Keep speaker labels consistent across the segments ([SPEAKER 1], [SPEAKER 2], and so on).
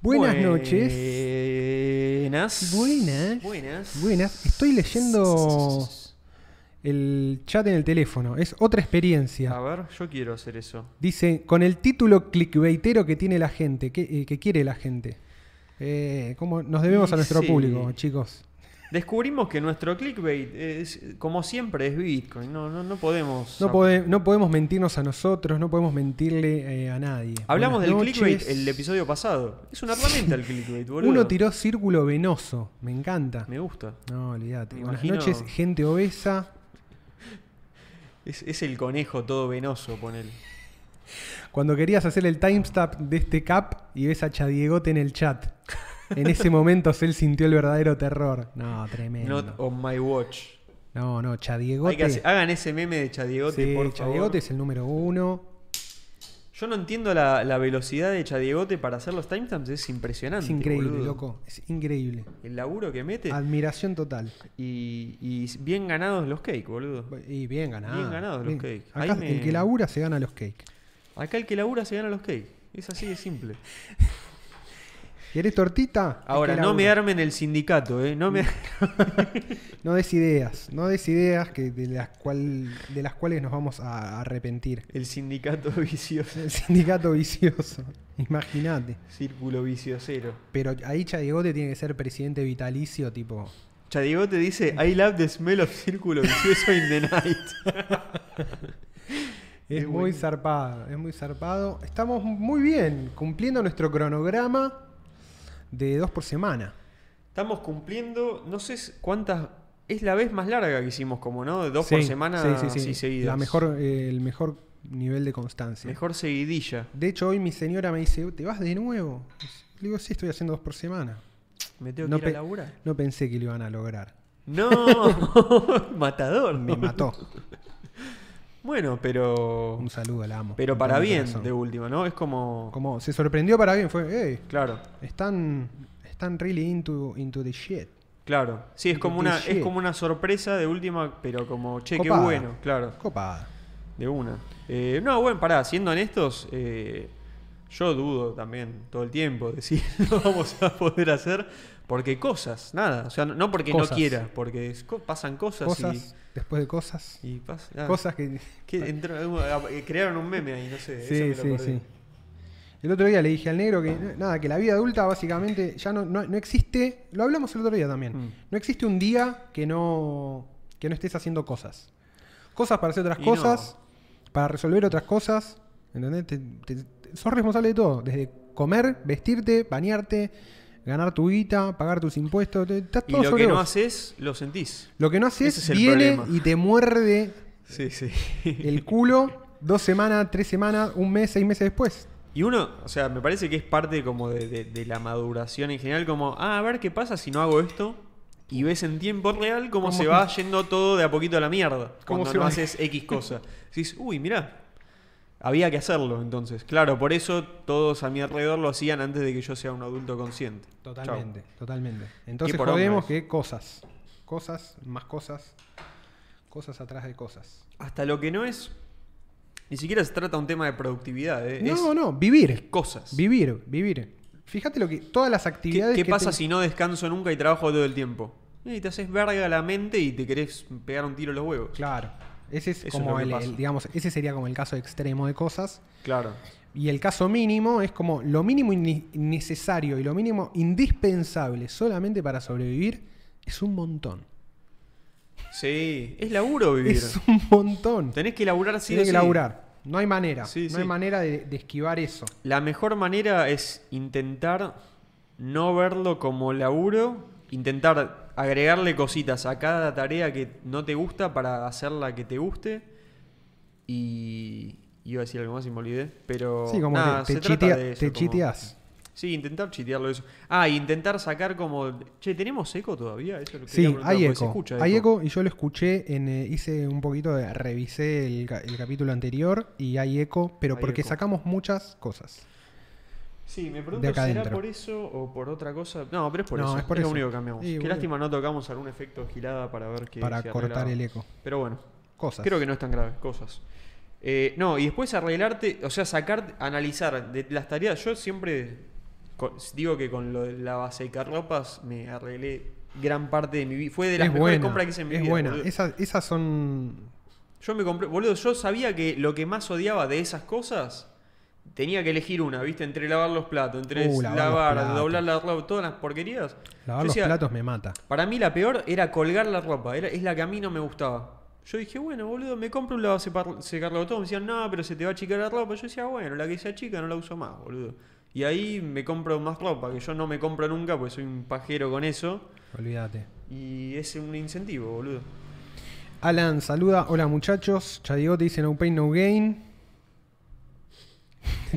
[SPEAKER 1] Buenas
[SPEAKER 2] Pues-
[SPEAKER 1] noches.
[SPEAKER 2] Buenas.
[SPEAKER 1] Buenas.
[SPEAKER 2] Buenas.
[SPEAKER 1] Buenas. Estoy leyendo el chat en el teléfono. Es otra
[SPEAKER 2] A
[SPEAKER 1] experiencia.
[SPEAKER 2] ver, yo quiero hacer eso.
[SPEAKER 1] Dice, con el título clickbaitero que tiene la gente, que, eh, que quiere la gente. Eh, ¿cómo nos debemos
[SPEAKER 2] Y
[SPEAKER 1] a nuestro
[SPEAKER 2] sí.
[SPEAKER 1] público, chicos?
[SPEAKER 2] Descubrimos que nuestro clickbait, es, como siempre, es Bitcoin. No, no, no podemos.
[SPEAKER 1] No, pode- no podemos mentirnos a nosotros, no podemos mentirle eh, a nadie.
[SPEAKER 2] Hablamos
[SPEAKER 1] Buenas
[SPEAKER 2] del
[SPEAKER 1] noches.
[SPEAKER 2] clickbait el episodio pasado. Es una herramienta el clickbait, boludo.
[SPEAKER 1] Uno tiró círculo venoso, me encanta.
[SPEAKER 2] Me gusta.
[SPEAKER 1] No, olvídate.
[SPEAKER 2] Me
[SPEAKER 1] Buenas
[SPEAKER 2] imagino-
[SPEAKER 1] noches, gente obesa.
[SPEAKER 2] Es, es el conejo todo venoso, ponele.
[SPEAKER 1] Cuando querías hacer el timestamp de este cap y ves a Chadiegote en el chat. En ese momento él sintió el verdadero terror. No, tremendo.
[SPEAKER 2] Not
[SPEAKER 1] No,
[SPEAKER 2] on my watch.
[SPEAKER 1] no,
[SPEAKER 2] Hay que
[SPEAKER 1] Chadiegote.
[SPEAKER 2] hacer- hagan ese meme de Chadiegote,
[SPEAKER 1] Sí,
[SPEAKER 2] por favor.
[SPEAKER 1] Chadiegote es el número uno.
[SPEAKER 2] Yo no entiendo la, la velocidad de Chadiegote para hacer los timestamps. Es impresionante.
[SPEAKER 1] Es increíble,
[SPEAKER 2] boludo.
[SPEAKER 1] loco. Es increíble.
[SPEAKER 2] El laburo que mete.
[SPEAKER 1] Ah. Admiración total.
[SPEAKER 2] Y, y bien ganados los cake, boludo.
[SPEAKER 1] Y bien ganado.
[SPEAKER 2] Bien ganado los cakes.
[SPEAKER 1] Acá
[SPEAKER 2] Ahí me-
[SPEAKER 1] el que labura se gana los cakes.
[SPEAKER 2] Acá el que labura se gana los cake. Es así de simple.
[SPEAKER 1] ¿Querés tortita? El
[SPEAKER 2] Ahora,
[SPEAKER 1] que
[SPEAKER 2] no me
[SPEAKER 1] labura. Mm.
[SPEAKER 2] armen el sindicato, ¿eh? No me...
[SPEAKER 1] No des ideas. No des ideas que de, las cual, de las cuales nos vamos a arrepentir.
[SPEAKER 2] el sindicato vicioso.
[SPEAKER 1] El sindicato vicioso. Imagínate.
[SPEAKER 2] Círculo viciosero.
[SPEAKER 1] Pero ahí Chadigote tiene que ser presidente vitalicio, tipo.
[SPEAKER 2] Chadigote dice, I love the smell of círculo vicioso in the night.
[SPEAKER 1] Es
[SPEAKER 2] Es
[SPEAKER 1] muy
[SPEAKER 2] buenísimo.
[SPEAKER 1] zarpado, es muy zarpado. Estamos muy bien cumpliendo nuestro cronograma de dos por semana.
[SPEAKER 2] Estamos cumpliendo, no sé s- cuántas... Es la vez más larga que hicimos, como, ¿no? De dos por
[SPEAKER 1] Sí,
[SPEAKER 2] semana
[SPEAKER 1] sí, sí, sí.
[SPEAKER 2] así seguidas.
[SPEAKER 1] La mejor, eh, el mejor nivel de constancia.
[SPEAKER 2] Mejor seguidilla.
[SPEAKER 1] De hecho, hoy mi señora me dice, ¿te vas de nuevo? Le digo, sí, estoy haciendo dos por semana.
[SPEAKER 2] Me tengo
[SPEAKER 1] No
[SPEAKER 2] que ir
[SPEAKER 1] pe-
[SPEAKER 2] a laburar.
[SPEAKER 1] No pensé que lo iban a lograr.
[SPEAKER 2] No, matador.
[SPEAKER 1] Me mató.
[SPEAKER 2] Bueno, pero...
[SPEAKER 1] Un saludo, la amo.
[SPEAKER 2] Pero
[SPEAKER 1] Con
[SPEAKER 2] para
[SPEAKER 1] todo mi
[SPEAKER 2] bien,
[SPEAKER 1] corazón.
[SPEAKER 2] de última, ¿no? Es como.
[SPEAKER 1] Como se sorprendió para bien, fue, "Ey,
[SPEAKER 2] Claro,
[SPEAKER 1] están, están really into, into the shit.
[SPEAKER 2] claro. Sí, es como
[SPEAKER 1] Qué
[SPEAKER 2] una,
[SPEAKER 1] cliché.
[SPEAKER 2] es como una sorpresa de última, pero como, che,
[SPEAKER 1] Copada.
[SPEAKER 2] qué bueno, claro.
[SPEAKER 1] Copada.
[SPEAKER 2] De una. Eh, no, bueno, pará, siendo honestos, eh, yo dudo también todo el tiempo de si lo vamos a poder hacer. Porque cosas, nada. O sea, no- no porque no
[SPEAKER 1] Cosas.
[SPEAKER 2] quiera, porque es co- pasan cosas,
[SPEAKER 1] Cosas, después de cosas.
[SPEAKER 2] y. y pas- ah,
[SPEAKER 1] Cosas que.
[SPEAKER 2] que entró- eh, crearon un meme ahí, no sé. eso me
[SPEAKER 1] sí,
[SPEAKER 2] lo
[SPEAKER 1] sí,
[SPEAKER 2] perdí.
[SPEAKER 1] sí. El otro día le dije al negro que nada, que la vida adulta básicamente ya no, no- no existe. Lo hablamos el otro día también.
[SPEAKER 2] Mm.
[SPEAKER 1] No existe un día que no, que no estés haciendo cosas. Cosas para hacer otras
[SPEAKER 2] Y
[SPEAKER 1] cosas, para resolver otras cosas. ¿Entendés? Te- te- te- sos responsable de todo. Desde comer, vestirte, bañarte, ganar tu guita, pagar tus impuestos. te- Estás
[SPEAKER 2] Y
[SPEAKER 1] todo
[SPEAKER 2] lo
[SPEAKER 1] sobre
[SPEAKER 2] que no
[SPEAKER 1] vos.
[SPEAKER 2] haces, lo sentís.
[SPEAKER 1] Lo que no haces
[SPEAKER 2] ese es el
[SPEAKER 1] viene
[SPEAKER 2] problema.
[SPEAKER 1] y te muerde
[SPEAKER 2] Sí, sí.
[SPEAKER 1] el culo dos semanas, tres semanas, un mes, seis meses después.
[SPEAKER 2] Y uno, o sea, me parece que es parte como de, de- de la maduración en general, como, ah, a ver qué pasa si no hago esto. Y ves en tiempo real cómo,
[SPEAKER 1] Cómo-
[SPEAKER 2] se va yendo todo de a poquito a la mierda.
[SPEAKER 1] Cómo
[SPEAKER 2] Cuando
[SPEAKER 1] se
[SPEAKER 2] no
[SPEAKER 1] va.
[SPEAKER 2] haces X cosa. Dices, uy, mirá, había que hacerlo entonces. Claro, por eso todos a mi alrededor lo hacían antes de que yo sea un adulto consciente. Chau.
[SPEAKER 1] Totalmente, totalmente. Entonces
[SPEAKER 2] poronga
[SPEAKER 1] jodemos
[SPEAKER 2] es.
[SPEAKER 1] que cosas, cosas, más cosas, cosas atrás de cosas.
[SPEAKER 2] Hasta lo que no es, ni siquiera se trata un tema de productividad. eh, es
[SPEAKER 1] No, no, vivir,
[SPEAKER 2] cosas.
[SPEAKER 1] vivir, vivir. Fíjate lo que todas las
[SPEAKER 2] ¿Qué,
[SPEAKER 1] actividades
[SPEAKER 2] qué
[SPEAKER 1] que
[SPEAKER 2] pasa
[SPEAKER 1] te-
[SPEAKER 2] si no descanso nunca y trabajo todo el tiempo? Y te haces verga la mente y te querés pegar un tiro en los huevos.
[SPEAKER 1] Claro. Ese es
[SPEAKER 2] Eso es lo
[SPEAKER 1] como
[SPEAKER 2] que
[SPEAKER 1] el,
[SPEAKER 2] pasa.
[SPEAKER 1] el- digamos, ese sería como el caso extremo de cosas
[SPEAKER 2] Claro.
[SPEAKER 1] y el caso mínimo es como lo mínimo ini- necesario y lo mínimo indispensable solamente para sobrevivir es un montón.
[SPEAKER 2] Sí, es laburo vivir.
[SPEAKER 1] Es un montón.
[SPEAKER 2] Tenés que laburar sí
[SPEAKER 1] Tiene
[SPEAKER 2] o
[SPEAKER 1] que
[SPEAKER 2] sí.
[SPEAKER 1] laburar. No hay manera.
[SPEAKER 2] Sí,
[SPEAKER 1] no
[SPEAKER 2] sí.
[SPEAKER 1] hay manera de- de esquivar eso.
[SPEAKER 2] La mejor manera es intentar no verlo como laburo, intentar agregarle cositas a cada tarea que no te gusta para hacerla que te guste. Y iba a decir algo más y me olvidé, pero
[SPEAKER 1] Sí, como
[SPEAKER 2] nada,
[SPEAKER 1] que te,
[SPEAKER 2] se trata
[SPEAKER 1] chitea-
[SPEAKER 2] de eso,
[SPEAKER 1] te
[SPEAKER 2] como-
[SPEAKER 1] chiteás.
[SPEAKER 2] Sí, intentar chitearlo eso. Ah, y intentar sacar como. Che, ¿tenemos eco todavía? Eso es lo que quería
[SPEAKER 1] Sí,
[SPEAKER 2] preguntar,
[SPEAKER 1] hay
[SPEAKER 2] porque se
[SPEAKER 1] eco.
[SPEAKER 2] escucha
[SPEAKER 1] Hay eco y yo lo escuché, en, eh, hice un poquito de, revisé el, ca- el capítulo anterior y hay eco, pero
[SPEAKER 2] Hay
[SPEAKER 1] porque
[SPEAKER 2] eco.
[SPEAKER 1] sacamos muchas cosas.
[SPEAKER 2] Sí, me
[SPEAKER 1] de
[SPEAKER 2] pregunto
[SPEAKER 1] acá
[SPEAKER 2] ¿será
[SPEAKER 1] adentro.
[SPEAKER 2] por eso o por otra cosa? No, pero es por
[SPEAKER 1] No,
[SPEAKER 2] eso.
[SPEAKER 1] es por
[SPEAKER 2] lo
[SPEAKER 1] eso.
[SPEAKER 2] único que cambiamos.
[SPEAKER 1] Sí,
[SPEAKER 2] qué
[SPEAKER 1] boludo.
[SPEAKER 2] lástima no tocamos algún efecto gilada para ver qué
[SPEAKER 1] para
[SPEAKER 2] se
[SPEAKER 1] cortar
[SPEAKER 2] arreglaba.
[SPEAKER 1] el eco.
[SPEAKER 2] Pero bueno,
[SPEAKER 1] Cosas.
[SPEAKER 2] creo que no es tan grave, cosas. Eh, no, y después arreglarte, o sea, sacar, analizar de las tareas. Yo siempre con- digo que con lo de la ropas me arreglé gran parte de mi vida. Fue de las
[SPEAKER 1] Es
[SPEAKER 2] mejores
[SPEAKER 1] buena.
[SPEAKER 2] compras que hice en mi
[SPEAKER 1] es
[SPEAKER 2] vida.
[SPEAKER 1] buena.
[SPEAKER 2] boludo.
[SPEAKER 1] Esas, esas son.
[SPEAKER 2] Yo me compré, boludo, yo sabía que lo que más odiaba de esas cosas tenía que elegir una, ¿viste? Entre lavar los platos, entre
[SPEAKER 1] Uh, lavar los
[SPEAKER 2] lavar,
[SPEAKER 1] platos.
[SPEAKER 2] doblar la ropa, todas las porquerías.
[SPEAKER 1] Lavar
[SPEAKER 2] Yo
[SPEAKER 1] los
[SPEAKER 2] decía,
[SPEAKER 1] platos me mata.
[SPEAKER 2] Para mí la peor era colgar la ropa, era, es la que a mí no me gustaba. Yo dije, bueno, boludo, me compro un lavasecar- secarlotón. Me decían, no, pero se te va a achicar la ropa. Yo decía, bueno, la que se achica no la uso más, boludo. Y ahí me compro más ropa, que yo no me compro nunca, porque soy un pajero con eso.
[SPEAKER 1] Olvídate.
[SPEAKER 2] Y es un incentivo, boludo.
[SPEAKER 1] Alan saluda. Hola muchachos. Chadigote dice no pain, no gain.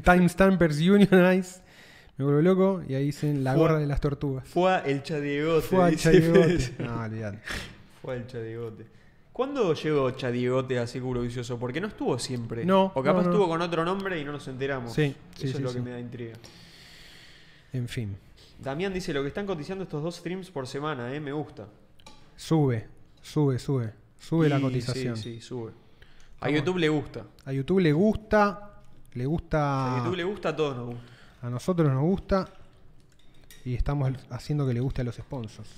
[SPEAKER 1] Time Stampers Unionize. Me vuelvo loco. Y ahí dicen la
[SPEAKER 2] Fua.
[SPEAKER 1] gorra de las tortugas.
[SPEAKER 2] Fue el chadigote.
[SPEAKER 1] Fua,
[SPEAKER 2] dice.
[SPEAKER 1] Chadigote. No, olvídate.
[SPEAKER 2] Fue el chadigote. ¿Cuándo llegó chadigote a Círculo Vicioso? Porque no estuvo siempre.
[SPEAKER 1] No,
[SPEAKER 2] O capaz
[SPEAKER 1] no, no.
[SPEAKER 2] estuvo con otro nombre y no nos enteramos.
[SPEAKER 1] Sí, sí,
[SPEAKER 2] Eso es
[SPEAKER 1] sí,
[SPEAKER 2] lo
[SPEAKER 1] sí.
[SPEAKER 2] que me da intriga.
[SPEAKER 1] En fin.
[SPEAKER 2] Damián dice, lo que están cotizando estos dos streams por semana, eh, me gusta.
[SPEAKER 1] Sube. Sube, sube. Sube la
[SPEAKER 2] Y
[SPEAKER 1] cotización.
[SPEAKER 2] Sí, sí, sube. A YouTube le gusta.
[SPEAKER 1] A YouTube le gusta. Le gusta.
[SPEAKER 2] A YouTube le gusta, a todos nos gusta.
[SPEAKER 1] A nosotros nos gusta. Y estamos haciendo que le guste a los sponsors.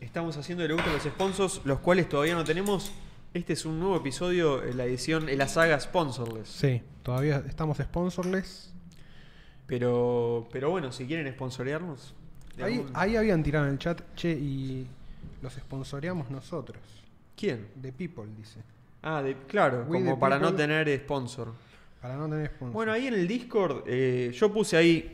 [SPEAKER 2] Estamos haciendo que le gusta a los sponsors, los cuales todavía no tenemos. Este es un nuevo episodio, en la edición, en la saga Sponsorless.
[SPEAKER 1] Sí, todavía estamos sponsorless.
[SPEAKER 2] Pero, pero bueno, si quieren sponsorearnos. de
[SPEAKER 1] Ahí,
[SPEAKER 2] algún-
[SPEAKER 1] ahí habían tirado en el chat, che, y los sponsoreamos nosotros.
[SPEAKER 2] ¿Quién?
[SPEAKER 1] The People, dice.
[SPEAKER 2] Ah, de- claro,
[SPEAKER 1] We the
[SPEAKER 2] como para no
[SPEAKER 1] people.
[SPEAKER 2] tener sponsor.
[SPEAKER 1] Para no tener sponsor.
[SPEAKER 2] Bueno, ahí en el Discord eh, yo puse ahí,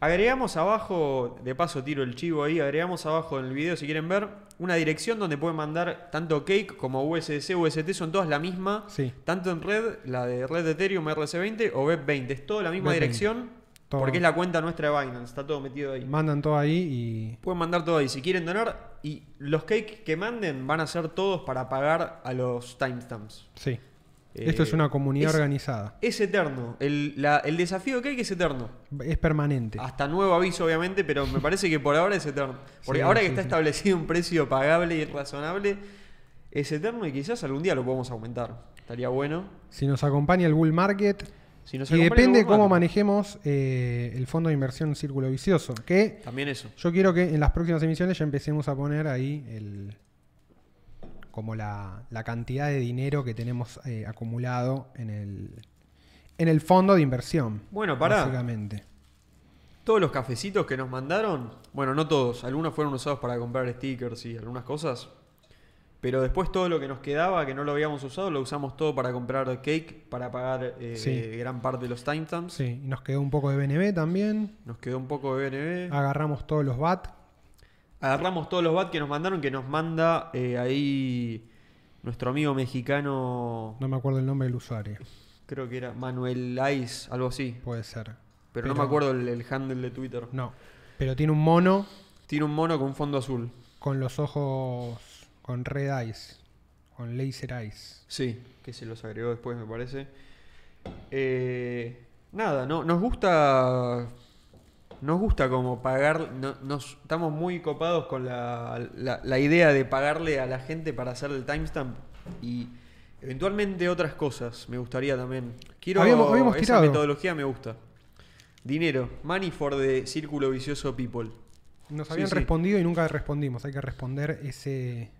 [SPEAKER 2] agregamos abajo, de paso tiro el chivo ahí, agregamos abajo en el video si quieren ver, una dirección donde pueden mandar tanto Cake como USDC, UST, son todas la misma,
[SPEAKER 1] Sí.
[SPEAKER 2] tanto en red, la de red Ethereum, RC20 o BEP20, es toda la misma
[SPEAKER 1] BEP20,
[SPEAKER 2] dirección,
[SPEAKER 1] todo.
[SPEAKER 2] porque es la cuenta nuestra de Binance, está todo metido ahí.
[SPEAKER 1] Mandan todo ahí
[SPEAKER 2] Pueden mandar todo ahí si quieren donar y los cake que manden van a ser todos para pagar a los timestamps.
[SPEAKER 1] y. Sí.
[SPEAKER 2] Eh,
[SPEAKER 1] Esto es una comunidad
[SPEAKER 2] es-
[SPEAKER 1] organizada.
[SPEAKER 2] Es eterno, el, la- el desafío de Cake es eterno.
[SPEAKER 1] Es permanente.
[SPEAKER 2] Hasta nuevo aviso, obviamente, pero me parece que por ahora es eterno. Porque
[SPEAKER 1] Sí,
[SPEAKER 2] ahora que
[SPEAKER 1] sí,
[SPEAKER 2] está
[SPEAKER 1] sí.
[SPEAKER 2] establecido un precio pagable y razonable, es eterno y quizás algún día lo podamos aumentar. Estaría bueno.
[SPEAKER 1] Si nos acompaña el bull market.
[SPEAKER 2] Si nos
[SPEAKER 1] y
[SPEAKER 2] acompaña
[SPEAKER 1] depende
[SPEAKER 2] algún rato,
[SPEAKER 1] cómo manejemos eh, el fondo de inversión círculo vicioso. Que
[SPEAKER 2] También eso.
[SPEAKER 1] Yo quiero que en las próximas emisiones ya empecemos a poner ahí el como la, la cantidad de dinero que tenemos eh, acumulado en el en el fondo de inversión.
[SPEAKER 2] Bueno, pará.
[SPEAKER 1] Básicamente.
[SPEAKER 2] Todos los cafecitos que nos mandaron, bueno, no todos, algunos fueron usados para comprar stickers y algunas cosas. Pero después todo lo que nos quedaba, que no lo habíamos usado, lo usamos todo para comprar cake, para pagar eh,
[SPEAKER 1] Sí.
[SPEAKER 2] gran parte de los timestamps.
[SPEAKER 1] Sí, y nos quedó un poco de BNB también.
[SPEAKER 2] Nos quedó un poco de BNB.
[SPEAKER 1] Agarramos todos los BAT.
[SPEAKER 2] Agarramos todos los BAT que nos mandaron, que nos manda eh, ahí nuestro amigo mexicano,
[SPEAKER 1] No me acuerdo el nombre del usuario.
[SPEAKER 2] creo que era Manuel Ice, algo así. Pero,
[SPEAKER 1] Puede ser. Pero,
[SPEAKER 2] no me acuerdo el, el handle de Twitter.
[SPEAKER 1] No. Pero tiene un mono
[SPEAKER 2] Tiene un mono con un fondo azul.
[SPEAKER 1] con los ojos con red eyes. Con laser eyes.
[SPEAKER 2] Sí. Que se los agregó después, me parece. Eh, nada, no, nos gusta. Nos gusta como pagar. no- nos, estamos muy copados con la, la- la idea de pagarle a la gente para hacer el timestamp y eventualmente otras cosas. Me gustaría también. Quiero
[SPEAKER 1] Habíamos- habíamos
[SPEAKER 2] esa
[SPEAKER 1] tirado.
[SPEAKER 2] metodología me gusta. Dinero, money for the círculo vicioso people.
[SPEAKER 1] Nos
[SPEAKER 2] Sí,
[SPEAKER 1] habían
[SPEAKER 2] sí.
[SPEAKER 1] respondido y nunca respondimos. Hay que responder ese,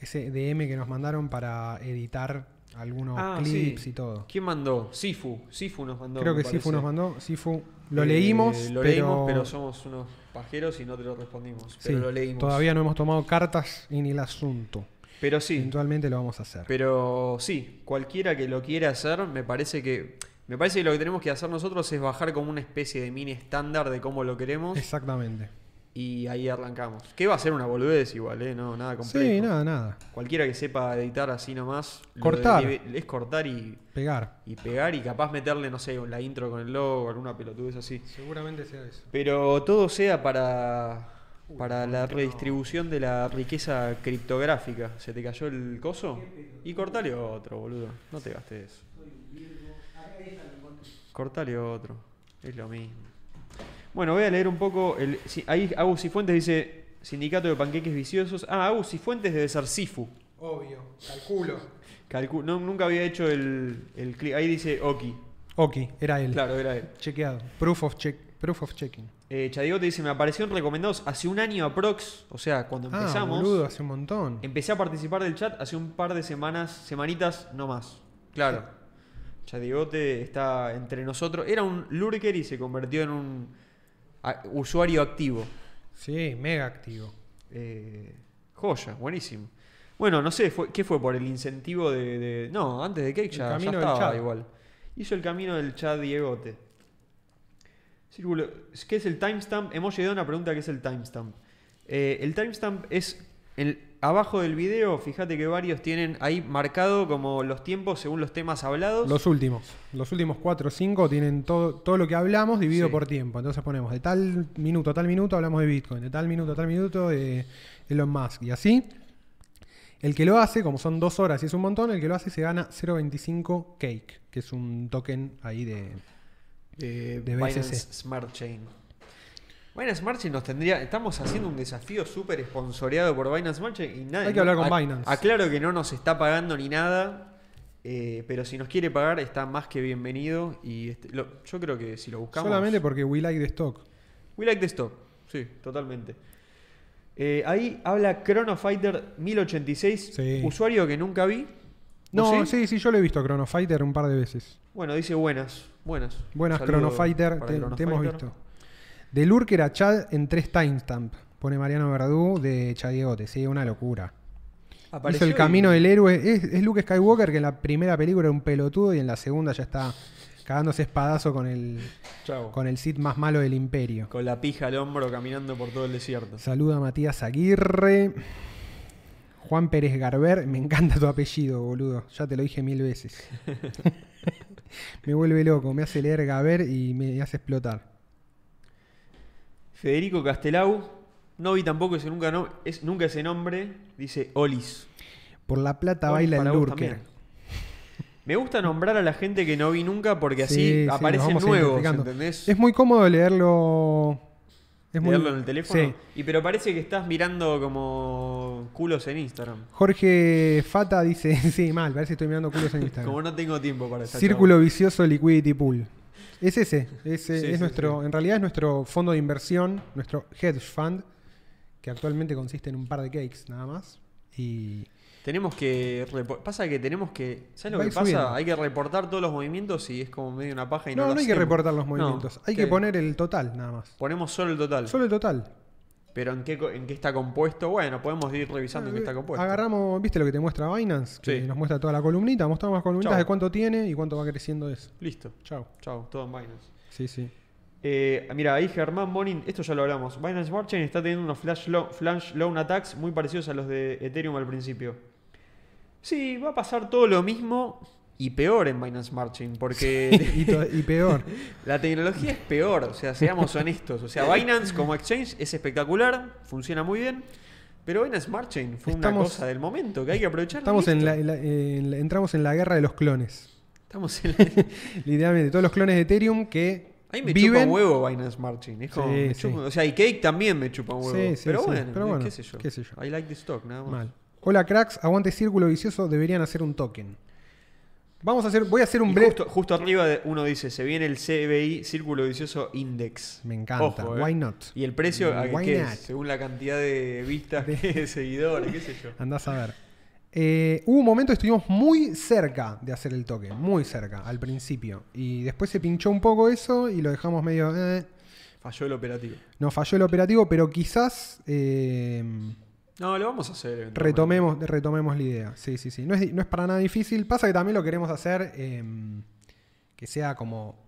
[SPEAKER 1] ese DM que nos mandaron para editar algunos
[SPEAKER 2] Ah,
[SPEAKER 1] clips
[SPEAKER 2] sí.
[SPEAKER 1] y todo.
[SPEAKER 2] ¿Quién mandó? Sifu. Sifu nos mandó.
[SPEAKER 1] Creo
[SPEAKER 2] me
[SPEAKER 1] que Sifu
[SPEAKER 2] parece.
[SPEAKER 1] nos mandó. Sifu, lo
[SPEAKER 2] Eh,
[SPEAKER 1] leímos.
[SPEAKER 2] Lo
[SPEAKER 1] pero,
[SPEAKER 2] leímos, pero somos unos pajeros y no te lo respondimos.
[SPEAKER 1] sí,
[SPEAKER 2] Pero lo leímos.
[SPEAKER 1] Todavía no hemos tomado cartas en el asunto.
[SPEAKER 2] Pero sí.
[SPEAKER 1] Eventualmente lo vamos a hacer.
[SPEAKER 2] Pero sí, cualquiera que lo quiera hacer, me parece que. Me parece que lo que tenemos que hacer nosotros es bajar como una especie de mini estándar de cómo lo queremos
[SPEAKER 1] Exactamente.
[SPEAKER 2] y ahí arrancamos. Que va a ser una boludez igual, ¿eh? No, nada complejo.
[SPEAKER 1] Sí, nada, nada.
[SPEAKER 2] Cualquiera que sepa editar así nomás. lo
[SPEAKER 1] Cortar.
[SPEAKER 2] de- Es cortar y,
[SPEAKER 1] Pegar.
[SPEAKER 2] y pegar y capaz meterle, no sé, la intro con el logo, alguna pelotudez así.
[SPEAKER 1] Seguramente sea eso.
[SPEAKER 2] Pero todo sea para, para la redistribución de la riqueza criptográfica. ¿Se te cayó el coso? Y cortale otro, boludo. No te gastes eso. Cortale otro. Es lo mismo. Bueno, voy a leer un poco. El, sí, ahí Agus Cifuentes dice: Sindicato de Panqueques Viciosos. Ah, Agus Cifuentes debe ser Sifu.
[SPEAKER 1] Obvio. Calculo.
[SPEAKER 2] Calcu- no, nunca había hecho el, el clic. Ahí dice Oki.
[SPEAKER 1] Ok, era él.
[SPEAKER 2] Claro, era él.
[SPEAKER 1] Chequeado. Proof of check. Proof of checking.
[SPEAKER 2] Eh, Chadigo te dice, me aparecieron recomendados hace un año aprox, o sea, cuando
[SPEAKER 1] Ah,
[SPEAKER 2] empezamos.
[SPEAKER 1] boludo, hace un montón.
[SPEAKER 2] Empecé a participar del chat hace un par de semanas, semanitas no más. Claro. Chadigote está entre nosotros. Era un lurker y se convirtió en un a- usuario activo.
[SPEAKER 1] Sí, mega activo.
[SPEAKER 2] Eh, joya, buenísimo. Bueno, no sé, fue, ¿qué fue? ¿Por el incentivo de, de- No, antes de Cake
[SPEAKER 1] El
[SPEAKER 2] ya, ya
[SPEAKER 1] camino del
[SPEAKER 2] estaba
[SPEAKER 1] chat.
[SPEAKER 2] igual. Hizo el camino del chat Diegote. Círculo, ¿qué es el timestamp? Hemos llegado a una pregunta que es el timestamp. Eh, el timestamp es el, abajo del video, fíjate que varios tienen ahí marcado como los tiempos según los temas hablados.
[SPEAKER 1] Los últimos. Los últimos 4 o 5 tienen todo, todo lo que hablamos dividido
[SPEAKER 2] Sí.
[SPEAKER 1] por tiempo. Entonces ponemos de tal minuto a tal minuto hablamos de Bitcoin, de tal minuto a tal minuto de Elon Musk. Y así, el que lo hace, como son dos horas y es un montón, el que lo hace se gana 0.25 Cake, que es un token ahí de...
[SPEAKER 2] de,
[SPEAKER 1] de
[SPEAKER 2] Eh, Binance
[SPEAKER 1] BSC.
[SPEAKER 2] Smart Chain. Binance Smart Chain nos tendría. Estamos haciendo un desafío súper esponsoreado por Binance Smart Chain y nada.
[SPEAKER 1] Hay que hablar con Binance.
[SPEAKER 2] Aclaro que no nos está pagando ni nada. eh, pero si nos quiere pagar, está más que bienvenido. Y este- lo- yo creo que si lo buscamos. ¿Oh,
[SPEAKER 1] Solamente porque we like the stock.
[SPEAKER 2] We like the stock. Sí, totalmente. Eh, ahí habla Chronofighter 1086,
[SPEAKER 1] Sí.
[SPEAKER 2] usuario que nunca vi.
[SPEAKER 1] No,
[SPEAKER 2] ¿O
[SPEAKER 1] sí? sí, yo lo he visto a Chrono Fighter un par de veces.
[SPEAKER 2] Bueno, dice buenas. Buenas.
[SPEAKER 1] Buenas,
[SPEAKER 2] Saludo
[SPEAKER 1] Chrono Fighter,
[SPEAKER 2] para
[SPEAKER 1] te,
[SPEAKER 2] Chrono
[SPEAKER 1] te hemos
[SPEAKER 2] Fighter.
[SPEAKER 1] visto. De Lurker a Chad en tres timestamp, pone Mariano Verdú de Chadiegote. Sí, una locura. Hizo
[SPEAKER 2] Apareció
[SPEAKER 1] el
[SPEAKER 2] y-
[SPEAKER 1] camino del héroe. Es, es Luke Skywalker que en la primera película era un pelotudo y en la segunda ya está cagándose espadazo con el,
[SPEAKER 2] Chau.
[SPEAKER 1] con el Sith más malo del imperio.
[SPEAKER 2] Con la pija al hombro caminando por todo el desierto.
[SPEAKER 1] Saluda a Matías Aguirre. Juan Pérez Garber. Me encanta tu apellido, boludo. Ya te lo dije mil veces. me vuelve loco. Me hace leer Gaber y me hace explotar.
[SPEAKER 2] Federico Castelau, no vi tampoco ese nunca, no, es, nunca ese nombre, dice Olis.
[SPEAKER 1] Por la plata
[SPEAKER 2] Olis
[SPEAKER 1] baila el
[SPEAKER 2] para vos
[SPEAKER 1] Lurker.
[SPEAKER 2] también. Me gusta nombrar a la gente que no vi nunca porque así
[SPEAKER 1] Sí, sí, nos
[SPEAKER 2] aparecen
[SPEAKER 1] vamos
[SPEAKER 2] nuevos,
[SPEAKER 1] identificando.
[SPEAKER 2] ¿entendés?
[SPEAKER 1] Es muy cómodo leerlo. Es muy-
[SPEAKER 2] Leerlo en el teléfono.
[SPEAKER 1] Sí.
[SPEAKER 2] Y pero parece que estás mirando como culos en Instagram.
[SPEAKER 1] Jorge Fata dice, sí, mal, parece que estoy mirando culos en
[SPEAKER 2] Como
[SPEAKER 1] Instagram.
[SPEAKER 2] no tengo tiempo para estar.
[SPEAKER 1] Círculo vicioso liquidity pool. Es ese, ese
[SPEAKER 2] Sí,
[SPEAKER 1] es
[SPEAKER 2] sí,
[SPEAKER 1] nuestro,
[SPEAKER 2] sí.
[SPEAKER 1] en realidad es nuestro fondo de inversión, nuestro hedge fund, que actualmente consiste en un par de cakes nada más. Y
[SPEAKER 2] Tenemos que. repo- Pasa que tenemos que. ¿Sabes lo
[SPEAKER 1] Va
[SPEAKER 2] que
[SPEAKER 1] ir
[SPEAKER 2] pasa?
[SPEAKER 1] subiendo.
[SPEAKER 2] Hay que reportar todos los movimientos y es como medio una paja y no
[SPEAKER 1] no,
[SPEAKER 2] lo
[SPEAKER 1] no hay que
[SPEAKER 2] hacemos.
[SPEAKER 1] reportar los
[SPEAKER 2] No,
[SPEAKER 1] movimientos, hay
[SPEAKER 2] te-
[SPEAKER 1] que poner el total nada más.
[SPEAKER 2] Ponemos solo el total.
[SPEAKER 1] Solo el total.
[SPEAKER 2] Pero en qué, co- en qué está compuesto, bueno, podemos ir revisando en qué está compuesto.
[SPEAKER 1] Ah, Eh, Agarramos, ¿viste lo que te muestra Binance? Que
[SPEAKER 2] Sí.
[SPEAKER 1] nos muestra toda la columnita, mostramos las columnitas
[SPEAKER 2] Chau.
[SPEAKER 1] de cuánto tiene y cuánto va creciendo eso.
[SPEAKER 2] Listo.
[SPEAKER 1] Chao.
[SPEAKER 2] Chao, todo en Binance.
[SPEAKER 1] Sí, sí.
[SPEAKER 2] Eh, mira, ahí Germán Bonin, esto ya lo hablamos. Binance Smart Chain está teniendo unos flash, lo- flash loan attacks muy parecidos a los de Ethereum al principio. Sí, va a pasar todo lo mismo y peor en Binance Smart Chain, porque
[SPEAKER 1] y, to- y peor.
[SPEAKER 2] la tecnología es peor, o sea, seamos honestos. O sea, Binance como exchange es espectacular, funciona muy bien, pero Binance Smart Chain fue una
[SPEAKER 1] Estamos-
[SPEAKER 2] cosa del momento que hay que aprovechar.
[SPEAKER 1] Estamos en
[SPEAKER 2] listo.
[SPEAKER 1] la, en la- en la- entramos en la guerra de los clones.
[SPEAKER 2] Estamos en la...
[SPEAKER 1] Literalmente, todos los clones de Ethereum que
[SPEAKER 2] Ahí me
[SPEAKER 1] viven.
[SPEAKER 2] chupa huevo Binance Marching. Es como,
[SPEAKER 1] Sí,
[SPEAKER 2] me
[SPEAKER 1] sí.
[SPEAKER 2] chupa- O sea, y Cake también me chupa huevo.
[SPEAKER 1] Sí, sí,
[SPEAKER 2] pero,
[SPEAKER 1] sí,
[SPEAKER 2] Bueno,
[SPEAKER 1] pero bueno,
[SPEAKER 2] qué sé yo.
[SPEAKER 1] qué sé yo.
[SPEAKER 2] I like this talk, nada más.
[SPEAKER 1] Mal. Hola cracks, aguante círculo vicioso, deberían hacer un token. Vamos a hacer, voy a hacer un
[SPEAKER 2] Y
[SPEAKER 1] breve.
[SPEAKER 2] justo, justo arriba de- uno dice, se viene el CBI, Círculo Vicioso Index.
[SPEAKER 1] Me encanta,
[SPEAKER 2] Ojo, eh.
[SPEAKER 1] why not?
[SPEAKER 2] Y el precio, ¿a
[SPEAKER 1] Why
[SPEAKER 2] qué es?
[SPEAKER 1] not?
[SPEAKER 2] Según la cantidad de vistas, de seguidores, qué sé yo.
[SPEAKER 1] Andás a ver. Eh, hubo un momento que estuvimos muy cerca de hacer el token, muy cerca, al principio. Y después se pinchó un poco eso y lo dejamos medio. eh.
[SPEAKER 2] Falló el operativo.
[SPEAKER 1] Nos falló el operativo, pero quizás. eh,
[SPEAKER 2] No, lo vamos a hacer. eventualmente.
[SPEAKER 1] Retomemos, retomemos la idea. Sí, sí, sí. No es, di- no es para nada difícil. Pasa que también lo queremos hacer eh, que sea como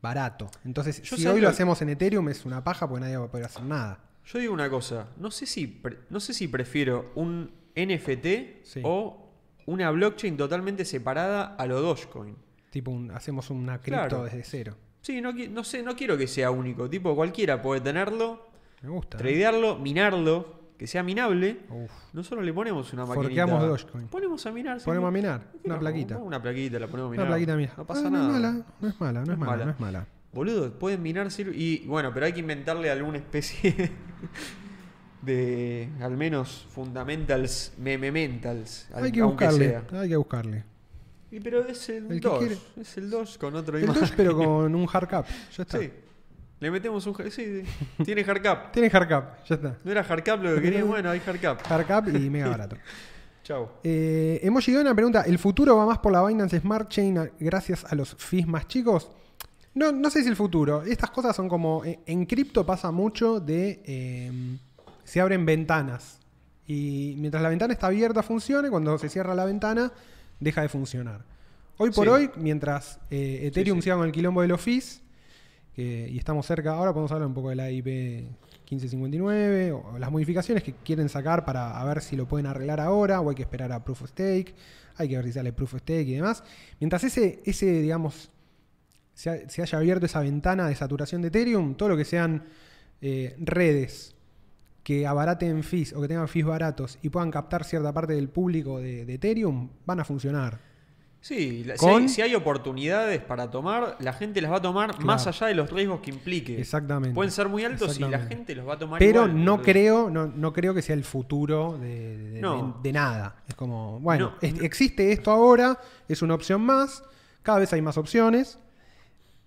[SPEAKER 1] barato. Entonces,
[SPEAKER 2] Yo
[SPEAKER 1] si
[SPEAKER 2] sabía
[SPEAKER 1] hoy lo
[SPEAKER 2] que-
[SPEAKER 1] hacemos en Ethereum es una paja porque nadie va a poder hacer nada.
[SPEAKER 2] Yo digo una cosa. No sé si, pre- no sé si prefiero un NFT
[SPEAKER 1] Sí.
[SPEAKER 2] o una blockchain totalmente separada a lo Dogecoin.
[SPEAKER 1] Tipo, un- hacemos una cripto
[SPEAKER 2] Claro.
[SPEAKER 1] desde cero.
[SPEAKER 2] Sí, no, qui- no sé, no quiero que sea único. Tipo, cualquiera puede tenerlo,
[SPEAKER 1] Me gusta. ¿eh?
[SPEAKER 2] tradearlo, minarlo, que sea minable.
[SPEAKER 1] Uf.
[SPEAKER 2] Nosotros le ponemos una maquinita.
[SPEAKER 1] Forqueamos Dogecoin.
[SPEAKER 2] Ponemos a minar. sí.
[SPEAKER 1] Ponemos a minar.
[SPEAKER 2] ¿Qué
[SPEAKER 1] Una
[SPEAKER 2] no?
[SPEAKER 1] plaquita.
[SPEAKER 2] Una plaquita, la ponemos a minar.
[SPEAKER 1] Una plaquita mía.
[SPEAKER 2] No pasa
[SPEAKER 1] Ah,
[SPEAKER 2] nada.
[SPEAKER 1] No es mala, no es mala, no es mala, no es mala.
[SPEAKER 2] Boludo, pueden minar. sir- Y bueno, pero hay que inventarle alguna especie de. Al menos fundamentals, memementals. al-
[SPEAKER 1] Hay que
[SPEAKER 2] aunque
[SPEAKER 1] buscarle.
[SPEAKER 2] sea.
[SPEAKER 1] Hay que buscarle.
[SPEAKER 2] Y pero es el,
[SPEAKER 1] El que
[SPEAKER 2] 2.
[SPEAKER 1] quiere.
[SPEAKER 2] Es el 2 con otro
[SPEAKER 1] El
[SPEAKER 2] imagen.
[SPEAKER 1] Doge, pero con un hardcap. Ya está.
[SPEAKER 2] Sí. Le metemos un... ja- Sí, sí. Tiene hardcap.
[SPEAKER 1] Tiene hardcap, ya está.
[SPEAKER 2] No era hardcap lo que quería. Bueno, hay hardcap.
[SPEAKER 1] Hardcap y mega barato.
[SPEAKER 2] Chau.
[SPEAKER 1] Eh, Emoji Dona pregunta: ¿El futuro va más por la Binance Smart Chain a- gracias a los fees más chicos? No, no sé si el futuro. Estas cosas son como. En, en cripto pasa mucho de. eh, se abren ventanas. Y mientras la ventana está abierta, funcione. Cuando se cierra la ventana, deja de funcionar. Hoy por
[SPEAKER 2] Sí.
[SPEAKER 1] hoy, mientras eh, Ethereum
[SPEAKER 2] sí.
[SPEAKER 1] siga con el quilombo de los fees, que- y estamos cerca, ahora podemos hablar un poco de la IP 1559 o las modificaciones que quieren sacar para a ver si lo pueden arreglar ahora o hay que esperar a Proof of Stake, hay que ver si sale Proof of Stake y demás. Mientras ese, ese digamos, se, ha- se haya abierto esa ventana de saturación de Ethereum, todo lo que sean eh, redes que abaraten fees o que tengan fees baratos y puedan captar cierta parte del público de, de Ethereum, van a funcionar.
[SPEAKER 2] Sí, la- si,
[SPEAKER 1] Con-
[SPEAKER 2] hay, si hay oportunidades para tomar, la gente las va a tomar más allá de los riesgos que implique.
[SPEAKER 1] Exactamente.
[SPEAKER 2] Pueden ser muy altos y la
[SPEAKER 1] Exactamente.
[SPEAKER 2] gente los va a tomar
[SPEAKER 1] Pero
[SPEAKER 2] igual,
[SPEAKER 1] no
[SPEAKER 2] entonces-
[SPEAKER 1] creo, no, no creo que sea el futuro de, de-
[SPEAKER 2] No.
[SPEAKER 1] de- de nada. Es como, bueno,
[SPEAKER 2] No,
[SPEAKER 1] es-
[SPEAKER 2] no.
[SPEAKER 1] existe esto ahora, es una opción más, cada vez hay más opciones,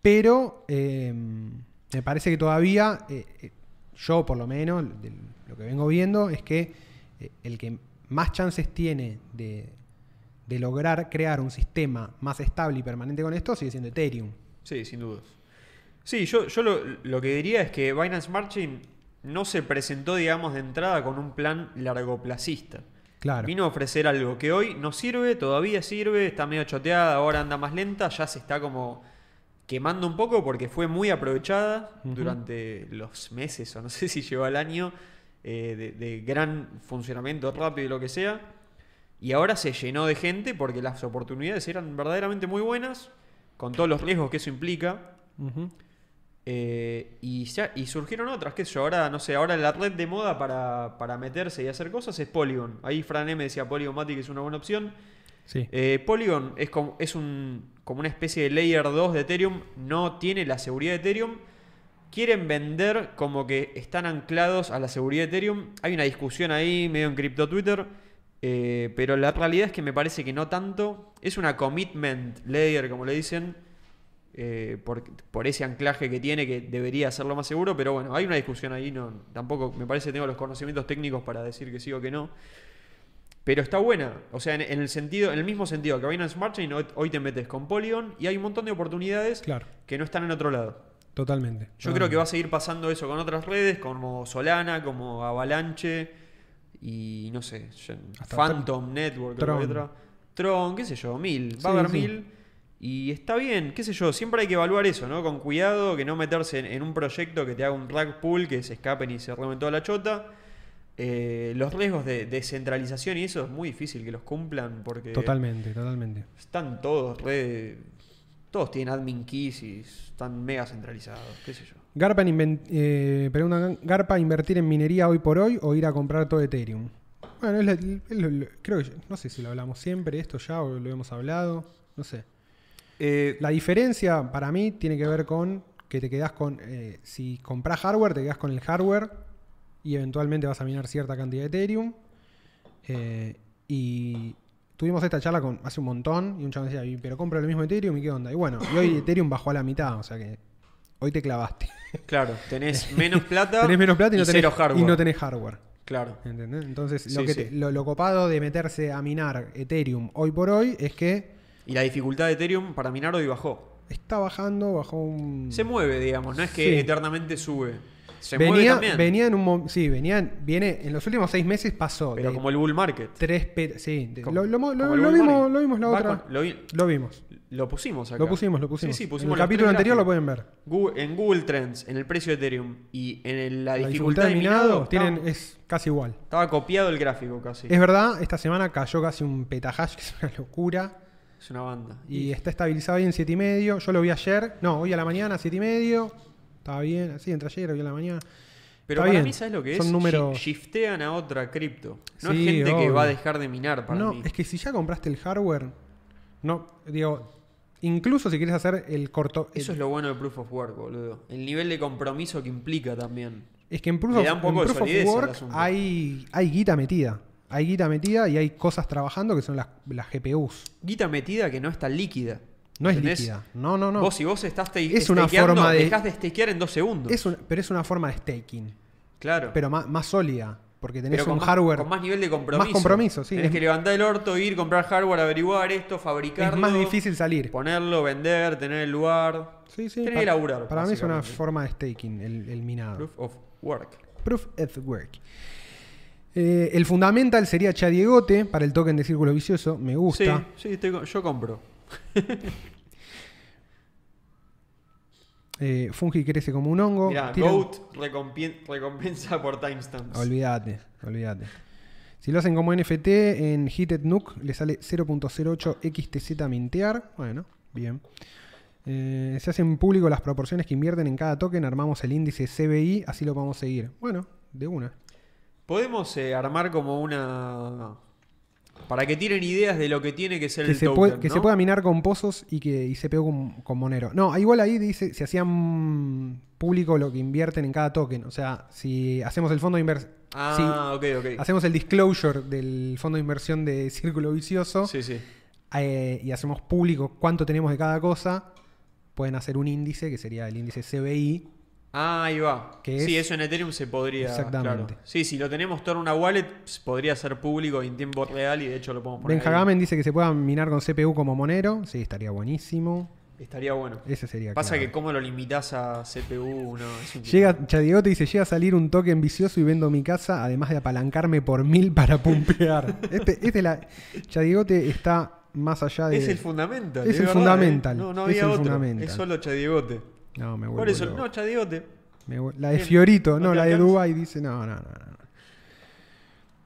[SPEAKER 1] pero eh, me parece que todavía, eh, eh, yo por lo menos, de lo que vengo viendo es que eh, el que más chances tiene de, de lograr crear un sistema más estable y permanente con esto sigue siendo Ethereum.
[SPEAKER 2] Sí, sin dudas. Sí, yo, yo lo, lo que diría es que Binance Smart Chain no se presentó, digamos, de entrada con un plan largoplacista.
[SPEAKER 1] Claro.
[SPEAKER 2] Vino a ofrecer algo que hoy no sirve, todavía sirve, está medio choteada, ahora anda más lenta, ya se está como quemando un poco porque fue muy aprovechada
[SPEAKER 1] Ujú.
[SPEAKER 2] durante los meses o no sé si llegó al año eh, de, de gran funcionamiento rápido y lo que sea. Y ahora se llenó de gente porque las oportunidades eran verdaderamente muy buenas, con todos los riesgos que eso implica.
[SPEAKER 1] Ujú.
[SPEAKER 2] Eh, y, ya, y surgieron otras, qué sé yo, ahora, no sé, ahora la red de moda para, para meterse y hacer cosas es Polygon. Ahí Fran M decía Polygon Matic es una buena opción.
[SPEAKER 1] Sí.
[SPEAKER 2] Eh, Polygon es, como, es un, como una especie de layer 2 de Ethereum, no tiene la seguridad de Ethereum. Quieren vender como que están anclados a la seguridad de Ethereum. Hay una discusión ahí, medio en Crypto Twitter, eh, pero la realidad es que me parece que no tanto. Es una commitment layer, como le dicen, eh, por, por ese anclaje que tiene, que debería hacerlo más seguro, pero bueno, hay una discusión ahí, no, tampoco me parece que tengo los conocimientos técnicos para decir que sí o que no. Pero está buena. O sea, en, en el sentido, en el mismo sentido que Binance Smart Chain, hoy, hoy te metes con Polygon y hay un montón de oportunidades
[SPEAKER 1] Claro,
[SPEAKER 2] que no están en otro lado.
[SPEAKER 1] totalmente.
[SPEAKER 2] Yo creo que va a seguir pasando eso con otras redes, como Solana, como Avalanche y no sé, ya-
[SPEAKER 1] Hasta
[SPEAKER 2] Phantom Network, creo que
[SPEAKER 1] Tron.
[SPEAKER 2] otra. Tron, qué sé yo, mil, va a
[SPEAKER 1] Sí,
[SPEAKER 2] haber
[SPEAKER 1] sí.
[SPEAKER 2] mil. Y está bien, qué sé yo, siempre hay que evaluar eso, ¿no? Con cuidado, que no meterse en, en un proyecto que te haga un rack pool, que se escapen y se roben toda la chota. Eh, los riesgos de descentralización y eso es muy difícil que los cumplan porque
[SPEAKER 1] Totalmente, totalmente.
[SPEAKER 2] están todos re- Todos tienen admin keys y están mega centralizados, qué sé yo.
[SPEAKER 1] Garpa, en inven- eh, preguntan, ¿Garpa invertir en minería hoy por hoy o ir a comprar todo Ethereum? Bueno, es la- es lo- lo- creo que no sé si lo hablamos siempre, esto ya o lo hemos hablado, no sé.
[SPEAKER 2] Eh,
[SPEAKER 1] La diferencia para mí tiene que ver con que te quedas con, eh, si compras hardware, te quedas con el hardware y eventualmente vas a minar cierta cantidad de Ethereum. Eh, y tuvimos esta charla con, hace un montón y un chaval decía, "Y, pero compro lo mismo Ethereum y qué onda. Y bueno, y hoy Ethereum bajó a la mitad, o sea que hoy te clavaste.
[SPEAKER 2] Claro, tenés menos plata.
[SPEAKER 1] tenés menos plata y, no, tenés,
[SPEAKER 2] cero hardware.
[SPEAKER 1] y no tenés hardware.
[SPEAKER 2] Claro.
[SPEAKER 1] ¿entendés? Entonces,
[SPEAKER 2] Sí,
[SPEAKER 1] lo, que
[SPEAKER 2] sí.
[SPEAKER 1] te- lo, lo copado de meterse a minar Ethereum hoy por hoy es que
[SPEAKER 2] Y la dificultad de Ethereum para minar hoy bajó.
[SPEAKER 1] está bajando, bajó un.
[SPEAKER 2] Se mueve, digamos, no es que
[SPEAKER 1] Mm. Sí.
[SPEAKER 2] eternamente sube. Se mueve
[SPEAKER 1] venía,
[SPEAKER 2] también.
[SPEAKER 1] venía en un mo- Sí, venía, en- viene, en los últimos seis meses pasó.
[SPEAKER 2] pero
[SPEAKER 1] de
[SPEAKER 2] como el bull market.
[SPEAKER 1] tres pet- Sí, de-
[SPEAKER 2] Como-
[SPEAKER 1] lo, lo mo- lo-
[SPEAKER 2] como el
[SPEAKER 1] lo
[SPEAKER 2] bull
[SPEAKER 1] vimos,
[SPEAKER 2] market.
[SPEAKER 1] lo vimos la
[SPEAKER 2] Va
[SPEAKER 1] otra.
[SPEAKER 2] con- lo, vi-
[SPEAKER 1] Lo vimos.
[SPEAKER 2] lo pusimos acá.
[SPEAKER 1] Lo pusimos, lo pusimos.
[SPEAKER 2] Sí, sí,
[SPEAKER 1] en
[SPEAKER 2] pusimos
[SPEAKER 1] el
[SPEAKER 2] los
[SPEAKER 1] capítulo
[SPEAKER 2] tres
[SPEAKER 1] anterior lo pueden
[SPEAKER 2] gráficos.
[SPEAKER 1] ver.
[SPEAKER 2] Google- en Google Trends, en el precio de Ethereum y en el- la,
[SPEAKER 1] La
[SPEAKER 2] dificultad, de minado, estaba,
[SPEAKER 1] tienen, es casi igual.
[SPEAKER 2] estaba copiado el gráfico casi.
[SPEAKER 1] Es verdad, esta semana cayó casi un petahash, que es una locura.
[SPEAKER 2] Es una banda.
[SPEAKER 1] Y está estabilizado ahí en 7 y medio. Yo lo vi ayer. No, hoy a la mañana, 7 y medio. Estaba bien. Sí, entre ayer y hoy a la mañana.
[SPEAKER 2] Pero
[SPEAKER 1] Está
[SPEAKER 2] para
[SPEAKER 1] bien.
[SPEAKER 2] mí, ¿sabes lo que es?
[SPEAKER 1] Son números...
[SPEAKER 2] Shi- Shiftean a otra cripto. No
[SPEAKER 1] Sí,
[SPEAKER 2] es gente que
[SPEAKER 1] obvio.
[SPEAKER 2] va a dejar de minar para
[SPEAKER 1] No,
[SPEAKER 2] mí.
[SPEAKER 1] es que si ya compraste el hardware... No, digo... Incluso si quieres hacer el corto... eh,
[SPEAKER 2] Eso es lo bueno de Proof of Work, boludo. El nivel de compromiso que implica también.
[SPEAKER 1] Es que en Proof,
[SPEAKER 2] Le
[SPEAKER 1] of,
[SPEAKER 2] da un poco
[SPEAKER 1] en
[SPEAKER 2] de
[SPEAKER 1] Proof of
[SPEAKER 2] solidez al
[SPEAKER 1] Work
[SPEAKER 2] asunto.
[SPEAKER 1] hay, hay guita metida. Hay guita metida y hay cosas trabajando que son las, las GPUs.
[SPEAKER 2] Guita metida que no está líquida.
[SPEAKER 1] No es
[SPEAKER 2] ¿Entendés?
[SPEAKER 1] líquida. No, no, no.
[SPEAKER 2] Vos, si vos estás te
[SPEAKER 1] Es una forma de-
[SPEAKER 2] dejás de stakear en dos segundos.
[SPEAKER 1] Es un- pero es una forma de staking,
[SPEAKER 2] claro.
[SPEAKER 1] pero más, más sólida, porque tenés
[SPEAKER 2] Pero
[SPEAKER 1] un
[SPEAKER 2] más-
[SPEAKER 1] hardware.
[SPEAKER 2] con más nivel de compromiso.
[SPEAKER 1] Más compromiso, sí.
[SPEAKER 2] Tenés
[SPEAKER 1] Es-
[SPEAKER 2] que levantar el orto, ir, comprar hardware, averiguar esto, fabricarlo.
[SPEAKER 1] es más difícil salir.
[SPEAKER 2] Ponerlo, vender, tener el lugar.
[SPEAKER 1] Sí, sí.
[SPEAKER 2] Tenés
[SPEAKER 1] pa-
[SPEAKER 2] que laburar.
[SPEAKER 1] para mí es una
[SPEAKER 2] básicamente.
[SPEAKER 1] forma de staking, el, el minado.
[SPEAKER 2] Proof of work.
[SPEAKER 1] Proof at Work. Eh, el fundamental sería Chadiegote para el token de círculo vicioso. Me gusta.
[SPEAKER 2] Sí, sí, estoy con- yo compro.
[SPEAKER 1] Eh, Fungi crece como un hongo.
[SPEAKER 2] Mirá,
[SPEAKER 1] Tira-
[SPEAKER 2] Goat recompien- recompensa por timestamps.
[SPEAKER 1] Olvídate, olvídate. Si lo hacen como NFT en Heated Nuke le sale 0.08 XTZ mintear. Bueno, bien. Eh, se hacen público las proporciones que invierten en cada token. Armamos el índice CBI, así lo podemos seguir. Bueno, de una.
[SPEAKER 2] Podemos eh, armar como una. Para que tiren ideas de lo que tiene que ser
[SPEAKER 1] que,
[SPEAKER 2] el
[SPEAKER 1] se,
[SPEAKER 2] token,
[SPEAKER 1] puede- que
[SPEAKER 2] ¿no?
[SPEAKER 1] se pueda minar con pozos y que y se pegó con, con Monero. No, igual ahí dice, se hacían público lo que invierten en cada token. O sea, si hacemos el fondo de inversión.
[SPEAKER 2] Ah, ok, ok.
[SPEAKER 1] Hacemos el disclosure del fondo de inversión de Círculo Vicioso
[SPEAKER 2] Sí, sí.
[SPEAKER 1] eh, y hacemos público cuánto tenemos de cada cosa. Pueden hacer un índice, que sería el índice CBI.
[SPEAKER 2] Ah, ahí va.
[SPEAKER 1] Que
[SPEAKER 2] sí,
[SPEAKER 1] es-
[SPEAKER 2] eso en Ethereum se podría.
[SPEAKER 1] Exactamente.
[SPEAKER 2] claro. Sí, si lo tenemos todo en una wallet, s- podría ser público en tiempo real y de hecho lo podemos poner.
[SPEAKER 1] Ben
[SPEAKER 2] ahí.
[SPEAKER 1] Hagamen dice que se pueda minar con CPU como Monero. Sí, estaría buenísimo.
[SPEAKER 2] Estaría bueno.
[SPEAKER 1] Ese sería
[SPEAKER 2] Pasa
[SPEAKER 1] clave.
[SPEAKER 2] que cómo lo limitas a CPU, no, es un-
[SPEAKER 1] Llega Chadigote y dice, llega a salir un token vicioso y vendo mi casa, además de apalancarme por mil para pumpear. este, este la, Chadigote está más allá de...
[SPEAKER 2] Es el fundamental.
[SPEAKER 1] Es
[SPEAKER 2] de
[SPEAKER 1] el
[SPEAKER 2] verdad, ¿eh?
[SPEAKER 1] fundamental,
[SPEAKER 2] No, no
[SPEAKER 1] es
[SPEAKER 2] había
[SPEAKER 1] el
[SPEAKER 2] otro.
[SPEAKER 1] fundamental.
[SPEAKER 2] Es solo Chadigote.
[SPEAKER 1] No, me
[SPEAKER 2] Por
[SPEAKER 1] vuelvo
[SPEAKER 2] eso,
[SPEAKER 1] loco.
[SPEAKER 2] no, Chadigote.
[SPEAKER 1] Me vuel- La de
[SPEAKER 2] Bien.
[SPEAKER 1] Fiorito,
[SPEAKER 2] ¿No
[SPEAKER 1] no,
[SPEAKER 2] te
[SPEAKER 1] la de
[SPEAKER 2] alcanza?
[SPEAKER 1] Dubai dice, no, no, no. no.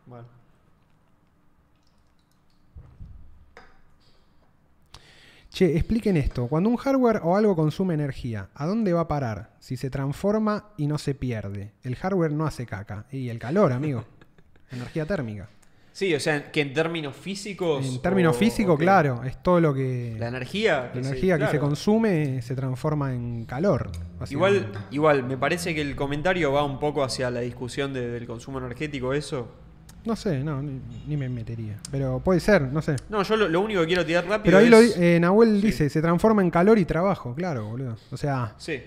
[SPEAKER 2] Bueno.
[SPEAKER 1] Che, expliquen esto. Cuando un hardware o algo consume energía, ¿a dónde va a parar? Si se transforma y no se pierde. El hardware no hace caca. Y el calor, amigo. energía térmica.
[SPEAKER 2] Sí, o sea, que en términos físicos.
[SPEAKER 1] En términos
[SPEAKER 2] o-
[SPEAKER 1] físicos,
[SPEAKER 2] o que-
[SPEAKER 1] claro, es todo lo que...
[SPEAKER 2] La energía.
[SPEAKER 1] La energía que se
[SPEAKER 2] Ah, claro.
[SPEAKER 1] consume se transforma en calor.
[SPEAKER 2] Igual,
[SPEAKER 1] básicamente.
[SPEAKER 2] igual, me parece que el comentario va un poco hacia la discusión de- del consumo energético, eso.
[SPEAKER 1] No sé, no, ni, ni me metería. Pero puede ser, no sé.
[SPEAKER 2] No, yo lo, lo único que quiero tirar rápido
[SPEAKER 1] Pero ahí
[SPEAKER 2] es...
[SPEAKER 1] lo di- eh, Nahuel
[SPEAKER 2] sí.
[SPEAKER 1] dice, se transforma en calor y trabajo, claro, boludo. O sea,
[SPEAKER 2] Sí,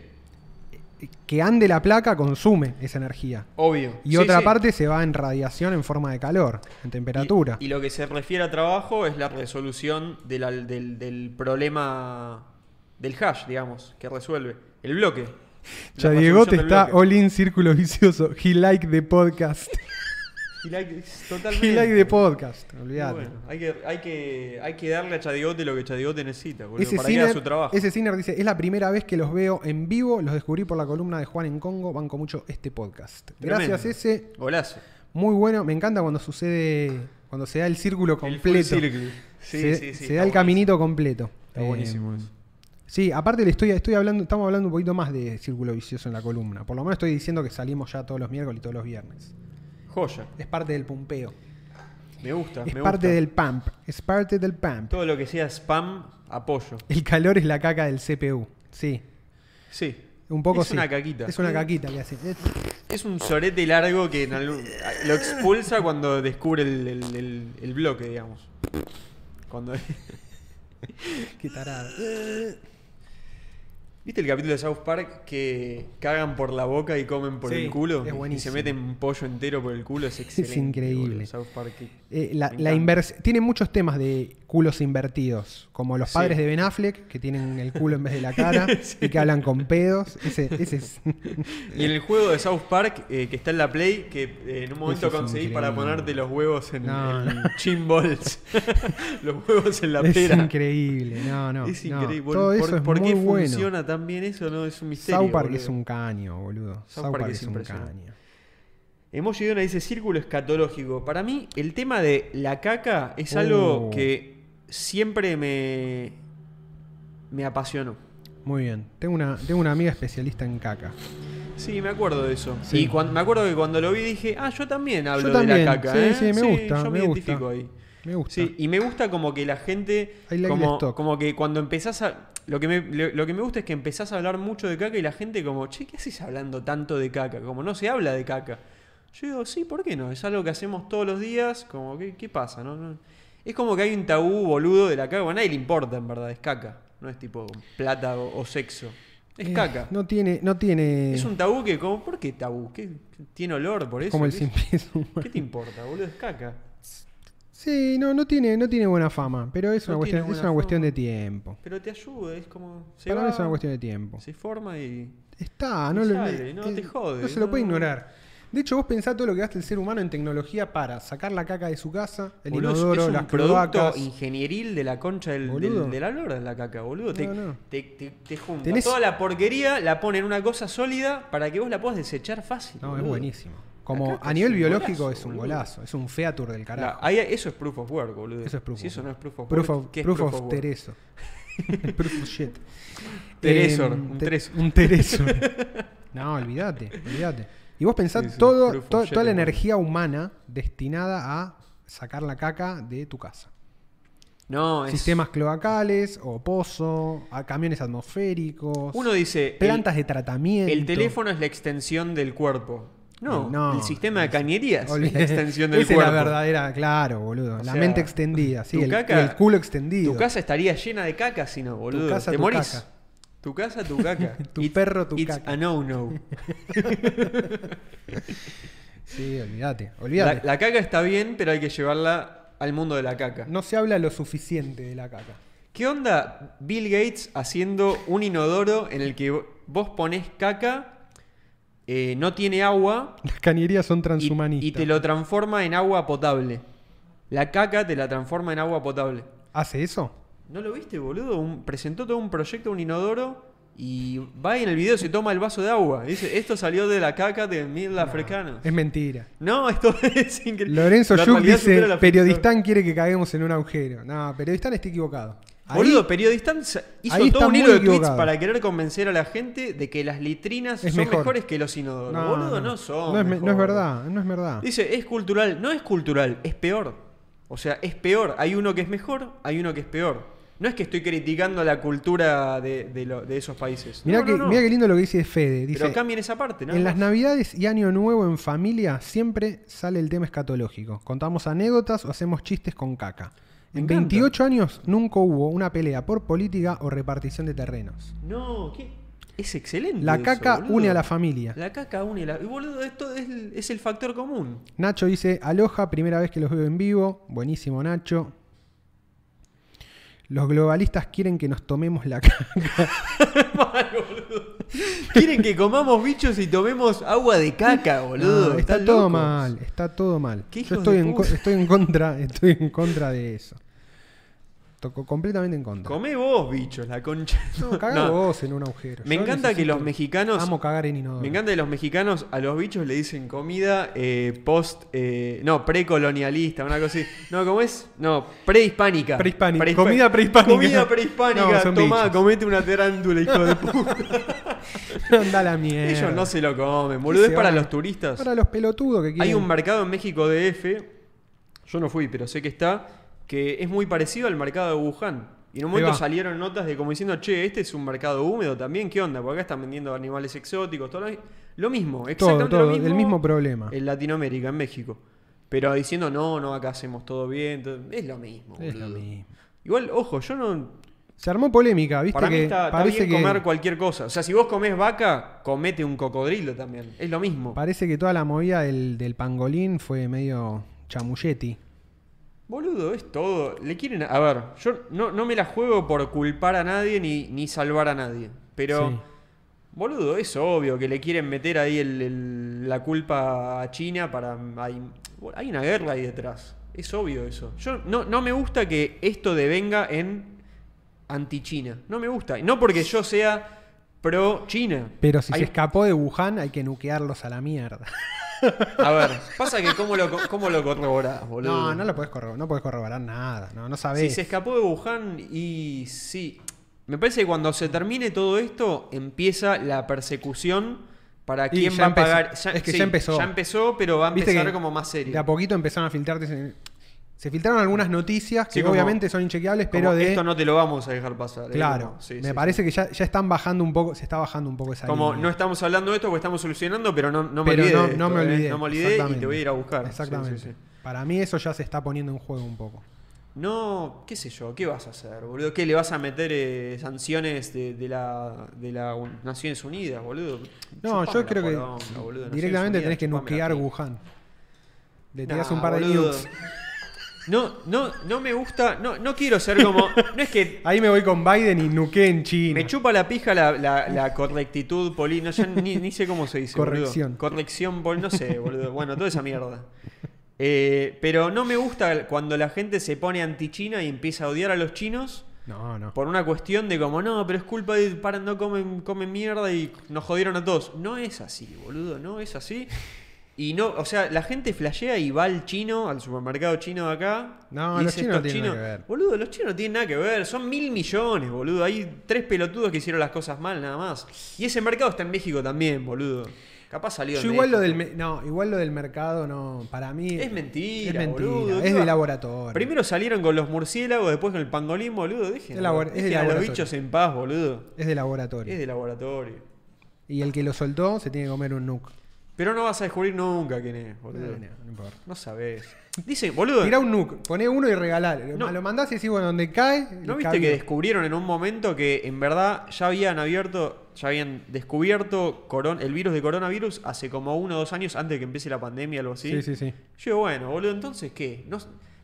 [SPEAKER 1] que ande la placa consume esa energía.
[SPEAKER 2] obvio.
[SPEAKER 1] Y
[SPEAKER 2] Sí,
[SPEAKER 1] otra
[SPEAKER 2] sí.
[SPEAKER 1] parte se va en radiación en forma de calor, en temperatura.
[SPEAKER 2] Y, y lo que se refiere a trabajo es la resolución de la- del, del problema del hash, digamos, que resuelve. El bloque.
[SPEAKER 1] ya
[SPEAKER 2] La
[SPEAKER 1] Diego te
[SPEAKER 2] resolución del
[SPEAKER 1] está
[SPEAKER 2] bloque.
[SPEAKER 1] all in círculo vicioso. He like the podcast.
[SPEAKER 2] He like- es totalmente.
[SPEAKER 1] He like the podcast.
[SPEAKER 2] Y
[SPEAKER 1] Olvídate.
[SPEAKER 2] bueno, hay, que, hay, que, hay que darle a Chadigote lo que Chadigote necesita, boludo,
[SPEAKER 1] Ese
[SPEAKER 2] para que haga
[SPEAKER 1] Sinner,
[SPEAKER 2] su trabajo.
[SPEAKER 1] ese Sinner dice, es la primera vez que los veo en vivo, los descubrí por la columna de Juan en Congo, banco mucho este podcast.
[SPEAKER 2] Tremendo.
[SPEAKER 1] Gracias ese,
[SPEAKER 2] Golazo.
[SPEAKER 1] muy bueno, me encanta cuando sucede, cuando se da el círculo
[SPEAKER 2] El full
[SPEAKER 1] completo.
[SPEAKER 2] circle. Sí,
[SPEAKER 1] se
[SPEAKER 2] sí, sí,
[SPEAKER 1] se da el
[SPEAKER 2] está
[SPEAKER 1] caminito
[SPEAKER 2] buenísimo.
[SPEAKER 1] completo.
[SPEAKER 2] Está buenísimo
[SPEAKER 1] Eh,
[SPEAKER 2] eso.
[SPEAKER 1] Sí, aparte le estoy, estoy hablando, estamos hablando un poquito más de círculo vicioso en la columna. Por lo menos estoy diciendo que salimos ya todos los miércoles y todos los viernes.
[SPEAKER 2] Joya.
[SPEAKER 1] Es parte del pumpeo.
[SPEAKER 2] Me gusta.
[SPEAKER 1] Es
[SPEAKER 2] me
[SPEAKER 1] parte
[SPEAKER 2] gusta.
[SPEAKER 1] del pump. Es parte del pump.
[SPEAKER 2] Todo lo que sea spam, apoyo.
[SPEAKER 1] El calor es la caca del CPU. Sí.
[SPEAKER 2] Sí.
[SPEAKER 1] Un poco
[SPEAKER 2] Es
[SPEAKER 1] sí.
[SPEAKER 2] una caquita.
[SPEAKER 1] Es una caquita que hace. Eh,
[SPEAKER 2] Es un sorete largo que en algún- lo expulsa cuando descubre el, el- el- el bloque, digamos. Cuando,
[SPEAKER 1] Qué tarada. Eh.
[SPEAKER 2] ¿Viste el capítulo de South Park que cagan por la boca y comen por
[SPEAKER 1] Sí,
[SPEAKER 2] el culo?
[SPEAKER 1] es
[SPEAKER 2] y se
[SPEAKER 1] buenísimo.
[SPEAKER 2] meten un pollo entero por el culo. Es excelente.
[SPEAKER 1] increíble.
[SPEAKER 2] boludo, South Park.
[SPEAKER 1] Eh, la,
[SPEAKER 2] Me
[SPEAKER 1] la
[SPEAKER 2] encanta.
[SPEAKER 1] invers- tiene muchos temas de culos invertidos, como los
[SPEAKER 2] Sí.
[SPEAKER 1] padres de Ben Affleck, que tienen el culo en vez de la cara y que hablan con pedos. Ese, ese es.
[SPEAKER 2] Y en el juego de South Park, eh, que está en la Play, que eh, en un momento
[SPEAKER 1] Eso es
[SPEAKER 2] conseguís para
[SPEAKER 1] increíble.
[SPEAKER 2] ponerte los huevos en,
[SPEAKER 1] No,
[SPEAKER 2] en
[SPEAKER 1] no.
[SPEAKER 2] chin balls. los huevos en la
[SPEAKER 1] es
[SPEAKER 2] pera.
[SPEAKER 1] increíble. No, no.
[SPEAKER 2] es
[SPEAKER 1] no.
[SPEAKER 2] increíble.
[SPEAKER 1] Todo
[SPEAKER 2] ¿Por,
[SPEAKER 1] eso es
[SPEAKER 2] por
[SPEAKER 1] muy
[SPEAKER 2] qué
[SPEAKER 1] bueno.
[SPEAKER 2] funciona tan bien eso? No, es un misterio.
[SPEAKER 1] South Park
[SPEAKER 2] boludo.
[SPEAKER 1] es un caño, boludo. South Park, es, un caño.
[SPEAKER 2] impresionante. Emoji Dona dice círculo escatológico. Para mí, el tema de la caca es
[SPEAKER 1] Oh.
[SPEAKER 2] algo que siempre me, me apasionó.
[SPEAKER 1] Muy bien. Tengo una, tengo una amiga especialista en caca.
[SPEAKER 2] Sí, me acuerdo de eso.
[SPEAKER 1] Sí.
[SPEAKER 2] Y cuan- me acuerdo que cuando lo vi dije, ah, yo también hablo
[SPEAKER 1] Yo
[SPEAKER 2] de
[SPEAKER 1] también.
[SPEAKER 2] la caca.
[SPEAKER 1] Sí,
[SPEAKER 2] ¿eh?
[SPEAKER 1] sí, me gusta, me
[SPEAKER 2] Yo me,
[SPEAKER 1] gusta.
[SPEAKER 2] identifico ahí.
[SPEAKER 1] Me gusta.
[SPEAKER 2] Sí, y me gusta como que la gente.
[SPEAKER 1] I like the
[SPEAKER 2] como,
[SPEAKER 1] stock.
[SPEAKER 2] como que cuando empezás a. Lo que, me, lo- lo que me gusta es que empezás a hablar mucho de caca y la gente, como, che, ¿qué haces hablando tanto de caca? Como no se habla de caca. Yo digo, sí, ¿por qué no? Es algo que hacemos todos los días. Como, ¿qué, qué pasa? No, no. Es como que hay un tabú boludo de la caca. Bueno, a nadie le importa, en verdad, es caca. No es tipo plata o, o sexo. Es caca.
[SPEAKER 1] Eh, No eh. tiene. No tiene
[SPEAKER 2] Es un tabú que, como, ¿por qué tabú? ¿Qué, ¿Tiene olor por eso?
[SPEAKER 1] como el
[SPEAKER 2] ¿Qué-
[SPEAKER 1] sin pies humano.
[SPEAKER 2] ¿Qué te importa, boludo? Es caca.
[SPEAKER 1] Sí, no, no tiene, no tiene buena fama, pero es
[SPEAKER 2] No
[SPEAKER 1] una, cuestión,
[SPEAKER 2] tiene
[SPEAKER 1] es
[SPEAKER 2] buena
[SPEAKER 1] una
[SPEAKER 2] fama.
[SPEAKER 1] cuestión de tiempo.
[SPEAKER 2] Pero te ayuda, es como. Se
[SPEAKER 1] Para
[SPEAKER 2] va,
[SPEAKER 1] mí es una cuestión de tiempo.
[SPEAKER 2] Se forma y.
[SPEAKER 1] Está,
[SPEAKER 2] Y
[SPEAKER 1] no, lo, eh,
[SPEAKER 2] sale, no te jode,
[SPEAKER 1] no se lo
[SPEAKER 2] no-
[SPEAKER 1] puede ignorar. De hecho, vos pensás todo lo que gasta el ser humano en tecnología para sacar la caca de su casa, el
[SPEAKER 2] Boludo, es-
[SPEAKER 1] inodoro,
[SPEAKER 2] es un
[SPEAKER 1] las
[SPEAKER 2] producto
[SPEAKER 1] cloacas.
[SPEAKER 2] ingenieril de la concha del, del-
[SPEAKER 1] Boludo.
[SPEAKER 2] de la lora, la caca, boludo. te,
[SPEAKER 1] No, no.
[SPEAKER 2] te- te- te junta
[SPEAKER 1] Tenés-
[SPEAKER 2] toda la porquería, la pone en una cosa sólida para que vos la puedas desechar fácil.
[SPEAKER 1] No, es
[SPEAKER 2] boludo.
[SPEAKER 1] buenísimo. Como
[SPEAKER 2] caca
[SPEAKER 1] a
[SPEAKER 2] es
[SPEAKER 1] nivel
[SPEAKER 2] un
[SPEAKER 1] biológico
[SPEAKER 2] golazo,
[SPEAKER 1] es un
[SPEAKER 2] boludo.
[SPEAKER 1] golazo, es un featur del
[SPEAKER 2] La-
[SPEAKER 1] carajo.
[SPEAKER 2] ahí- eso es proof of work, boludo.
[SPEAKER 1] Eso es proof
[SPEAKER 2] Si
[SPEAKER 1] of
[SPEAKER 2] eso no es proof of
[SPEAKER 1] Proof
[SPEAKER 2] work,
[SPEAKER 1] of,
[SPEAKER 2] ¿qué es
[SPEAKER 1] proof of
[SPEAKER 2] work?
[SPEAKER 1] Tereso. proof of shit.
[SPEAKER 2] Teresor,
[SPEAKER 1] Eh,
[SPEAKER 2] un
[SPEAKER 1] te-
[SPEAKER 2] tereso.
[SPEAKER 1] Un teresor. no, olvídate, olvídate. Y vos pensás
[SPEAKER 2] Sí, sí,
[SPEAKER 1] todo,
[SPEAKER 2] proof of
[SPEAKER 1] to-
[SPEAKER 2] shit,
[SPEAKER 1] toda la
[SPEAKER 2] hermano.
[SPEAKER 1] energía humana destinada a sacar la caca de tu casa.
[SPEAKER 2] No, es.
[SPEAKER 1] Sistemas cloacales o pozo, a camiones atmosféricos,
[SPEAKER 2] Uno dice.
[SPEAKER 1] plantas de
[SPEAKER 2] el,
[SPEAKER 1] tratamiento.
[SPEAKER 2] el teléfono es la extensión del cuerpo. No,
[SPEAKER 1] No,
[SPEAKER 2] el sistema de
[SPEAKER 1] es-
[SPEAKER 2] cañerías es la
[SPEAKER 1] Olvídate.
[SPEAKER 2] extensión del
[SPEAKER 1] Esa es
[SPEAKER 2] cuerpo.
[SPEAKER 1] la verdadera, claro, boludo.
[SPEAKER 2] O
[SPEAKER 1] la
[SPEAKER 2] sea,
[SPEAKER 1] mente extendida, sí,
[SPEAKER 2] tu
[SPEAKER 1] el,
[SPEAKER 2] caca-
[SPEAKER 1] el culo extendido.
[SPEAKER 2] Tu casa estaría llena de caca si no, boludo.
[SPEAKER 1] casa,
[SPEAKER 2] Te
[SPEAKER 1] tu
[SPEAKER 2] morís.
[SPEAKER 1] caca.
[SPEAKER 2] Tu casa, tu caca.
[SPEAKER 1] Tu perro, tu
[SPEAKER 2] it's
[SPEAKER 1] caca.
[SPEAKER 2] A no, no.
[SPEAKER 1] Sí, olvídate,
[SPEAKER 2] La,
[SPEAKER 1] olvídate.
[SPEAKER 2] la caca está bien, pero hay que llevarla al mundo de la caca.
[SPEAKER 1] No se habla lo suficiente de la caca.
[SPEAKER 2] ¿Qué onda Bill Gates haciendo un inodoro en el que vo- vos ponés caca, eh, no tiene agua
[SPEAKER 1] Las cañerías son
[SPEAKER 2] y,
[SPEAKER 1] transhumanistas.
[SPEAKER 2] y te lo transforma en agua potable? La caca te la transforma en agua potable.
[SPEAKER 1] ¿Hace eso?
[SPEAKER 2] ¿No lo viste, boludo? Un- presentó todo un proyecto, un inodoro, y va y en el video se toma el vaso de agua. Dice, esto salió de la caca de mil africanos.
[SPEAKER 1] Es mentira.
[SPEAKER 2] No, esto es increíble.
[SPEAKER 1] Lorenzo
[SPEAKER 2] La
[SPEAKER 1] Yuk
[SPEAKER 2] realidad supera
[SPEAKER 1] dice,
[SPEAKER 2] la ficción.
[SPEAKER 1] periodistán quiere que caguemos en un agujero. No, periodistán está equivocado. Ahí-
[SPEAKER 2] Boludo, periodistán sa- hizo
[SPEAKER 1] ahí
[SPEAKER 2] todo
[SPEAKER 1] está
[SPEAKER 2] un
[SPEAKER 1] muy
[SPEAKER 2] hilo de tweets
[SPEAKER 1] equivocado.
[SPEAKER 2] para querer convencer a la gente de que las litrinas
[SPEAKER 1] Es
[SPEAKER 2] son
[SPEAKER 1] mejor.
[SPEAKER 2] mejores que los inodoros. boludo, no, son.
[SPEAKER 1] No es, me- no es
[SPEAKER 2] mejores.
[SPEAKER 1] verdad, no es verdad.
[SPEAKER 2] Dice, es cultural. No es cultural, es peor. O sea, es peor. Hay uno que es mejor, hay uno que es peor. No es que estoy criticando la cultura de, de lo- de esos países.
[SPEAKER 1] Mirá,
[SPEAKER 2] No,
[SPEAKER 1] que,
[SPEAKER 2] no, no.
[SPEAKER 1] mirá que lindo lo que dice Fede.
[SPEAKER 2] Pero
[SPEAKER 1] Dice,
[SPEAKER 2] cambien esa parte, ¿no?
[SPEAKER 1] en las navidades y año nuevo en familia siempre sale el tema escatológico. Contamos anécdotas o hacemos chistes con caca.
[SPEAKER 2] Me
[SPEAKER 1] en
[SPEAKER 2] encanta.
[SPEAKER 1] 28 años nunca hubo una pelea por política o repartición de terrenos.
[SPEAKER 2] No, ¿qué? Es excelente.
[SPEAKER 1] La
[SPEAKER 2] eso,
[SPEAKER 1] caca
[SPEAKER 2] boludo.
[SPEAKER 1] une a la familia.
[SPEAKER 2] La caca une a la. Y boludo, esto es, el- es el factor común.
[SPEAKER 1] Nacho dice, aloja, primera vez que los veo en vivo. Buenísimo, Nacho. Los globalistas quieren que nos tomemos la caca.
[SPEAKER 2] Mal, boludo. Quieren que comamos bichos y tomemos agua de caca, boludo.
[SPEAKER 1] No,
[SPEAKER 2] Están
[SPEAKER 1] está todo
[SPEAKER 2] locos.
[SPEAKER 1] mal, está todo mal.
[SPEAKER 2] ¿Qué
[SPEAKER 1] Yo
[SPEAKER 2] hijos
[SPEAKER 1] estoy
[SPEAKER 2] de
[SPEAKER 1] en, co-
[SPEAKER 2] puta?
[SPEAKER 1] estoy en contra, estoy en contra de eso. Toco completamente en contra.
[SPEAKER 2] Comé vos, bichos, la concha.
[SPEAKER 1] No, cagá
[SPEAKER 2] No.
[SPEAKER 1] vos en un agujero.
[SPEAKER 2] Me
[SPEAKER 1] Yo
[SPEAKER 2] encanta que
[SPEAKER 1] necesito-
[SPEAKER 2] los mexicanos.
[SPEAKER 1] Amo cagar en inodoro.
[SPEAKER 2] Me encanta que los mexicanos a los bichos le dicen comida eh, post. eh, no, precolonialista, una cosa así. No, ¿cómo es? No, prehispánica.
[SPEAKER 1] Prehispánica. Comida prehispánica.
[SPEAKER 2] Comida prehispánica.
[SPEAKER 1] No, son
[SPEAKER 2] Tomá,
[SPEAKER 1] bichos.
[SPEAKER 2] comete una tarántula, hijo de puta.
[SPEAKER 1] Anda la mierda.
[SPEAKER 2] Ellos no se lo comen,
[SPEAKER 1] Sí,
[SPEAKER 2] boludo. Es
[SPEAKER 1] se
[SPEAKER 2] para
[SPEAKER 1] van.
[SPEAKER 2] los turistas.
[SPEAKER 1] Para los pelotudos que quieren.
[SPEAKER 2] Hay un mercado en México DF, yo no fui, pero sé que está, que es muy parecido al mercado de Wuhan. Y en un
[SPEAKER 1] Ahí
[SPEAKER 2] momento
[SPEAKER 1] va.
[SPEAKER 2] salieron notas de como diciendo, che, este es un mercado húmedo también, ¿qué onda? Porque acá están vendiendo animales exóticos, todo lo, lo mismo,
[SPEAKER 1] todo,
[SPEAKER 2] exactamente
[SPEAKER 1] todo,
[SPEAKER 2] lo mismo.
[SPEAKER 1] el mismo problema.
[SPEAKER 2] En Latinoamérica, en México. Pero diciendo, no, no, acá hacemos todo bien. todo- Es lo mismo.
[SPEAKER 1] Es lo
[SPEAKER 2] boludo.
[SPEAKER 1] mismo.
[SPEAKER 2] Igual, ojo, yo no.
[SPEAKER 1] Se armó polémica, ¿viste?
[SPEAKER 2] para mí
[SPEAKER 1] que
[SPEAKER 2] está, está
[SPEAKER 1] parece
[SPEAKER 2] bien
[SPEAKER 1] que
[SPEAKER 2] comer cualquier cosa. O sea, si vos comés vaca, comete un cocodrilo también. Es lo mismo.
[SPEAKER 1] Parece que toda la movida del, del pangolín fue medio chamulletti.
[SPEAKER 2] Boludo, es todo. Le quieren. A ver, yo no, no me la juego por culpar a nadie ni, ni salvar a nadie. Pero,
[SPEAKER 1] Sí.
[SPEAKER 2] boludo, es obvio que le quieren meter ahí el- el- la culpa a China para. Hay, hay una guerra ahí detrás. Es obvio eso. Yo no, no me gusta que esto devenga en anti-China. No me gusta. Y No porque yo sea pro-China.
[SPEAKER 1] Pero si
[SPEAKER 2] Hay-
[SPEAKER 1] se escapó de Wuhan, hay que nuquearlos a la mierda.
[SPEAKER 2] A ver, pasa que cómo lo, co- cómo lo corroborás, boludo.
[SPEAKER 1] No, no lo podés corroborar, no podés corroborar nada, no, no
[SPEAKER 2] Si
[SPEAKER 1] sabés.
[SPEAKER 2] se escapó de Wuhan y sí. Me parece que cuando se termine todo esto, empieza la persecución para
[SPEAKER 1] Y
[SPEAKER 2] quién
[SPEAKER 1] ya
[SPEAKER 2] va a
[SPEAKER 1] empezó.
[SPEAKER 2] pagar.
[SPEAKER 1] Es que ya empezó.
[SPEAKER 2] Ya empezó, pero va a
[SPEAKER 1] Viste
[SPEAKER 2] empezar
[SPEAKER 1] que
[SPEAKER 2] como más serio.
[SPEAKER 1] De a poquito empezaron a filtrar. dicen- Se filtraron algunas noticias que
[SPEAKER 2] Sí, como-
[SPEAKER 1] obviamente son inchequeables,
[SPEAKER 2] Como,
[SPEAKER 1] pero de.
[SPEAKER 2] Esto no te lo vamos a dejar pasar. ¿eh?
[SPEAKER 1] claro,
[SPEAKER 2] Como, sí,
[SPEAKER 1] me
[SPEAKER 2] sí,
[SPEAKER 1] parece que ya, ya están bajando un poco, se está bajando un poco
[SPEAKER 2] sí.
[SPEAKER 1] esa
[SPEAKER 2] Como
[SPEAKER 1] línea.
[SPEAKER 2] no estamos hablando de esto porque estamos solucionando, pero no, no me
[SPEAKER 1] Pero
[SPEAKER 2] olvidé.
[SPEAKER 1] no,
[SPEAKER 2] de
[SPEAKER 1] no
[SPEAKER 2] esto,
[SPEAKER 1] me
[SPEAKER 2] ¿eh?
[SPEAKER 1] olvidé.
[SPEAKER 2] No me olvidé y te
[SPEAKER 1] exactamente.
[SPEAKER 2] voy a ir a buscar. Sí, sí,
[SPEAKER 1] Exactamente.
[SPEAKER 2] sí.
[SPEAKER 1] Para mí eso ya se está poniendo en juego un poco.
[SPEAKER 2] No, qué sé yo, ¿qué vas a hacer, boludo? ¿Qué le vas a meter eh, sanciones de, de la, de la Un- Naciones Unidas, boludo?
[SPEAKER 1] No, yo
[SPEAKER 2] Chupame la
[SPEAKER 1] creo que
[SPEAKER 2] poronga, boludo, Naciones
[SPEAKER 1] directamente
[SPEAKER 2] Unidas,
[SPEAKER 1] tenés que
[SPEAKER 2] chupame la
[SPEAKER 1] nuclear
[SPEAKER 2] pinta.
[SPEAKER 1] Wuhan. Le tirás
[SPEAKER 2] Nah,
[SPEAKER 1] un par de
[SPEAKER 2] boludo.
[SPEAKER 1] nukes.
[SPEAKER 2] No, no, no me gusta, no, no quiero ser como. No es que
[SPEAKER 1] Ahí me voy con Biden y nuqué en China.
[SPEAKER 2] me chupa la pija la, la- la correctitud política. No, yo ni, ni sé cómo se dice. boludo.
[SPEAKER 1] Corrección.
[SPEAKER 2] Corrección pol, no sé, boludo. Bueno, toda esa mierda. Eh, pero no me gusta cuando la gente se pone anti-China y empieza a odiar a los chinos.
[SPEAKER 1] No, no.
[SPEAKER 2] Por una cuestión de como, no, pero es culpa de para, no comen, comen mierda y nos jodieron a todos. No es así, boludo, no es así. Y no, o sea, la gente flashea y va al chino, al supermercado chino de acá.
[SPEAKER 1] No,
[SPEAKER 2] y
[SPEAKER 1] los
[SPEAKER 2] dice,
[SPEAKER 1] chinos no
[SPEAKER 2] "Estos
[SPEAKER 1] tienen nada que ver".
[SPEAKER 2] Boludo, los chinos no tienen nada que ver, son mil millones, boludo. Hay tres pelotudos que hicieron las cosas mal, nada más. Y ese mercado está en México también, boludo. Capaz salió
[SPEAKER 1] Yo
[SPEAKER 2] en
[SPEAKER 1] igual lo del
[SPEAKER 2] México.
[SPEAKER 1] me- no, igual lo del mercado no, para mí
[SPEAKER 2] Es mentira,
[SPEAKER 1] es mentira,
[SPEAKER 2] boludo.
[SPEAKER 1] es
[SPEAKER 2] ¿Qué
[SPEAKER 1] de
[SPEAKER 2] va?
[SPEAKER 1] laboratorio.
[SPEAKER 2] Primero salieron con los murciélagos, después con el pangolín, boludo. Dejen,
[SPEAKER 1] Es labor- es de
[SPEAKER 2] dejen a los
[SPEAKER 1] laboratorio.
[SPEAKER 2] bichos en paz, boludo.
[SPEAKER 1] es de laboratorio.
[SPEAKER 2] Es de laboratorio.
[SPEAKER 1] Y el que lo soltó se tiene que comer un nuke.
[SPEAKER 2] Pero no vas a descubrir nunca quién es, boludo.
[SPEAKER 1] No, no, no importa.
[SPEAKER 2] No sabés. Dice, boludo,
[SPEAKER 1] Tirá un nuke, poné uno y regalalo.
[SPEAKER 2] No.
[SPEAKER 1] Lo mandás y decís, bueno, donde cae.
[SPEAKER 2] ¿no
[SPEAKER 1] y
[SPEAKER 2] viste
[SPEAKER 1] cambió.
[SPEAKER 2] que descubrieron en un momento que en verdad ya habían abierto, ya habían descubierto coron- el virus de coronavirus hace como uno o dos años antes de que empiece la pandemia o algo así?
[SPEAKER 1] Sí, sí, sí.
[SPEAKER 2] Yo digo, bueno, boludo, entonces qué? No,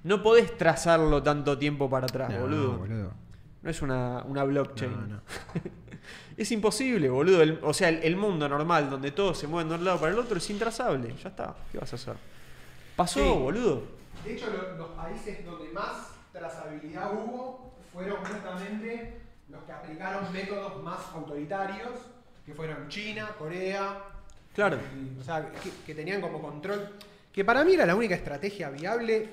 [SPEAKER 2] no podés trazarlo tanto tiempo para atrás,
[SPEAKER 1] No,
[SPEAKER 2] boludo.
[SPEAKER 1] boludo.
[SPEAKER 2] No es una, una blockchain.
[SPEAKER 1] No, no.
[SPEAKER 2] Es imposible, boludo. El- o sea, el, el mundo normal, donde todos se mueven de un lado para el otro, es intrazable. Ya está. ¿Qué vas a hacer? Pasó,
[SPEAKER 1] Sí.
[SPEAKER 2] boludo.
[SPEAKER 1] De hecho, lo- los países donde más trazabilidad hubo fueron justamente los que aplicaron métodos más autoritarios, que fueron China, Corea.
[SPEAKER 2] Claro.
[SPEAKER 1] y- o sea, que, que tenían como control. Que para mí era la única estrategia viable.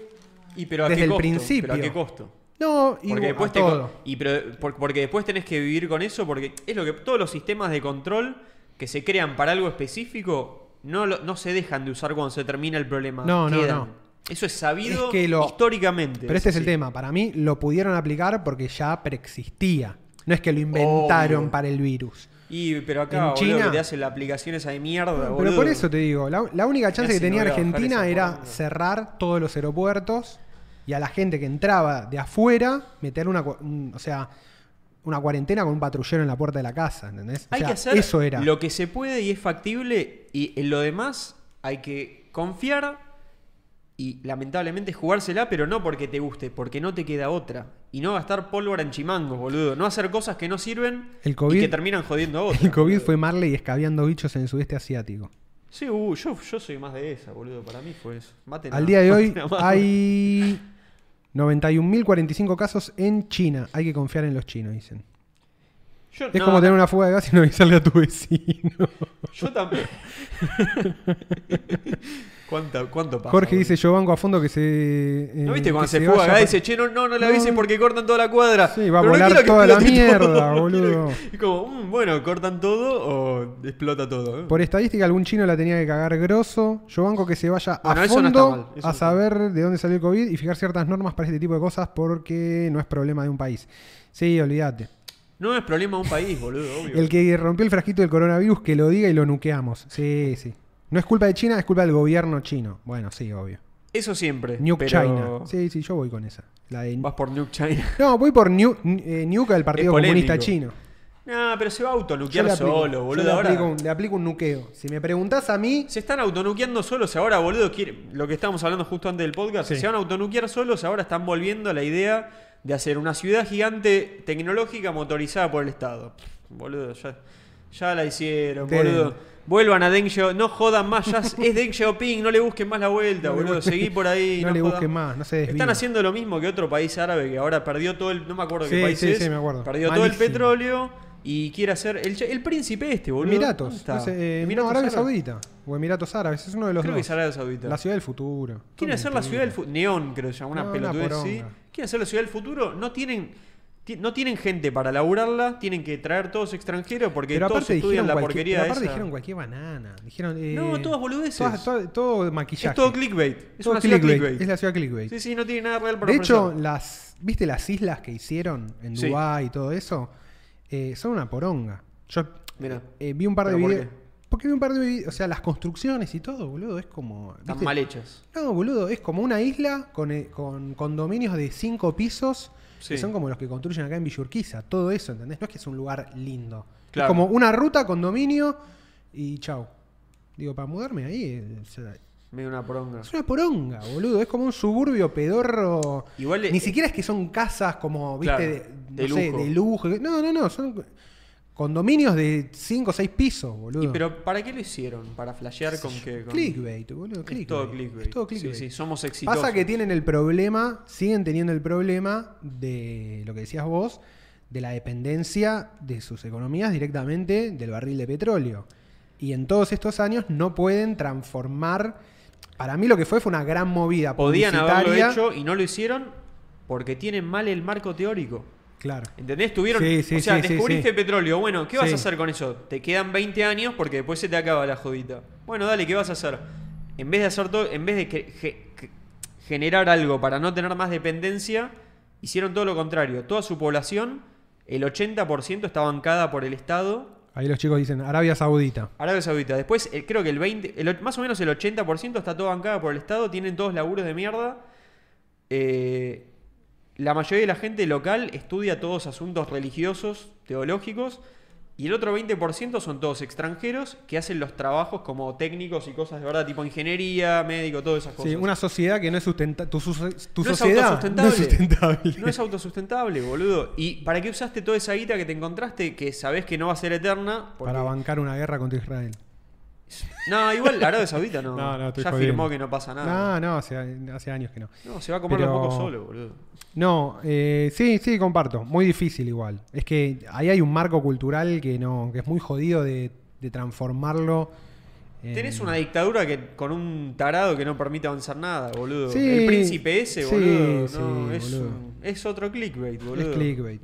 [SPEAKER 2] Y pero a
[SPEAKER 1] Desde
[SPEAKER 2] qué
[SPEAKER 1] el
[SPEAKER 2] costo,
[SPEAKER 1] principio.
[SPEAKER 2] Pero a qué costo.
[SPEAKER 1] No, y
[SPEAKER 2] Porque
[SPEAKER 1] a
[SPEAKER 2] después te co-
[SPEAKER 1] todo.
[SPEAKER 2] y pero- por- porque después tenés que vivir con eso, porque es lo que todos los sistemas de control que se crean para algo específico no, lo- no se dejan de usar cuando se termina el problema.
[SPEAKER 1] No, no,
[SPEAKER 2] Quedan.
[SPEAKER 1] no.
[SPEAKER 2] Eso es sabido
[SPEAKER 1] Es que lo-
[SPEAKER 2] históricamente.
[SPEAKER 1] Pero este es el
[SPEAKER 2] Sí.
[SPEAKER 1] tema. Para mí lo pudieron aplicar porque ya preexistía. No es que lo inventaron
[SPEAKER 2] Obvio.
[SPEAKER 1] para el virus.
[SPEAKER 2] Y pero
[SPEAKER 1] En
[SPEAKER 2] acá, boludo,
[SPEAKER 1] China-
[SPEAKER 2] que te hacen las aplicaciones ahí mierda,
[SPEAKER 1] No,
[SPEAKER 2] Ah, boludo.
[SPEAKER 1] Pero por eso te digo, la, la única chance que
[SPEAKER 2] si no
[SPEAKER 1] tenía
[SPEAKER 2] voy a bajar
[SPEAKER 1] Argentina
[SPEAKER 2] esa
[SPEAKER 1] era
[SPEAKER 2] poronga.
[SPEAKER 1] cerrar todos los aeropuertos y a la gente que entraba de afuera meter una, cua- un- o sea, una cuarentena con un patrullero en la puerta de la casa, ¿entendés? O
[SPEAKER 2] Hay
[SPEAKER 1] sea,
[SPEAKER 2] que hacer
[SPEAKER 1] eso era.
[SPEAKER 2] lo que se puede y es factible y en lo demás hay que confiar y lamentablemente jugársela, pero no porque te guste, porque no te queda otra. Y no gastar pólvora en chimangos, boludo. No hacer cosas que no sirven
[SPEAKER 1] El COVID-
[SPEAKER 2] y que terminan jodiendo a otros.
[SPEAKER 1] El COVID fue Marley escabeando bichos en el sudeste asiático.
[SPEAKER 2] Sí, uh, yo, yo soy más de esa, boludo. Para mí fue eso. Maten a-
[SPEAKER 1] Al día de hoy
[SPEAKER 2] maten a Marlon.
[SPEAKER 1] hay 91.045 casos en China. Hay que confiar en los chinos, dicen.
[SPEAKER 2] Yo-
[SPEAKER 1] Es
[SPEAKER 2] no,
[SPEAKER 1] como tener una fuga de gas y no avisarle a tu vecino.
[SPEAKER 2] Yo también. ¿Cuánto, cuánto pasa?
[SPEAKER 1] Jorge
[SPEAKER 2] boludo?
[SPEAKER 1] dice, yo banco a fondo que se... eh,
[SPEAKER 2] ¿No viste cuando
[SPEAKER 1] que
[SPEAKER 2] se,
[SPEAKER 1] vaya
[SPEAKER 2] fuga acá?
[SPEAKER 1] pa-
[SPEAKER 2] Dice, che, no, no, no la
[SPEAKER 1] No, no.
[SPEAKER 2] avisen porque cortan toda la cuadra.
[SPEAKER 1] Sí, va a
[SPEAKER 2] Pero no
[SPEAKER 1] volar
[SPEAKER 2] quiero que
[SPEAKER 1] toda la
[SPEAKER 2] explote
[SPEAKER 1] mierda,
[SPEAKER 2] todo.
[SPEAKER 1] boludo.
[SPEAKER 2] Y como, "Mm, bueno, cortan todo o explota todo. ¿eh?
[SPEAKER 1] Por estadística, algún chino la tenía que cagar grosso. Yo banco que se vaya
[SPEAKER 2] Bueno,
[SPEAKER 1] a
[SPEAKER 2] eso no está
[SPEAKER 1] fondo
[SPEAKER 2] mal, eso
[SPEAKER 1] a
[SPEAKER 2] no está mal.
[SPEAKER 1] saber de dónde salió el COVID y fijar ciertas normas para este tipo de cosas porque no es problema de un país. Sí, olvídate.
[SPEAKER 2] No es problema de un país, boludo, obvio.
[SPEAKER 1] El que rompió el frasquito del coronavirus, que lo diga y lo nuqueamos. Sí, sí. No es culpa de China, es culpa del gobierno chino. Bueno, sí, obvio.
[SPEAKER 2] Eso siempre.
[SPEAKER 1] Nuke
[SPEAKER 2] pero-
[SPEAKER 1] China. Sí, sí, yo voy con esa. La de-
[SPEAKER 2] Vas por Nuke China.
[SPEAKER 1] No, voy por nu- eh, Nuke al Partido
[SPEAKER 2] polémico.
[SPEAKER 1] Comunista Chino.
[SPEAKER 2] Nah, pero se va a
[SPEAKER 1] Yo
[SPEAKER 2] autonuquear
[SPEAKER 1] le aplico-
[SPEAKER 2] solo,
[SPEAKER 1] yo
[SPEAKER 2] boludo.
[SPEAKER 1] le
[SPEAKER 2] Ahora
[SPEAKER 1] aplico un- le aplico un nuqueo. Si me preguntás a mí,
[SPEAKER 2] se están autonuqueando solos ahora, boludo. quiere- Lo que estábamos hablando justo antes del podcast.
[SPEAKER 1] Sí.
[SPEAKER 2] Se van a autonuquear solos, ahora están volviendo a la idea de hacer una ciudad gigante tecnológica motorizada por el Estado. Boludo, ya, ya la hicieron,
[SPEAKER 1] Te-
[SPEAKER 2] boludo. Vuelvan a Deng Xiao- no jodan más, ya es es Deng Xiaoping, no le busquen más la vuelta,
[SPEAKER 1] No le
[SPEAKER 2] boludo.
[SPEAKER 1] busquen-
[SPEAKER 2] Seguí por ahí.
[SPEAKER 1] no le
[SPEAKER 2] jodan
[SPEAKER 1] busquen más, no se desvíen.
[SPEAKER 2] Están haciendo lo mismo que otro país árabe que ahora perdió todo el. No me acuerdo
[SPEAKER 1] Sí,
[SPEAKER 2] qué país
[SPEAKER 1] sí,
[SPEAKER 2] es,
[SPEAKER 1] sí, me acuerdo.
[SPEAKER 2] Perdió todo
[SPEAKER 1] Malísimo.
[SPEAKER 2] el petróleo y quiere hacer. El, el príncipe este, boludo. ¿dónde
[SPEAKER 1] Emiratos.
[SPEAKER 2] está?
[SPEAKER 1] no sé, eh,
[SPEAKER 2] Emiratos
[SPEAKER 1] no, Arabia
[SPEAKER 2] Árabes.
[SPEAKER 1] Saudita. O Emiratos Árabes. Es uno de los
[SPEAKER 2] Creo que
[SPEAKER 1] dos.
[SPEAKER 2] es Arabia Saudita.
[SPEAKER 1] La ciudad del futuro.
[SPEAKER 2] Quieren hacer la ciudad del futuro. Neón, creo que se llama, una
[SPEAKER 1] No, una
[SPEAKER 2] pelotudez así.
[SPEAKER 1] poronga.
[SPEAKER 2] Quieren hacer la ciudad del futuro. No tienen. ti- No tienen gente para laburarla, tienen que traer todos extranjeros porque
[SPEAKER 1] Pero
[SPEAKER 2] todos
[SPEAKER 1] aparte,
[SPEAKER 2] estudian
[SPEAKER 1] dijeron,
[SPEAKER 2] la
[SPEAKER 1] cualquier,
[SPEAKER 2] porquería
[SPEAKER 1] pero aparte
[SPEAKER 2] esa.
[SPEAKER 1] dijeron cualquier banana. Dijeron, eh,
[SPEAKER 2] No, todas boludeces.
[SPEAKER 1] todas- todas- todo maquillaje.
[SPEAKER 2] es todo clickbait. Es
[SPEAKER 1] Todo
[SPEAKER 2] una ciudad
[SPEAKER 1] clickbait.
[SPEAKER 2] clickbait.
[SPEAKER 1] Es la ciudad clickbait.
[SPEAKER 2] Sí, sí, no tiene nada real para
[SPEAKER 1] de hecho,
[SPEAKER 2] ofrecer.
[SPEAKER 1] las, ¿viste las islas que hicieron en
[SPEAKER 2] Sí.
[SPEAKER 1] Dubái y todo eso? Eh, son una poronga. Yo
[SPEAKER 2] Mirá.
[SPEAKER 1] eh, vi un par de
[SPEAKER 2] ¿Pero por
[SPEAKER 1] videos.
[SPEAKER 2] qué?
[SPEAKER 1] Porque vi un par de videos, o sea, las construcciones y todo, boludo, es como...
[SPEAKER 2] Están
[SPEAKER 1] ¿viste?
[SPEAKER 2] mal hechas.
[SPEAKER 1] No, boludo, es como una isla con, eh, con condominios de cinco pisos, que
[SPEAKER 2] Sí.
[SPEAKER 1] son como los que construyen acá en Villurquiza, todo eso, ¿entendés? No es que es un lugar lindo.
[SPEAKER 2] Claro.
[SPEAKER 1] Es como una ruta, condominio y chau. Digo, para mudarme ahí, eh, o sea,
[SPEAKER 2] Medio una poronga.
[SPEAKER 1] es una poronga, boludo. Es como un suburbio pedorro.
[SPEAKER 2] Igual, eh,
[SPEAKER 1] Ni siquiera es que son casas como, viste,
[SPEAKER 2] Claro,
[SPEAKER 1] de,
[SPEAKER 2] de
[SPEAKER 1] no sé,
[SPEAKER 2] lujo.
[SPEAKER 1] de lujo. No, no, no. Son condominios de cinco o seis pisos, boludo.
[SPEAKER 2] ¿Y pero para qué lo hicieron? ¿Para flashear con qué? Con...
[SPEAKER 1] clickbait, boludo.
[SPEAKER 2] Es
[SPEAKER 1] Clickbait.
[SPEAKER 2] todo clickbait.
[SPEAKER 1] Es todo clickbait.
[SPEAKER 2] Sí, sí, somos exitosos.
[SPEAKER 1] Pasa que tienen el problema, siguen teniendo el problema de lo que decías vos, de la dependencia de sus economías directamente del barril de petróleo. Y en todos estos años no pueden transformar. Para mí lo que fue fue una gran movida.
[SPEAKER 2] Podían haberlo
[SPEAKER 1] publicitaria.
[SPEAKER 2] hecho y no lo hicieron porque tienen mal el marco teórico.
[SPEAKER 1] Claro.
[SPEAKER 2] ¿Entendés? Tuvieron.
[SPEAKER 1] Sí, sí,
[SPEAKER 2] o sea,
[SPEAKER 1] sí, sí,
[SPEAKER 2] descubriste
[SPEAKER 1] sí.
[SPEAKER 2] petróleo. Bueno, ¿qué vas
[SPEAKER 1] Sí.
[SPEAKER 2] a hacer con eso? Te quedan 20 años porque después se te acaba la jodita. Bueno, dale, ¿qué vas a hacer? En vez de hacer todo, en vez de que- ge- que- generar algo para no tener más dependencia, hicieron todo lo contrario. Toda su población, el 80% está bancada por el Estado.
[SPEAKER 1] Ahí los chicos dicen Arabia Saudita.
[SPEAKER 2] Arabia Saudita. Después, eh, creo que el 20, el och- más o menos el 80% está todo bancada por el Estado, tienen todos laburos de mierda. Eh, la mayoría de la gente local estudia todos asuntos religiosos, teológicos, y el otro 20% son todos extranjeros que hacen los trabajos como técnicos y cosas de verdad, tipo ingeniería, médico, todas esas cosas.
[SPEAKER 1] Sí, una sociedad que no es sustentable. Tu, sus- tu
[SPEAKER 2] No es
[SPEAKER 1] sociedad no
[SPEAKER 2] autosustentable.
[SPEAKER 1] es sustentable.
[SPEAKER 2] No es autosustentable, boludo. ¿Y para qué usaste toda esa guita que te encontraste que sabés que no va a ser eterna? Porque-
[SPEAKER 1] Para bancar una guerra contra Israel.
[SPEAKER 2] No, igual Arabia Saudita no.
[SPEAKER 1] No, no, estoy
[SPEAKER 2] ya
[SPEAKER 1] jodiendo.
[SPEAKER 2] firmó que no pasa nada.
[SPEAKER 1] No, no, hace, hace años que no.
[SPEAKER 2] No, se va a comer
[SPEAKER 1] Pero-
[SPEAKER 2] un poco solo, boludo.
[SPEAKER 1] No, eh, sí, sí, comparto. Muy difícil igual. Es que ahí hay un marco cultural que no, que es muy jodido de, de transformarlo. en-
[SPEAKER 2] Tenés una dictadura que con un tarado que no permite avanzar nada, boludo.
[SPEAKER 1] Sí,
[SPEAKER 2] el príncipe ese,
[SPEAKER 1] sí,
[SPEAKER 2] boludo.
[SPEAKER 1] sí,
[SPEAKER 2] no, es,
[SPEAKER 1] boludo.
[SPEAKER 2] un- es otro clickbait, boludo.
[SPEAKER 1] Es clickbait.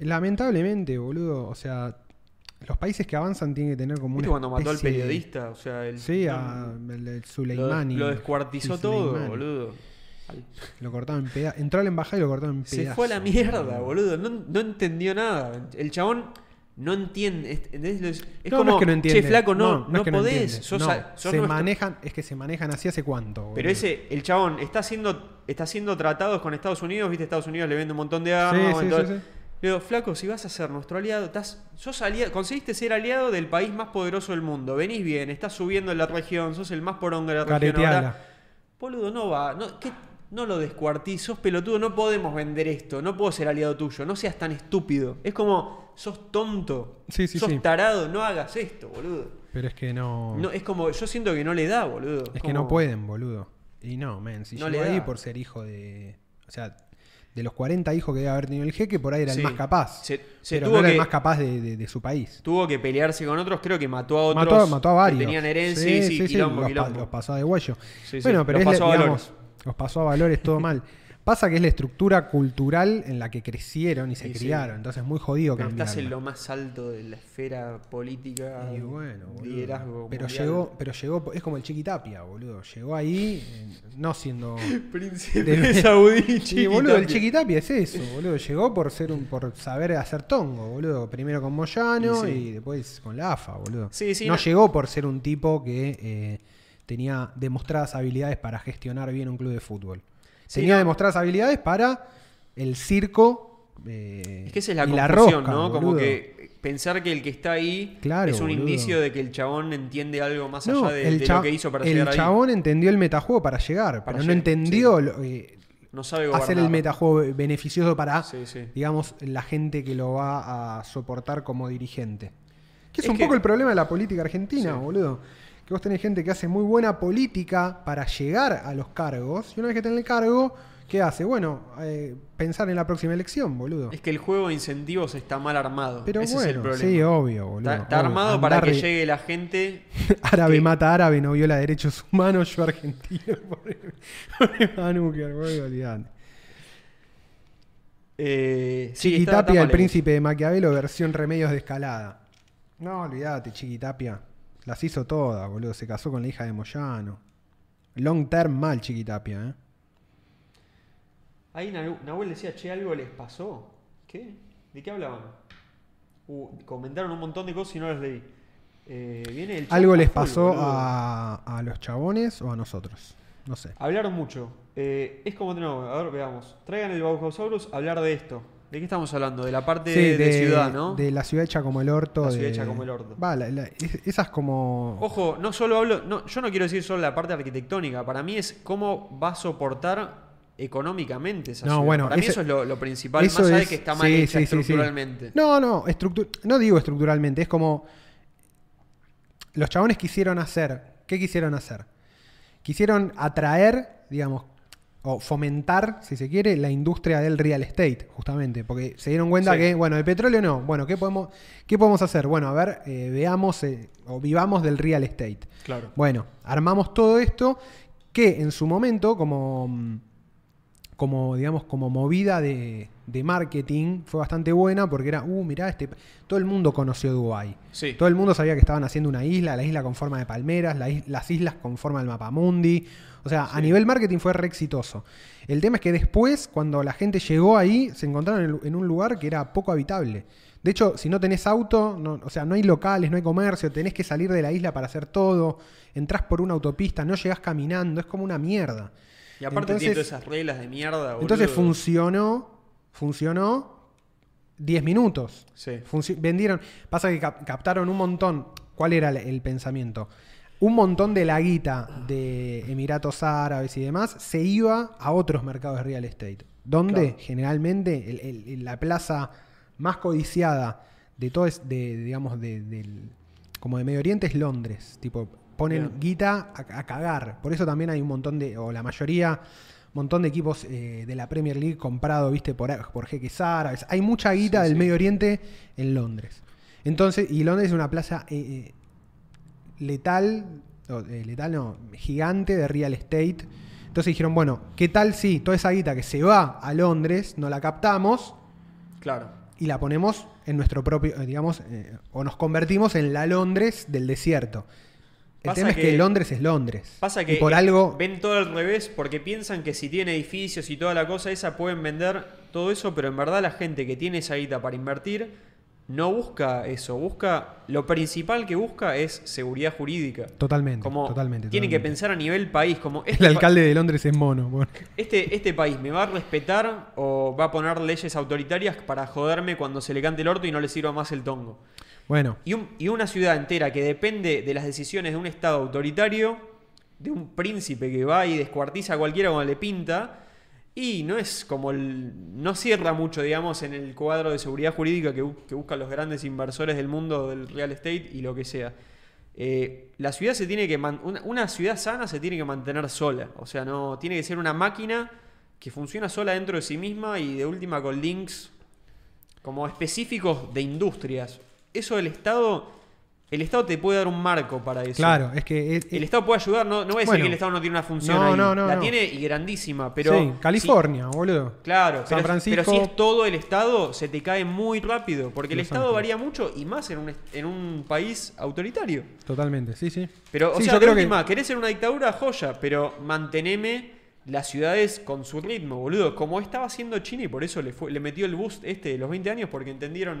[SPEAKER 1] Lamentablemente, boludo, o sea, los países que avanzan tienen que tener como un.
[SPEAKER 2] ¿Viste cuando mató al periodista? O sea, el,
[SPEAKER 1] Sí,
[SPEAKER 2] no,
[SPEAKER 1] a el, el
[SPEAKER 2] lo,
[SPEAKER 1] Suleimani.
[SPEAKER 2] lo descuartizó
[SPEAKER 1] Sí,
[SPEAKER 2] todo,
[SPEAKER 1] Suleimani.
[SPEAKER 2] boludo.
[SPEAKER 1] Lo cortaron en pedazos. Entró a la embajada y lo cortaron en pedazos.
[SPEAKER 2] Se fue a la mierda, boludo. No, no entendió nada. El chabón no entiende. Es, es- es
[SPEAKER 1] No,
[SPEAKER 2] como,
[SPEAKER 1] no es que no entiende.
[SPEAKER 2] che, flaco, no, no,
[SPEAKER 1] es que
[SPEAKER 2] podés.
[SPEAKER 1] entiende.
[SPEAKER 2] sos
[SPEAKER 1] No,
[SPEAKER 2] a- sos
[SPEAKER 1] se
[SPEAKER 2] nuestro-
[SPEAKER 1] manejan, es que se manejan así hace cuánto. boludo.
[SPEAKER 2] Pero ese, el chabón, está siendo, está siendo tratados con Estados Unidos, viste, Estados Unidos le vende un montón de armas.
[SPEAKER 1] sí,
[SPEAKER 2] Ah, entonces-
[SPEAKER 1] sí, sí.
[SPEAKER 2] Le digo, flaco, si vas a ser nuestro aliado, estás, sos aliado, conseguiste ser aliado del país más poderoso del mundo, venís bien, estás subiendo en la región, sos el más poronga de la región.
[SPEAKER 1] Careteala.
[SPEAKER 2] ahora, boludo, no va, no, ¿qué? no lo descuartís, sos pelotudo, no podemos vender esto, no puedo ser aliado tuyo, no seas tan estúpido. Es como, sos tonto,
[SPEAKER 1] Sí, sí,
[SPEAKER 2] sos
[SPEAKER 1] sí.
[SPEAKER 2] tarado, no hagas esto, boludo.
[SPEAKER 1] Pero es que no.
[SPEAKER 2] No, es como, yo siento que no le da, boludo.
[SPEAKER 1] es que no
[SPEAKER 2] puede
[SPEAKER 1] pueden, boludo. Y no, men. Si
[SPEAKER 2] No
[SPEAKER 1] llegó
[SPEAKER 2] le da.
[SPEAKER 1] ahí por ser hijo de. O sea, de los 40 hijos que debe haber tenido el jeque, por ahí era
[SPEAKER 2] Sí.
[SPEAKER 1] el más capaz.
[SPEAKER 2] Se- se
[SPEAKER 1] pero
[SPEAKER 2] tuvo
[SPEAKER 1] no era el
[SPEAKER 2] que-
[SPEAKER 1] más capaz de, de- de su país.
[SPEAKER 2] Tuvo que pelearse con otros, creo que mató a otros.
[SPEAKER 1] Mató, a- mató a varios.
[SPEAKER 2] Que tenían herencia, sí, sí, quilombo,
[SPEAKER 1] los, pa-
[SPEAKER 2] quilombo.
[SPEAKER 1] los pasó de huello.
[SPEAKER 2] Sí, sí,
[SPEAKER 1] Bueno, pero
[SPEAKER 2] los
[SPEAKER 1] es la-
[SPEAKER 2] pasó a
[SPEAKER 1] digamos,
[SPEAKER 2] valores.
[SPEAKER 1] los pasó a valores, todo mal. Pasa que es la estructura cultural en la que crecieron y se
[SPEAKER 2] Y sí.
[SPEAKER 1] criaron. Entonces es muy jodido
[SPEAKER 2] Pero
[SPEAKER 1] cambiarla.
[SPEAKER 2] estás en lo más alto de la esfera política,
[SPEAKER 1] Y bueno, boludo.
[SPEAKER 2] liderazgo.
[SPEAKER 1] Pero
[SPEAKER 2] mundial.
[SPEAKER 1] llegó, pero llegó, es como el Chiquitapia, boludo. Llegó ahí, eh, no siendo.
[SPEAKER 2] Príncipe
[SPEAKER 1] Del-
[SPEAKER 2] saudí,
[SPEAKER 1] Sí, boludo, el Chiquitapia
[SPEAKER 2] chiquitapia.
[SPEAKER 1] es eso, boludo. Llegó por ser un, por saber hacer tongo, boludo. Primero con Moyano
[SPEAKER 2] Y
[SPEAKER 1] y,
[SPEAKER 2] sí.
[SPEAKER 1] después con la AFA, boludo.
[SPEAKER 2] Sí, sí,
[SPEAKER 1] no,
[SPEAKER 2] no-
[SPEAKER 1] llegó por ser un tipo que eh, tenía demostradas habilidades para gestionar bien un club de fútbol.
[SPEAKER 2] Sí,
[SPEAKER 1] tenía
[SPEAKER 2] no.
[SPEAKER 1] demostradas habilidades para el circo. eh,
[SPEAKER 2] Es que esa es la
[SPEAKER 1] y
[SPEAKER 2] confusión,
[SPEAKER 1] rosca,
[SPEAKER 2] ¿no? Como
[SPEAKER 1] boludo.
[SPEAKER 2] que pensar que el que está ahí
[SPEAKER 1] Claro,
[SPEAKER 2] es un
[SPEAKER 1] boludo.
[SPEAKER 2] indicio de que el chabón entiende algo más
[SPEAKER 1] No,
[SPEAKER 2] allá de, de
[SPEAKER 1] cha-
[SPEAKER 2] lo que hizo para
[SPEAKER 1] el
[SPEAKER 2] llegar ahí.
[SPEAKER 1] chabón entendió el metajuego para llegar,
[SPEAKER 2] Para
[SPEAKER 1] pero no
[SPEAKER 2] llegar,
[SPEAKER 1] entendió
[SPEAKER 2] sí.
[SPEAKER 1] lo- eh,
[SPEAKER 2] No sabe gobernar.
[SPEAKER 1] hacer el metajuego beneficioso para,
[SPEAKER 2] Sí, sí.
[SPEAKER 1] digamos, la gente que lo va a soportar como dirigente. Que es,
[SPEAKER 2] Es
[SPEAKER 1] un
[SPEAKER 2] que-
[SPEAKER 1] poco el problema de la política argentina,
[SPEAKER 2] Sí.
[SPEAKER 1] boludo. Que vos tenés gente que hace muy buena política para llegar a los cargos, y una vez que tenés el cargo, ¿qué hace? Bueno, eh, pensar en la próxima elección, boludo.
[SPEAKER 2] Es que el juego de incentivos está mal armado.
[SPEAKER 1] Pero
[SPEAKER 2] Ese
[SPEAKER 1] bueno,
[SPEAKER 2] es el problema.
[SPEAKER 1] sí, obvio, boludo.
[SPEAKER 2] está, está
[SPEAKER 1] obvio.
[SPEAKER 2] armado para
[SPEAKER 1] Andar
[SPEAKER 2] que
[SPEAKER 1] de-
[SPEAKER 2] llegue la gente
[SPEAKER 1] Árabe
[SPEAKER 2] que-
[SPEAKER 1] mata árabe, no viola derechos humanos, yo argentino. Pobre, pobre Manu, que boludo, olvidate.
[SPEAKER 2] Eh, sí, está- está
[SPEAKER 1] Chiquitapia,
[SPEAKER 2] mal
[SPEAKER 1] el
[SPEAKER 2] hecho.
[SPEAKER 1] príncipe de Maquiavelo, versión remedios de escalada. No, olvídate, Chiquitapia. Las hizo todas, boludo. Se casó con la hija de Moyano. Long term mal, Chiquitapia, ¿eh?
[SPEAKER 2] Ahí Nahu- Nahuel decía, che, algo les pasó. ¿Qué? ¿De qué hablaban? Uh, comentaron un montón de cosas y no las leí. Eh, viene el chat
[SPEAKER 1] Algo
[SPEAKER 2] a
[SPEAKER 1] les
[SPEAKER 2] full,
[SPEAKER 1] pasó
[SPEAKER 2] boludo.
[SPEAKER 1] a, a los chabones o a nosotros. No sé.
[SPEAKER 2] Hablaron mucho. Eh, es como tenemos, a ver, veamos. Traigan el Bauhausaurus a hablar de esto. ¿De qué estamos hablando? De la parte
[SPEAKER 1] Sí,
[SPEAKER 2] de, de ciudad, ¿no?
[SPEAKER 1] de la ciudad hecha como el orto.
[SPEAKER 2] La
[SPEAKER 1] de-
[SPEAKER 2] ciudad hecha como el orto.
[SPEAKER 1] Va, la- la- es- esas como...
[SPEAKER 2] Ojo, no solo hablo, no, yo no quiero decir solo la parte arquitectónica, para mí es cómo va a soportar económicamente esa
[SPEAKER 1] No,
[SPEAKER 2] ciudad.
[SPEAKER 1] bueno,
[SPEAKER 2] para mí
[SPEAKER 1] ese-
[SPEAKER 2] eso es lo, lo principal,
[SPEAKER 1] Eso
[SPEAKER 2] más allá de
[SPEAKER 1] es-
[SPEAKER 2] que está mal
[SPEAKER 1] sí,
[SPEAKER 2] hecha
[SPEAKER 1] sí, sí, sí.
[SPEAKER 2] estructuralmente.
[SPEAKER 1] No, no, estructu- no digo estructuralmente, es como los chabones quisieron hacer, ¿qué quisieron hacer? Quisieron atraer, digamos, o fomentar, si se quiere, la industria del real estate, justamente, porque se dieron cuenta
[SPEAKER 2] Sí.
[SPEAKER 1] que, bueno, el petróleo no, bueno, ¿qué podemos, qué podemos hacer? Bueno, a ver, eh, veamos eh, o vivamos del real estate.
[SPEAKER 2] Claro.
[SPEAKER 1] Bueno, armamos todo esto que en su momento, como, mm, como digamos, como movida de, de marketing, fue bastante buena porque era, uh, mirá, este, pa-". todo el mundo conoció Dubái.
[SPEAKER 2] Sí.
[SPEAKER 1] Todo el mundo sabía que estaban haciendo una isla, la isla con forma de palmeras, la is- las islas con forma del mapamundi. O sea, a nivel marketing fue re exitoso. El tema es que después, cuando la gente llegó ahí, se encontraron en lu- en un lugar que era poco habitable. De hecho, si no tenés auto, no- o sea, no hay locales, no hay comercio, tenés que salir de la isla para hacer todo, entrás por una autopista, no llegás caminando, es como una mierda.
[SPEAKER 2] Y aparte
[SPEAKER 1] Entonces-
[SPEAKER 2] tiene todas esas reglas de mierda, Ah, boludo.
[SPEAKER 1] Entonces funcionó, funcionó 10 minutos.
[SPEAKER 2] Sí.
[SPEAKER 1] Funci- vendieron. Pasa que cap- captaron un montón. ¿Cuál era el, el pensamiento? Un montón de la guita de Emiratos Árabes y demás se iba a otros mercados de real estate. Donde
[SPEAKER 2] Claro.
[SPEAKER 1] generalmente el- el- el- la plaza más codiciada de todo es, de, digamos, de- del, como de Medio Oriente es Londres. Tipo, ponen
[SPEAKER 2] Bien.
[SPEAKER 1] guita a, a cagar. Por eso también hay un montón de, o la mayoría, montón de equipos eh, de la Premier League comprado, viste, por, por jeques árabes. Hay mucha guita
[SPEAKER 2] Sí,
[SPEAKER 1] del
[SPEAKER 2] sí.
[SPEAKER 1] Medio Oriente en Londres. Entonces, y Londres es una plaza eh, eh, letal, o, eh, letal no, gigante de real estate. Entonces dijeron, bueno, ¿qué tal si toda esa guita que se va a Londres, no la captamos
[SPEAKER 2] Claro.
[SPEAKER 1] y la ponemos en nuestro propio, eh, digamos, eh, o nos convertimos en la Londres del desierto. El
[SPEAKER 2] Pasa
[SPEAKER 1] tema es que
[SPEAKER 2] que-
[SPEAKER 1] Londres es Londres.
[SPEAKER 2] Pasa que eh,
[SPEAKER 1] y por algo
[SPEAKER 2] ven todo al revés porque piensan que si tiene edificios y toda la cosa esa pueden vender todo eso, pero en verdad la gente que tiene esa guita para invertir no busca eso, busca lo principal que busca es seguridad jurídica.
[SPEAKER 1] Totalmente.
[SPEAKER 2] Como
[SPEAKER 1] totalmente.
[SPEAKER 2] tienen que
[SPEAKER 1] totalmente.
[SPEAKER 2] pensar a nivel país, como
[SPEAKER 1] El
[SPEAKER 2] este, pa-
[SPEAKER 1] alcalde de Londres es mono. bueno.
[SPEAKER 2] este, este país me va a respetar o va a poner leyes autoritarias para joderme cuando se le cante el orto y no le sirva más el tongo.
[SPEAKER 1] Bueno,
[SPEAKER 2] Y, un- y una ciudad entera que depende de las decisiones de un Estado autoritario, de un príncipe que va y descuartiza a cualquiera cuando le pinta, y no es como el. no cierra mucho, digamos, en el cuadro de seguridad jurídica que, bu- que buscan los grandes inversores del mundo del real estate y lo que sea. Eh, la ciudad se tiene que. man- Una, una ciudad sana se tiene que mantener sola. O sea, no. Tiene que ser una máquina que funciona sola dentro de sí misma y de última con links como específicos de industrias. Eso el Estado, el Estado te puede dar un marco para eso.
[SPEAKER 1] claro, es que. es-
[SPEAKER 2] El Estado puede ayudar, no, no voy a decir
[SPEAKER 1] Bueno.
[SPEAKER 2] que el Estado no tiene una función
[SPEAKER 1] No,
[SPEAKER 2] ahí.
[SPEAKER 1] no, no,
[SPEAKER 2] La
[SPEAKER 1] no.
[SPEAKER 2] tiene y grandísima, pero...
[SPEAKER 1] sí, California, boludo.
[SPEAKER 2] si- claro,
[SPEAKER 1] San
[SPEAKER 2] pero,
[SPEAKER 1] Francisco.
[SPEAKER 2] pero si es todo el Estado, se te cae muy rápido, porque el
[SPEAKER 1] Los
[SPEAKER 2] Estado
[SPEAKER 1] Ángeles.
[SPEAKER 2] varía mucho y más en un, est- en un país autoritario.
[SPEAKER 1] Totalmente, sí, sí.
[SPEAKER 2] Pero, o
[SPEAKER 1] Sí,
[SPEAKER 2] sea, de última, querés ser una dictadura, joya, pero manteneme las ciudades con su ritmo, boludo. Como estaba haciendo China y por eso le, fue- le metió el boost este de los 20 años, porque entendieron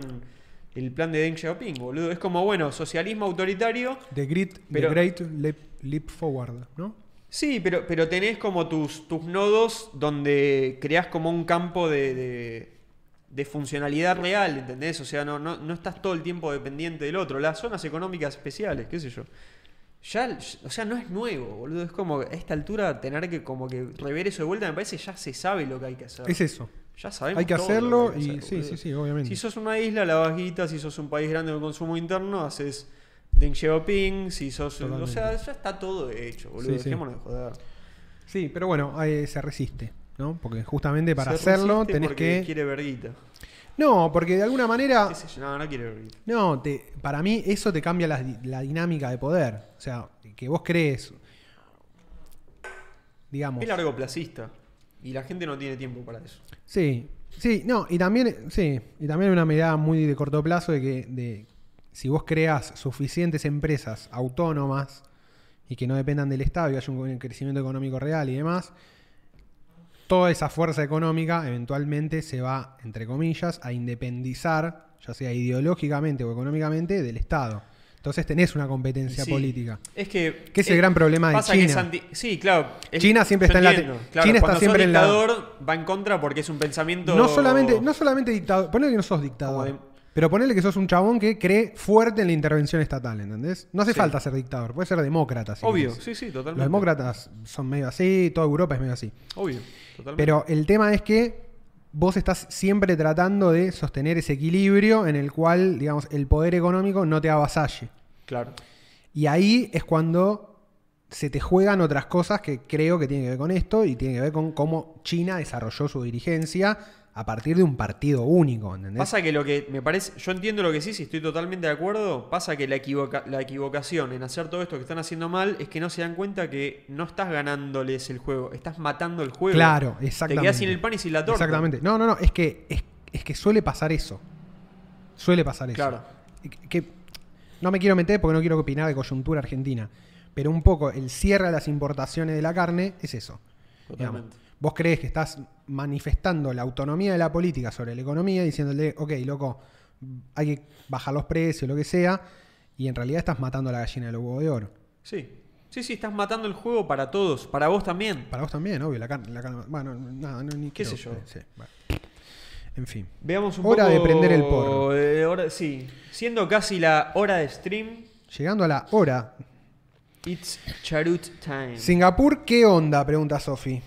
[SPEAKER 2] el plan de Deng Xiaoping, boludo. Es como, bueno, socialismo autoritario.
[SPEAKER 1] The Great,
[SPEAKER 2] Pero-
[SPEAKER 1] the great leap, Leap Forward, ¿no?
[SPEAKER 2] Sí, pero, pero tenés como tus, tus nodos donde creás como un campo de, de- de funcionalidad real, ¿entendés? O sea, no, no, no estás todo el tiempo dependiente del otro. Las zonas económicas especiales, qué sé yo. Ya, o sea, no es nuevo, boludo. Es como a esta altura tener que como que rever eso de vuelta, me parece ya se sabe lo que hay que hacer.
[SPEAKER 1] Es eso.
[SPEAKER 2] Ya sabemos.
[SPEAKER 1] Hay que
[SPEAKER 2] todo
[SPEAKER 1] hacerlo
[SPEAKER 2] lo que hay que
[SPEAKER 1] y- sí,
[SPEAKER 2] boludo.
[SPEAKER 1] sí, sí, obviamente.
[SPEAKER 2] Si sos una isla, la bajita, si sos un país grande con consumo interno, haces Deng Xiaoping, si sos. O
[SPEAKER 1] Totalmente.
[SPEAKER 2] sea, ya está todo hecho, boludo.
[SPEAKER 1] Sí, sí.
[SPEAKER 2] Dejémonos de joder.
[SPEAKER 1] Sí, pero bueno, eh, se resiste, ¿no? Porque justamente para
[SPEAKER 2] Se
[SPEAKER 1] hacerlo
[SPEAKER 2] resiste
[SPEAKER 1] tenés
[SPEAKER 2] porque
[SPEAKER 1] que. Ah.
[SPEAKER 2] Quiere verguita.
[SPEAKER 1] No, porque de alguna manera.
[SPEAKER 2] ¿Qué sé yo? No, no quiere verguita.
[SPEAKER 1] No, te- para mí eso te cambia la, di- la dinámica de poder. O sea, que vos crees. Digamos.
[SPEAKER 2] Es largo placista. Y la gente no tiene tiempo para eso.
[SPEAKER 1] Sí, sí, no, y también, sí, y también una mirada muy de corto plazo de que de, si vos creas suficientes empresas autónomas y que no dependan del Estado y haya un crecimiento económico real y demás, toda esa fuerza económica eventualmente se va, entre comillas, a independizar, ya sea ideológicamente o económicamente, del Estado. Entonces tenés una competencia
[SPEAKER 2] Sí.
[SPEAKER 1] política.
[SPEAKER 2] Es que. eh,
[SPEAKER 1] Que es el gran problema de
[SPEAKER 2] pasa que
[SPEAKER 1] China.
[SPEAKER 2] es anti- sí, claro. es-
[SPEAKER 1] China siempre
[SPEAKER 2] yo
[SPEAKER 1] está en la te-
[SPEAKER 2] entiendo, claro,
[SPEAKER 1] China está
[SPEAKER 2] cuando sos
[SPEAKER 1] siempre en la-
[SPEAKER 2] dictador, va en contra porque es un pensamiento.
[SPEAKER 1] No solamente, no solamente dictador, ponele que no sos
[SPEAKER 2] Como
[SPEAKER 1] dictador,
[SPEAKER 2] de-
[SPEAKER 1] pero ponele que sos un chabón que cree fuerte en la intervención estatal, ¿entendés? No hace
[SPEAKER 2] Sí.
[SPEAKER 1] falta ser dictador, puede ser demócrata. si
[SPEAKER 2] Obvio,
[SPEAKER 1] querés.
[SPEAKER 2] sí, sí,
[SPEAKER 1] Los
[SPEAKER 2] totalmente.
[SPEAKER 1] demócratas son medio así, toda Europa es medio así.
[SPEAKER 2] Obvio, totalmente.
[SPEAKER 1] Pero el tema es que vos estás siempre tratando de sostener ese equilibrio en el cual, digamos, el poder económico no te avasalle.
[SPEAKER 2] Claro.
[SPEAKER 1] Y ahí es cuando se te juegan otras cosas que creo que tienen que ver con esto y tienen que ver con cómo China desarrolló su dirigencia a partir de un partido único, ¿entendés?
[SPEAKER 2] Pasa que lo que me parece, yo entiendo lo que sí, si estoy totalmente de acuerdo, pasa que la, equivoca- la equivocación en hacer todo esto que están haciendo mal es que no se dan cuenta que no estás ganándoles el juego, estás matando el juego.
[SPEAKER 1] Claro, exactamente.
[SPEAKER 2] Te quedas sin el pan y sin la torta.
[SPEAKER 1] Exactamente. No, no, no, es que, es, es que suele pasar eso. Suele pasar eso.
[SPEAKER 2] Claro.
[SPEAKER 1] Y que- que- no me quiero meter porque no quiero opinar de coyuntura argentina, pero un poco el cierre de las importaciones de la carne es eso. Digamos,
[SPEAKER 2] Totalmente.
[SPEAKER 1] vos crees que estás manifestando la autonomía de la política sobre la economía, diciéndole, ok, loco, hay que bajar los precios, lo que sea, y en realidad estás matando a la gallina de los huevos de oro.
[SPEAKER 2] Sí. Sí, sí, estás matando el juego para todos, para vos también.
[SPEAKER 1] Para vos también, obvio, la carne. La carne bueno, nada, no, ni
[SPEAKER 2] ¿Qué
[SPEAKER 1] quiero-
[SPEAKER 2] sé yo?
[SPEAKER 1] sí, bueno. En fin.
[SPEAKER 2] Veamos un
[SPEAKER 1] Hora
[SPEAKER 2] poco
[SPEAKER 1] de prender el porro.
[SPEAKER 2] de hora- sí, siendo casi la hora de stream,
[SPEAKER 1] Llegando a la hora.
[SPEAKER 2] it's charut time.
[SPEAKER 1] Singapur, ¿qué onda? Pregunta Sofi.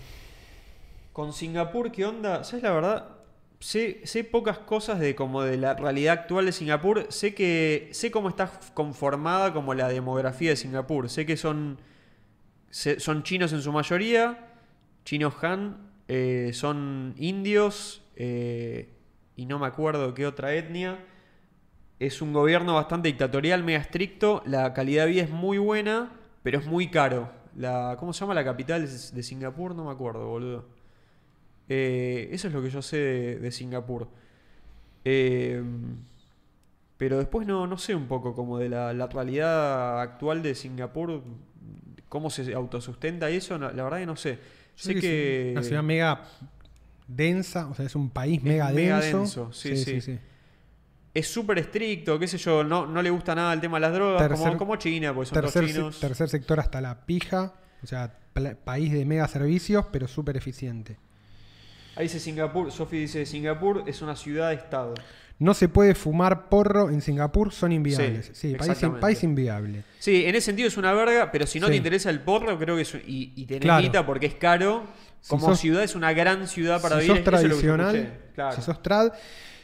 [SPEAKER 2] Con Singapur, ¿qué onda? ¿Sabes la verdad? Sé, sé pocas cosas de como de la realidad actual de Singapur. Sé que. sé cómo está conformada como la demografía de Singapur. Sé que son. se- son chinos en su mayoría. Chinos Han. eh, son indios. eh, y no me acuerdo qué otra etnia. Es un gobierno bastante dictatorial, mega estricto. La calidad de vida es muy buena, pero es muy caro. La, ¿Cómo se llama la capital de Singapur? No me acuerdo, boludo. Eh, eso es lo que yo sé de, de Singapur. Eh, pero después no, no sé un poco como de la, la realidad actual de Singapur, cómo se autosustenta y eso, no- la verdad que no sé. Sé que...
[SPEAKER 1] Es una ciudad mega densa, o sea, es un país
[SPEAKER 2] Es
[SPEAKER 1] mega,
[SPEAKER 2] mega
[SPEAKER 1] denso.
[SPEAKER 2] denso, sí, sí. es súper estricto, qué sé yo, no, no le gusta nada el tema de las drogas, como,
[SPEAKER 1] Tercer-
[SPEAKER 2] como China, porque son
[SPEAKER 1] Tercer,
[SPEAKER 2] todos chinos.
[SPEAKER 1] se- tercer sector hasta la pija, o sea, pla- país de mega servicios, pero súper eficiente.
[SPEAKER 2] Ahí dice Singapur, Sofi dice, Singapur es una ciudad-estado.
[SPEAKER 1] No se puede fumar porro en Singapur, son inviables.
[SPEAKER 2] Sí,
[SPEAKER 1] Sí, país, in-
[SPEAKER 2] exactamente.
[SPEAKER 1] país inviable.
[SPEAKER 2] Sí, en ese sentido es una verga, pero si no
[SPEAKER 1] Sí.
[SPEAKER 2] te interesa el porro, creo que es... Y, y tenés
[SPEAKER 1] Claro.
[SPEAKER 2] guita porque es caro.
[SPEAKER 1] Si
[SPEAKER 2] Como
[SPEAKER 1] sos-
[SPEAKER 2] ciudad es una gran ciudad para
[SPEAKER 1] si
[SPEAKER 2] vivir.
[SPEAKER 1] sos
[SPEAKER 2] es- eso es lo que yo
[SPEAKER 1] tradicional,
[SPEAKER 2] escuché, claro.
[SPEAKER 1] si sos trad.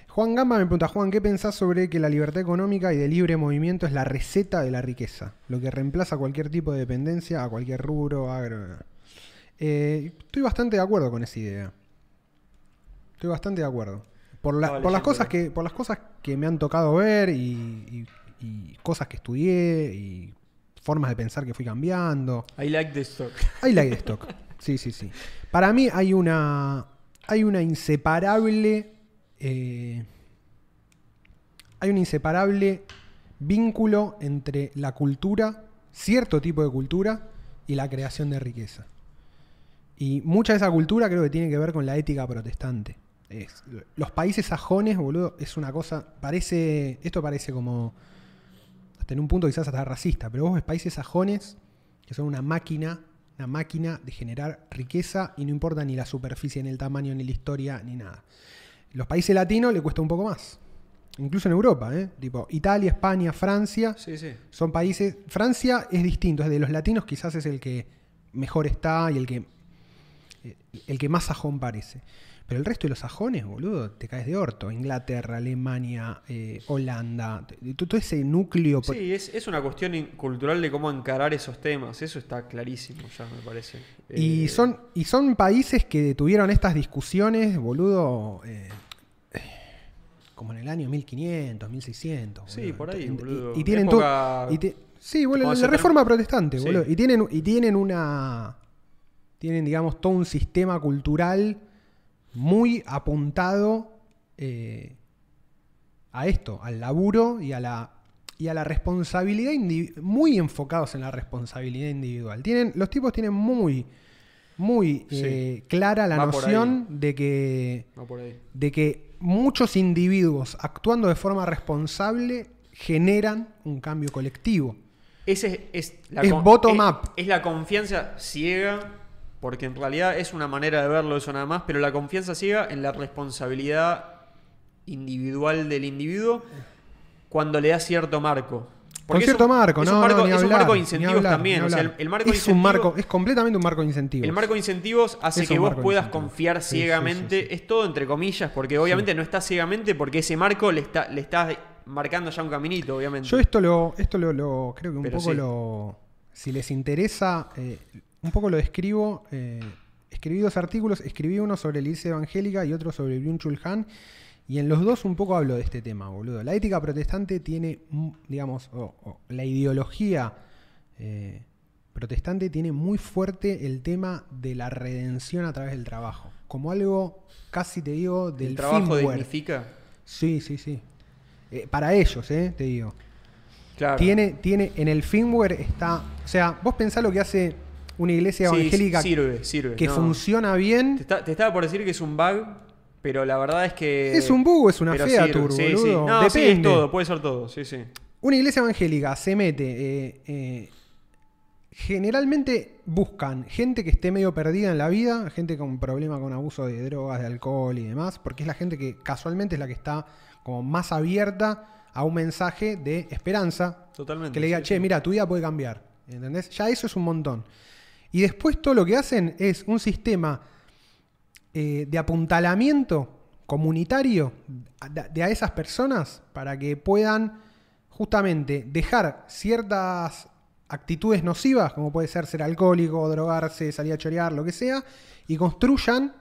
[SPEAKER 1] Juan Gamba me pregunta, Juan, ¿qué pensás sobre que la libertad económica y de libre movimiento es la receta de la riqueza? Lo que reemplaza cualquier tipo de dependencia a cualquier rubro, agro. Eh, estoy bastante de acuerdo con esa idea. Estoy bastante de acuerdo. Por, la-
[SPEAKER 2] Estaba
[SPEAKER 1] por las
[SPEAKER 2] leyéndolo.
[SPEAKER 1] cosas que, por las cosas que me han tocado ver y, y- y cosas que estudié y formas de pensar que fui cambiando.
[SPEAKER 2] I like this talk.
[SPEAKER 1] Hay la stock. Sí, sí, sí. Para mí hay una. Hay una inseparable. eh, hay un inseparable vínculo entre la cultura, cierto tipo de cultura, y la creación de riqueza. Y mucha de esa cultura creo que tiene que ver con la ética protestante. Es- los países sajones, boludo, es una cosa. Parece. Esto parece como. Hasta en un punto quizás hasta racista, pero vos ves países sajones que son una máquina, una máquina de generar riqueza y no importa ni la superficie, ni el tamaño, ni la historia, ni nada. Los países latinos le cuesta un poco más. Incluso en Europa, ¿eh? Tipo, Italia, España, Francia,
[SPEAKER 2] Sí, sí.
[SPEAKER 1] son países. Francia es distinto, es de los latinos quizás es el que mejor está y el que eh, el que más sajón parece. Pero el resto de los sajones, boludo, te caes de orto. Inglaterra, Alemania, eh, Holanda, t- t- todo ese núcleo. po-
[SPEAKER 2] Sí, es, es una cuestión in- cultural de cómo encarar esos temas. Eso está clarísimo ya, me parece.
[SPEAKER 1] Y,
[SPEAKER 2] Eh,
[SPEAKER 1] son, y son países que tuvieron estas discusiones, boludo, eh, como en el año 1500, 1600.
[SPEAKER 2] Sí,
[SPEAKER 1] boludo.
[SPEAKER 2] por ahí,
[SPEAKER 1] Ent- y-
[SPEAKER 2] boludo.
[SPEAKER 1] Y, tienen
[SPEAKER 2] Época-
[SPEAKER 1] todo. y te- Sí, bueno, la,
[SPEAKER 2] Cuando se
[SPEAKER 1] la
[SPEAKER 2] tra-
[SPEAKER 1] reforma protestante,
[SPEAKER 2] Sí.
[SPEAKER 1] boludo. Y tienen, y tienen una. Tienen, digamos, todo un sistema cultural muy apuntado eh, a esto, al laburo y a la, y a la responsabilidad individual, muy enfocados en la responsabilidad individual. Tienen, los tipos tienen muy, muy
[SPEAKER 2] Sí.
[SPEAKER 1] eh, clara la
[SPEAKER 2] Va por
[SPEAKER 1] noción de que,
[SPEAKER 2] Va por ahí.
[SPEAKER 1] de que muchos individuos actuando de forma responsable generan un cambio colectivo.
[SPEAKER 2] Ese es, es
[SPEAKER 1] Es
[SPEAKER 2] con-
[SPEAKER 1] bottom
[SPEAKER 2] es-
[SPEAKER 1] up.
[SPEAKER 2] Es la confianza ciega, porque en realidad es una manera de verlo eso nada más, pero la confianza ciega en la responsabilidad individual del individuo cuando le da cierto marco.
[SPEAKER 1] Con
[SPEAKER 2] es
[SPEAKER 1] cierto
[SPEAKER 2] un-
[SPEAKER 1] marco,
[SPEAKER 2] es
[SPEAKER 1] ¿no?
[SPEAKER 2] un marco,
[SPEAKER 1] no, ni
[SPEAKER 2] es un
[SPEAKER 1] hablar,
[SPEAKER 2] marco de
[SPEAKER 1] ni
[SPEAKER 2] incentivos
[SPEAKER 1] hablar,
[SPEAKER 2] también.
[SPEAKER 1] ni
[SPEAKER 2] o sea, el,
[SPEAKER 1] hablar.
[SPEAKER 2] el marco de
[SPEAKER 1] es un
[SPEAKER 2] incentivos-
[SPEAKER 1] marco, es completamente un marco de incentivos.
[SPEAKER 2] el marco de incentivos hace
[SPEAKER 1] Es
[SPEAKER 2] que
[SPEAKER 1] un
[SPEAKER 2] vos
[SPEAKER 1] marco de
[SPEAKER 2] puedas
[SPEAKER 1] incentivos. Sí,
[SPEAKER 2] confiar
[SPEAKER 1] sí, sí,
[SPEAKER 2] ciegamente. Es todo entre comillas, porque obviamente no está ciegamente, porque ese marco le está, le está marcando ya un caminito, obviamente.
[SPEAKER 1] Yo esto lo, esto lo, lo- creo que un
[SPEAKER 2] Pero
[SPEAKER 1] poco
[SPEAKER 2] sí.
[SPEAKER 1] lo, si les interesa, eh, un poco lo describo. eh, escribí dos artículos, escribí uno sobre la Iglesia Evangélica y otro sobre Byung Chul Han. Y en los dos un poco hablo de este tema, boludo. La ética protestante tiene, mm, digamos, o- o la ideología eh, protestante tiene muy fuerte el tema de la redención a través del trabajo. Como algo, casi te digo, del
[SPEAKER 2] el trabajo
[SPEAKER 1] firmware.
[SPEAKER 2] dignifica.
[SPEAKER 1] Sí, sí, sí. Eh, para ellos, eh, te digo.
[SPEAKER 2] Claro.
[SPEAKER 1] Tiene, tiene, en el firmware está. O sea, vos pensás lo que hace una iglesia
[SPEAKER 2] Sí,
[SPEAKER 1] evangélica
[SPEAKER 2] sirve, sirve.
[SPEAKER 1] que
[SPEAKER 2] no.
[SPEAKER 1] funciona
[SPEAKER 2] Te,
[SPEAKER 1] bien.
[SPEAKER 2] está- te estaba por decir que es un bug, pero la verdad es que.
[SPEAKER 1] Es un bug o es una
[SPEAKER 2] pero
[SPEAKER 1] fea
[SPEAKER 2] sirve.
[SPEAKER 1] tour,
[SPEAKER 2] Sí, sí.
[SPEAKER 1] boludo.
[SPEAKER 2] No, sí, es
[SPEAKER 1] Depende.
[SPEAKER 2] todo, puede ser todo, sí, sí.
[SPEAKER 1] Una iglesia evangélica se mete. eh, eh, generalmente buscan gente que esté medio perdida en la vida, gente con problema con abuso de drogas, de alcohol y demás, porque es la gente que casualmente es la que está como más abierta a un mensaje de esperanza,
[SPEAKER 2] Totalmente.
[SPEAKER 1] Que le diga,
[SPEAKER 2] sí,
[SPEAKER 1] che,
[SPEAKER 2] sí.
[SPEAKER 1] mira, tu vida puede cambiar. ¿Entendés? Ya eso es un montón. Y después todo lo que hacen es un sistema eh, de apuntalamiento comunitario a- de de a esas personas para que puedan justamente dejar ciertas actitudes nocivas, como puede ser ser alcohólico, drogarse, salir a chorear, lo que sea, y construyan,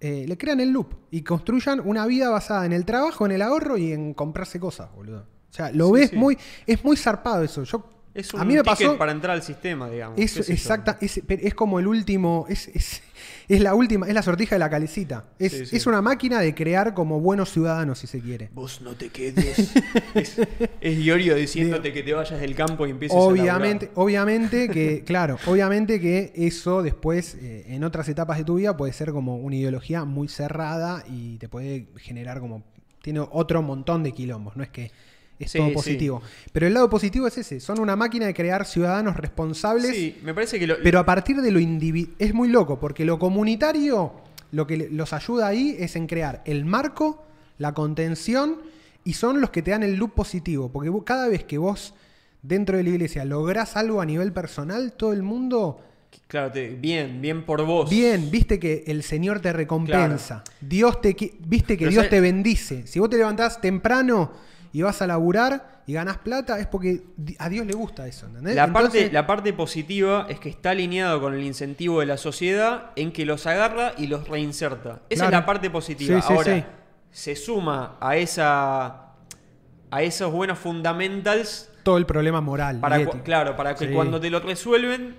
[SPEAKER 1] eh, le crean el loop, y construyan una vida basada en el trabajo, en el ahorro y en comprarse cosas, boludo. O sea, lo
[SPEAKER 2] Sí,
[SPEAKER 1] ves
[SPEAKER 2] sí.
[SPEAKER 1] muy, es muy zarpado eso. Yo,
[SPEAKER 2] Es un
[SPEAKER 1] a mí me
[SPEAKER 2] ticket
[SPEAKER 1] pasó,
[SPEAKER 2] para entrar al sistema, digamos.
[SPEAKER 1] eso,
[SPEAKER 2] qué sé yo.
[SPEAKER 1] exacta, es, pero es como el último, es, es- es la última, es la sortija de la calecita. Es,
[SPEAKER 2] Sí, sí.
[SPEAKER 1] es una máquina de crear como buenos ciudadanos, si se quiere.
[SPEAKER 2] Vos no te quedes. es, es Iorio diciéndote que te vayas del campo y empieces
[SPEAKER 1] Obviamente,
[SPEAKER 2] a
[SPEAKER 1] obviamente que, claro, obviamente que eso después, eh, en otras etapas de tu vida, puede ser como una ideología muy cerrada y te puede generar como. Tiene otro montón de quilombos, no es que es
[SPEAKER 2] Sí,
[SPEAKER 1] todo
[SPEAKER 2] sí.
[SPEAKER 1] positivo. Pero el lado positivo es ese, son una máquina de crear ciudadanos
[SPEAKER 2] laburar.
[SPEAKER 1] responsables.
[SPEAKER 2] Sí, me parece que lo,
[SPEAKER 1] Pero a partir de lo individual. Es muy loco, porque lo comunitario lo que le- los ayuda ahí es en crear el marco, la contención, y son los que te dan el loop positivo. Porque vos- cada vez que vos, dentro de la iglesia, lográs algo a nivel personal, todo el mundo.
[SPEAKER 2] claro, te- bien, bien por vos.
[SPEAKER 1] Bien, viste que el Señor te recompensa. Dios te qui- viste que
[SPEAKER 2] Pero
[SPEAKER 1] Dios
[SPEAKER 2] sabe-
[SPEAKER 1] te bendice. Si vos te levantás temprano y vas a laburar y ganás plata, es porque di- a Dios le gusta eso, ¿entendés?
[SPEAKER 2] La, parte,
[SPEAKER 1] ¿Eh? Entonces-
[SPEAKER 2] la parte positiva es que está alineado con el incentivo de la sociedad en que los agarra y los reinserta. Esa es
[SPEAKER 1] Claro.
[SPEAKER 2] la parte positiva.
[SPEAKER 1] Sí, sí,
[SPEAKER 2] Ahora,
[SPEAKER 1] sí.
[SPEAKER 2] se suma a esa a esos buenos fundamentals
[SPEAKER 1] todo el problema moral.
[SPEAKER 2] para
[SPEAKER 1] y
[SPEAKER 2] cu-
[SPEAKER 1] ético.
[SPEAKER 2] claro, para que
[SPEAKER 1] Sí.
[SPEAKER 2] cuando te lo resuelven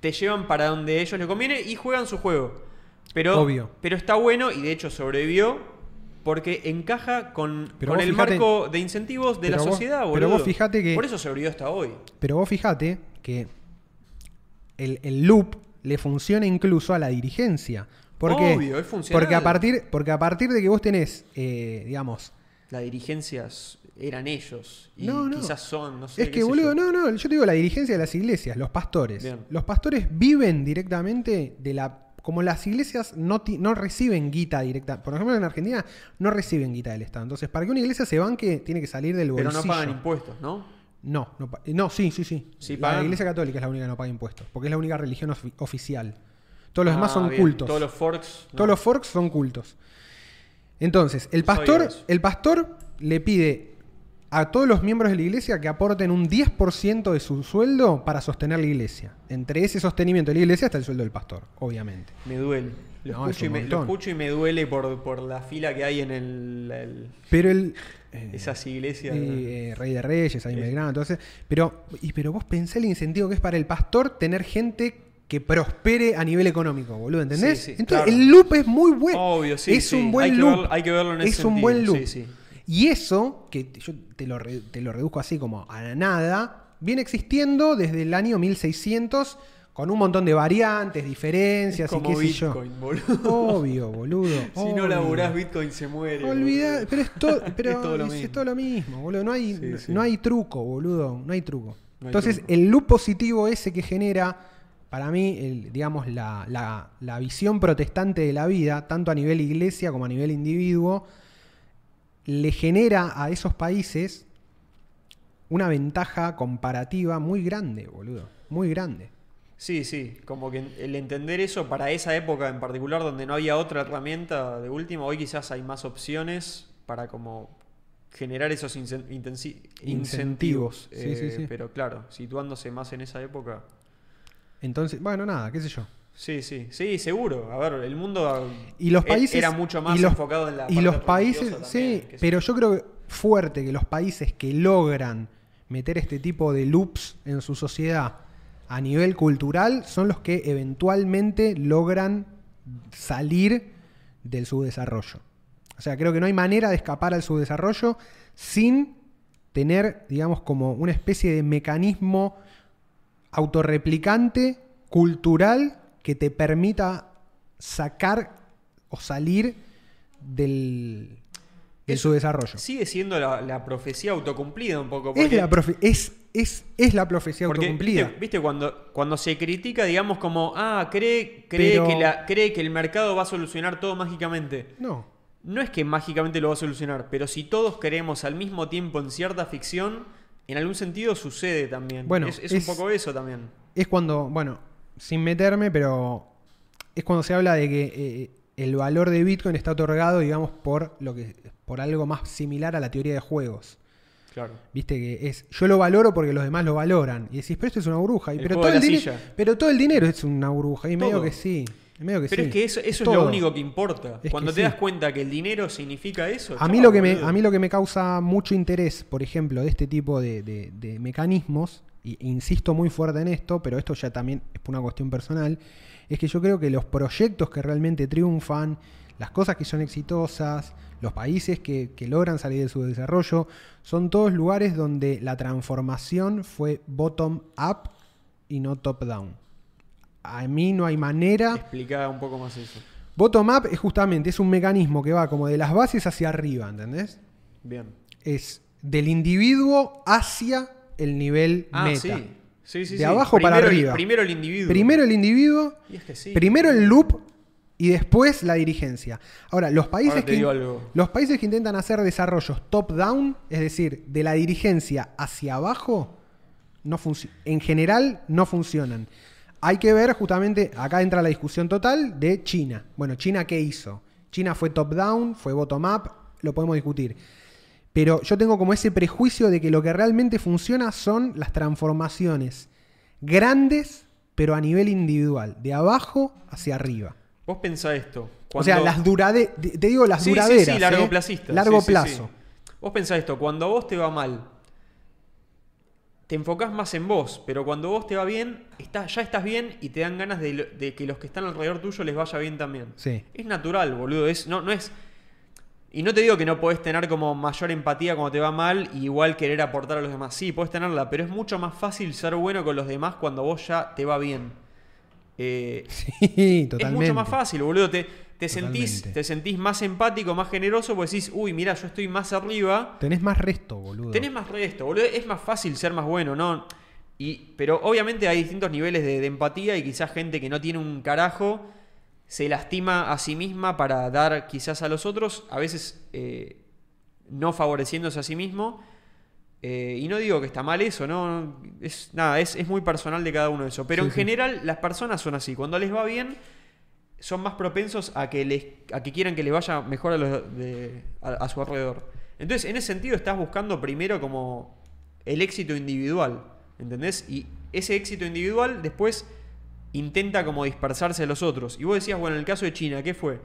[SPEAKER 2] te llevan para donde a ellos les conviene y juegan su juego. Pero
[SPEAKER 1] Obvio.
[SPEAKER 2] pero está bueno y de hecho sobrevivió porque encaja con,
[SPEAKER 1] Pero
[SPEAKER 2] con
[SPEAKER 1] vos
[SPEAKER 2] el
[SPEAKER 1] fijate-
[SPEAKER 2] marco de incentivos de la
[SPEAKER 1] pero vos-
[SPEAKER 2] sociedad,
[SPEAKER 1] pero
[SPEAKER 2] boludo.
[SPEAKER 1] vos fijate que-
[SPEAKER 2] Por eso sobrevivió hasta hoy.
[SPEAKER 1] Pero vos fijate que el, el loop le funciona incluso a la dirigencia. ¿Por qué?
[SPEAKER 2] Obvio, es funcional.
[SPEAKER 1] Porque a, partir, porque a partir de que vos tenés, eh, digamos...
[SPEAKER 2] la dirigencia s- eran ellos. Y
[SPEAKER 1] No, no.
[SPEAKER 2] quizás son, no sé.
[SPEAKER 1] es
[SPEAKER 2] qué
[SPEAKER 1] que,
[SPEAKER 2] sé
[SPEAKER 1] boludo,
[SPEAKER 2] yo.
[SPEAKER 1] no, no, yo te digo la dirigencia de las iglesias, los pastores.
[SPEAKER 2] Bien.
[SPEAKER 1] Los pastores viven directamente de la... Como las iglesias no, ti- no reciben guita directa, por ejemplo en Argentina no reciben guita del Estado. Entonces, para que una iglesia se banque, tiene que salir del
[SPEAKER 2] Pero
[SPEAKER 1] bolsillo.
[SPEAKER 2] no pagan impuestos, ¿no?
[SPEAKER 1] No, no, pa- eh, no, sí, sí, sí.
[SPEAKER 2] Sí,
[SPEAKER 1] la
[SPEAKER 2] pagan.
[SPEAKER 1] Iglesia Católica es la única que no paga impuestos, porque es la única religión ofi- oficial. Todos los
[SPEAKER 2] Ah,
[SPEAKER 1] demás son
[SPEAKER 2] bien.
[SPEAKER 1] cultos.
[SPEAKER 2] Todos los forks. no.
[SPEAKER 1] Todos los forks son cultos. Entonces, el
[SPEAKER 2] No sabía
[SPEAKER 1] pastor,
[SPEAKER 2] eso.
[SPEAKER 1] el pastor le pide a todos los miembros de la iglesia que aporten un 10% de su sueldo para sostener la iglesia. Entre ese sostenimiento de la iglesia está el sueldo del pastor, obviamente.
[SPEAKER 2] Me duele. Lo,
[SPEAKER 1] No, es
[SPEAKER 2] escucho, y
[SPEAKER 1] un
[SPEAKER 2] me, lo
[SPEAKER 1] montón.
[SPEAKER 2] escucho y me duele por, por la fila que hay en el, el-
[SPEAKER 1] Pero el. eh,
[SPEAKER 2] esas iglesias.
[SPEAKER 1] Eh, eh, Rey de Reyes, ahí
[SPEAKER 2] Sí.
[SPEAKER 1] Belgrano, entonces. Pero, y, pero vos pensé el incentivo que es para el pastor tener gente que prospere a nivel económico, boludo, ¿entendés?
[SPEAKER 2] Sí, sí,
[SPEAKER 1] entonces
[SPEAKER 2] claro.
[SPEAKER 1] el loop es muy bueno.
[SPEAKER 2] Obvio, sí,
[SPEAKER 1] Es
[SPEAKER 2] sí.
[SPEAKER 1] un buen
[SPEAKER 2] Hay que
[SPEAKER 1] loop.
[SPEAKER 2] verlo- hay que verlo en
[SPEAKER 1] Es un
[SPEAKER 2] ese sentido,
[SPEAKER 1] buen loop.
[SPEAKER 2] sí, sí.
[SPEAKER 1] Y eso, que yo te lo, re- te lo reduzco así como a la nada, viene existiendo desde el año 1600 con un montón de variantes, diferencias y qué
[SPEAKER 2] como
[SPEAKER 1] sé yo.
[SPEAKER 2] Bitcoin, boludo.
[SPEAKER 1] Obvio, boludo.
[SPEAKER 2] Si no
[SPEAKER 1] obvio.
[SPEAKER 2] laburás, Bitcoin se muere.
[SPEAKER 1] Olvidá,
[SPEAKER 2] boludo.
[SPEAKER 1] pero es, to- pero
[SPEAKER 2] Es todo lo
[SPEAKER 1] es- es
[SPEAKER 2] mismo.
[SPEAKER 1] todo lo mismo, boludo. No hay,
[SPEAKER 2] Sí, sí.
[SPEAKER 1] no hay truco, boludo. No hay truco.
[SPEAKER 2] No hay
[SPEAKER 1] Entonces,
[SPEAKER 2] truco.
[SPEAKER 1] el loop positivo ese que genera, para mí, el- digamos, la, la- la visión protestante de la vida, tanto a nivel iglesia como a nivel individuo, le genera a esos países una ventaja comparativa muy grande, boludo. Muy grande.
[SPEAKER 2] Sí, sí. Como que el entender eso para esa época en particular, donde no había otra herramienta de última, hoy quizás hay más opciones para como generar esos incen- intensi-
[SPEAKER 1] Incentivos.
[SPEAKER 2] incentivos.
[SPEAKER 1] Sí,
[SPEAKER 2] eh,
[SPEAKER 1] sí, sí.
[SPEAKER 2] Pero claro, situándose más en esa época.
[SPEAKER 1] Entonces, bueno, nada, qué sé yo.
[SPEAKER 2] Sí, sí, sí, seguro. A ver, el mundo
[SPEAKER 1] Y los
[SPEAKER 2] e-
[SPEAKER 1] países.
[SPEAKER 2] era mucho más
[SPEAKER 1] y los-
[SPEAKER 2] enfocado en la
[SPEAKER 1] Y
[SPEAKER 2] parte
[SPEAKER 1] los países,
[SPEAKER 2] religiosa también,
[SPEAKER 1] sí,
[SPEAKER 2] qué sé
[SPEAKER 1] pero yo creo que fuerte que los países que logran meter este tipo de loops en su sociedad a nivel cultural son los que eventualmente logran salir del subdesarrollo. O sea, creo que no hay manera de escapar al subdesarrollo sin tener, digamos, como una especie de mecanismo autorreplicante, cultural, que te permita sacar o salir del, de
[SPEAKER 2] Eso-
[SPEAKER 1] su desarrollo.
[SPEAKER 2] Sigue siendo la, la profecía autocumplida un poco.
[SPEAKER 1] Es
[SPEAKER 2] porque-
[SPEAKER 1] la, profe- es, es, es la profecía
[SPEAKER 2] porque,
[SPEAKER 1] autocumplida.
[SPEAKER 2] Viste, viste, cuando, cuando se critica, digamos como, ah, cree, cree,
[SPEAKER 1] Pero-
[SPEAKER 2] que la, cree que el mercado va a solucionar todo mágicamente.
[SPEAKER 1] No.
[SPEAKER 2] No es que mágicamente lo va a solucionar, pero si todos creemos al mismo tiempo en cierta ficción, en algún sentido sucede también.
[SPEAKER 1] Bueno,
[SPEAKER 2] es, es
[SPEAKER 1] es-
[SPEAKER 2] un poco eso también.
[SPEAKER 1] Es cuando, bueno, sin meterme, pero es cuando se habla de que eh, el valor de Bitcoin está otorgado, digamos, por, lo que, por algo más similar a la teoría de juegos.
[SPEAKER 2] Claro.
[SPEAKER 1] Viste que es, yo lo valoro porque los demás lo valoran. Y decís, pero esto es una burbuja. Y,
[SPEAKER 2] El
[SPEAKER 1] pero,
[SPEAKER 2] juego
[SPEAKER 1] todo
[SPEAKER 2] de
[SPEAKER 1] el dine-
[SPEAKER 2] la silla.
[SPEAKER 1] pero todo el dinero es una burbuja. Y medio
[SPEAKER 2] Todo.
[SPEAKER 1] que sí. y medio que
[SPEAKER 2] Pero
[SPEAKER 1] sí.
[SPEAKER 2] es que eso, eso es
[SPEAKER 1] Todo.
[SPEAKER 2] lo único que importa.
[SPEAKER 1] que
[SPEAKER 2] Cuando
[SPEAKER 1] sí.
[SPEAKER 2] te das cuenta que el dinero significa eso.
[SPEAKER 1] A mí,
[SPEAKER 2] chao,
[SPEAKER 1] lo que me,
[SPEAKER 2] boludo.
[SPEAKER 1] a mí lo que me causa mucho interés, por ejemplo, de este tipo de, de- de mecanismos, e insisto muy fuerte en esto, pero esto ya también es por una cuestión personal, es que yo creo que los proyectos que realmente triunfan, las cosas que son exitosas, los países que, que logran salir de su desarrollo, son todos lugares donde la transformación fue bottom-up y no top-down. A mí no hay manera...
[SPEAKER 2] Explicá un poco más eso.
[SPEAKER 1] Bottom-up es justamente, es un mecanismo que va como de las bases hacia arriba, ¿entendés?
[SPEAKER 2] Bien.
[SPEAKER 1] es del individuo hacia el nivel
[SPEAKER 2] Ah,
[SPEAKER 1] meta.
[SPEAKER 2] sí. Sí, sí,
[SPEAKER 1] de
[SPEAKER 2] sí.
[SPEAKER 1] abajo para
[SPEAKER 2] Primero el-
[SPEAKER 1] arriba.
[SPEAKER 2] primero el individuo.
[SPEAKER 1] Primero el individuo,
[SPEAKER 2] Y es que sí.
[SPEAKER 1] primero el loop y después la dirigencia. Ahora, los países,
[SPEAKER 2] Ahora te
[SPEAKER 1] que,
[SPEAKER 2] digo algo.
[SPEAKER 1] los países que intentan hacer desarrollos top-down, es decir, de la dirigencia hacia abajo, no funci- en general no funcionan. Hay que ver justamente, acá entra la discusión total de China. Bueno, China qué hizo? China fue top-down, fue bottom-up, lo podemos discutir. Pero yo tengo como ese prejuicio de que lo que realmente funciona son las transformaciones grandes, pero a nivel individual, de abajo hacia arriba.
[SPEAKER 2] Vos pensá esto.
[SPEAKER 1] O sea,
[SPEAKER 2] cuando-
[SPEAKER 1] las durade te te digo las
[SPEAKER 2] Sí, sí,
[SPEAKER 1] duraderas.
[SPEAKER 2] Sí, largo
[SPEAKER 1] ¿eh?
[SPEAKER 2] plazista.
[SPEAKER 1] Largo
[SPEAKER 2] Sí, sí,
[SPEAKER 1] plazo.
[SPEAKER 2] sí. Vos pensá esto, cuando a vos te va mal, te enfocás más en vos, pero cuando vos te va bien, está- ya estás bien y te dan ganas de, lo- de que los que están alrededor tuyo les vaya bien también.
[SPEAKER 1] Sí.
[SPEAKER 2] Es natural, boludo. Es, no, no es. Y no te digo que no podés tener como mayor empatía cuando te va mal y igual querer aportar a los demás. Sí, podés tenerla, pero es mucho más fácil ser bueno con los demás cuando vos ya te va bien. Eh,
[SPEAKER 1] Sí, totalmente.
[SPEAKER 2] es mucho más fácil, boludo. Te, te sentís,
[SPEAKER 1] Totalmente.
[SPEAKER 2] te sentís más empático, más generoso, porque decís, uy, mira, yo estoy más arriba.
[SPEAKER 1] Tenés más resto, boludo.
[SPEAKER 2] Tenés más resto, boludo. Es más fácil ser más bueno, ¿no? Y, pero obviamente hay distintos niveles de, de empatía y quizás gente que no tiene un carajo se lastima a sí misma para dar quizás a los otros, a veces eh, no favoreciéndose a sí mismo. Eh, y no digo que está mal eso, no, no, es nada, es, es muy personal de cada uno eso. Pero
[SPEAKER 1] Sí,
[SPEAKER 2] en
[SPEAKER 1] sí.
[SPEAKER 2] general las personas son así, cuando les va bien son más propensos a que, les, a que quieran que les vaya mejor a, los de- a- a su alrededor. Entonces, en ese sentido estás buscando primero como el éxito individual, ¿entendés? Y ese éxito individual después intenta como dispersarse a los otros. Y vos decías, bueno, en el caso de China, ¿qué fue?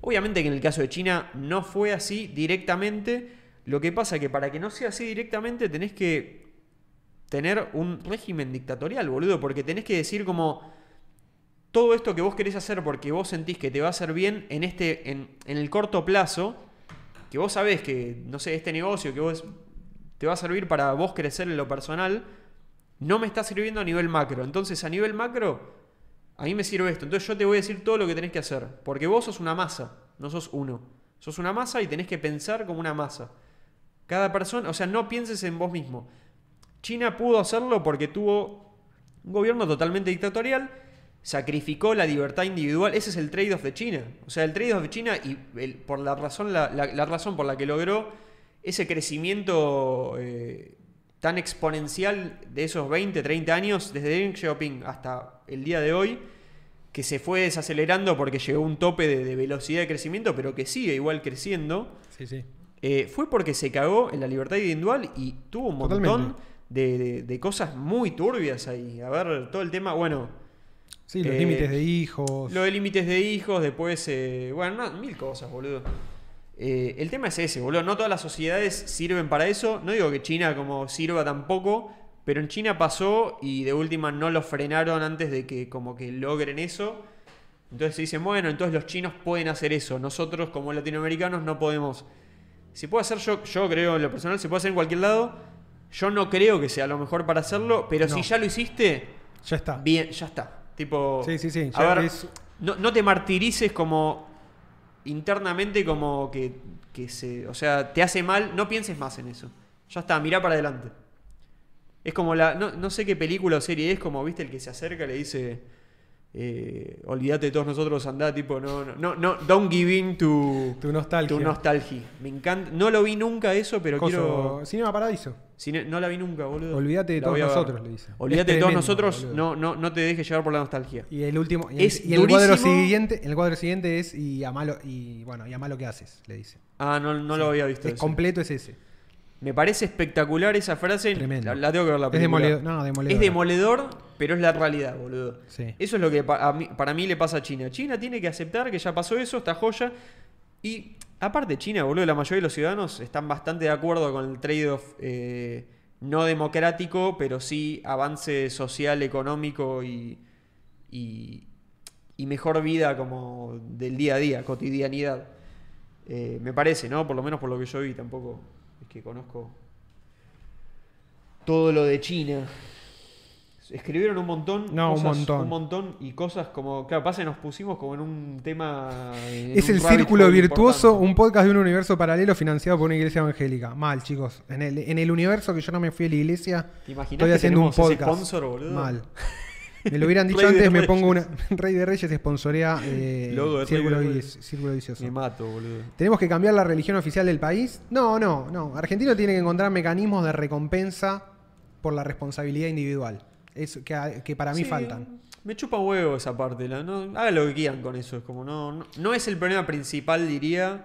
[SPEAKER 2] Obviamente que en el caso de China no fue así directamente. Lo que pasa que para que no sea así directamente tenés que tener un régimen dictatorial, boludo, porque tenés que decir como todo esto que vos querés hacer porque vos sentís que te va a hacer bien en este en, en el corto plazo, que vos sabés que no sé, este negocio que vos te va a servir para vos crecer en lo personal, no me está sirviendo a nivel macro. Entonces, a nivel macro, a mí me sirve esto. Entonces, yo te voy a decir todo lo que tenés que hacer. Porque vos sos una masa, no sos uno. Sos una masa y tenés que pensar como una masa. Cada persona, o sea, no pienses en vos mismo. China pudo hacerlo porque tuvo un gobierno totalmente dictatorial, sacrificó la libertad individual. Ese es el trade-off de China. O sea, el trade-off de China y el- por la razón, la, la- la razón por la que logró ese crecimiento eh, tan exponencial de esos 20, 30 años, desde Deng Xiaoping hasta el día de hoy, que se fue desacelerando porque llegó a un tope de- de velocidad de crecimiento, pero que sigue igual creciendo.
[SPEAKER 1] Sí, sí.
[SPEAKER 2] Eh, fue porque se cagó en la libertad individual y tuvo un montón
[SPEAKER 1] Totalmente.
[SPEAKER 2] de, de- de cosas muy turbias ahí. A ver, todo el tema, bueno,
[SPEAKER 1] Sí, los
[SPEAKER 2] Eh,
[SPEAKER 1] límites de hijos.
[SPEAKER 2] lo de límites de hijos, después, eh, bueno, no, mil cosas, boludo. Eh, el tema es ese, boludo. No todas las sociedades sirven para eso. No digo que China como sirva tampoco, pero en China pasó y de última no lo frenaron antes de que como que logren eso. Entonces se dicen, bueno, entonces los chinos pueden hacer eso. Nosotros como latinoamericanos no podemos. Se puede hacer, yo, yo creo en lo personal, se puede hacer en cualquier lado. Yo no creo que sea lo mejor para hacerlo, pero
[SPEAKER 1] No.
[SPEAKER 2] si ya lo hiciste,
[SPEAKER 1] Ya está.
[SPEAKER 2] Bien, ya está. Tipo,
[SPEAKER 1] Sí, sí, sí,
[SPEAKER 2] a
[SPEAKER 1] ya
[SPEAKER 2] ver,
[SPEAKER 1] es-
[SPEAKER 2] no, no te martirices como internamente como que, que se, o sea, te hace mal, no pienses más en eso. Ya está, mirá para adelante. Es como la, no, no sé qué película o serie es, como viste el que se acerca y le dice, eh, olvídate de todos nosotros, andá, tipo, no, no, no, no, don't give in to
[SPEAKER 1] Tu nostalgia.
[SPEAKER 2] to nostalgia. Me encanta, no lo vi nunca eso, pero
[SPEAKER 1] Coso-
[SPEAKER 2] quiero...
[SPEAKER 1] Cinema Paradiso.
[SPEAKER 2] Si no, no la vi nunca, boludo.
[SPEAKER 1] Olvídate de
[SPEAKER 2] La
[SPEAKER 1] todos
[SPEAKER 2] voy a ver.
[SPEAKER 1] nosotros, le dice.
[SPEAKER 2] Olvídate
[SPEAKER 1] Es
[SPEAKER 2] de todos
[SPEAKER 1] tremendo,
[SPEAKER 2] nosotros,
[SPEAKER 1] boludo.
[SPEAKER 2] no, no, no te dejes llevar por la nostalgia.
[SPEAKER 1] Y el último. Y el,
[SPEAKER 2] Es
[SPEAKER 1] y el cuadro
[SPEAKER 2] durísimo.
[SPEAKER 1] siguiente. El cuadro siguiente es y amá lo, y bueno, y amá lo que haces, le dice.
[SPEAKER 2] Ah, no, no lo había visto.
[SPEAKER 1] Es
[SPEAKER 2] ese.
[SPEAKER 1] completo es ese.
[SPEAKER 2] Me parece espectacular esa frase.
[SPEAKER 1] Tremendo.
[SPEAKER 2] La, la tengo que ver la
[SPEAKER 1] Es
[SPEAKER 2] película.
[SPEAKER 1] demoledo- no, demoledora.
[SPEAKER 2] Es demoledor, pero es la realidad, boludo.
[SPEAKER 1] Sí.
[SPEAKER 2] Eso es lo que pa- a mí- para mí le pasa a China. China tiene que aceptar que ya pasó eso, esta joya. Y aparte, China, boludo, la mayoría de los ciudadanos están bastante de acuerdo con el trade-off eh, no democrático, pero sí avance social, económico y, y, y mejor vida como del día a día, cotidianidad. Eh, me parece, ¿no? Por lo menos por lo que yo vi, tampoco es que conozco todo lo de China. Escribieron un montón,
[SPEAKER 1] No, un montón.
[SPEAKER 2] un montón y cosas como, claro, pasa que nos pusimos como en un tema. en
[SPEAKER 1] Es
[SPEAKER 2] un
[SPEAKER 1] el
[SPEAKER 2] rabbit
[SPEAKER 1] círculo
[SPEAKER 2] hole
[SPEAKER 1] virtuoso,
[SPEAKER 2] importante.
[SPEAKER 1] un podcast de un universo paralelo financiado por una iglesia evangélica. Mal, chicos. En el, en el universo que yo no me fui a la iglesia,
[SPEAKER 2] ¿Te imaginas
[SPEAKER 1] estoy
[SPEAKER 2] que
[SPEAKER 1] haciendo un
[SPEAKER 2] tenemos ese
[SPEAKER 1] podcast.
[SPEAKER 2] sponsor, boludo?
[SPEAKER 1] Mal. Me lo hubieran dicho
[SPEAKER 2] Rey de
[SPEAKER 1] antes, me
[SPEAKER 2] Reyes.
[SPEAKER 1] pongo una. Rey de Reyes sponsorea eh,
[SPEAKER 2] Logo de Rey
[SPEAKER 1] círculo,
[SPEAKER 2] de
[SPEAKER 1] vi-
[SPEAKER 2] Reyes.
[SPEAKER 1] Círculo Vicioso.
[SPEAKER 2] Me mato, boludo.
[SPEAKER 1] ¿Tenemos que cambiar la religión oficial del país? No, no, no. Argentino tiene que encontrar mecanismos de recompensa por la responsabilidad individual. Es que, a- que para mí
[SPEAKER 2] Sí, mm,
[SPEAKER 1] faltan.
[SPEAKER 2] Me chupa un huevo esa parte. La, no, hagan lo que quieran con eso. Es como no, no, no es el problema principal, diría.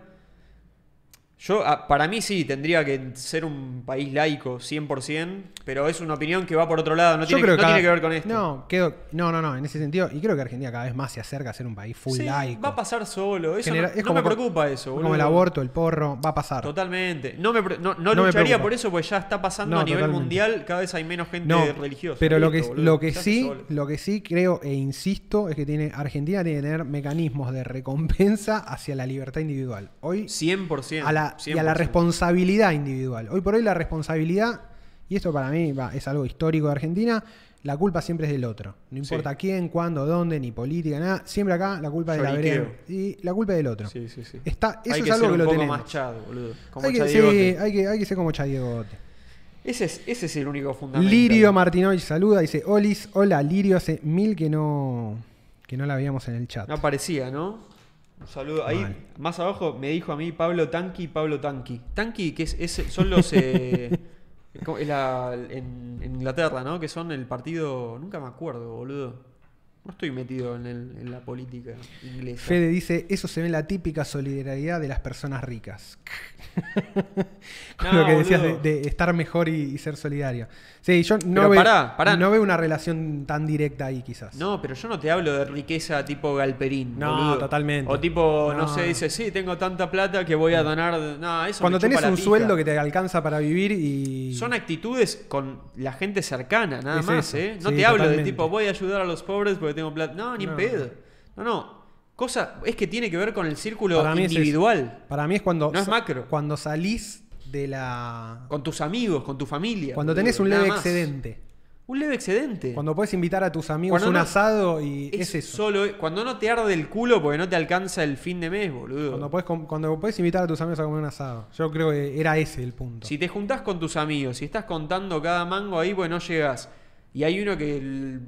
[SPEAKER 2] Yo, ah, para mí sí, tendría que ser un país laico 100%, pero es una opinión que va por otro lado, no, tiene, no
[SPEAKER 1] cada-
[SPEAKER 2] tiene que ver con esto.
[SPEAKER 1] No, quedo- no, no, no, en ese sentido. Y creo que Argentina cada vez más se acerca a ser un país full
[SPEAKER 2] Sí,
[SPEAKER 1] laico.
[SPEAKER 2] Va a pasar solo, eso
[SPEAKER 1] Genera-
[SPEAKER 2] no,
[SPEAKER 1] es
[SPEAKER 2] no me
[SPEAKER 1] como-
[SPEAKER 2] preocupa eso.
[SPEAKER 1] como
[SPEAKER 2] boludo.
[SPEAKER 1] el aborto, el porro, va a pasar.
[SPEAKER 2] Totalmente. No, me, pre- no, no
[SPEAKER 1] No me
[SPEAKER 2] lucharía
[SPEAKER 1] preocupa.
[SPEAKER 2] por eso, porque ya está pasando
[SPEAKER 1] No,
[SPEAKER 2] a nivel
[SPEAKER 1] totalmente.
[SPEAKER 2] mundial, cada vez hay menos gente religiosa.
[SPEAKER 1] Pero lo que,
[SPEAKER 2] Listo, boludo,
[SPEAKER 1] lo, que
[SPEAKER 2] se hace
[SPEAKER 1] sí,
[SPEAKER 2] solo.
[SPEAKER 1] lo que sí creo e insisto es que tiene, Argentina tiene que tener mecanismos de recompensa hacia la libertad individual. Hoy
[SPEAKER 2] 100%.
[SPEAKER 1] a la, y a la
[SPEAKER 2] 100%.
[SPEAKER 1] responsabilidad individual. Hoy por hoy la responsabilidad, y esto para mí va, es algo histórico de Argentina, la culpa siempre es del otro. No importa
[SPEAKER 2] Sí.
[SPEAKER 1] quién, cuándo, dónde, ni política, nada. Siempre acá la culpa es de la
[SPEAKER 2] Lloriqueo.
[SPEAKER 1] vereda. Y la culpa es del otro.
[SPEAKER 2] Sí, sí, sí.
[SPEAKER 1] Está, eso
[SPEAKER 2] hay
[SPEAKER 1] es
[SPEAKER 2] que
[SPEAKER 1] algo
[SPEAKER 2] ser
[SPEAKER 1] que
[SPEAKER 2] un
[SPEAKER 1] lo
[SPEAKER 2] poco
[SPEAKER 1] tenemos.
[SPEAKER 2] más chad, boludo. Como
[SPEAKER 1] hay, que, sí,
[SPEAKER 2] Chadiegote.
[SPEAKER 1] hay, que, hay que ser como Chadiegote.
[SPEAKER 2] ese, es, ese es el único fundamento.
[SPEAKER 1] Lirio Martinovich saluda, dice, Olis, hola Lirio, hace mil que no, que no la veíamos en el chat.
[SPEAKER 2] No aparecía, ¿no? Un saludo. Ahí,
[SPEAKER 1] Mal.
[SPEAKER 2] más abajo, me dijo a mí Pablo Tanqui, Pablo Tanqui. Tanqui, que es, es- son los. eh, ¿cómo? es la- en, en Inglaterra, ¿no? Que son el partido. Nunca me acuerdo, boludo. No estoy metido en, el- en la política inglesa.
[SPEAKER 1] Fede dice, eso se ve en la típica solidaridad de las personas ricas. Con
[SPEAKER 2] No,
[SPEAKER 1] lo que decías de,
[SPEAKER 2] boludo.
[SPEAKER 1] de estar mejor y, y ser solidario. Sí, yo no
[SPEAKER 2] Pero
[SPEAKER 1] veo,
[SPEAKER 2] pará, pará.
[SPEAKER 1] no veo una relación tan directa ahí quizás.
[SPEAKER 2] No, pero yo no te hablo de riqueza tipo Galperín.
[SPEAKER 1] No,
[SPEAKER 2] boludo.
[SPEAKER 1] totalmente.
[SPEAKER 2] O tipo, no.
[SPEAKER 1] No.
[SPEAKER 2] sé, dice, sí, tengo tanta plata que voy a donar. No, eso
[SPEAKER 1] Cuando
[SPEAKER 2] me chupa
[SPEAKER 1] tenés
[SPEAKER 2] la
[SPEAKER 1] un
[SPEAKER 2] pija.
[SPEAKER 1] sueldo que te alcanza para vivir y...
[SPEAKER 2] Son actitudes con la gente cercana, nada
[SPEAKER 1] Es
[SPEAKER 2] más,
[SPEAKER 1] eso.
[SPEAKER 2] ¿eh? No
[SPEAKER 1] Sí,
[SPEAKER 2] te hablo de
[SPEAKER 1] totalmente.
[SPEAKER 2] tipo, voy a ayudar a los pobres porque tengo plata. No, ni en
[SPEAKER 1] No.
[SPEAKER 2] pedo. No, no. Cosa, es que tiene que ver con el círculo
[SPEAKER 1] Para mí es eso.
[SPEAKER 2] individual.
[SPEAKER 1] Para mí es cuando,
[SPEAKER 2] No es
[SPEAKER 1] sa-
[SPEAKER 2] macro.
[SPEAKER 1] cuando salís de la...
[SPEAKER 2] Con tus amigos, con tu familia.
[SPEAKER 1] Cuando
[SPEAKER 2] boludo,
[SPEAKER 1] tenés un
[SPEAKER 2] nada
[SPEAKER 1] leve
[SPEAKER 2] más.
[SPEAKER 1] excedente.
[SPEAKER 2] Un leve excedente.
[SPEAKER 1] Cuando puedes invitar a tus amigos
[SPEAKER 2] Cuando
[SPEAKER 1] un
[SPEAKER 2] no-
[SPEAKER 1] asado y es,
[SPEAKER 2] es
[SPEAKER 1] eso.
[SPEAKER 2] Solo, cuando no te arde el culo porque no te alcanza el fin de mes, boludo.
[SPEAKER 1] Cuando puedes com- cuando puedes invitar a tus amigos a comer un asado. Yo creo que era ese el punto.
[SPEAKER 2] Si te juntás con tus amigos, si estás contando cada mango ahí, pues no llegas. Y hay uno que el-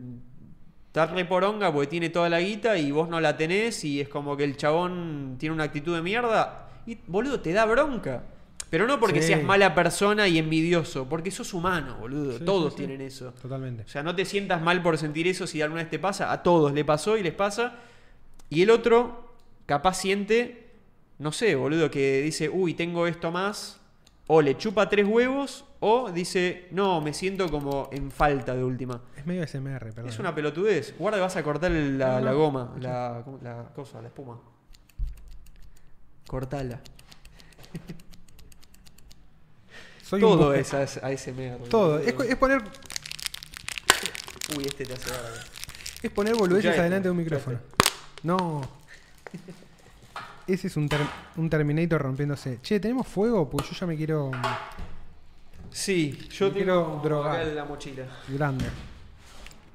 [SPEAKER 2] está re poronga porque tiene toda la guita y vos no la tenés y es como que el chabón tiene una actitud de mierda. Y boludo, te da bronca. Pero no porque
[SPEAKER 1] Sí.
[SPEAKER 2] seas mala persona y envidioso, porque sos humano, boludo.
[SPEAKER 1] Sí,
[SPEAKER 2] Todos
[SPEAKER 1] sí, sí.
[SPEAKER 2] tienen eso.
[SPEAKER 1] Totalmente.
[SPEAKER 2] O sea, no te sientas mal por sentir eso si alguna vez te pasa. A todos le pasó y les pasa. Y el otro, capaz siente, no sé, boludo, que dice, uy, tengo esto más. O le chupa tres huevos. O dice, no, me siento como en falta de última.
[SPEAKER 1] Es medio SMR, perdón.
[SPEAKER 2] Es una pelotudez. Guarda, vas a cortar el- la,
[SPEAKER 1] No, no.
[SPEAKER 2] la goma, la, ¿cómo- la cosa, la espuma. Cortala.
[SPEAKER 1] Soy un
[SPEAKER 2] Todo
[SPEAKER 1] busca-
[SPEAKER 2] es AS- ASMR.
[SPEAKER 1] Todo.
[SPEAKER 2] boludo.
[SPEAKER 1] Es, es poner,
[SPEAKER 2] Uy, este te hace barba.
[SPEAKER 1] es poner boludeces
[SPEAKER 2] Escuchá
[SPEAKER 1] adelante de un
[SPEAKER 2] esto, escuchá
[SPEAKER 1] micrófono. No. Ese es un, ter- un Terminator rompiéndose. Che, ¿tenemos fuego? Pues yo ya me quiero mm,
[SPEAKER 2] Sí, yo
[SPEAKER 1] Me quiero
[SPEAKER 2] tengo
[SPEAKER 1] drogar.
[SPEAKER 2] acá en la mochila.
[SPEAKER 1] grande.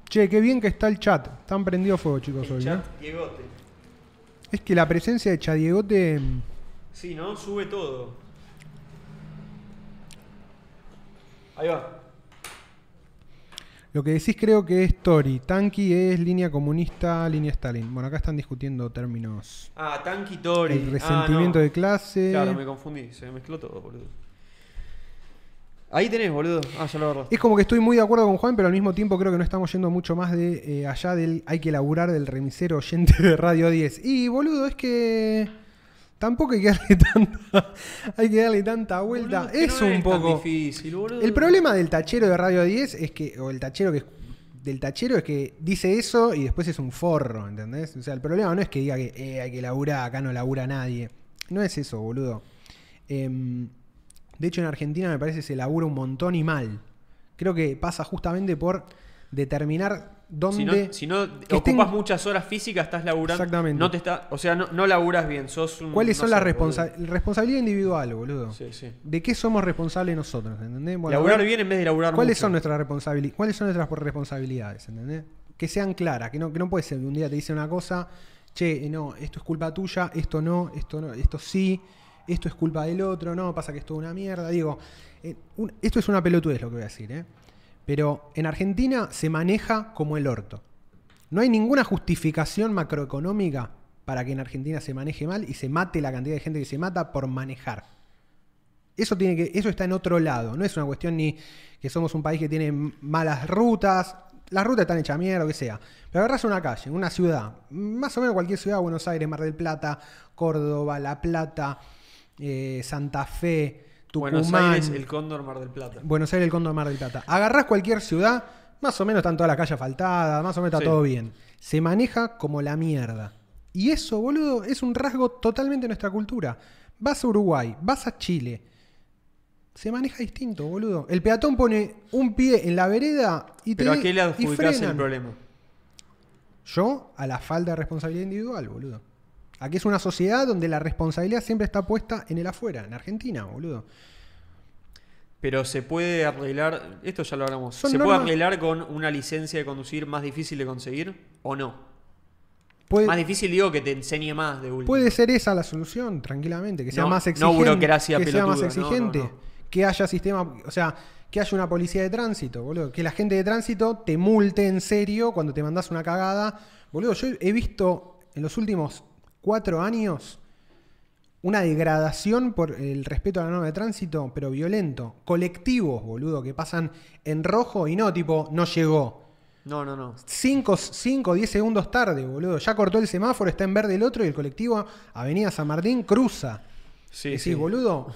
[SPEAKER 1] Che, qué bien que está el chat. Están prendido fuego, chicos,
[SPEAKER 2] El
[SPEAKER 1] hoy.
[SPEAKER 2] chat,
[SPEAKER 1] ¿eh?
[SPEAKER 2] Diegote.
[SPEAKER 1] Es que la presencia de Chadiegote. mm,
[SPEAKER 2] Sí, ¿no? Sube todo. Ahí va.
[SPEAKER 1] Lo que decís creo que es Tori. Tanki es línea comunista, línea Stalin. Bueno, acá están discutiendo términos.
[SPEAKER 2] Ah, Tanki Tori.
[SPEAKER 1] El resentimiento de clase.
[SPEAKER 2] Claro, me confundí. Se mezcló todo, boludo. Ahí tenés, boludo. Ah, ya lo agarró.
[SPEAKER 1] Es como que estoy muy de acuerdo con Juan, pero al mismo tiempo creo que no estamos yendo mucho más de eh, allá del hay que laburar del remisero oyente de Radio 10. Y boludo, es que tampoco hay que darle tanta, hay que darle tanta vuelta.
[SPEAKER 2] Boludo, que
[SPEAKER 1] es
[SPEAKER 2] no
[SPEAKER 1] un
[SPEAKER 2] tan
[SPEAKER 1] poco.
[SPEAKER 2] difícil, boludo.
[SPEAKER 1] El problema del tachero de Radio 10 es que, o el tachero que es- del tachero es que dice eso y después es un forro, ¿entendés? O sea, el problema no es que diga que eh, hay que laburar, acá no labura nadie. No es eso, boludo. Em, de hecho, en Argentina me parece se labura un montón y mal. Creo que pasa justamente por determinar dónde.
[SPEAKER 2] Si no, si no
[SPEAKER 1] que
[SPEAKER 2] ocupas
[SPEAKER 1] estén-
[SPEAKER 2] muchas horas físicas, estás laburando.
[SPEAKER 1] Exactamente.
[SPEAKER 2] No te está, o sea, no, no laburas bien. Sos un,
[SPEAKER 1] ¿Cuáles
[SPEAKER 2] no
[SPEAKER 1] son
[SPEAKER 2] sé,
[SPEAKER 1] las
[SPEAKER 2] boludo.
[SPEAKER 1] responsa- responsabilidad individual, boludo?
[SPEAKER 2] Sí, sí.
[SPEAKER 1] ¿De qué somos responsables nosotros? ¿Entendés? Bueno, a
[SPEAKER 2] laburar
[SPEAKER 1] ver-
[SPEAKER 2] bien en vez de laburar
[SPEAKER 1] ¿Cuáles
[SPEAKER 2] mucho.
[SPEAKER 1] son, nuestras responsabili- ¿Cuáles son nuestras responsabilidades? ¿Entendés? Que sean claras, que no, que no puede ser que un día te dice una cosa, che, eh, no, esto es culpa tuya, esto no, esto no, esto sí, esto es culpa del otro, no, pasa que esto es una mierda. Digo, eh, un- esto es una pelotudez lo que voy a decir, ¿eh? Pero en Argentina se maneja como el orto. No hay ninguna justificación macroeconómica para que en Argentina se maneje mal y se mate la cantidad de gente que se mata por manejar. Eso, tiene que, eso está en otro lado. No es una cuestión ni que somos un país que tiene m- malas rutas. Las rutas están hechas mierda, lo que sea. Pero agarras una calle, una ciudad, más o menos cualquier ciudad, Buenos Aires, Mar del Plata, Córdoba, La Plata, eh, Santa Fe, Tucumán.
[SPEAKER 2] Buenos Aires, el Cóndor Mar del Plata.
[SPEAKER 1] Buenos Aires, el Cóndor Mar del Plata. Agarrás cualquier ciudad, más o menos están todas las calles asfaltadas, más o menos está
[SPEAKER 2] Sí.
[SPEAKER 1] todo bien. Se maneja como la mierda. Y eso, boludo, es un rasgo totalmente de nuestra cultura. Vas a Uruguay, vas a Chile. Se maneja distinto, boludo. El peatón pone un pie en la vereda y te
[SPEAKER 2] Pero ¿a qué le
[SPEAKER 1] y
[SPEAKER 2] adjudicás el
[SPEAKER 1] frenan.
[SPEAKER 2] problema?
[SPEAKER 1] Yo a la falta de responsabilidad individual, boludo. Aquí es una sociedad donde la responsabilidad siempre está puesta en el afuera, en Argentina, boludo.
[SPEAKER 2] Pero se puede arreglar, esto ya lo hablamos,
[SPEAKER 1] Son
[SPEAKER 2] ¿se
[SPEAKER 1] normas-
[SPEAKER 2] puede arreglar con una licencia de conducir más difícil de conseguir o no?
[SPEAKER 1] Puede-
[SPEAKER 2] más difícil digo que te enseñe más de última.
[SPEAKER 1] Puede ser esa la solución, tranquilamente, que sea
[SPEAKER 2] No-
[SPEAKER 1] más
[SPEAKER 2] no
[SPEAKER 1] exigente.
[SPEAKER 2] burocracia
[SPEAKER 1] que sea más
[SPEAKER 2] pelotuda, no, no,
[SPEAKER 1] exigente.
[SPEAKER 2] no.
[SPEAKER 1] Que haya sistema, o sea, que haya una policía de tránsito, boludo. Que la gente de tránsito te multe en serio cuando te mandas una cagada. Boludo, yo he visto en los últimos cuatro años una degradación por el respeto a la norma de tránsito, pero violento. Colectivos, boludo, que pasan en rojo y no tipo, no llegó.
[SPEAKER 2] No, no, no.
[SPEAKER 1] 5 o 10 segundos tarde, boludo. Ya cortó el semáforo, está en verde el otro y el colectivo Avenida San Martín cruza.
[SPEAKER 2] Sí,
[SPEAKER 1] Decís,
[SPEAKER 2] sí.
[SPEAKER 1] boludo,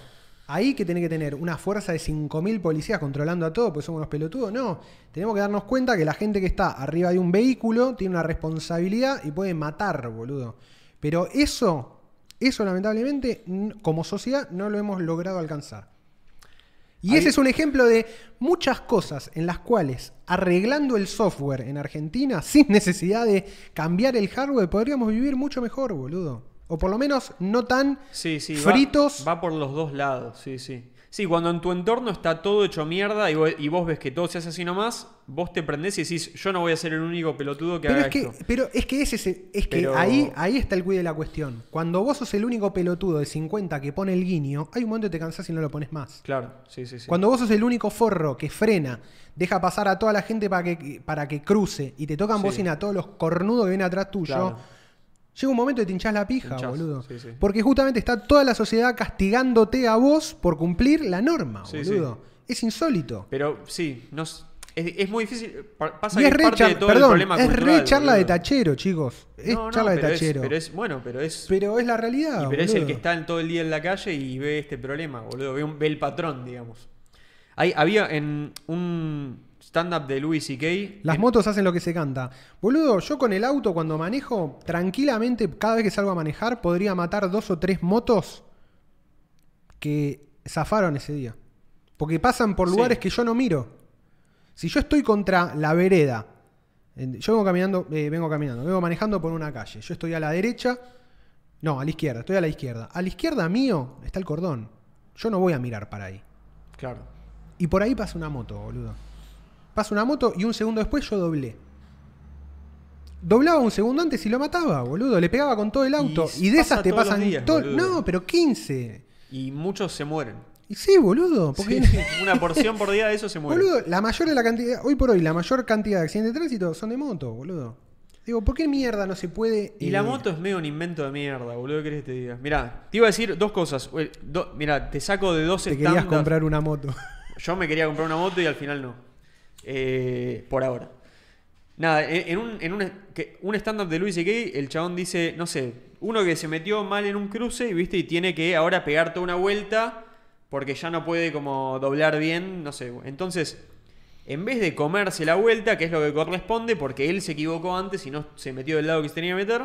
[SPEAKER 1] ahí que tiene que tener una fuerza de 5.000 policías controlando a todo, pues somos unos pelotudos. No, tenemos que darnos cuenta que la gente que está arriba de un vehículo tiene una responsabilidad y puede matar, boludo. Pero eso, eso lamentablemente, n- como sociedad, no lo hemos logrado alcanzar. Y
[SPEAKER 2] Ahí-
[SPEAKER 1] ese es un ejemplo de muchas cosas en las cuales arreglando el software en Argentina sin necesidad de cambiar el hardware podríamos vivir mucho mejor, boludo. O por lo menos no tan
[SPEAKER 2] Sí, sí, va-
[SPEAKER 1] fritos
[SPEAKER 2] Va, por los dos lados, sí, sí. Sí, cuando en tu entorno está todo hecho mierda y vo- y vos, ves que todo se hace así nomás, vos te prendés y decís, yo no voy a ser el único pelotudo que
[SPEAKER 1] Pero
[SPEAKER 2] haga
[SPEAKER 1] es que,
[SPEAKER 2] esto.
[SPEAKER 1] pero es que, ese es, el- es que
[SPEAKER 2] Pero-
[SPEAKER 1] ahí, ahí está el cuide de la cuestión. Cuando vos sos el único pelotudo de 50 que pone el guiño, hay un momento que te cansás y no lo pones más.
[SPEAKER 2] Claro, sí, sí, sí.
[SPEAKER 1] Cuando vos sos el único forro que frena, deja pasar a toda la gente para que, para que cruce y te tocan
[SPEAKER 2] Sí.
[SPEAKER 1] bocina a todos los cornudos que vienen atrás tuyo,
[SPEAKER 2] Claro.
[SPEAKER 1] llega un momento que te hinchás la pija,
[SPEAKER 2] Hinchás,
[SPEAKER 1] boludo.
[SPEAKER 2] sí, sí.
[SPEAKER 1] Porque justamente está toda la sociedad castigándote a vos por cumplir la norma,
[SPEAKER 2] Sí,
[SPEAKER 1] boludo. Es insólito.
[SPEAKER 2] Pero sí, no s- es, es muy difícil. pa- Pasa
[SPEAKER 1] y
[SPEAKER 2] que
[SPEAKER 1] es
[SPEAKER 2] es
[SPEAKER 1] re,
[SPEAKER 2] parte
[SPEAKER 1] char-
[SPEAKER 2] de todo el
[SPEAKER 1] perdón,
[SPEAKER 2] problema
[SPEAKER 1] es re
[SPEAKER 2] cultural,
[SPEAKER 1] charla de
[SPEAKER 2] boludo.
[SPEAKER 1] tachero, chicos. Es
[SPEAKER 2] No, no,
[SPEAKER 1] charla de
[SPEAKER 2] pero es-
[SPEAKER 1] tachero.
[SPEAKER 2] pero es, bueno, pero es.
[SPEAKER 1] Pero es la realidad.
[SPEAKER 2] y pero es el
[SPEAKER 1] boludo.
[SPEAKER 2] que está en todo el día en la calle y ve este problema, boludo. Ve, un- ve el patrón, digamos. Hay, había en un stand-up de Louis C.K.
[SPEAKER 1] Las
[SPEAKER 2] en-
[SPEAKER 1] motos hacen lo que se canta. Boludo, yo con el auto cuando manejo, tranquilamente, cada vez que salgo a manejar, podría matar dos o tres motos que zafaron ese día. Porque pasan por
[SPEAKER 2] Sí.
[SPEAKER 1] lugares que yo no miro. Si yo estoy contra la vereda, en- yo vengo caminando, eh, vengo caminando, vengo manejando por una calle. Yo estoy a la derecha, no, a la izquierda, estoy a la izquierda. A la izquierda mío está el cordón. Yo no voy a mirar para ahí.
[SPEAKER 2] Claro.
[SPEAKER 1] Y por ahí pasa una moto, boludo. Pasa una moto y un segundo después yo doblé. Doblaba un segundo antes y lo mataba, boludo. Le pegaba con todo el auto.
[SPEAKER 2] Y
[SPEAKER 1] Y, de
[SPEAKER 2] pasa
[SPEAKER 1] esas te
[SPEAKER 2] todos los
[SPEAKER 1] pasan.
[SPEAKER 2] días,
[SPEAKER 1] to-
[SPEAKER 2] boludo.
[SPEAKER 1] no, pero 15.
[SPEAKER 2] Y muchos se mueren.
[SPEAKER 1] Y sí, boludo. Porque,
[SPEAKER 2] Sí, Una porción por día de eso se muere.
[SPEAKER 1] boludo, la mayor de la cantidad. Hoy por hoy, la mayor cantidad de accidentes de tránsito son de moto, boludo. Digo, ¿por qué mierda no se puede.?
[SPEAKER 2] Y
[SPEAKER 1] eh,
[SPEAKER 2] la moto es medio un invento de mierda, boludo. ¿Qué querés que te diga? Mirá, te iba a decir dos cosas. Ué, do- mirá, te saco de dos
[SPEAKER 1] Te querías
[SPEAKER 2] stand-ups.
[SPEAKER 1] comprar una moto.
[SPEAKER 2] Yo me quería comprar una moto y al final no. Eh, por ahora. Nada, en en un, en un, que- un stand-up de Luis C.K., el chabón dice, no sé, uno que se metió mal en un cruce, ¿viste? Y tiene que ahora pegar toda una vuelta porque ya no puede como doblar bien, no sé. Entonces, en vez de comerse la vuelta, que es lo que corresponde, porque él se equivocó antes y no se metió del lado que se tenía que meter,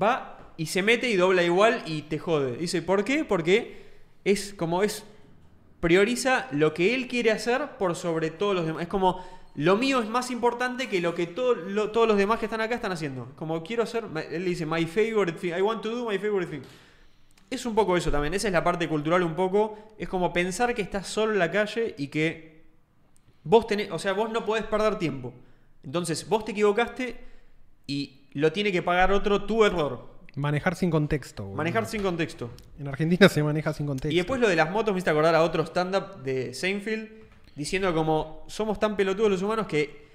[SPEAKER 2] va y se mete y dobla igual y te jode. Dice, ¿por qué? Porque es como es prioriza lo que él quiere hacer por sobre todos los demás. Es como, lo mío es más importante que lo que todo- lo- todos los demás que están acá están haciendo. Como quiero hacer, él dice, my favorite thing, I want to do my favorite thing. Es un poco eso también, esa es la parte cultural un poco. Es como pensar que estás solo en la calle y que vos tenés, o sea, vos no podés perder tiempo. Entonces, vos te equivocaste y lo tiene que pagar otro tu error.
[SPEAKER 1] Manejar sin contexto, boludo.
[SPEAKER 2] Manejar sin contexto.
[SPEAKER 1] En Argentina se maneja sin contexto.
[SPEAKER 2] Y después lo de las motos me hizo acordar a otro stand-up de Seinfeld diciendo como somos tan pelotudos los humanos que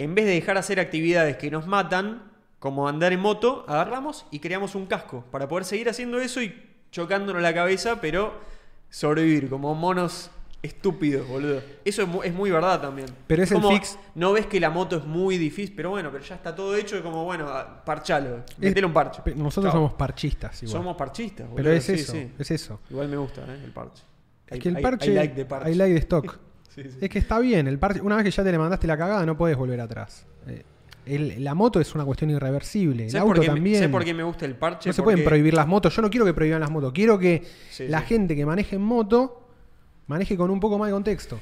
[SPEAKER 2] en vez de dejar hacer actividades que nos matan, como andar en moto, agarramos y creamos un casco para poder seguir haciendo eso y chocándonos la cabeza, pero sobrevivir como monos estúpidos, boludo. Eso es mu- es muy, verdad también.
[SPEAKER 1] Pero es el
[SPEAKER 2] como,
[SPEAKER 1] fix.
[SPEAKER 2] No ves que la moto es muy difícil, pero bueno, pero ya está todo hecho y como bueno, ah, parchalo, metele un parche.
[SPEAKER 1] Pe- Nosotros
[SPEAKER 2] Chao.
[SPEAKER 1] somos parchistas, igual.
[SPEAKER 2] Somos parchistas, boludo.
[SPEAKER 1] Pero es
[SPEAKER 2] sí,
[SPEAKER 1] eso,
[SPEAKER 2] sí.
[SPEAKER 1] es eso.
[SPEAKER 2] Igual me gusta, ¿eh? El parche.
[SPEAKER 1] Es que
[SPEAKER 2] I-
[SPEAKER 1] el
[SPEAKER 2] I-
[SPEAKER 1] parche.
[SPEAKER 2] I like the parche.
[SPEAKER 1] I like the stock.
[SPEAKER 2] Sí, sí.
[SPEAKER 1] Es que está bien, el parche. Una vez que ya te le mandaste la cagada, no puedes volver atrás. Eh, el- la moto es una cuestión irreversible. El
[SPEAKER 2] ¿Sabes
[SPEAKER 1] auto
[SPEAKER 2] por qué me-
[SPEAKER 1] también.
[SPEAKER 2] ¿Sabes por qué me gusta el parche?
[SPEAKER 1] no se
[SPEAKER 2] Porque-
[SPEAKER 1] pueden prohibir las motos. Yo no quiero que prohíban las motos. Quiero que
[SPEAKER 2] Sí,
[SPEAKER 1] la
[SPEAKER 2] sí.
[SPEAKER 1] gente que maneje en moto maneje con un poco más de contexto.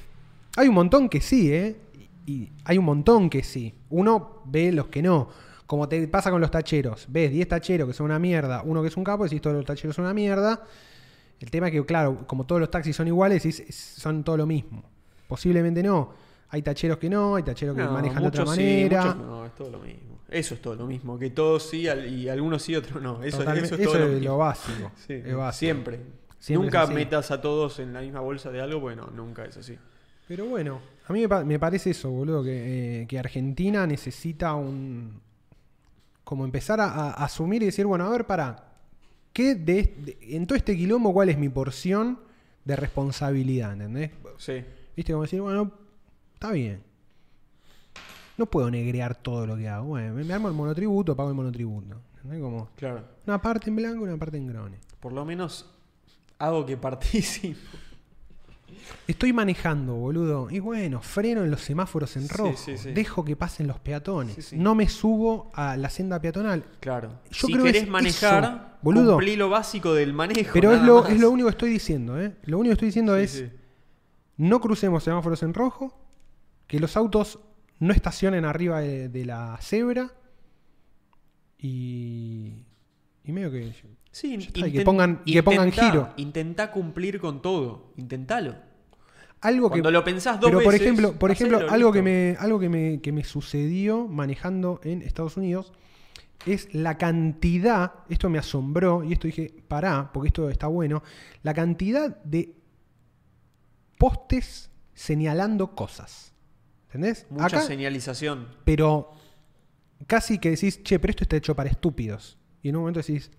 [SPEAKER 1] Hay un montón que sí, ¿eh? Y hay un montón que sí. Uno ve los que no. Como te pasa con los tacheros. Ves 10 tacheros que son una mierda, uno que es un capo, decís todos los tacheros son una mierda. El tema es que, claro, como todos los taxis son iguales, decís, es- son todo lo mismo. Posiblemente no. Hay tacheros que no, hay tacheros que
[SPEAKER 2] No,
[SPEAKER 1] manejan de otra
[SPEAKER 2] muchos sí,
[SPEAKER 1] manera.
[SPEAKER 2] muchos no, es todo lo mismo. Eso es todo lo mismo. Que todos sí al- y algunos sí, otros no. Eso,
[SPEAKER 1] Totalmente-
[SPEAKER 2] eso es todo lo mismo.
[SPEAKER 1] básico.
[SPEAKER 2] Sí,
[SPEAKER 1] es básico.
[SPEAKER 2] Siempre.
[SPEAKER 1] Siempre
[SPEAKER 2] nunca
[SPEAKER 1] es así.
[SPEAKER 2] metas a todos en la misma bolsa de algo. Bueno, nunca es así.
[SPEAKER 1] Pero bueno, a mí me, pa- me parece eso, boludo, que, eh, que Argentina necesita un... Como empezar a, a asumir y decir, bueno, a ver, para, ¿qué de, est- de- en todo este quilombo cuál es mi porción de responsabilidad, ¿entendés?
[SPEAKER 2] Sí.
[SPEAKER 1] Viste, como decir, bueno, está bien. No puedo negrear todo lo que hago. Bueno, me, me armo el monotributo, pago el monotributo. ¿Entendés? Como
[SPEAKER 2] Claro.
[SPEAKER 1] una parte en blanco y una parte en grone.
[SPEAKER 2] Por lo menos hago que participe.
[SPEAKER 1] Estoy manejando, boludo. Y bueno, freno en los semáforos en
[SPEAKER 2] Sí,
[SPEAKER 1] rojo.
[SPEAKER 2] sí, sí.
[SPEAKER 1] Dejo que pasen los peatones.
[SPEAKER 2] Sí, sí.
[SPEAKER 1] No me subo a la senda peatonal.
[SPEAKER 2] Claro.
[SPEAKER 1] Yo
[SPEAKER 2] si
[SPEAKER 1] creo que
[SPEAKER 2] querés
[SPEAKER 1] es
[SPEAKER 2] manejar,
[SPEAKER 1] eso, boludo.
[SPEAKER 2] cumplí lo básico del manejo.
[SPEAKER 1] Pero es
[SPEAKER 2] nada
[SPEAKER 1] lo,
[SPEAKER 2] más.
[SPEAKER 1] es lo único que estoy diciendo, ¿eh? Lo único que estoy diciendo
[SPEAKER 2] Sí,
[SPEAKER 1] es,
[SPEAKER 2] sí.
[SPEAKER 1] no crucemos semáforos en rojo, que los autos no estacionen arriba de, de la cebra y, y Y medio que.
[SPEAKER 2] Sí,
[SPEAKER 1] Ya está, y
[SPEAKER 2] inten-
[SPEAKER 1] que pongan- y que pongan
[SPEAKER 2] intentá-
[SPEAKER 1] giro.
[SPEAKER 2] Intentá cumplir con todo. Intentalo.
[SPEAKER 1] Algo que.
[SPEAKER 2] Cuando lo pensás dos
[SPEAKER 1] pero por
[SPEAKER 2] veces,
[SPEAKER 1] ejemplo, por ejemplo
[SPEAKER 2] hacelo,
[SPEAKER 1] algo,
[SPEAKER 2] listo.
[SPEAKER 1] que me, algo que, me, que me sucedió manejando en Estados Unidos es la cantidad, esto me asombró y esto dije, pará, porque esto está bueno, la cantidad de postes señalando cosas. ¿Entendés?
[SPEAKER 2] Mucha
[SPEAKER 1] Acá,
[SPEAKER 2] señalización.
[SPEAKER 1] pero casi que decís, che, pero esto está hecho para estúpidos. Y en un momento decís,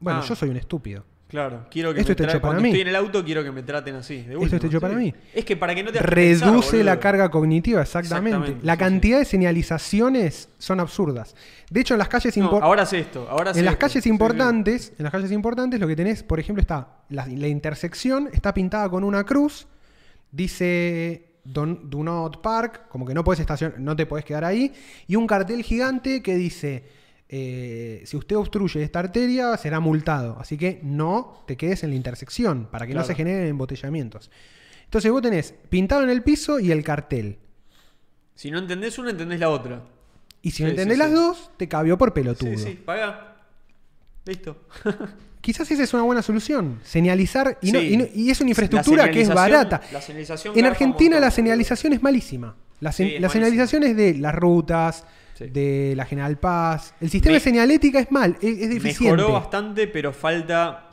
[SPEAKER 1] bueno,
[SPEAKER 2] Ah.
[SPEAKER 1] yo soy un estúpido.
[SPEAKER 2] Claro, quiero que
[SPEAKER 1] Esto
[SPEAKER 2] me
[SPEAKER 1] está hecho
[SPEAKER 2] traten-
[SPEAKER 1] para
[SPEAKER 2] cuando
[SPEAKER 1] mí.
[SPEAKER 2] estoy en el auto quiero que me traten así. de
[SPEAKER 1] Esto está
[SPEAKER 2] última,
[SPEAKER 1] hecho para
[SPEAKER 2] sí.
[SPEAKER 1] mí.
[SPEAKER 2] Es que para que no te hagas
[SPEAKER 1] Reduce
[SPEAKER 2] pensar,
[SPEAKER 1] la
[SPEAKER 2] boludo.
[SPEAKER 1] carga cognitiva, exactamente.
[SPEAKER 2] Exactamente,
[SPEAKER 1] la
[SPEAKER 2] sí,
[SPEAKER 1] cantidad de señalizaciones son absurdas. De hecho, en las calles
[SPEAKER 2] No,
[SPEAKER 1] importantes.
[SPEAKER 2] ahora sé esto. Ahora sé
[SPEAKER 1] En las
[SPEAKER 2] esto.
[SPEAKER 1] calles
[SPEAKER 2] Sí,
[SPEAKER 1] importantes, en las calles importantes, lo que tenés, por ejemplo, está la, la intersección, está pintada con una cruz, dice don- do not park, como que no podés estacionar, no te podés quedar ahí, y un cartel gigante que dice eh, si usted obstruye esta arteria será multado, así que no te quedes en la intersección para que no
[SPEAKER 2] Claro.
[SPEAKER 1] se generen embotellamientos. Entonces vos tenés pintado en el piso y el cartel.
[SPEAKER 2] sí. Si no entendés una, entendés la otra.
[SPEAKER 1] Y si
[SPEAKER 2] Sí,
[SPEAKER 1] no
[SPEAKER 2] sí,
[SPEAKER 1] entendés
[SPEAKER 2] sí.
[SPEAKER 1] las dos, te cabió por pelotudo.
[SPEAKER 2] Sí, sí, pagá. Listo.
[SPEAKER 1] Quizás esa es una buena solución. Señalizar. Y, no-
[SPEAKER 2] Sí.
[SPEAKER 1] y no- y es una
[SPEAKER 2] La
[SPEAKER 1] infraestructura que es
[SPEAKER 2] señalización-
[SPEAKER 1] barata.
[SPEAKER 2] la
[SPEAKER 1] en
[SPEAKER 2] señalización garpa un
[SPEAKER 1] Argentina
[SPEAKER 2] montón,
[SPEAKER 1] la
[SPEAKER 2] boludo.
[SPEAKER 1] señalización es malísima. La, se-
[SPEAKER 2] Sí, es
[SPEAKER 1] la
[SPEAKER 2] malísima.
[SPEAKER 1] señalización es de las rutas,
[SPEAKER 2] Sí.
[SPEAKER 1] de la General Paz. El sistema
[SPEAKER 2] Me-
[SPEAKER 1] de señalética es mal, es, es deficiente.
[SPEAKER 2] Mejoró bastante, pero falta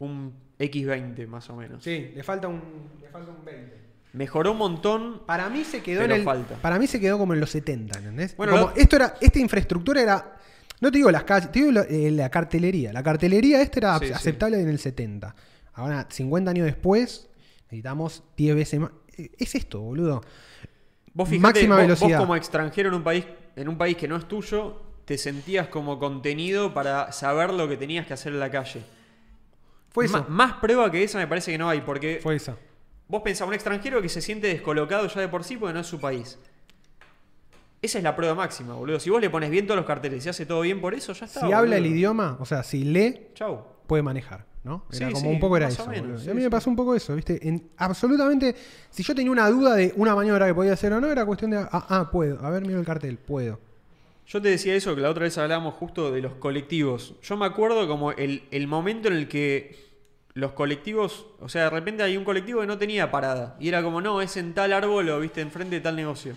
[SPEAKER 2] un X20 más o menos.
[SPEAKER 1] Sí, le falta un, le falta un 20.
[SPEAKER 2] Mejoró un montón.
[SPEAKER 1] Para mí se quedó
[SPEAKER 2] Pero
[SPEAKER 1] en el,
[SPEAKER 2] falta.
[SPEAKER 1] Para mí se quedó como en los 70, ¿entendés?
[SPEAKER 2] Bueno,
[SPEAKER 1] Como
[SPEAKER 2] lo-
[SPEAKER 1] esto era, esta infraestructura era. No te digo las calles, te digo la, eh, la cartelería. La cartelería esta era
[SPEAKER 2] Sí, sí.
[SPEAKER 1] aceptable en el 70. Ahora, 50 años después, necesitamos 10 veces más. Eh, Es esto, boludo.
[SPEAKER 2] Vos fijate,
[SPEAKER 1] Máxima
[SPEAKER 2] vos, vos
[SPEAKER 1] velocidad.
[SPEAKER 2] como extranjero en un país, en un país que no es tuyo, te sentías como contenido para saber lo que tenías que hacer en la calle.
[SPEAKER 1] Fue
[SPEAKER 2] Ma-
[SPEAKER 1] eso.
[SPEAKER 2] más prueba que esa me parece que no hay, porque
[SPEAKER 1] Fue eso.
[SPEAKER 2] vos pensás un extranjero que se siente descolocado ya de por sí porque no es su país. Esa es la prueba máxima, boludo. Si vos le pones bien todos los carteles y hace todo bien por eso, ya
[SPEAKER 1] Si
[SPEAKER 2] está.
[SPEAKER 1] habla
[SPEAKER 2] boludo.
[SPEAKER 1] el idioma, o sea, si lee,
[SPEAKER 2] Chau.
[SPEAKER 1] puede manejar, ¿no? Era
[SPEAKER 2] Sí,
[SPEAKER 1] como
[SPEAKER 2] sí,
[SPEAKER 1] un poco era
[SPEAKER 2] más o
[SPEAKER 1] eso.
[SPEAKER 2] menos,
[SPEAKER 1] boludo. Y
[SPEAKER 2] sí,
[SPEAKER 1] a mí me
[SPEAKER 2] sí.
[SPEAKER 1] pasó un poco eso, ¿viste? En absolutamente, si yo tenía una duda de una maniobra que podía hacer o no, era cuestión de, ah, ah, puedo. A ver, miro el cartel, puedo.
[SPEAKER 2] Yo te decía eso, que la otra vez hablábamos justo de los colectivos. Yo me acuerdo como el, el momento en el que los colectivos, o sea, de repente hay un colectivo que no tenía parada. Y era como, no, es en tal árbol o viste enfrente de tal negocio.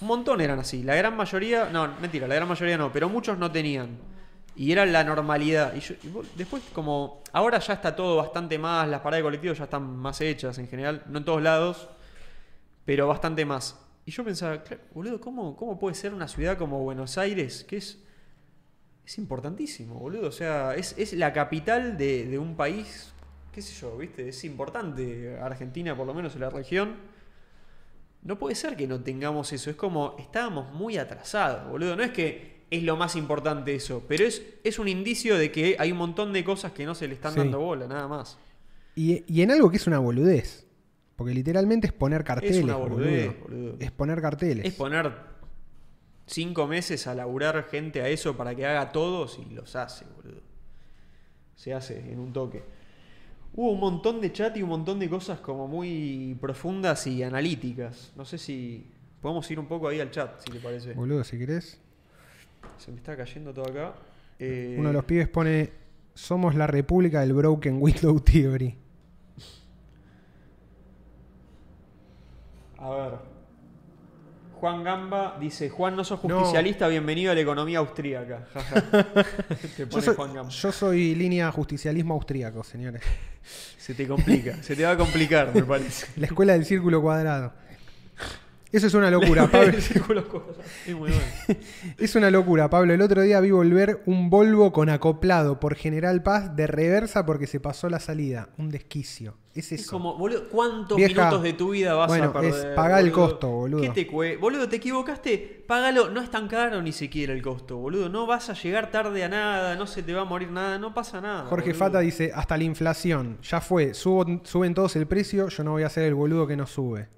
[SPEAKER 2] Un montón eran así. La gran mayoría, no, mentira, la gran mayoría no, pero muchos no tenían. Y era la normalidad. Y, yo- y vos- después, como, ahora ya está todo bastante más, las paradas de colectivos ya están más hechas en general, no en todos lados pero bastante más. Y yo pensaba, claro, boludo, ¿cómo, ¿cómo puede ser una ciudad como Buenos Aires? Que es, es importantísimo, boludo. O sea, es, es la capital de, de un país, qué sé yo, ¿viste? Es importante Argentina, por lo menos en la región. No puede ser que no tengamos eso. Es como, estábamos muy atrasados, boludo. No es que es lo más importante eso, pero es, es un indicio de que hay un montón de cosas que no se le están
[SPEAKER 1] Sí.
[SPEAKER 2] dando bola, nada más.
[SPEAKER 1] Y, y en algo que es una boludez. Porque literalmente es poner carteles.
[SPEAKER 2] una boludez,
[SPEAKER 1] boludo.
[SPEAKER 2] boludo.
[SPEAKER 1] Es poner carteles.
[SPEAKER 2] Es poner cinco meses a laburar gente a eso para que haga todos y los hace, boludo. Se hace en un toque. Hubo un montón de chat y un montón de cosas como muy profundas y analíticas. No sé si podemos ir un poco ahí al chat, si te parece.
[SPEAKER 1] Boludo, si querés.
[SPEAKER 2] Se me está cayendo todo acá. Eh,
[SPEAKER 1] Uno de los pibes pone: Somos la república del Broken Window Theory.
[SPEAKER 2] A ver. Juan Gamba dice, Juan, no sos justicialista, bienvenido a la economía austríaca. Jaja. Te
[SPEAKER 1] Yo
[SPEAKER 2] pone
[SPEAKER 1] soy,
[SPEAKER 2] Juan Gamba.
[SPEAKER 1] yo soy línea justicialismo austríaco, señores.
[SPEAKER 2] Se te complica, se te va a complicar, me parece.
[SPEAKER 1] La escuela del círculo cuadrado. Eso es una locura, Pablo.
[SPEAKER 2] El círculo cuadrado. Es muy bueno.
[SPEAKER 1] Es una locura, Pablo. El otro día vi volver un Volvo con acoplado por General Paz de reversa porque se pasó la salida. Un desquicio. Es eso.
[SPEAKER 2] Es como, boludo, ¿cuántos
[SPEAKER 1] Vieja,
[SPEAKER 2] minutos de tu vida vas
[SPEAKER 1] bueno,
[SPEAKER 2] a perder?
[SPEAKER 1] es pagar el costo, boludo.
[SPEAKER 2] ¿Qué te cue- Boludo, te equivocaste, págalo. No es tan caro ni siquiera el costo, boludo. No vas a llegar tarde a nada, no se te va a morir nada, no pasa nada.
[SPEAKER 1] Jorge
[SPEAKER 2] boludo.
[SPEAKER 1] Fata dice, hasta la inflación, ya fue, subo- suben todos el precio, yo no voy a ser el boludo que no sube.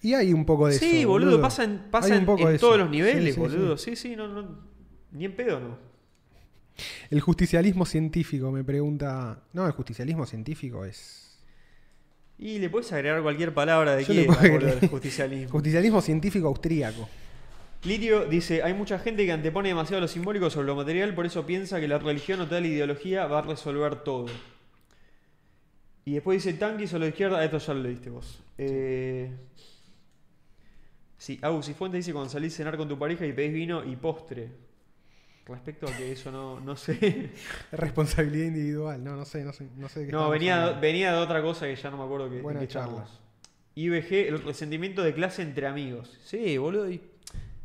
[SPEAKER 1] Y hay un poco de eso.
[SPEAKER 2] Sí, boludo, pasa en, pasa
[SPEAKER 1] Hay un
[SPEAKER 2] en-
[SPEAKER 1] poco
[SPEAKER 2] en
[SPEAKER 1] de eso.
[SPEAKER 2] todos los niveles,
[SPEAKER 1] Sí, sí,
[SPEAKER 2] boludo.
[SPEAKER 1] sí.
[SPEAKER 2] Sí, sí, no, no. Ni en pedo, no.
[SPEAKER 1] El justicialismo científico me pregunta... No, el justicialismo científico es...
[SPEAKER 2] Y le puedes agregar cualquier palabra de
[SPEAKER 1] Yo le
[SPEAKER 2] quieras,
[SPEAKER 1] puedo
[SPEAKER 2] boludo,
[SPEAKER 1] agregar-
[SPEAKER 2] al justicialismo.
[SPEAKER 1] Justicialismo científico austríaco.
[SPEAKER 2] Lirio dice, hay mucha gente que antepone demasiado lo simbólico sobre lo material, por eso piensa que la religión o tal ideología va a resolver todo. Y después dice, tanquis o la izquierda, esto ya lo leíste vos. Eh, sí, Agus y Fuente dice, cuando salís a cenar con tu pareja y pedís vino y postre. Respecto a que eso no, no sé.
[SPEAKER 1] Responsabilidad individual, no, no sé, no sé, no sé de qué
[SPEAKER 2] no,
[SPEAKER 1] estábamos
[SPEAKER 2] venía,
[SPEAKER 1] hablando.
[SPEAKER 2] venía de otra cosa que ya no me acuerdo que,
[SPEAKER 1] Buena
[SPEAKER 2] de qué
[SPEAKER 1] charla.
[SPEAKER 2] charlas. IBG, el resentimiento de clase entre amigos. Sí, boludo, y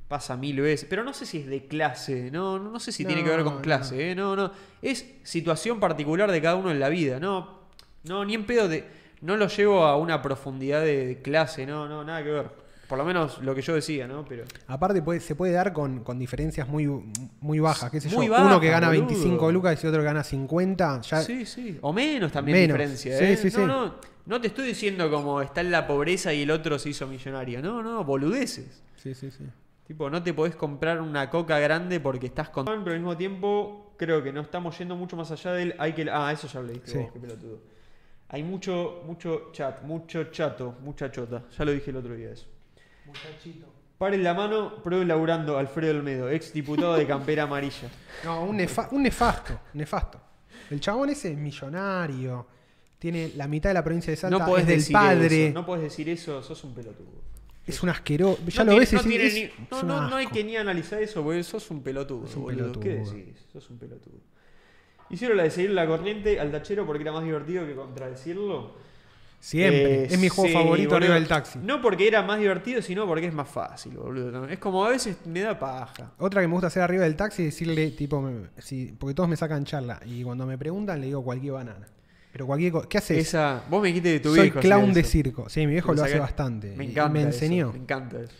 [SPEAKER 2] pasa mil veces. Pero no sé si es de clase, no, no, no sé si tiene que ver
[SPEAKER 1] No,
[SPEAKER 2] con clase,
[SPEAKER 1] no.
[SPEAKER 2] ¿eh? No, no. Es situación particular de cada uno en la vida, no. No, ni en pedo de. No lo llevo a una profundidad de, de clase, no, no, nada que ver. Por lo menos lo que yo decía, ¿no? Pero.
[SPEAKER 1] Aparte puede- se puede dar con, con diferencias muy, muy bajas, qué sé
[SPEAKER 2] Muy
[SPEAKER 1] yo,
[SPEAKER 2] bajas,
[SPEAKER 1] uno que gana
[SPEAKER 2] boludo.
[SPEAKER 1] 25 lucas y otro que gana 50, ya
[SPEAKER 2] Sí, sí. O menos también
[SPEAKER 1] Menos.
[SPEAKER 2] diferencia,
[SPEAKER 1] Sí,
[SPEAKER 2] ¿eh?
[SPEAKER 1] sí,
[SPEAKER 2] no,
[SPEAKER 1] sí.
[SPEAKER 2] no. No te estoy diciendo como está en la pobreza y el otro se hizo millonario. No, no, boludeces.
[SPEAKER 1] sí, sí, sí.
[SPEAKER 2] Tipo, no te podés comprar una coca grande porque estás con. Pero al mismo tiempo, creo que no estamos yendo mucho más allá del. Hay que... Ah, eso ya lo leíste
[SPEAKER 1] Sí.
[SPEAKER 2] vos, qué pelotudo. Hay mucho, mucho chat, mucho chato, mucha chota. Ya lo dije el otro día eso. Paren la mano, prueben laburando Alfredo Olmedo, ex diputado de Campera Amarilla.
[SPEAKER 1] No, un, nefa- un nefasto, nefasto. El chabón ese es millonario, tiene la mitad de la provincia de Salta,
[SPEAKER 2] no podés
[SPEAKER 1] es del
[SPEAKER 2] decir
[SPEAKER 1] padre,
[SPEAKER 2] eso, no podés decir eso, sos un pelotudo.
[SPEAKER 1] es un asqueroso, ya
[SPEAKER 2] no
[SPEAKER 1] lo
[SPEAKER 2] tiene-
[SPEAKER 1] ves y
[SPEAKER 2] no,
[SPEAKER 1] sí,
[SPEAKER 2] tiene
[SPEAKER 1] es,
[SPEAKER 2] ni-
[SPEAKER 1] es
[SPEAKER 2] no,
[SPEAKER 1] un
[SPEAKER 2] no- no hay
[SPEAKER 1] asco.
[SPEAKER 2] que ni analizar eso, porque sos un pelotudo.
[SPEAKER 1] Sos un
[SPEAKER 2] boludo.
[SPEAKER 1] pelotudo.
[SPEAKER 2] ¿Qué decís? Sos un pelotudo. Hicieron la de seguir la corriente al tachero porque era más divertido que contradecirlo.
[SPEAKER 1] Siempre,
[SPEAKER 2] Eh,
[SPEAKER 1] es mi juego
[SPEAKER 2] sí,
[SPEAKER 1] favorito
[SPEAKER 2] boludo.
[SPEAKER 1] arriba del taxi.
[SPEAKER 2] No porque era más divertido, sino porque es más fácil, boludo. Es como a veces me da paja.
[SPEAKER 1] Otra que me gusta hacer arriba del taxi es decirle, tipo, me- si, porque todos me sacan charla y cuando me preguntan le digo cualquier banana. Pero cualquier cosa, ¿qué haces?
[SPEAKER 2] Esa, vos me dijiste de tu
[SPEAKER 1] Soy
[SPEAKER 2] viejo.
[SPEAKER 1] clown
[SPEAKER 2] hacía
[SPEAKER 1] de
[SPEAKER 2] eso.
[SPEAKER 1] circo. Sí, mi viejo
[SPEAKER 2] Te
[SPEAKER 1] lo hace
[SPEAKER 2] saca-
[SPEAKER 1] bastante.
[SPEAKER 2] Me
[SPEAKER 1] Y- y
[SPEAKER 2] encanta.
[SPEAKER 1] Me
[SPEAKER 2] eso,
[SPEAKER 1] enseñó.
[SPEAKER 2] me encanta eso.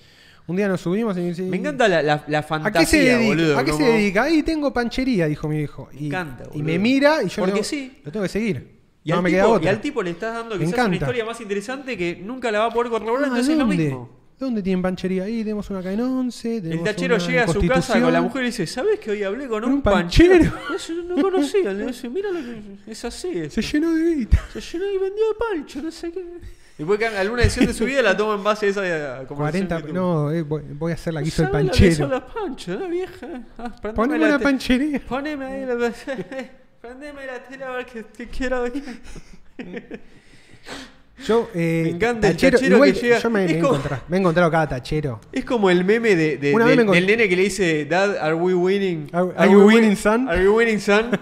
[SPEAKER 1] Un día nos subimos y me dice...
[SPEAKER 2] Me encanta la, la, la
[SPEAKER 1] ¿A
[SPEAKER 2] fantasía,
[SPEAKER 1] qué se dedica?
[SPEAKER 2] boludo.
[SPEAKER 1] ¿A qué se
[SPEAKER 2] como-
[SPEAKER 1] dedica? Ahí tengo panchería, dijo mi viejo. Y,
[SPEAKER 2] Me encanta,
[SPEAKER 1] y
[SPEAKER 2] boludo.
[SPEAKER 1] me mira y yo
[SPEAKER 2] Porque
[SPEAKER 1] le digo,
[SPEAKER 2] sí.
[SPEAKER 1] lo tengo que seguir.
[SPEAKER 2] Y,
[SPEAKER 1] no
[SPEAKER 2] al
[SPEAKER 1] me
[SPEAKER 2] tipo,
[SPEAKER 1] queda
[SPEAKER 2] y
[SPEAKER 1] otra.
[SPEAKER 2] al tipo le estás dando
[SPEAKER 1] Me
[SPEAKER 2] quizás una
[SPEAKER 1] encanta.
[SPEAKER 2] historia más interesante que nunca la va a poder corroborar,
[SPEAKER 1] Ah,
[SPEAKER 2] entonces es lo
[SPEAKER 1] ¿dónde?
[SPEAKER 2] mismo.
[SPEAKER 1] ¿Dónde tienen panchería? Ahí tenemos una acá en 11.
[SPEAKER 2] El tachero llega a su casa con la mujer y dice, ¿sabes que hoy hablé con
[SPEAKER 1] Con
[SPEAKER 2] un,
[SPEAKER 1] un
[SPEAKER 2] panchero?
[SPEAKER 1] panchero.
[SPEAKER 2] Eso no conocía. Le dice, mira lo que es así.
[SPEAKER 1] Se
[SPEAKER 2] esto".
[SPEAKER 1] llenó de guita.
[SPEAKER 2] Se llenó y vendió de pancho, no sé qué. Después que alguna decisión de su vida la toma en base a esa eh, conversación
[SPEAKER 1] 40.
[SPEAKER 2] que tuvo.
[SPEAKER 1] No, eh, voy, voy a hacer la que hizo el
[SPEAKER 2] ¿Sabés lo que
[SPEAKER 1] panchero.
[SPEAKER 2] hizo la pancho, la vieja? Ah, prendeme
[SPEAKER 1] Poneme
[SPEAKER 2] la
[SPEAKER 1] una
[SPEAKER 2] te-
[SPEAKER 1] panchería.
[SPEAKER 2] Poneme ahí la... prendeme la tela a ver que, que quiero...
[SPEAKER 1] Yo, eh,
[SPEAKER 2] Me encanta el tachero
[SPEAKER 1] igual
[SPEAKER 2] que llega-
[SPEAKER 1] Yo me,
[SPEAKER 2] es
[SPEAKER 1] me he
[SPEAKER 2] como-
[SPEAKER 1] encontrado- me he encontrado cada tachero.
[SPEAKER 2] Es como el meme de, de-
[SPEAKER 1] Una vez
[SPEAKER 2] del,
[SPEAKER 1] me encont-
[SPEAKER 2] del nene que le dice, Dad, are we winning?
[SPEAKER 1] Are- are you
[SPEAKER 2] we
[SPEAKER 1] winning,
[SPEAKER 2] win-
[SPEAKER 1] son?"
[SPEAKER 2] Are you winning, son?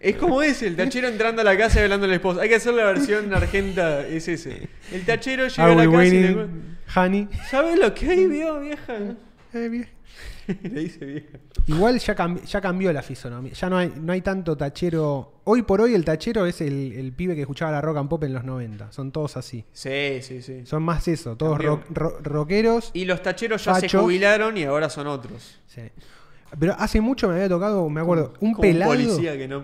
[SPEAKER 2] es como ese, el tachero entrando a la casa y hablando a la esposa. Hay que hacer la versión argenta, es ese. El tachero llega
[SPEAKER 1] Are
[SPEAKER 2] a la
[SPEAKER 1] we
[SPEAKER 2] casa y le...
[SPEAKER 1] winning, honey?
[SPEAKER 2] ¿Sabes lo que hay, viejo, vieja?
[SPEAKER 1] Eh, mira.
[SPEAKER 2] le dice vieja.
[SPEAKER 1] Igual ya, cambi- ya cambió la fisonomía. Ya no hay, no hay tanto tachero. Hoy por hoy el tachero es el, el pibe que escuchaba la rock and pop en los 90. Son todos así.
[SPEAKER 2] Sí, sí, sí.
[SPEAKER 1] Son más eso, todos
[SPEAKER 2] Cambió.
[SPEAKER 1] rock- ro- rockeros.
[SPEAKER 2] Y los tacheros ya se
[SPEAKER 1] Fachos.
[SPEAKER 2] jubilaron y ahora son otros.
[SPEAKER 1] Sí. Pero hace mucho me había tocado, me acuerdo, un
[SPEAKER 2] Como
[SPEAKER 1] pelado.
[SPEAKER 2] policía que no...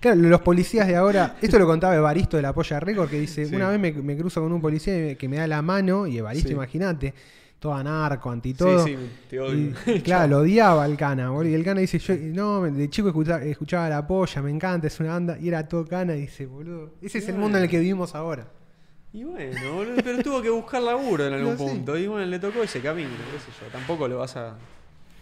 [SPEAKER 1] Claro, los policías de ahora. Esto lo contaba Evaristo de la Polla Record, que dice:
[SPEAKER 2] Sí.
[SPEAKER 1] Una vez me, me cruzo con un policía y me- que me da la mano, y Evaristo,
[SPEAKER 2] Sí.
[SPEAKER 1] imagínate, todo anarco, anti todo.
[SPEAKER 2] Sí, sí, te odio.
[SPEAKER 1] Y, claro, lo odiaba al Cana, boludo. Y el Cana dice, yo, no, de chico escuchaba, escuchaba la polla, me encanta, es una banda. Y era todo Cana y dice, boludo, ese es el mundo en el que vivimos ahora.
[SPEAKER 2] Y bueno, boludo, pero tuvo que buscar laburo en algún
[SPEAKER 1] No sé.
[SPEAKER 2] punto. Y bueno, le tocó ese camino, qué sé yo. Tampoco lo vas a.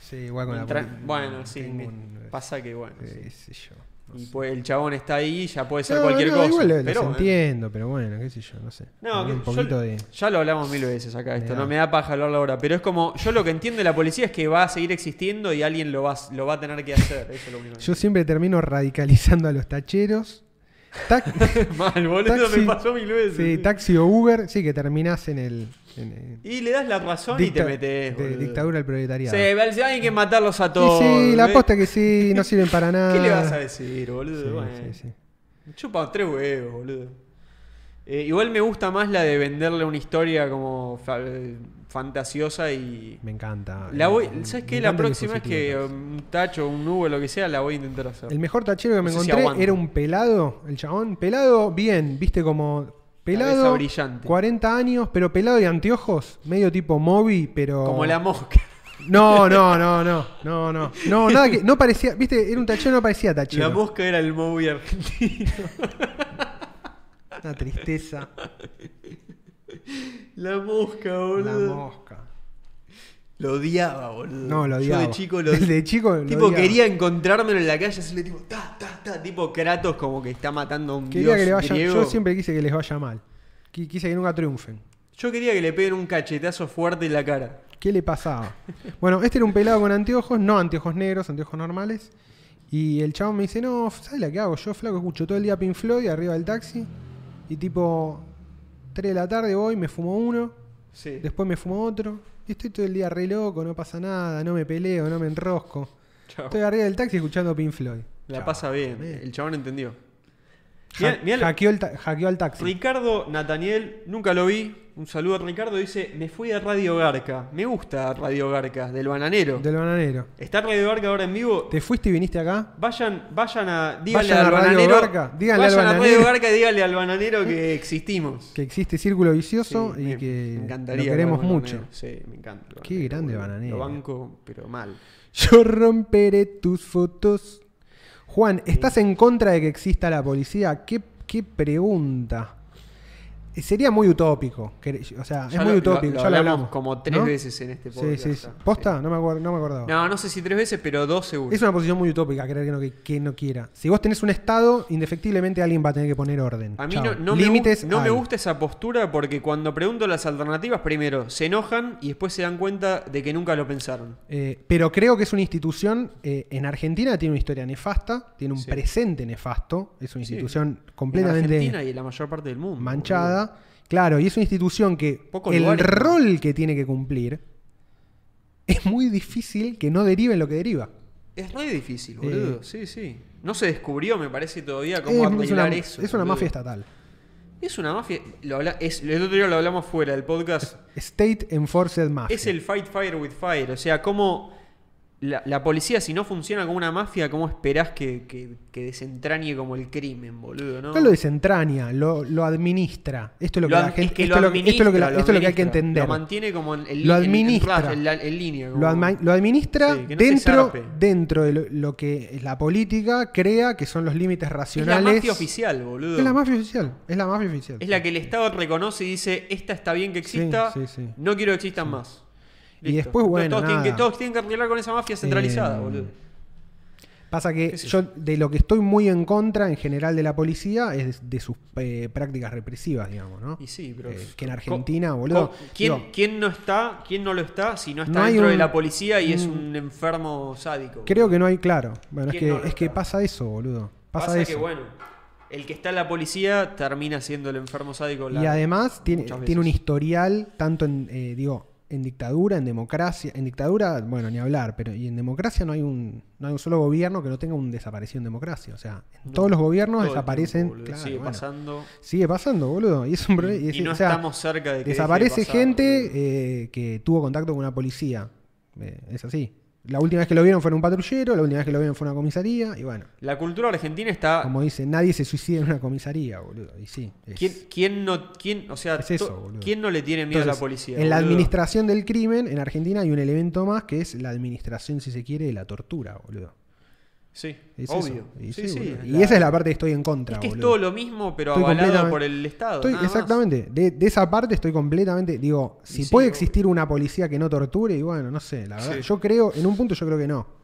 [SPEAKER 1] Sí, igual con la
[SPEAKER 2] Tra-
[SPEAKER 1] poli-
[SPEAKER 2] Bueno, sí,
[SPEAKER 1] tengo
[SPEAKER 2] me-
[SPEAKER 1] un-
[SPEAKER 2] pasa que bueno. sí.
[SPEAKER 1] qué sé yo. no
[SPEAKER 2] Y
[SPEAKER 1] sé.
[SPEAKER 2] pues el chabón está ahí, ya puede ser
[SPEAKER 1] No,
[SPEAKER 2] cualquier
[SPEAKER 1] no,
[SPEAKER 2] cosa.
[SPEAKER 1] Igual lo- los
[SPEAKER 2] pero, bueno.
[SPEAKER 1] entiendo, pero bueno, qué sé yo, no sé.
[SPEAKER 2] No,
[SPEAKER 1] También
[SPEAKER 2] que
[SPEAKER 1] un
[SPEAKER 2] yo-
[SPEAKER 1] poquito de.
[SPEAKER 2] Ya lo hablamos mil veces acá esto,
[SPEAKER 1] Me da.
[SPEAKER 2] no me da paja hablarlo ahora, pero es como, yo lo que entiendo de la policía es que va a seguir existiendo y alguien lo va, a- lo va a tener que hacer, eso es lo único que
[SPEAKER 1] Yo siempre termino radicalizando a los tacheros. Tac-
[SPEAKER 2] entiendo. Mal, boludo,
[SPEAKER 1] Taxi-
[SPEAKER 2] me pasó mil veces.
[SPEAKER 1] sí, taxi o Uber, sí, que terminás en el. en el-
[SPEAKER 2] y le das la razón y te
[SPEAKER 1] dicta-
[SPEAKER 2] metes,
[SPEAKER 1] de- dictadura al proletariado.
[SPEAKER 2] Se, hay que matarlos a
[SPEAKER 1] Y
[SPEAKER 2] todos.
[SPEAKER 1] sí, la
[SPEAKER 2] ¿eh?
[SPEAKER 1] aposta que sí, no sirven para nada.
[SPEAKER 2] ¿Qué le vas a decir, boludo?
[SPEAKER 1] Ah. Sí,
[SPEAKER 2] Bueno,
[SPEAKER 1] sí, sí.
[SPEAKER 2] Chupa tres huevos, boludo. Eh, igual me gusta más la de venderle una historia como fa- eh, fantasiosa y.
[SPEAKER 1] Me encanta.
[SPEAKER 2] La voy,
[SPEAKER 1] Me-
[SPEAKER 2] ¿Sabes
[SPEAKER 1] me
[SPEAKER 2] qué? La
[SPEAKER 1] encantan los
[SPEAKER 2] próxima es que um,
[SPEAKER 1] fusileros.
[SPEAKER 2] un tacho, un nubo, lo que sea, la voy a intentar hacer.
[SPEAKER 1] El mejor tachero que me
[SPEAKER 2] No sé si
[SPEAKER 1] encontré
[SPEAKER 2] aguanto.
[SPEAKER 1] era un pelado, el chabón. Pelado, bien, viste como. Pelado,
[SPEAKER 2] brillante.
[SPEAKER 1] 40 años, pero pelado y anteojos, medio tipo Moby, pero.
[SPEAKER 2] Como la mosca.
[SPEAKER 1] No, no, no, no, no, no. No, nada que. No parecía, viste, era un tachero, no parecía
[SPEAKER 2] La
[SPEAKER 1] tachero.
[SPEAKER 2] mosca era el móvil argentino.
[SPEAKER 1] Una tristeza.
[SPEAKER 2] La mosca,
[SPEAKER 1] La
[SPEAKER 2] boludo.
[SPEAKER 1] mosca.
[SPEAKER 2] Lo odiaba, boludo.
[SPEAKER 1] No, lo
[SPEAKER 2] Yo
[SPEAKER 1] odiaba.
[SPEAKER 2] de chico lo
[SPEAKER 1] Desde chico lo
[SPEAKER 2] Tipo,
[SPEAKER 1] odiaba.
[SPEAKER 2] quería encontrármelo en la calle, hacerle tipo, ta, ta, ta, tipo Kratos como que está matando a un
[SPEAKER 1] Quería
[SPEAKER 2] dios
[SPEAKER 1] que le vaya,
[SPEAKER 2] griego.
[SPEAKER 1] yo siempre quise que les vaya mal. Qui- Quise que nunca triunfen.
[SPEAKER 2] Yo quería que le peguen un cachetazo fuerte en la cara.
[SPEAKER 1] ¿Qué le pasaba? Bueno, este era un pelado con anteojos, no anteojos negros, anteojos normales. Y el chabón me dice, no, ¿sabes la que hago? Yo, flaco, escucho todo el día Pink Floyd arriba del taxi. Y tipo, 3 de la tarde voy, me fumo uno,
[SPEAKER 2] Sí.
[SPEAKER 1] después me fumo otro. Y estoy todo el día re loco, no pasa nada, no me peleo, no me enrosco.
[SPEAKER 2] Chao.
[SPEAKER 1] Estoy arriba del taxi escuchando Pink Floyd.
[SPEAKER 2] La
[SPEAKER 1] Chao.
[SPEAKER 2] pasa bien.
[SPEAKER 1] man.
[SPEAKER 2] El chabón entendió.
[SPEAKER 1] Ja-
[SPEAKER 2] Mirá- mirá lo-
[SPEAKER 1] hackeó, el ta- hackeó al taxi.
[SPEAKER 2] Ricardo Nataniel, nunca lo vi. Un saludo a Ricardo. Dice, me fui a Radio Garca. Me gusta Radio Garca, del bananero.
[SPEAKER 1] Del bananero.
[SPEAKER 2] Está Radio Garca ahora en vivo.
[SPEAKER 1] ¿Te fuiste y viniste acá?
[SPEAKER 2] Vayan, vayan a. Díganle
[SPEAKER 1] Vayan
[SPEAKER 2] al
[SPEAKER 1] a Radio
[SPEAKER 2] bananero.
[SPEAKER 1] Garca, díganle al
[SPEAKER 2] vayan a
[SPEAKER 1] bananero.
[SPEAKER 2] Radio Garca y díganle al bananero que existimos.
[SPEAKER 1] Que existe círculo vicioso
[SPEAKER 2] Sí,
[SPEAKER 1] y
[SPEAKER 2] me-
[SPEAKER 1] que
[SPEAKER 2] me encantaría
[SPEAKER 1] lo queremos
[SPEAKER 2] hablar con
[SPEAKER 1] mucho.
[SPEAKER 2] Bananero. Sí, me encanta. el
[SPEAKER 1] Qué
[SPEAKER 2] Bananero,
[SPEAKER 1] grande
[SPEAKER 2] boludo.
[SPEAKER 1] Bananero.
[SPEAKER 2] Lo banco, pero mal.
[SPEAKER 1] Yo romperé tus fotos. Juan, ¿estás en contra de que exista la policía? ¿Qué, qué pregunta? Eh, Sería muy utópico. cre- O sea,
[SPEAKER 2] Ya
[SPEAKER 1] es muy
[SPEAKER 2] lo-
[SPEAKER 1] utópico.
[SPEAKER 2] lo- lo
[SPEAKER 1] ya lo
[SPEAKER 2] hablamos
[SPEAKER 1] hablamos.
[SPEAKER 2] como tres
[SPEAKER 1] ¿no?
[SPEAKER 2] veces en este
[SPEAKER 1] Sí,
[SPEAKER 2] podcast.
[SPEAKER 1] sí, sí.
[SPEAKER 2] ya.
[SPEAKER 1] ¿Posta? No me, acuerdo, no me acordaba.
[SPEAKER 2] No, no sé si tres veces, pero dos seguro.
[SPEAKER 1] Es una posición muy utópica creer que no, que, que no quiera. Si vos tenés un Estado, indefectiblemente alguien va a tener que poner orden.
[SPEAKER 2] A mí
[SPEAKER 1] Chao.
[SPEAKER 2] no, no me gu-
[SPEAKER 1] Límites
[SPEAKER 2] no me
[SPEAKER 1] hay.
[SPEAKER 2] gusta esa postura porque cuando pregunto las alternativas, primero se enojan y después se dan cuenta de que nunca lo pensaron.
[SPEAKER 1] Eh, pero creo que es una institución, eh, en Argentina tiene una historia nefasta, tiene un
[SPEAKER 2] Sí.
[SPEAKER 1] presente nefasto, es una
[SPEAKER 2] Sí.
[SPEAKER 1] institución
[SPEAKER 2] En
[SPEAKER 1] completamente...
[SPEAKER 2] Argentina y en la mayor parte del mundo.
[SPEAKER 1] manchada. Claro, y es una institución que
[SPEAKER 2] Pocos
[SPEAKER 1] el
[SPEAKER 2] lugares, ¿no?
[SPEAKER 1] rol que tiene que cumplir es muy difícil que no derive en lo que deriva.
[SPEAKER 2] boludo. Es re difícil, boludo.
[SPEAKER 1] Eh.
[SPEAKER 2] Sí, sí. No se descubrió, me parece, todavía
[SPEAKER 1] Es-
[SPEAKER 2] cómo
[SPEAKER 1] es,
[SPEAKER 2] arreglar
[SPEAKER 1] una,
[SPEAKER 2] eso.
[SPEAKER 1] es una
[SPEAKER 2] boludo.
[SPEAKER 1] mafia estatal.
[SPEAKER 2] Es una mafia. Lo habla- es, el otro día lo hablamos fuera del podcast.
[SPEAKER 1] State Enforced Mafia.
[SPEAKER 2] Es el fight fire with fire. O sea, cómo la, la policía, si no funciona como una mafia, ¿cómo esperás que, que- que desentrañe como el crimen, boludo? No,
[SPEAKER 1] No lo desentraña, lo, lo administra. Esto es lo que
[SPEAKER 2] Lo
[SPEAKER 1] la
[SPEAKER 2] ad- es
[SPEAKER 1] gente.
[SPEAKER 2] que
[SPEAKER 1] esto es lo que- esto es lo que la-
[SPEAKER 2] administra,
[SPEAKER 1] esto es lo que hay que
[SPEAKER 2] administra.
[SPEAKER 1] entender.
[SPEAKER 2] Lo mantiene como en, en-
[SPEAKER 1] Lo
[SPEAKER 2] en- en
[SPEAKER 1] administra.
[SPEAKER 2] ras- en la- en línea. como-
[SPEAKER 1] Lo, adma- lo administra
[SPEAKER 2] Sí, que no se
[SPEAKER 1] dentro,
[SPEAKER 2] zarpe.
[SPEAKER 1] dentro de lo, lo que la política crea que son los límites
[SPEAKER 2] es la
[SPEAKER 1] racionales.
[SPEAKER 2] mafia oficial, boludo.
[SPEAKER 1] Es la mafia oficial. Es la mafia oficial.
[SPEAKER 2] Es la que el Estado reconoce y dice, esta está bien que exista,
[SPEAKER 1] Sí, sí, sí.
[SPEAKER 2] no quiero que existan más.
[SPEAKER 1] Y después, bueno,
[SPEAKER 2] Todos, Tienen que,
[SPEAKER 1] nada.
[SPEAKER 2] todos tienen que arreglar con esa mafia centralizada,
[SPEAKER 1] Eh,
[SPEAKER 2] boludo.
[SPEAKER 1] Pasa que
[SPEAKER 2] ¿Qué sé
[SPEAKER 1] yo de lo que estoy muy en contra en general de la policía es de, de sus eh, prácticas represivas, digamos, ¿no?
[SPEAKER 2] Y sí, pero...
[SPEAKER 1] Eh, que en Argentina, boludo,
[SPEAKER 2] ¿quién,
[SPEAKER 1] digo-
[SPEAKER 2] quién no está? ¿Quién no lo está? Si no está
[SPEAKER 1] No hay
[SPEAKER 2] dentro de
[SPEAKER 1] un- mm.
[SPEAKER 2] la policía y es un enfermo sádico.
[SPEAKER 1] Creo que no hay claro. Bueno, es
[SPEAKER 2] ¿Quién
[SPEAKER 1] que,
[SPEAKER 2] no lo
[SPEAKER 1] es que
[SPEAKER 2] está?
[SPEAKER 1] pasa eso, boludo. Pasa,
[SPEAKER 2] Pasa,
[SPEAKER 1] eso.
[SPEAKER 2] que, bueno, el que está en la policía termina siendo el enfermo sádico. la-
[SPEAKER 1] y además tiene,
[SPEAKER 2] muchas
[SPEAKER 1] tiene un
[SPEAKER 2] veces.
[SPEAKER 1] historial tanto en, eh, digo, en dictadura, en democracia. En dictadura, bueno, ni hablar, pero y en democracia no hay un, no hay un solo gobierno que no tenga un desaparecido en democracia. O sea, en
[SPEAKER 2] No,
[SPEAKER 1] todos los gobiernos
[SPEAKER 2] todo el
[SPEAKER 1] desaparecen.
[SPEAKER 2] tiempo, boludo.
[SPEAKER 1] claro,
[SPEAKER 2] sigue
[SPEAKER 1] bueno.
[SPEAKER 2] pasando.
[SPEAKER 1] Sigue pasando, boludo. Y es un problema.
[SPEAKER 2] Y,
[SPEAKER 1] es-
[SPEAKER 2] no
[SPEAKER 1] o sea,
[SPEAKER 2] estamos cerca de que. deje de
[SPEAKER 1] Desaparece
[SPEAKER 2] pasar, boludo.
[SPEAKER 1] gente eh, que tuvo contacto con una policía. Eh, es así. La última vez que lo vieron fue en un patrullero, la última vez que lo vieron fue en una comisaría. Y bueno,
[SPEAKER 2] La cultura argentina está.
[SPEAKER 1] eh, como dice, nadie se suicida en una comisaría, boludo. Y sí. es-
[SPEAKER 2] ¿Quién, quién no, quién, o sea,
[SPEAKER 1] Es eso,
[SPEAKER 2] to-
[SPEAKER 1] boludo.
[SPEAKER 2] ¿quién no le tiene miedo
[SPEAKER 1] Entonces,
[SPEAKER 2] a la policía?
[SPEAKER 1] En la
[SPEAKER 2] boludo?
[SPEAKER 1] administración del crimen, en Argentina, hay un elemento más que es la administración, si se quiere, de la tortura, boludo.
[SPEAKER 2] Sí,
[SPEAKER 1] Es
[SPEAKER 2] obvio.
[SPEAKER 1] eso. Y,
[SPEAKER 2] Sí,
[SPEAKER 1] sí,
[SPEAKER 2] sí,
[SPEAKER 1] boludo. Y
[SPEAKER 2] la-
[SPEAKER 1] esa es la parte que estoy en contra,
[SPEAKER 2] Es que es
[SPEAKER 1] boludo.
[SPEAKER 2] todo lo mismo, pero
[SPEAKER 1] Estoy
[SPEAKER 2] avalado
[SPEAKER 1] completamente-
[SPEAKER 2] por el Estado.
[SPEAKER 1] Estoy-
[SPEAKER 2] nada más.
[SPEAKER 1] exactamente. De, de esa parte estoy completamente. Digo, si
[SPEAKER 2] Y sí,
[SPEAKER 1] puede
[SPEAKER 2] obvio.
[SPEAKER 1] existir una policía que no torture, y bueno, no sé, la verdad.
[SPEAKER 2] Sí.
[SPEAKER 1] Yo creo, en un punto yo creo que no.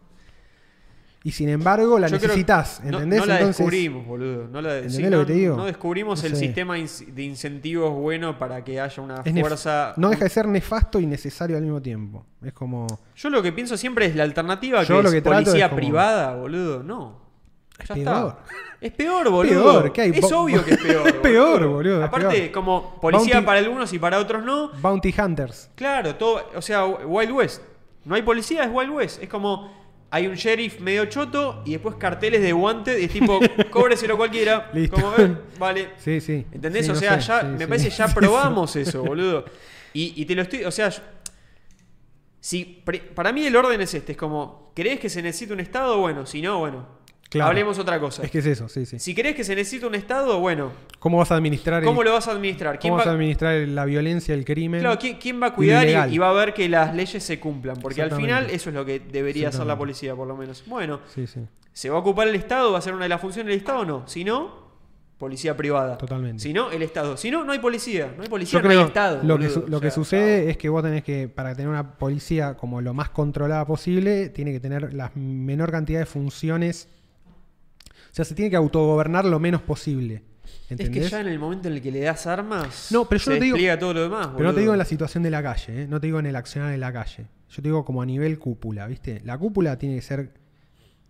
[SPEAKER 1] Y sin embargo, la
[SPEAKER 2] Yo creo-
[SPEAKER 1] necesitas,
[SPEAKER 2] no-
[SPEAKER 1] ¿entendés?
[SPEAKER 2] No, la
[SPEAKER 1] Entonces,
[SPEAKER 2] descubrimos, boludo. No la
[SPEAKER 1] ¿entendés
[SPEAKER 2] sí,
[SPEAKER 1] lo
[SPEAKER 2] no-
[SPEAKER 1] que te digo?
[SPEAKER 2] no descubrimos
[SPEAKER 1] No
[SPEAKER 2] el
[SPEAKER 1] sé.
[SPEAKER 2] sistema in- de incentivos bueno para que haya una
[SPEAKER 1] es nef-
[SPEAKER 2] fuerza.
[SPEAKER 1] no deja de ser nefasto y necesario al mismo tiempo. Es como.
[SPEAKER 2] Yo lo que pienso siempre es la alternativa
[SPEAKER 1] Yo
[SPEAKER 2] que
[SPEAKER 1] lo
[SPEAKER 2] es
[SPEAKER 1] que trato
[SPEAKER 2] policía
[SPEAKER 1] es como-
[SPEAKER 2] privada, boludo. No.
[SPEAKER 1] Es
[SPEAKER 2] Ya
[SPEAKER 1] peor.
[SPEAKER 2] está. Es peor, boludo.
[SPEAKER 1] peor, ¿qué hay?
[SPEAKER 2] Es
[SPEAKER 1] Bo-
[SPEAKER 2] obvio que es peor.
[SPEAKER 1] Es peor, boludo, es
[SPEAKER 2] Aparte,
[SPEAKER 1] peor.
[SPEAKER 2] como policía
[SPEAKER 1] Bounty-
[SPEAKER 2] para algunos y para otros no.
[SPEAKER 1] Bounty Hunters.
[SPEAKER 2] Claro, todo. O sea, Wild West. No hay policía, es Wild West. Es como. Hay un sheriff medio choto y después carteles de guantes y es tipo, cóbreselo cualquiera.
[SPEAKER 1] Listo.
[SPEAKER 2] Como ven, vale.
[SPEAKER 1] Sí, sí.
[SPEAKER 2] ¿Entendés?
[SPEAKER 1] Sí,
[SPEAKER 2] o
[SPEAKER 1] no
[SPEAKER 2] sea,
[SPEAKER 1] sé.
[SPEAKER 2] ya,
[SPEAKER 1] Sí,
[SPEAKER 2] me
[SPEAKER 1] sí.
[SPEAKER 2] parece que ya
[SPEAKER 1] Sí,
[SPEAKER 2] probamos eso, boludo. Y, y te lo estoy. O sea, yo- si, pre- para mí el orden es este: es como, ¿crees que se necesita un Estado? Bueno, si no, bueno.
[SPEAKER 1] Claro.
[SPEAKER 2] Hablemos otra cosa.
[SPEAKER 1] Es que es eso, sí, sí.
[SPEAKER 2] Si crees que se necesita un Estado, bueno,
[SPEAKER 1] ¿Cómo vas a administrar,
[SPEAKER 2] ¿cómo
[SPEAKER 1] el,
[SPEAKER 2] lo vas a administrar? ¿Quién
[SPEAKER 1] cómo vas
[SPEAKER 2] va,
[SPEAKER 1] a administrar la violencia, el crimen?
[SPEAKER 2] claro, ¿quién, quién va a cuidar
[SPEAKER 1] Ilegal.
[SPEAKER 2] y, y va a ver que las leyes se cumplan? Porque al
[SPEAKER 1] Exactamente.
[SPEAKER 2] final eso es lo que debería hacer la
[SPEAKER 1] Exactamente.
[SPEAKER 2] policía, por lo menos. Bueno,
[SPEAKER 1] Sí, sí.
[SPEAKER 2] ¿se va a ocupar el Estado? ¿Va a ser una de las funciones del Estado o no? Si no, policía privada.
[SPEAKER 1] Totalmente.
[SPEAKER 2] Si no, el Estado. Si no, no hay policía. No hay policía,
[SPEAKER 1] Yo
[SPEAKER 2] no hay
[SPEAKER 1] creo
[SPEAKER 2] Estado.
[SPEAKER 1] lo que,
[SPEAKER 2] boludo.
[SPEAKER 1] su- lo
[SPEAKER 2] O
[SPEAKER 1] que
[SPEAKER 2] sea,
[SPEAKER 1] sucede es que vos tenés que, para tener una policía como lo más controlada posible, tiene que tener la menor cantidad de funciones. O sea, se tiene que autogobernar lo menos posible. ¿Entendés?
[SPEAKER 2] Es que ya en el momento en el que le das armas,
[SPEAKER 1] No, pero yo
[SPEAKER 2] se
[SPEAKER 1] no te digo-
[SPEAKER 2] despliega todo lo demás.
[SPEAKER 1] Pero no te digo en
[SPEAKER 2] Ah, boludo.
[SPEAKER 1] la situación de la calle, ¿eh? no te digo en el accionar en la calle. Yo te digo como a nivel cúpula, ¿viste? La cúpula tiene que ser,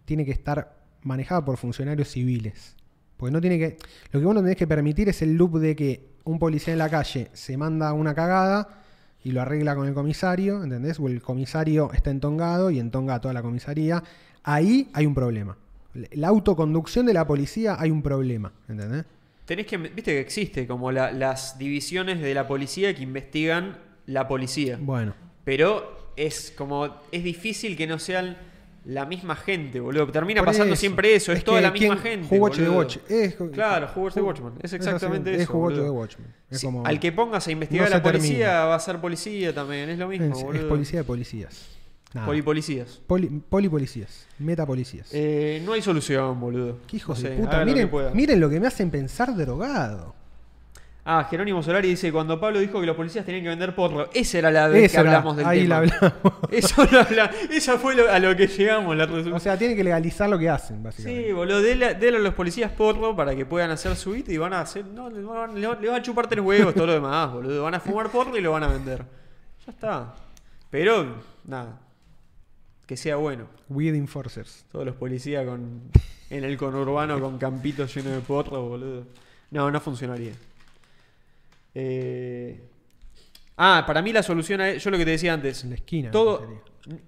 [SPEAKER 1] tiene que estar manejada por funcionarios civiles. Porque no tiene que. Lo que vos no tenés que permitir es el loop de que un policía en la calle se manda una cagada y lo arregla con el comisario, ¿entendés? O el comisario está entongado y entonga a toda la comisaría. Ahí hay un problema. La autoconducción de la policía hay un problema, ¿entendés?
[SPEAKER 2] Tenés que. Viste que existe como la- las divisiones de la policía que investigan la policía.
[SPEAKER 1] Bueno.
[SPEAKER 2] Pero es como. Es difícil que no sean la misma gente, boludo. Termina
[SPEAKER 1] Por
[SPEAKER 2] pasando
[SPEAKER 1] eso.
[SPEAKER 2] siempre eso. Es,
[SPEAKER 1] Es
[SPEAKER 2] toda
[SPEAKER 1] que
[SPEAKER 2] la misma
[SPEAKER 1] ¿quién-
[SPEAKER 2] gente.
[SPEAKER 1] Who Watch the
[SPEAKER 2] boludo.
[SPEAKER 1] Watch? Es-
[SPEAKER 2] claro, Who Watch the
[SPEAKER 1] Who-
[SPEAKER 2] Watchman. Es exactamente eso.
[SPEAKER 1] Es Who Watch the
[SPEAKER 2] boludo.
[SPEAKER 1] Watchman. Es
[SPEAKER 2] Sí,
[SPEAKER 1] como-
[SPEAKER 2] Al que pongas a investigar
[SPEAKER 1] no
[SPEAKER 2] a la
[SPEAKER 1] se
[SPEAKER 2] policía
[SPEAKER 1] termina.
[SPEAKER 2] va a ser policía también. Es lo mismo,
[SPEAKER 1] es, es
[SPEAKER 2] boludo.
[SPEAKER 1] policía de policías. Nada.
[SPEAKER 2] Polipolicías.
[SPEAKER 1] Poli- polipolicías. Metapolicías.
[SPEAKER 2] Eh, no hay solución, boludo.
[SPEAKER 1] Qué hijos
[SPEAKER 2] No sé,
[SPEAKER 1] de puta.
[SPEAKER 2] hagan lo que
[SPEAKER 1] Miren,
[SPEAKER 2] puedan.
[SPEAKER 1] miren lo que me hacen pensar drogado.
[SPEAKER 2] Ah, Jerónimo Solari dice, cuando Pablo dijo que los policías tenían que vender porro, esa era la vez
[SPEAKER 1] Eso
[SPEAKER 2] que
[SPEAKER 1] era,
[SPEAKER 2] hablamos del
[SPEAKER 1] ahí
[SPEAKER 2] tema.
[SPEAKER 1] la hablamos.
[SPEAKER 2] Eso lo habla- esa fue lo- a lo que llegamos, la resolución.
[SPEAKER 1] O sea, tienen que legalizar lo que hacen, básicamente.
[SPEAKER 2] sí, boludo, denle denle a los policías porro para que puedan hacer su hit y van a hacer... No, le van, le van- le van a chupar tres huevos, todo lo demás, boludo. Van a fumar porro y lo van a vender. Ya está. Pero, nada. Que sea bueno.
[SPEAKER 1] Weed Enforcers.
[SPEAKER 2] Todos los policías con, en el conurbano con campitos llenos de porro, boludo. No, no funcionaría. Eh, ah, para mí la solución a yo lo que te decía antes.
[SPEAKER 1] En la esquina.
[SPEAKER 2] Todo,
[SPEAKER 1] sería.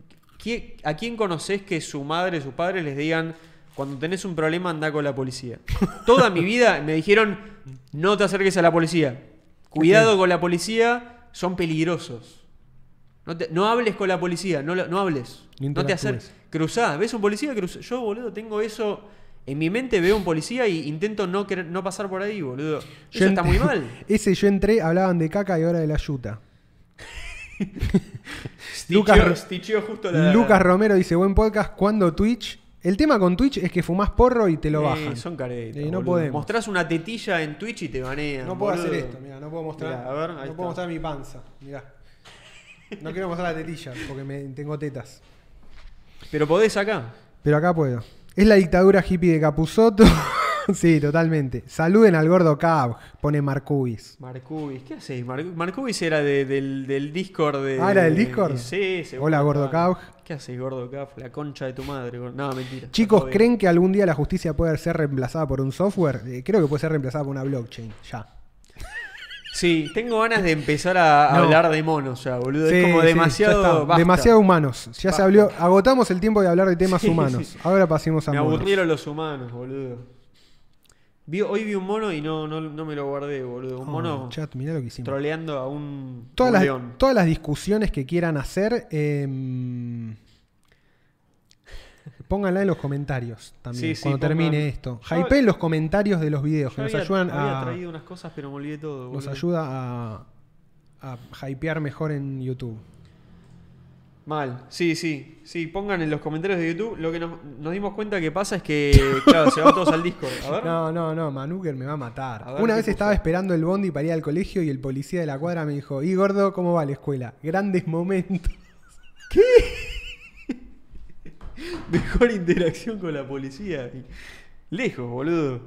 [SPEAKER 2] ¿Qui- ¿A quién conoces que su madre, sus padres les digan, cuando tenés un problema anda con la policía? Toda mi vida me dijeron, no te acerques a la policía. Cuidado con la policía, son peligrosos. No, te- no hables con la policía, no, lo- no hables.
[SPEAKER 1] Ni
[SPEAKER 2] no te
[SPEAKER 1] interactúes.
[SPEAKER 2] acerques. Cruzá, ves un policía, cruzá. Yo, boludo, tengo eso. En mi mente veo un policía y intento no, querer- no pasar por ahí, boludo. Eso
[SPEAKER 1] Yo
[SPEAKER 2] está
[SPEAKER 1] ent-
[SPEAKER 2] muy mal.
[SPEAKER 1] Ese yo entré, hablaban de caca y ahora de la yuta. Lucas-
[SPEAKER 2] Stitcheo- stitcheo justo la-
[SPEAKER 1] Lucas Romero dice, buen podcast, ¿cuándo Twitch? El tema con Twitch es que fumás porro y te lo
[SPEAKER 2] Eh,
[SPEAKER 1] bajan.
[SPEAKER 2] Son caretas.
[SPEAKER 1] Eh, no
[SPEAKER 2] boludo.
[SPEAKER 1] podemos.
[SPEAKER 2] Mostrás una tetilla en Twitch y te banean.
[SPEAKER 1] No puedo
[SPEAKER 2] boludo.
[SPEAKER 1] hacer esto, mira, no puedo mostrar.
[SPEAKER 2] Mirá, a ver, ahí
[SPEAKER 1] no
[SPEAKER 2] está.
[SPEAKER 1] puedo mostrar mi panza, mirá. No quiero mostrar la tetilla porque me, tengo tetas.
[SPEAKER 2] Pero podés acá.
[SPEAKER 1] Pero acá puedo. Es la dictadura hippie de Capuzoto. sí, totalmente. Saluden al gordo Cab, pone Marcubis.
[SPEAKER 2] Marcubis, ¿qué hacéis? Mar- Marcubis era de- del, del Discord. De,
[SPEAKER 1] Ah, ¿era del Discord?
[SPEAKER 2] Sí, seguro.
[SPEAKER 1] Hola, Gordo Cauj.
[SPEAKER 2] ¿Qué haces, Gordo Cauj? La concha de tu madre. gordo- No, mentira.
[SPEAKER 1] Chicos,
[SPEAKER 2] Todo bien.
[SPEAKER 1] ¿creen que algún día la justicia puede ser reemplazada por un software? Eh, creo que puede ser reemplazada por una blockchain, ya.
[SPEAKER 2] Sí, tengo ganas de empezar a
[SPEAKER 1] No.
[SPEAKER 2] hablar de monos ya, boludo.
[SPEAKER 1] Sí,
[SPEAKER 2] es como
[SPEAKER 1] sí,
[SPEAKER 2] demasiado.
[SPEAKER 1] ya está.
[SPEAKER 2] basta.
[SPEAKER 1] Demasiado humanos. Ya se
[SPEAKER 2] Basta.
[SPEAKER 1] habló, agotamos el tiempo de hablar de temas
[SPEAKER 2] Sí,
[SPEAKER 1] humanos.
[SPEAKER 2] sí.
[SPEAKER 1] Ahora pasemos a
[SPEAKER 2] Me
[SPEAKER 1] monos.
[SPEAKER 2] aburrieron los humanos, boludo. Vi- hoy vi un mono y no, no, no me lo guardé, boludo. Un
[SPEAKER 1] Oh,
[SPEAKER 2] mono
[SPEAKER 1] chat, mirá lo que hicimos.
[SPEAKER 2] troleando a un, a
[SPEAKER 1] Todas
[SPEAKER 2] un
[SPEAKER 1] las,
[SPEAKER 2] león.
[SPEAKER 1] todas las discusiones que quieran hacer, em, pónganla en los comentarios también.
[SPEAKER 2] Sí, sí,
[SPEAKER 1] cuando
[SPEAKER 2] pongan-
[SPEAKER 1] termine esto.
[SPEAKER 2] Yo-
[SPEAKER 1] Hypeen los comentarios de los videos que
[SPEAKER 2] Yo
[SPEAKER 1] nos
[SPEAKER 2] había-
[SPEAKER 1] ayudan
[SPEAKER 2] había
[SPEAKER 1] a.
[SPEAKER 2] traído unas cosas, pero me olvidé todo.
[SPEAKER 1] Nos
[SPEAKER 2] boludo.
[SPEAKER 1] ayuda a, a hypear mejor en YouTube.
[SPEAKER 2] Mal, sí, sí, sí, pongan en los comentarios de YouTube. Lo que nos, nos dimos cuenta que pasa es que, claro, se van todos al Discord. A ver.
[SPEAKER 1] No, no, no, Manuker me va a matar.
[SPEAKER 2] A ver,
[SPEAKER 1] Una
[SPEAKER 2] ¿qué
[SPEAKER 1] vez
[SPEAKER 2] puso?
[SPEAKER 1] estaba esperando el bondi para ir al colegio y el policía de la cuadra me dijo, y gordo, ¿cómo va la escuela? Grandes momentos.
[SPEAKER 2] Mejor interacción con la policía. Lejos, boludo.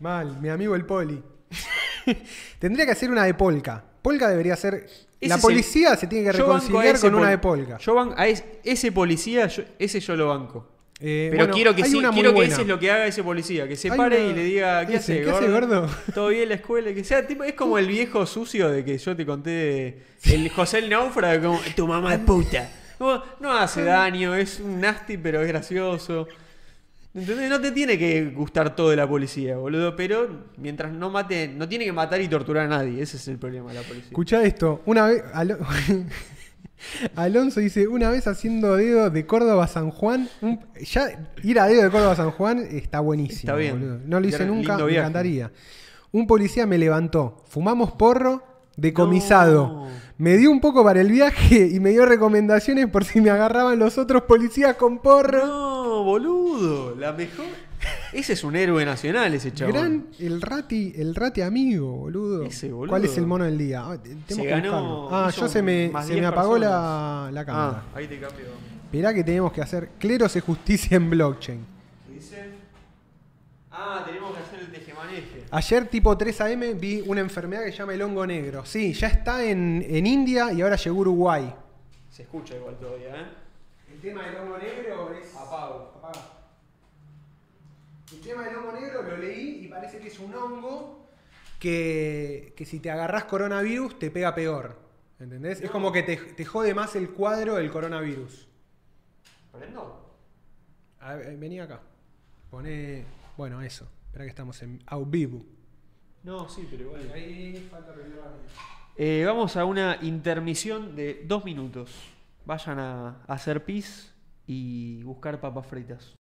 [SPEAKER 1] Mal, mi amigo el poli. Tendría que hacer una de polka. Polka debería ser.
[SPEAKER 2] Ese
[SPEAKER 1] la
[SPEAKER 2] es
[SPEAKER 1] policía se tiene que
[SPEAKER 2] Yo banco a
[SPEAKER 1] reconciliar
[SPEAKER 2] ese
[SPEAKER 1] con una
[SPEAKER 2] pol-
[SPEAKER 1] de polka.
[SPEAKER 2] Yo ban- a es- ese policía, yo- ese yo lo banco.
[SPEAKER 1] Eh,
[SPEAKER 2] Pero
[SPEAKER 1] bueno,
[SPEAKER 2] quiero que,
[SPEAKER 1] hay
[SPEAKER 2] sí-
[SPEAKER 1] una muy
[SPEAKER 2] quiero que
[SPEAKER 1] buena.
[SPEAKER 2] ese es lo que haga ese policía, que se
[SPEAKER 1] Hay
[SPEAKER 2] pare
[SPEAKER 1] una-
[SPEAKER 2] y le diga, ¿qué,
[SPEAKER 1] ese,
[SPEAKER 2] hace,
[SPEAKER 1] ¿qué hace, gordo?
[SPEAKER 2] ¿Todo bien la escuela? Que sea, tipo, es como el viejo sucio de que yo te conté, de- el José el náufrago, como, tu mamá es puta. Como, no hace daño, es un nasty, pero es gracioso. ¿Entendés? No te tiene que gustar todo de la policía, boludo, pero mientras no mate, no tiene que matar y torturar a nadie, ese es el problema de la policía.
[SPEAKER 1] Escuchá esto. Una vez. Alo- Alonso dice: Una vez haciendo dedo de Córdoba a San Juan. un- Ya ir a dedo de Córdoba a San Juan está buenísimo.
[SPEAKER 2] Está bien.
[SPEAKER 1] boludo. No lo hice
[SPEAKER 2] Gran-
[SPEAKER 1] nunca,
[SPEAKER 2] lindo
[SPEAKER 1] me
[SPEAKER 2] viaje.
[SPEAKER 1] encantaría. Un policía me levantó. Fumamos porro, decomisado.
[SPEAKER 2] No.
[SPEAKER 1] Me dio un poco para el viaje y me dio recomendaciones por si me agarraban los otros policías con porro.
[SPEAKER 2] No, boludo, la mejor. Ese es un héroe nacional, ese chabón.
[SPEAKER 1] Gran, el rati, el rati amigo, boludo.
[SPEAKER 2] Ese boludo.
[SPEAKER 1] ¿Cuál es el mono del día? Ah, te- tenemos
[SPEAKER 2] Se
[SPEAKER 1] que
[SPEAKER 2] ganó,
[SPEAKER 1] buscarlo. Ah,
[SPEAKER 2] hizo
[SPEAKER 1] yo se me,
[SPEAKER 2] más
[SPEAKER 1] se
[SPEAKER 2] 10
[SPEAKER 1] me apagó la,
[SPEAKER 2] personas.
[SPEAKER 1] la cámara.
[SPEAKER 2] Ah, ahí te cambio.
[SPEAKER 1] Mirá que tenemos que hacer cleros de justicia en blockchain.
[SPEAKER 2] ¿Qué dice? Ah, tenemos que hacer el tejemaneje.
[SPEAKER 1] Ayer, tipo 3 AM, vi una enfermedad que se llama el hongo negro. Sí, ya está en, en India y ahora llegó a Uruguay.
[SPEAKER 2] Se escucha igual todavía, ¿eh?
[SPEAKER 1] El tema del hongo negro es.
[SPEAKER 2] Apago.
[SPEAKER 1] Apaga. El tema del hongo negro lo leí y parece que es un hongo que, que si te agarrás coronavirus te pega peor. ¿Entendés? Es como que te, te jode más el cuadro del coronavirus.
[SPEAKER 2] ¿Prendo?
[SPEAKER 1] A ver, eh, vení acá. Poné. Bueno, eso. Espera que estamos en au vivo.
[SPEAKER 2] No, sí, pero igual.
[SPEAKER 1] Ahí falta la
[SPEAKER 2] Eh, vamos a una intermisión de dos minutos. Vayan a hacer pis y buscar papas fritas.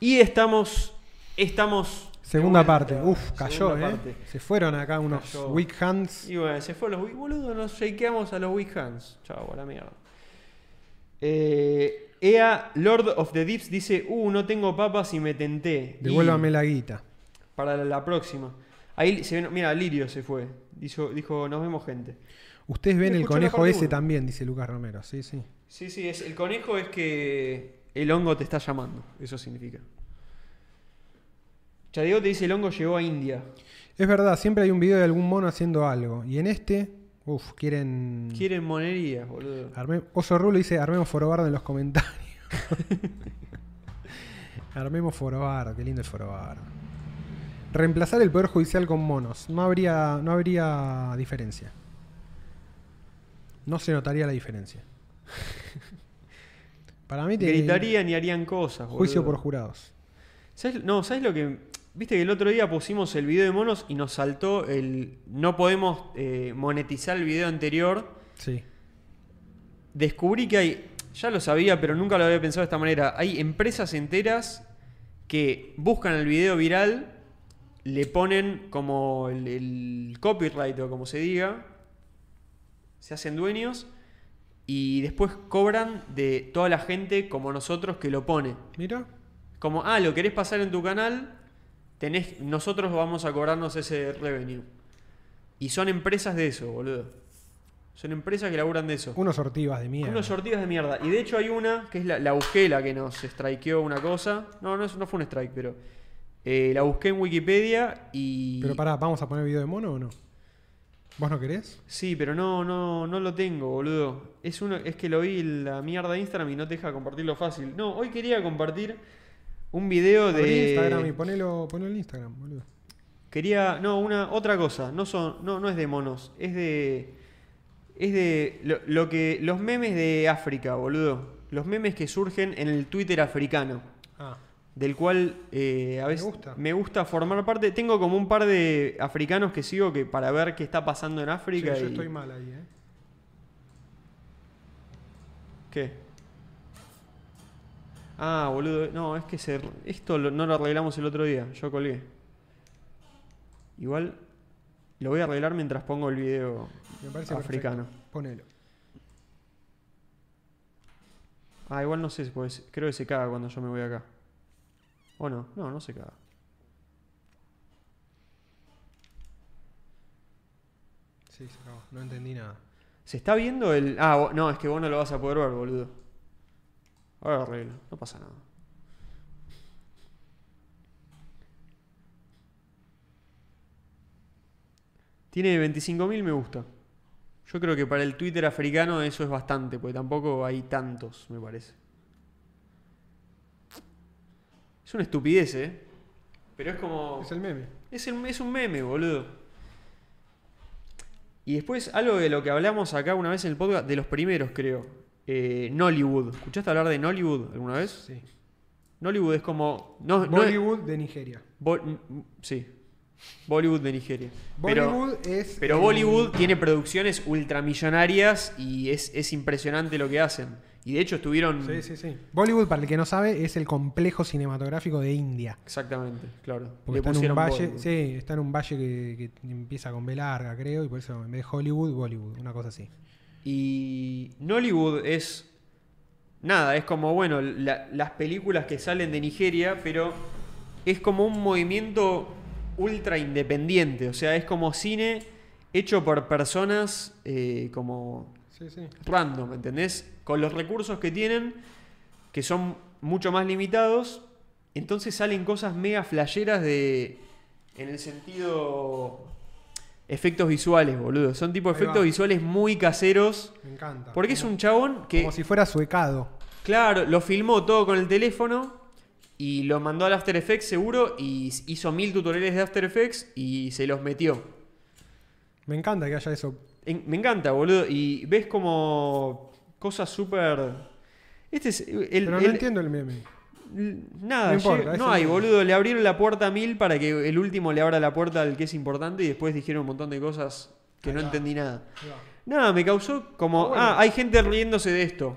[SPEAKER 2] Y estamos. Estamos.
[SPEAKER 1] Segunda
[SPEAKER 2] de vuelta,
[SPEAKER 1] parte. Uf, cayó,
[SPEAKER 2] segunda
[SPEAKER 1] ¿eh?
[SPEAKER 2] parte.
[SPEAKER 1] Se fueron acá unos
[SPEAKER 2] Cayó.
[SPEAKER 1] weak hands.
[SPEAKER 2] Y bueno, se fue los Weak Boludo, nos shakeamos a los Weak Hands. Chao, a la mierda. Eh, Ea, Lord of the Dips, dice: Uh, no tengo papas y me tenté. Y
[SPEAKER 1] Devuélvame la guita.
[SPEAKER 2] Para la, la próxima. Ahí se vino- mira, Lirio se fue. Dijo, dijo: Nos vemos, gente.
[SPEAKER 1] Ustedes ven el
[SPEAKER 2] escuchó la
[SPEAKER 1] conejo
[SPEAKER 2] parte
[SPEAKER 1] ese
[SPEAKER 2] uno.
[SPEAKER 1] también, dice Lucas Romero. Sí, sí.
[SPEAKER 2] Sí, sí, es, el conejo es que el hongo te está llamando. Eso significa. Chadeo te dice: El hongo llegó a India.
[SPEAKER 1] Es verdad, siempre hay un video de algún mono haciendo algo. Y en este, uff, quieren.
[SPEAKER 2] Quieren monerías, boludo.
[SPEAKER 1] Arme- Oso Rulo dice: armemos forobardo en los comentarios. armemos forobardo, qué lindo el forobardo. Reemplazar el poder judicial con monos. No habría, no habría diferencia. No se notaría la diferencia. Para mí tiene
[SPEAKER 2] Gritarían y harían cosas, boludo.
[SPEAKER 1] juicio por jurados.
[SPEAKER 2] ¿Sabes- No, ¿sabes lo que.? Viste que el otro día pusimos el video de monos y nos saltó el. No podemos eh, monetizar el video anterior.
[SPEAKER 1] Sí.
[SPEAKER 2] Descubrí que hay. Ya lo sabía, pero nunca lo había pensado de esta manera. Hay empresas enteras que buscan el video viral, le ponen como el, el copyright o como se diga, se hacen dueños y después cobran de toda la gente como nosotros que lo pone.
[SPEAKER 1] Mira.
[SPEAKER 2] Como, ah, lo querés pasar en tu canal, tenés, nosotros vamos a cobrarnos ese revenue. Y son empresas de eso, boludo. Son empresas que laburan de eso.
[SPEAKER 1] Unos sortivas de mierda.
[SPEAKER 2] Unos sortidos de mierda. Y de hecho hay una, que es la, la busqué, la que nos strikeó una cosa. No, no, es- no fue un strike, pero... eh, la busqué en Wikipedia y...
[SPEAKER 1] Pero pará, ¿vamos a poner video de mono o no? ¿Vos no querés?
[SPEAKER 2] Sí, pero no, no, no lo tengo, boludo. Es uno, es que lo vi en la mierda de Instagram y no te deja compartirlo fácil. No, hoy quería compartir un video
[SPEAKER 1] Abrí
[SPEAKER 2] de.
[SPEAKER 1] Instagram y ponelo, ponelo en Instagram, boludo.
[SPEAKER 2] Quería. No, una. otra cosa. No son. No, no es de monos. Es de. Es de. Lo, lo que. Los memes de África, boludo. Los memes que surgen en el Twitter africano.
[SPEAKER 1] Ah.
[SPEAKER 2] Del cual eh, a veces
[SPEAKER 1] gusta.
[SPEAKER 2] me gusta formar parte. Tengo como un par de africanos que sigo que para ver qué está pasando en África.
[SPEAKER 1] yo
[SPEAKER 2] y-
[SPEAKER 1] estoy mal ahí, eh.
[SPEAKER 2] ¿Qué? Ah, boludo. No, es que se- esto lo- no lo arreglamos el otro día. Yo colgué. Igual lo voy a arreglar mientras pongo el video
[SPEAKER 1] Me parece
[SPEAKER 2] africano.
[SPEAKER 1] perfecto. Ponelo.
[SPEAKER 2] Ah, igual no sé, pues creo que se caga cuando yo me voy acá. ¿O no? No, no se caga.
[SPEAKER 1] Sí, se acabó. No entendí nada.
[SPEAKER 2] ¿Se está viendo el...? Ah, vo- no, es que vos no lo vas a poder ver, boludo. Ahora lo arreglo, no pasa nada. Tiene 25.000 me gusta. Yo creo que para el Twitter africano eso es bastante, porque tampoco hay tantos, me parece. Es una estupidez, ¿eh? Pero es como...
[SPEAKER 1] Es el meme.
[SPEAKER 2] Es, el- es un meme, boludo. Y después, algo de lo que hablamos acá una vez en el podcast, de los primeros, creo. Eh, Nollywood. ¿Escuchaste hablar de Nollywood alguna vez?
[SPEAKER 1] Sí.
[SPEAKER 2] Nollywood es como. No, no es-
[SPEAKER 1] Bollywood de Nigeria.
[SPEAKER 2] Bo- mm, sí. Bollywood de Nigeria. Pero,
[SPEAKER 1] Bollywood es.
[SPEAKER 2] pero
[SPEAKER 1] el-
[SPEAKER 2] Bollywood tiene producciones ultramillonarias y es, es impresionante lo que hacen. Y de hecho estuvieron.
[SPEAKER 1] Sí, sí, sí. Bollywood, para el que no sabe, es el complejo cinematográfico de India.
[SPEAKER 2] Exactamente, claro.
[SPEAKER 1] Porque está en un valle.
[SPEAKER 2] Bollywood.
[SPEAKER 1] Sí, está en un valle que, que empieza con B larga, creo. Y por eso en vez de Hollywood, Bollywood. Una cosa así.
[SPEAKER 2] Y Nollywood es. Nada, es como, bueno, la- las películas que salen de Nigeria, pero es como un movimiento ultra independiente. O sea, es como cine hecho por personas eh, como
[SPEAKER 1] Sí, sí.
[SPEAKER 2] random, ¿entendés? Con los recursos que tienen, que son mucho más limitados, entonces salen cosas mega flasheras de. en el sentido. efectos visuales, boludo. Son tipo
[SPEAKER 1] Ahí
[SPEAKER 2] efectos
[SPEAKER 1] va.
[SPEAKER 2] visuales muy caseros.
[SPEAKER 1] Me encanta.
[SPEAKER 2] Porque es un chabón que.
[SPEAKER 1] Como si fuera suecado.
[SPEAKER 2] Claro, lo filmó todo con el teléfono y lo mandó al After Effects seguro y hizo mil tutoriales de After Effects y se los metió.
[SPEAKER 1] Me encanta que haya eso.
[SPEAKER 2] En- me encanta, boludo. Y ves como cosas súper... Este es el...
[SPEAKER 1] Pero
[SPEAKER 2] el-
[SPEAKER 1] no entiendo el meme.
[SPEAKER 2] l- Nada,
[SPEAKER 1] No
[SPEAKER 2] no,
[SPEAKER 1] importa, es
[SPEAKER 2] no
[SPEAKER 1] el
[SPEAKER 2] hay,
[SPEAKER 1] meme.
[SPEAKER 2] boludo. Le abrieron la puerta a mil para que el último le abra la puerta al que es importante y después dijeron un montón de cosas que
[SPEAKER 1] Ahí
[SPEAKER 2] no
[SPEAKER 1] va.
[SPEAKER 2] entendí nada. Nada, me causó como...
[SPEAKER 1] Bueno.
[SPEAKER 2] Ah, hay gente riéndose de esto.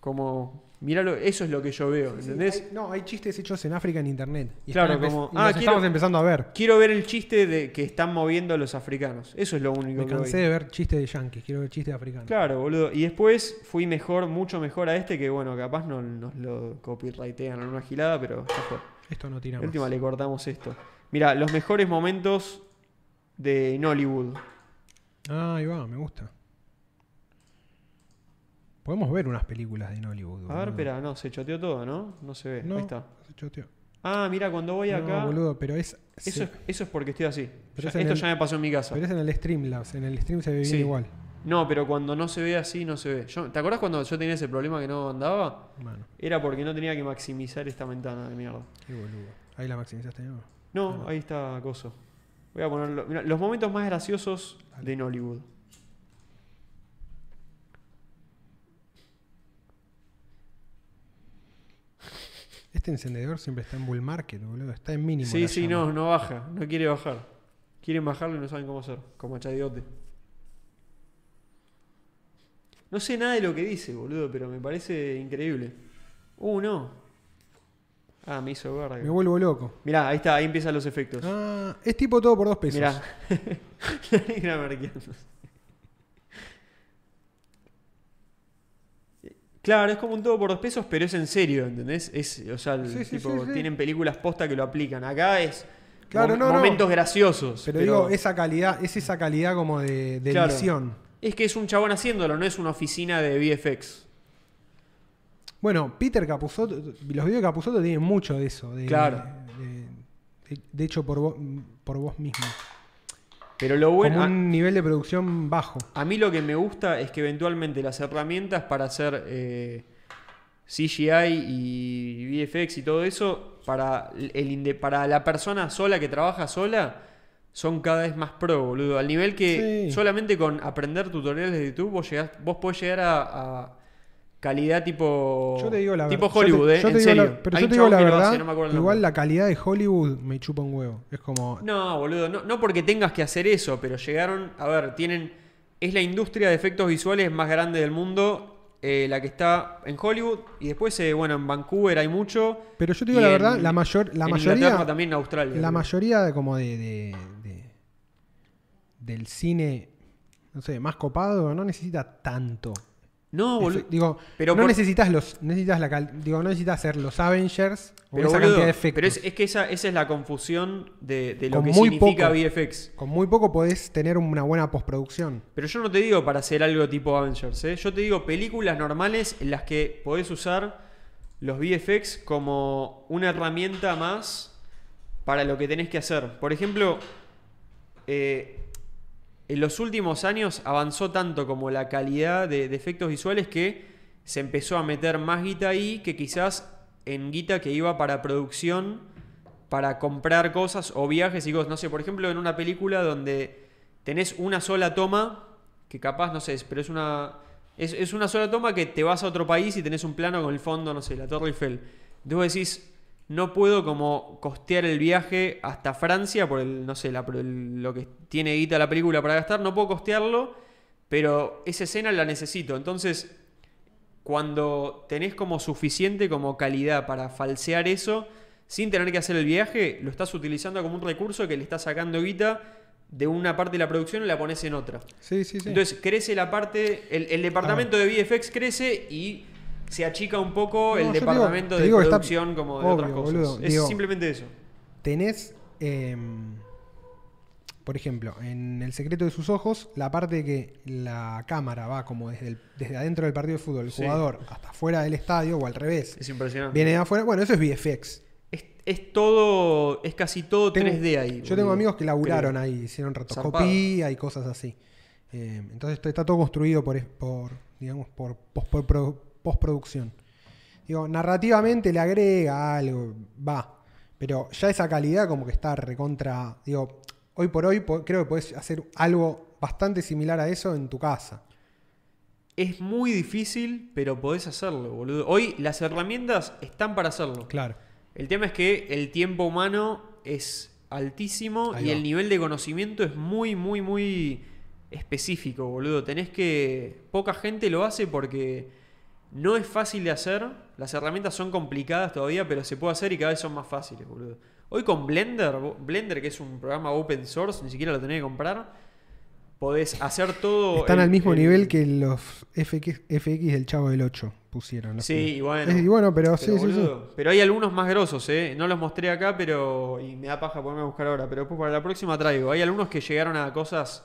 [SPEAKER 2] Como... Míralo, eso es lo que yo veo, ¿entendés?
[SPEAKER 1] Hay- no, hay chistes hechos en África en internet. Y
[SPEAKER 2] Claro,
[SPEAKER 1] están empe-
[SPEAKER 2] como,
[SPEAKER 1] y los
[SPEAKER 2] ah, quiero-
[SPEAKER 1] estamos empezando a ver.
[SPEAKER 2] Quiero ver el chiste de que están moviendo a los africanos. Eso es lo único
[SPEAKER 1] Me
[SPEAKER 2] que
[SPEAKER 1] cansé
[SPEAKER 2] voy.
[SPEAKER 1] de ver chistes de yankees, quiero ver chistes africanos.
[SPEAKER 2] Claro, boludo. Y después fui mejor, mucho mejor a este que, bueno, capaz no, nos lo copyrightean en una gilada, pero ya fue.
[SPEAKER 1] Esto no tira
[SPEAKER 2] La
[SPEAKER 1] más.
[SPEAKER 2] última le cortamos esto. Mira, los mejores momentos de Nollywood.
[SPEAKER 1] Ah, ahí va, me gusta. Podemos ver unas películas de Nollywood.
[SPEAKER 2] A ver,
[SPEAKER 1] boludo.
[SPEAKER 2] espera, no, se choteó todo, ¿no? No se ve.
[SPEAKER 1] Ah. No,
[SPEAKER 2] Ahí está.
[SPEAKER 1] se choteó.
[SPEAKER 2] Ah, mira, cuando voy
[SPEAKER 1] No,
[SPEAKER 2] acá.
[SPEAKER 1] boludo, pero es,
[SPEAKER 2] eso,
[SPEAKER 1] se-
[SPEAKER 2] es, eso es porque estoy así.
[SPEAKER 1] Pero
[SPEAKER 2] Ya-
[SPEAKER 1] es en
[SPEAKER 2] esto
[SPEAKER 1] el-
[SPEAKER 2] ya me pasó en mi casa.
[SPEAKER 1] pero es en el Streamlabs, en el stream se ve bien
[SPEAKER 2] Sí.
[SPEAKER 1] igual.
[SPEAKER 2] No, pero cuando no se ve así, no se ve. Yo- ¿Te acordás cuando yo tenía ese problema que no andaba?
[SPEAKER 1] Mano,
[SPEAKER 2] Era porque no tenía que maximizar esta ventana de mierda.
[SPEAKER 1] qué boludo. Ahí la maximizaste, ¿no?
[SPEAKER 2] No, ahí está Gozo. Voy a ponerlo. Mirá, los momentos más graciosos de Nollywood.
[SPEAKER 1] Este encendedor siempre está en bull market, boludo. Está en mínimo.
[SPEAKER 2] Sí,
[SPEAKER 1] la
[SPEAKER 2] sí,
[SPEAKER 1] llama.
[SPEAKER 2] no, no baja. No quiere bajar. Quieren bajarlo y no saben cómo hacer. Como chadiote. No sé nada de lo que dice, boludo, pero me parece increíble. Uh, no. Ah, me hizo verga.
[SPEAKER 1] Me vuelvo loco.
[SPEAKER 2] Mirá, ahí está, ahí empiezan los efectos.
[SPEAKER 1] Ah, es tipo todo por dos pesos.
[SPEAKER 2] Mirá. La negra marqueándose. Claro, es como un todo por dos pesos, pero es en serio, ¿entendés? Es, o sea, el
[SPEAKER 1] Sí, sí,
[SPEAKER 2] tipo,
[SPEAKER 1] sí, sí.
[SPEAKER 2] tienen películas posta que lo aplican. Acá es
[SPEAKER 1] Claro,
[SPEAKER 2] mom-
[SPEAKER 1] no, no.
[SPEAKER 2] momentos graciosos.
[SPEAKER 1] Pero, digo, esa calidad, es esa calidad como de, de
[SPEAKER 2] Claro.
[SPEAKER 1] edición.
[SPEAKER 2] es que es un chabón haciéndolo, no es una oficina de VFX.
[SPEAKER 1] Bueno, Peter Capusotto, los videos de Capusotto tienen mucho de eso. De,
[SPEAKER 2] Claro.
[SPEAKER 1] De, de- de hecho, por vos, por vos mismo.
[SPEAKER 2] Pero lo bueno, ah.
[SPEAKER 1] como un nivel de producción bajo.
[SPEAKER 2] a, a mí lo que me gusta es que eventualmente las herramientas para hacer eh, CGI y VFX y todo eso, para, el inde- para la persona sola que trabaja sola, son cada vez más pro, boludo. Al nivel que
[SPEAKER 1] Sí.
[SPEAKER 2] solamente con aprender tutoriales de YouTube vos, llegás- vos podés llegar a, a calidad tipo,
[SPEAKER 1] Yo te digo la
[SPEAKER 2] Oh. tipo
[SPEAKER 1] verdad.
[SPEAKER 2] Hollywood,
[SPEAKER 1] yo te- yo
[SPEAKER 2] eh,
[SPEAKER 1] te
[SPEAKER 2] en
[SPEAKER 1] digo
[SPEAKER 2] serio.
[SPEAKER 1] la- pero
[SPEAKER 2] Hay
[SPEAKER 1] yo
[SPEAKER 2] un
[SPEAKER 1] te digo
[SPEAKER 2] chabón
[SPEAKER 1] la
[SPEAKER 2] que lo hace,
[SPEAKER 1] verdad.
[SPEAKER 2] no me acuerdo el
[SPEAKER 1] igual
[SPEAKER 2] nombre.
[SPEAKER 1] la calidad de Hollywood me chupa un huevo. Es como.
[SPEAKER 2] No, boludo, no, no porque tengas que hacer eso, pero llegaron, a ver, tienen, es la industria de efectos visuales más grande del mundo, eh, la que está en Hollywood, y después, eh, bueno, en Vancouver hay mucho.
[SPEAKER 1] Pero yo te digo
[SPEAKER 2] y
[SPEAKER 1] la
[SPEAKER 2] en-
[SPEAKER 1] verdad, la mayor, la
[SPEAKER 2] en
[SPEAKER 1] mayoría.
[SPEAKER 2] Inglaterra también en Australia.
[SPEAKER 1] La
[SPEAKER 2] boludo.
[SPEAKER 1] mayoría de como de, de- de- del cine, no sé, más copado, no necesita tanto.
[SPEAKER 2] No, boludo.
[SPEAKER 1] Efe- digo,
[SPEAKER 2] pero
[SPEAKER 1] no
[SPEAKER 2] por-
[SPEAKER 1] necesitas los, necesitas la cal- digo, no necesitas hacer los Avengers o
[SPEAKER 2] Pero,
[SPEAKER 1] esa
[SPEAKER 2] boludo,
[SPEAKER 1] cantidad de efectos.
[SPEAKER 2] pero es, es que esa, esa es la confusión de, de lo
[SPEAKER 1] Con
[SPEAKER 2] que
[SPEAKER 1] muy
[SPEAKER 2] significa
[SPEAKER 1] poco.
[SPEAKER 2] VFX.
[SPEAKER 1] Con muy poco podés tener una buena postproducción.
[SPEAKER 2] Pero yo no te digo para hacer algo tipo Avengers, ¿eh? Yo te digo películas normales en las que podés usar los VFX como una herramienta más para lo que tenés que hacer. Por ejemplo, eh, en los últimos años avanzó tanto como la calidad de, de efectos visuales que se empezó a meter más guita ahí que quizás en guita que iba para producción, para comprar cosas o viajes y cosas. No sé, por ejemplo, en una película donde tenés una sola toma, que capaz, no sé, pero es una. Es, es una sola toma que te vas a otro país y tenés un plano con el fondo, no sé, la Torre Eiffel. Entonces vos decís, no puedo como costear el viaje hasta Francia por el, no sé, la- por el- lo que tiene guita la película para gastar, no puedo costearlo, pero esa escena la necesito. Entonces, cuando tenés como suficiente como calidad para falsear eso, sin tener que hacer el viaje, lo estás utilizando como un recurso que le estás sacando guita de una parte de la producción y la pones en otra.
[SPEAKER 1] Sí, sí, sí.
[SPEAKER 2] Entonces crece la parte, el, el departamento de VFX crece y se achica un poco
[SPEAKER 1] No, yo
[SPEAKER 2] el
[SPEAKER 1] te digo-
[SPEAKER 2] departamento
[SPEAKER 1] te
[SPEAKER 2] de
[SPEAKER 1] digo que está
[SPEAKER 2] producción como de
[SPEAKER 1] obvio,
[SPEAKER 2] otras cosas.
[SPEAKER 1] boludo,
[SPEAKER 2] es
[SPEAKER 1] digo-
[SPEAKER 2] simplemente eso.
[SPEAKER 1] tenés, em, por ejemplo, en El secreto de sus ojos, la parte que la cámara va como desde, el- desde adentro del partido de fútbol, el
[SPEAKER 2] Sí.
[SPEAKER 1] jugador, hasta fuera del estadio o al revés.
[SPEAKER 2] Es impresionante.
[SPEAKER 1] Viene de afuera, bueno, eso es VFX.
[SPEAKER 2] Es, es todo, es casi todo
[SPEAKER 1] Tengo-
[SPEAKER 2] 3D ahí.
[SPEAKER 1] Yo
[SPEAKER 2] boludo.
[SPEAKER 1] tengo amigos que laburaron
[SPEAKER 2] Pero-
[SPEAKER 1] ahí, hicieron rotoscopía y cosas así. Eh, entonces está- está todo construido por, es- por digamos, por pos- por pro- postproducción. Digo, narrativamente le agrega algo, va. Pero ya esa calidad como que está recontra. Digo, hoy por hoy po- creo que podés hacer algo bastante similar a eso en tu casa.
[SPEAKER 2] Es muy difícil, pero podés hacerlo, boludo. Hoy las herramientas están para hacerlo.
[SPEAKER 1] Claro.
[SPEAKER 2] El tema es que el tiempo humano es altísimo
[SPEAKER 1] Ahí
[SPEAKER 2] y
[SPEAKER 1] va.
[SPEAKER 2] el nivel de conocimiento es muy, muy, muy específico, boludo. Tenés que. Poca gente lo hace porque No es fácil de hacer. Las herramientas son complicadas todavía, pero se puede hacer y cada vez son más fáciles, boludo. Hoy con Blender, vo- Blender que es un programa open source, ni siquiera lo tenés que comprar, podés hacer todo...
[SPEAKER 1] Están
[SPEAKER 2] el-
[SPEAKER 1] al mismo
[SPEAKER 2] el-
[SPEAKER 1] nivel que los FX, FX del Chavo del 8 pusieron. los
[SPEAKER 2] Sí,
[SPEAKER 1] primeros.
[SPEAKER 2] y bueno.
[SPEAKER 1] Eh, y bueno, pero, sí, sí, sí.
[SPEAKER 2] boludo, pero hay algunos más grosos, ¿eh? No los mostré acá, pero. Y me da paja ponerme a buscar ahora. Pero después para la próxima traigo. Hay algunos que llegaron a cosas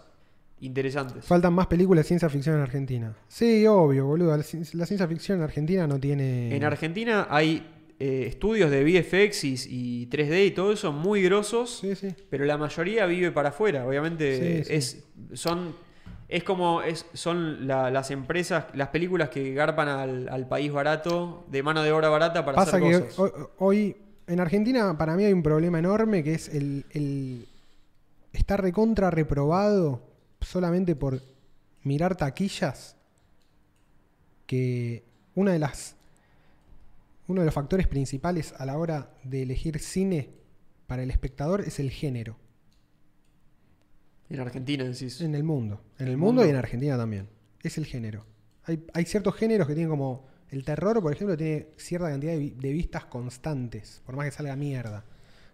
[SPEAKER 2] interesantes.
[SPEAKER 1] Faltan más películas de ciencia ficción en Argentina. Sí, obvio, boludo. La, cien- la ciencia ficción en Argentina no tiene.
[SPEAKER 2] En Argentina hay eh, estudios de VFX y, y 3D y todo eso muy grosos.
[SPEAKER 1] Sí, sí.
[SPEAKER 2] Pero la mayoría vive para afuera. Obviamente
[SPEAKER 1] Sí, sí.
[SPEAKER 2] es. son. Es como es, son la- las empresas, las películas que garpan al, al país barato, de mano de obra barata para
[SPEAKER 1] Pasa
[SPEAKER 2] hacer
[SPEAKER 1] que
[SPEAKER 2] cosas.
[SPEAKER 1] hoy, hoy en Argentina para mí hay un problema enorme que es el, el estar recontra reprobado solamente por mirar taquillas que una de las uno de los factores principales a la hora de elegir cine para el espectador es el género
[SPEAKER 2] En Argentina, decís.
[SPEAKER 1] en el mundo en el
[SPEAKER 2] El
[SPEAKER 1] mundo y
[SPEAKER 2] mundo.
[SPEAKER 1] en Argentina también es el género hay, hay ciertos géneros que tienen como el terror por ejemplo tiene cierta cantidad de, vi- de vistas constantes por más que salga mierda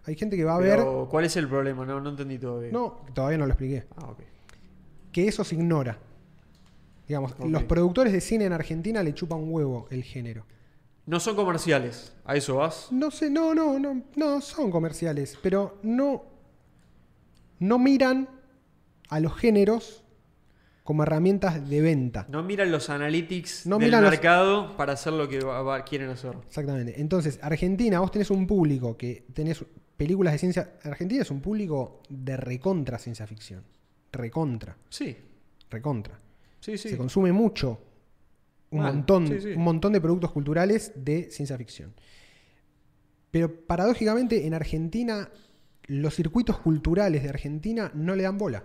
[SPEAKER 1] hay gente que va a ver
[SPEAKER 2] Pero, ¿Cuál es el problema? No, no entendí todavía.
[SPEAKER 1] no todavía no lo expliqué
[SPEAKER 2] Ah, ok.
[SPEAKER 1] que eso se ignora. Digamos,
[SPEAKER 2] Ok.
[SPEAKER 1] los productores de cine en Argentina le chupan un huevo el género.
[SPEAKER 2] No son comerciales. ¿A eso vas?
[SPEAKER 1] No sé, no, no, no, no, son comerciales, pero no, no miran a los géneros como herramientas de venta.
[SPEAKER 2] No miran los analytics
[SPEAKER 1] No
[SPEAKER 2] del
[SPEAKER 1] miran los-
[SPEAKER 2] mercado para hacer lo que va- va- quieren hacer.
[SPEAKER 1] Exactamente. Entonces, Argentina, vos tenés un público que tenés películas de ciencia. Argentina es un público de recontra ciencia ficción. Recontra,
[SPEAKER 2] Sí,
[SPEAKER 1] recontra.
[SPEAKER 2] sí, sí.
[SPEAKER 1] Se consume mucho. Un,
[SPEAKER 2] Mal,
[SPEAKER 1] montón,
[SPEAKER 2] sí, sí.
[SPEAKER 1] un montón de productos culturales de ciencia ficción. Pero paradójicamente en Argentina los circuitos culturales de Argentina no le dan bola.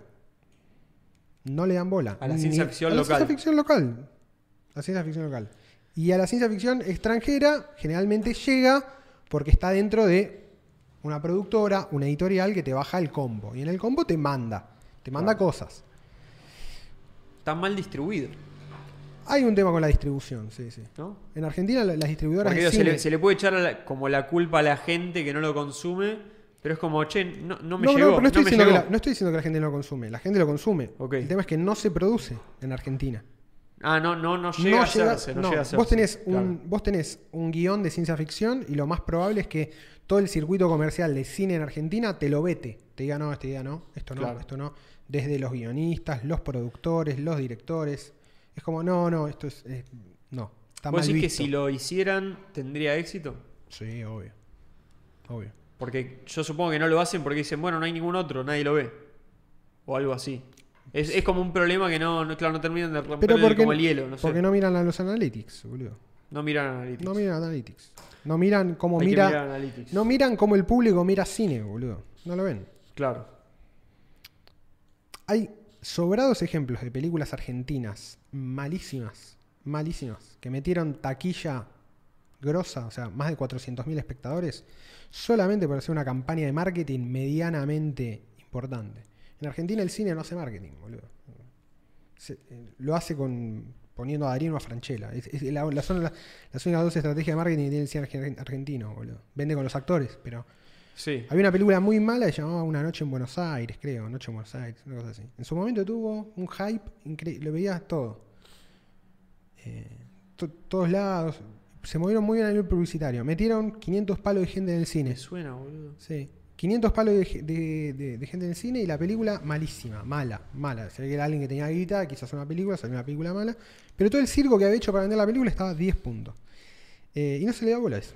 [SPEAKER 1] No le dan bola.
[SPEAKER 2] A la ciencia ficción
[SPEAKER 1] a la
[SPEAKER 2] local.
[SPEAKER 1] ciencia ficción local. La ciencia ficción local. Y a la ciencia ficción extranjera generalmente llega porque está dentro de una productora, una editorial que te baja el combo. Y en el combo te manda. Te manda cosas.
[SPEAKER 2] Está mal distribuido,
[SPEAKER 1] Hay un tema con la distribución, sí, sí.
[SPEAKER 2] ¿no?
[SPEAKER 1] En Argentina la- las distribuidoras
[SPEAKER 2] Porque
[SPEAKER 1] de
[SPEAKER 2] digo, se,
[SPEAKER 1] cine-
[SPEAKER 2] le, se le puede echar a la- como la culpa a la gente que no lo consume, pero es como, che, no, no me
[SPEAKER 1] no, no,
[SPEAKER 2] llegó.
[SPEAKER 1] pero no estoy,
[SPEAKER 2] me
[SPEAKER 1] diciendo que
[SPEAKER 2] llegó.
[SPEAKER 1] la, no estoy diciendo que la gente no lo consume. La gente lo consume.
[SPEAKER 2] Ok.
[SPEAKER 1] El tema es que no se produce en Argentina.
[SPEAKER 2] Ah, no, no, no llega a
[SPEAKER 1] llega-
[SPEAKER 2] hacerse, no,
[SPEAKER 1] no,
[SPEAKER 2] llega a hacerse.
[SPEAKER 1] vos, tenés un,
[SPEAKER 2] Claro.
[SPEAKER 1] vos tenés un guión de ciencia ficción y lo más probable es que todo el circuito comercial de cine en Argentina te lo vete. Te diga no, este día no, esto no,
[SPEAKER 2] Claro.
[SPEAKER 1] esto no. Desde los guionistas, los productores, los directores. Es como, no, no, esto es. es- no. Está
[SPEAKER 2] ¿Vos
[SPEAKER 1] mal
[SPEAKER 2] decís que
[SPEAKER 1] visto.
[SPEAKER 2] si lo hicieran tendría éxito?
[SPEAKER 1] Sí, obvio. Obvio.
[SPEAKER 2] Porque yo supongo que no lo hacen porque dicen, bueno, no hay ningún otro, nadie lo ve. O algo así. Es, es como un problema que no, no- claro, no terminan de romper
[SPEAKER 1] Pero
[SPEAKER 2] el-
[SPEAKER 1] porque,
[SPEAKER 2] como el hielo, no sé.
[SPEAKER 1] porque no miran a los analytics, boludo.
[SPEAKER 2] No miran analytics.
[SPEAKER 1] No miran analytics. No miran cómo
[SPEAKER 2] Hay que
[SPEAKER 1] mira.
[SPEAKER 2] mirar analytics.
[SPEAKER 1] No miran cómo el público mira cine, boludo. No lo ven.
[SPEAKER 2] Claro.
[SPEAKER 1] Hay sobrados ejemplos de películas argentinas malísimas, malísimas, que metieron taquilla grosa, o sea, más de 400.000 espectadores, solamente por hacer una campaña de marketing medianamente importante. En Argentina el cine no hace marketing, boludo. Se- eh, lo hace con poniendo a Darino a Franchella. Es, es la, la- son la- las únicas dos estrategias de marketing que tiene el cine argen- argentino, boludo. Vende con los actores, pero
[SPEAKER 2] Sí.
[SPEAKER 1] había una película muy mala que se llamaba Una noche en Buenos Aires, creo, Noche en Buenos Aires, una cosa así. En su momento tuvo un hype increíble, lo veías todo. Eh, to- todos lados. Se movieron muy bien a nivel publicitario. Metieron 500 palos de gente en el cine.
[SPEAKER 2] Me suena, boludo.
[SPEAKER 1] Sí. 500 palos de, ge- de- de- de gente en el cine y la película malísima, mala, mala. Se ve que era alguien que tenía guita, quizás una película, salió una película mala. Pero todo el circo que había hecho para vender la película estaba a 10 puntos. Eh, y no se le da bola a eso.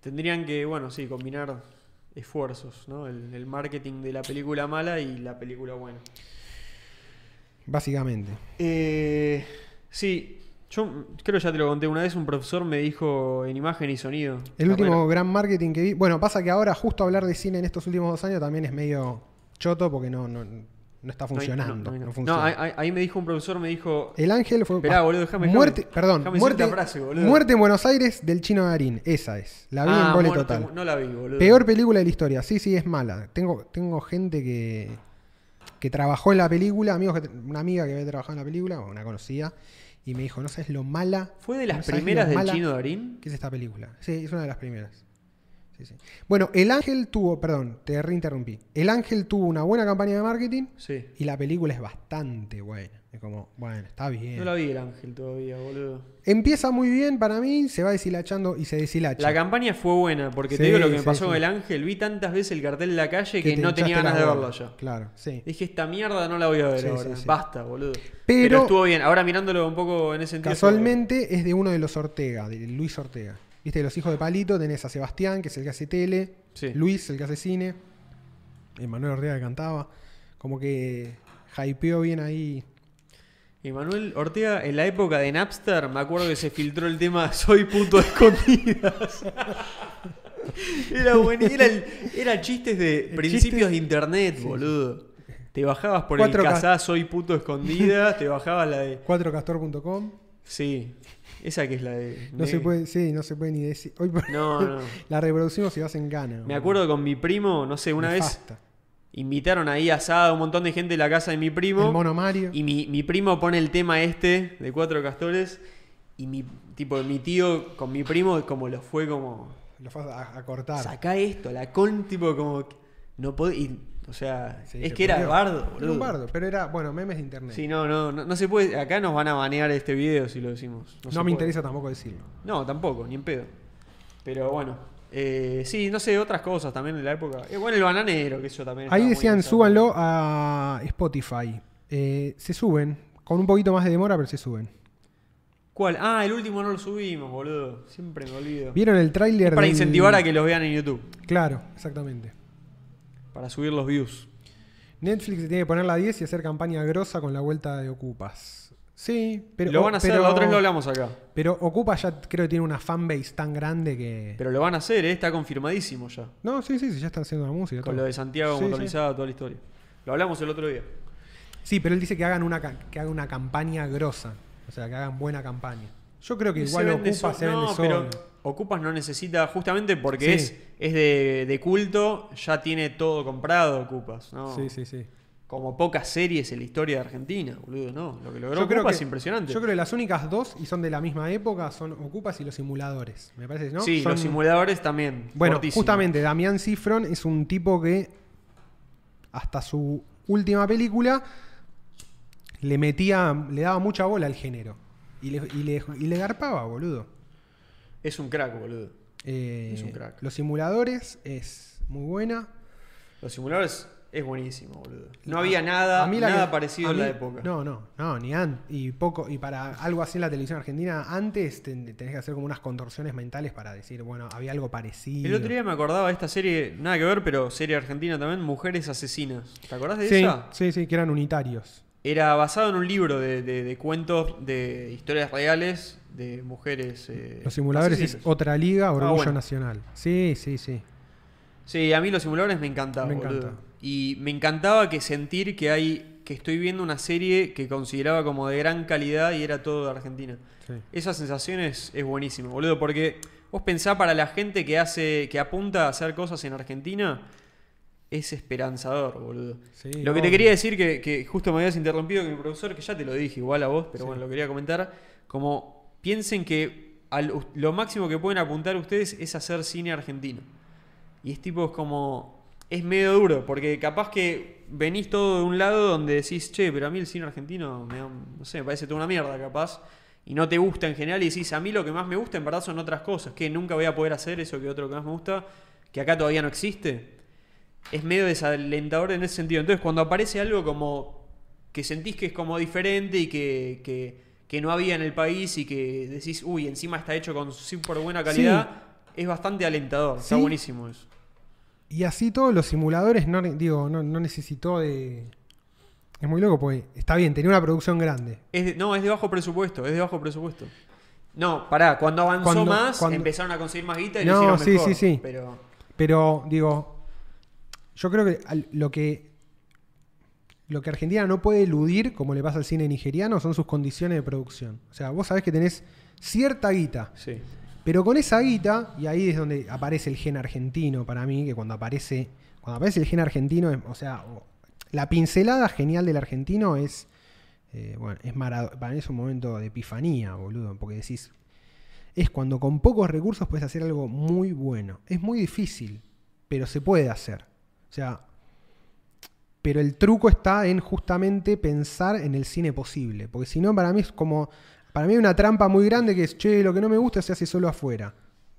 [SPEAKER 2] Tendrían que, bueno, sí, combinar esfuerzos, ¿no? El, el marketing de la película mala y la película buena.
[SPEAKER 1] Básicamente.
[SPEAKER 2] Eh, sí, yo creo que ya te lo conté una vez, un profesor me dijo en imagen y sonido.
[SPEAKER 1] El
[SPEAKER 2] Carrera.
[SPEAKER 1] último gran marketing que vi. Bueno, pasa que ahora justo hablar de cine en estos últimos dos años también es medio choto porque no, no, no está
[SPEAKER 2] No hay- no, no hay
[SPEAKER 1] funcionando. No,
[SPEAKER 2] nada.
[SPEAKER 1] funciona.
[SPEAKER 2] No, ahí- ahí- ahí me dijo un profesor, me dijo,
[SPEAKER 1] el ángel fue.
[SPEAKER 2] Esperá,
[SPEAKER 1] ah,
[SPEAKER 2] boludo, déjame-
[SPEAKER 1] muerte,
[SPEAKER 2] déjame-
[SPEAKER 1] perdón,
[SPEAKER 2] déjame
[SPEAKER 1] muerte,
[SPEAKER 2] decirte la frase, boludo.
[SPEAKER 1] muerte en Buenos Aires del chino Darín. Esa es. La vi en
[SPEAKER 2] Ah,
[SPEAKER 1] vole
[SPEAKER 2] bueno,
[SPEAKER 1] total.
[SPEAKER 2] No la vi, boludo.
[SPEAKER 1] Peor película de la historia. Sí, sí, es mala. Tengo, tengo gente que, que trabajó en la película, amigos que, una amiga que había trabajado en la película, o una conocida, y me dijo, no sabes lo mala.
[SPEAKER 2] ¿Fue de las
[SPEAKER 1] no sabes lo
[SPEAKER 2] primeras del
[SPEAKER 1] mala
[SPEAKER 2] Chino Darín?
[SPEAKER 1] ¿Qué es esta película? Sí, es una de las primeras. Sí, sí. Bueno, El Ángel tuvo, perdón, te reinterrumpí. El Ángel tuvo una buena campaña de marketing
[SPEAKER 2] Sí.
[SPEAKER 1] y la película es bastante buena. Es como, bueno, está bien.
[SPEAKER 2] No la vi el ángel todavía, boludo.
[SPEAKER 1] Empieza muy bien para mí, se va deshilachando y se deshilacha.
[SPEAKER 2] La campaña fue buena, porque te
[SPEAKER 1] Sí,
[SPEAKER 2] digo lo que me
[SPEAKER 1] sí,
[SPEAKER 2] pasó
[SPEAKER 1] sí.
[SPEAKER 2] con el ángel. Vi tantas veces el cartel en la calle que,
[SPEAKER 1] te
[SPEAKER 2] no tenía
[SPEAKER 1] hinchaste
[SPEAKER 2] ganas de
[SPEAKER 1] las
[SPEAKER 2] verlo
[SPEAKER 1] bolas.
[SPEAKER 2] ya.
[SPEAKER 1] Claro, sí.
[SPEAKER 2] Dije, esta mierda no la voy a ver
[SPEAKER 1] Sí,
[SPEAKER 2] ahora.
[SPEAKER 1] sí, sí.
[SPEAKER 2] Basta, boludo. Pero,
[SPEAKER 1] Pero-
[SPEAKER 2] estuvo bien. Ahora mirándolo un poco en ese sentido. estuvo bien.
[SPEAKER 1] Casualmente es de uno de los Ortega, de Luis Ortega. Viste, de los hijos de Palito tenés a Sebastián, que es el que hace tele,
[SPEAKER 2] Sí.
[SPEAKER 1] Luis, el que hace cine, Emanuel Ortega que cantaba. Como que hypeó bien ahí.
[SPEAKER 2] Y Manuel Ortega, en la época de Napster, me acuerdo que se filtró el tema Soy puto a escondidas. era bueno, era, el- era chistes de
[SPEAKER 1] El
[SPEAKER 2] principios
[SPEAKER 1] chiste-
[SPEAKER 2] de internet, boludo. Te bajabas por el
[SPEAKER 1] 4K.
[SPEAKER 2] casá Soy puto a escondidas, te bajabas la de...
[SPEAKER 1] 4castor.com.
[SPEAKER 2] Sí, esa que es la de...
[SPEAKER 1] No se puede, sí, no se puede ni decir. Hoy por-
[SPEAKER 2] No, no.
[SPEAKER 1] la reproducimos y vas en gana.
[SPEAKER 2] Me acuerdo con mi primo, no sé, una vez invitaron ahí asada un montón de gente de la casa de mi primo.
[SPEAKER 1] El mono Mario.
[SPEAKER 2] Y mi, mi primo pone el tema este de Cuatro Castores y mi tipo mi tío con mi primo como lo fue como
[SPEAKER 1] Lo vas a, a cortar.
[SPEAKER 2] sacá esto, la con tipo como que- no pod- y, o sea,
[SPEAKER 1] Sí,
[SPEAKER 2] es
[SPEAKER 1] se
[SPEAKER 2] que era
[SPEAKER 1] pudrió.
[SPEAKER 2] bardo,
[SPEAKER 1] Era
[SPEAKER 2] boludo.
[SPEAKER 1] un bardo, pero era, bueno, memes de internet.
[SPEAKER 2] Sí, no, no, no, no se puede, acá nos van a banear este video si lo decimos.
[SPEAKER 1] no
[SPEAKER 2] se
[SPEAKER 1] me
[SPEAKER 2] puede.
[SPEAKER 1] interesa tampoco decirlo.
[SPEAKER 2] No, tampoco, ni en pedo. Pero bueno, eh, sí, no sé, otras cosas también de la época. Eh, bueno, el bananero, que eso también. estaba
[SPEAKER 1] Ahí
[SPEAKER 2] muy
[SPEAKER 1] decían,
[SPEAKER 2] interesante.
[SPEAKER 1] súbanlo a Spotify. Eh, se suben, con un poquito más de demora, pero se suben.
[SPEAKER 2] ¿Cuál? Ah, el último no lo subimos, boludo. Siempre me olvido.
[SPEAKER 1] ¿Vieron el tráiler?
[SPEAKER 2] Para
[SPEAKER 1] del-
[SPEAKER 2] incentivar a que los vean en YouTube.
[SPEAKER 1] Claro, exactamente.
[SPEAKER 2] Para subir los views.
[SPEAKER 1] Netflix se tiene que poner la 10 y hacer campaña grosa con la vuelta de Ocupas. Sí, pero...
[SPEAKER 2] lo van a hacer,
[SPEAKER 1] pero-
[SPEAKER 2] la otra vez lo hablamos acá.
[SPEAKER 1] Pero Ocupas ya creo que tiene una fanbase tan grande que...
[SPEAKER 2] Pero lo van a hacer, eh, está confirmadísimo ya.
[SPEAKER 1] No, sí, sí, sí, ya están haciendo la música.
[SPEAKER 2] Con
[SPEAKER 1] todo.
[SPEAKER 2] lo de Santiago
[SPEAKER 1] Sí, sí.
[SPEAKER 2] motorizado, toda la historia. Lo hablamos el otro día.
[SPEAKER 1] Sí, pero él dice que hagan una ca- que haga una campaña grosa. O sea, que hagan buena campaña. Yo creo que igual
[SPEAKER 2] Se
[SPEAKER 1] Ocupa
[SPEAKER 2] vende so-
[SPEAKER 1] se vende
[SPEAKER 2] no,
[SPEAKER 1] solo.
[SPEAKER 2] pero Ocupas no necesita, justamente porque
[SPEAKER 1] Sí.
[SPEAKER 2] es, es de, de culto, ya tiene todo comprado Ocupas. ¿no?
[SPEAKER 1] Sí, sí, sí.
[SPEAKER 2] Como pocas series en la historia de Argentina, boludo, ¿no? Lo que logró
[SPEAKER 1] Yo creo
[SPEAKER 2] Ocupas
[SPEAKER 1] que-
[SPEAKER 2] es impresionante.
[SPEAKER 1] Yo creo que las únicas dos, y son de la misma época, son Ocupas y los simuladores. Me parece, ¿no?
[SPEAKER 2] sí,
[SPEAKER 1] Son-
[SPEAKER 2] los simuladores también.
[SPEAKER 1] Bueno,
[SPEAKER 2] fortísimo.
[SPEAKER 1] justamente, Damián Cifron es un tipo que hasta su última película le metía, le daba mucha bola al género. Y le, y le- y le garpaba, boludo.
[SPEAKER 2] Es un crack, boludo.
[SPEAKER 1] Eh,
[SPEAKER 2] Es un crack.
[SPEAKER 1] Los simuladores es muy buena.
[SPEAKER 2] Los simuladores es buenísimo, boludo. No había nada,
[SPEAKER 1] A mí la
[SPEAKER 2] nada
[SPEAKER 1] que-
[SPEAKER 2] parecido
[SPEAKER 1] a
[SPEAKER 2] en la
[SPEAKER 1] mí-
[SPEAKER 2] época.
[SPEAKER 1] No, no, no, ni antes. Y poco, y para algo así en la televisión argentina, antes ten- tenés que hacer como unas contorsiones mentales para decir, bueno, había algo parecido.
[SPEAKER 2] El otro día me acordaba de esta serie, nada que ver, pero serie argentina también, Mujeres Asesinas. ¿Te acordás de
[SPEAKER 1] sí,
[SPEAKER 2] esa?
[SPEAKER 1] sí, sí, que eran unitarios.
[SPEAKER 2] Era basado en un libro de, de- de cuentos de historias reales de mujeres. eh,
[SPEAKER 1] Los simuladores
[SPEAKER 2] asesinas.
[SPEAKER 1] es otra liga, orgullo
[SPEAKER 2] bueno.
[SPEAKER 1] nacional. Sí, sí, sí.
[SPEAKER 2] Sí, a mí los simuladores me encantaban.
[SPEAKER 1] Me
[SPEAKER 2] boludo.
[SPEAKER 1] encanta.
[SPEAKER 2] Y me encantaba que sentir que hay que estoy viendo una serie que consideraba como de gran calidad y era todo de Argentina.
[SPEAKER 1] sí.
[SPEAKER 2] Esa sensación es, es buenísima, boludo, porque vos pensás para la gente que hace, que apunta a hacer cosas en Argentina, es esperanzador, boludo.
[SPEAKER 1] Sí,
[SPEAKER 2] lo que te
[SPEAKER 1] obvio.
[SPEAKER 2] quería decir, que, que justo me habías interrumpido con mi profesor, que ya te lo dije igual a vos, pero
[SPEAKER 1] Sí.
[SPEAKER 2] bueno, lo quería comentar, como piensen que al- lo máximo que pueden apuntar ustedes es hacer cine argentino. Y es tipo, es como. Es medio duro, porque capaz que venís todo de un lado donde decís, che, pero a mí el cine argentino, me, da un- no sé, me parece toda una mierda, capaz. Y no te gusta en general y decís, a mí lo que más me gusta en verdad son otras cosas, que nunca voy a poder hacer eso que otro que más me gusta, que acá todavía no existe. Es medio desalentador en ese sentido. Entonces, cuando aparece algo como que sentís que es como diferente y que, que- que no había en el país y que decís, uy, encima está hecho con súper buena calidad, es bastante alentador. Está
[SPEAKER 1] Sí.
[SPEAKER 2] buenísimo eso.
[SPEAKER 1] Y así todos los simuladores, no, ne- digo, no, no necesitó de... Es muy loco porque está bien, tenía una producción grande.
[SPEAKER 2] Es de- no, es de bajo presupuesto, es de bajo presupuesto. No, pará, cuando avanzó
[SPEAKER 1] Cuando-
[SPEAKER 2] más,
[SPEAKER 1] cuando-
[SPEAKER 2] empezaron a conseguir más guita y
[SPEAKER 1] No,
[SPEAKER 2] lo hicieron
[SPEAKER 1] sí,
[SPEAKER 2] mejor.
[SPEAKER 1] sí, sí.
[SPEAKER 2] Pero
[SPEAKER 1] Pero, digo, yo creo que al- lo que. Lo que Argentina no puede eludir, como le pasa al cine nigeriano, son sus condiciones de producción. O sea, vos sabés que tenés cierta guita,
[SPEAKER 2] sí.
[SPEAKER 1] pero con esa guita, y ahí es donde aparece el gen argentino para mí, que cuando aparece, cuando aparece el gen argentino, es- o sea, o- la pincelada genial del argentino es Eh, bueno, es marado- para mí es un momento de epifanía, boludo, porque decís, es cuando con pocos recursos puedes hacer algo muy bueno. Es muy difícil, pero se puede hacer. O sea, pero el truco está en justamente pensar en el cine posible, porque si no, para mí es como, para mí hay una trampa muy grande que es, che, lo que no me gusta se hace solo afuera.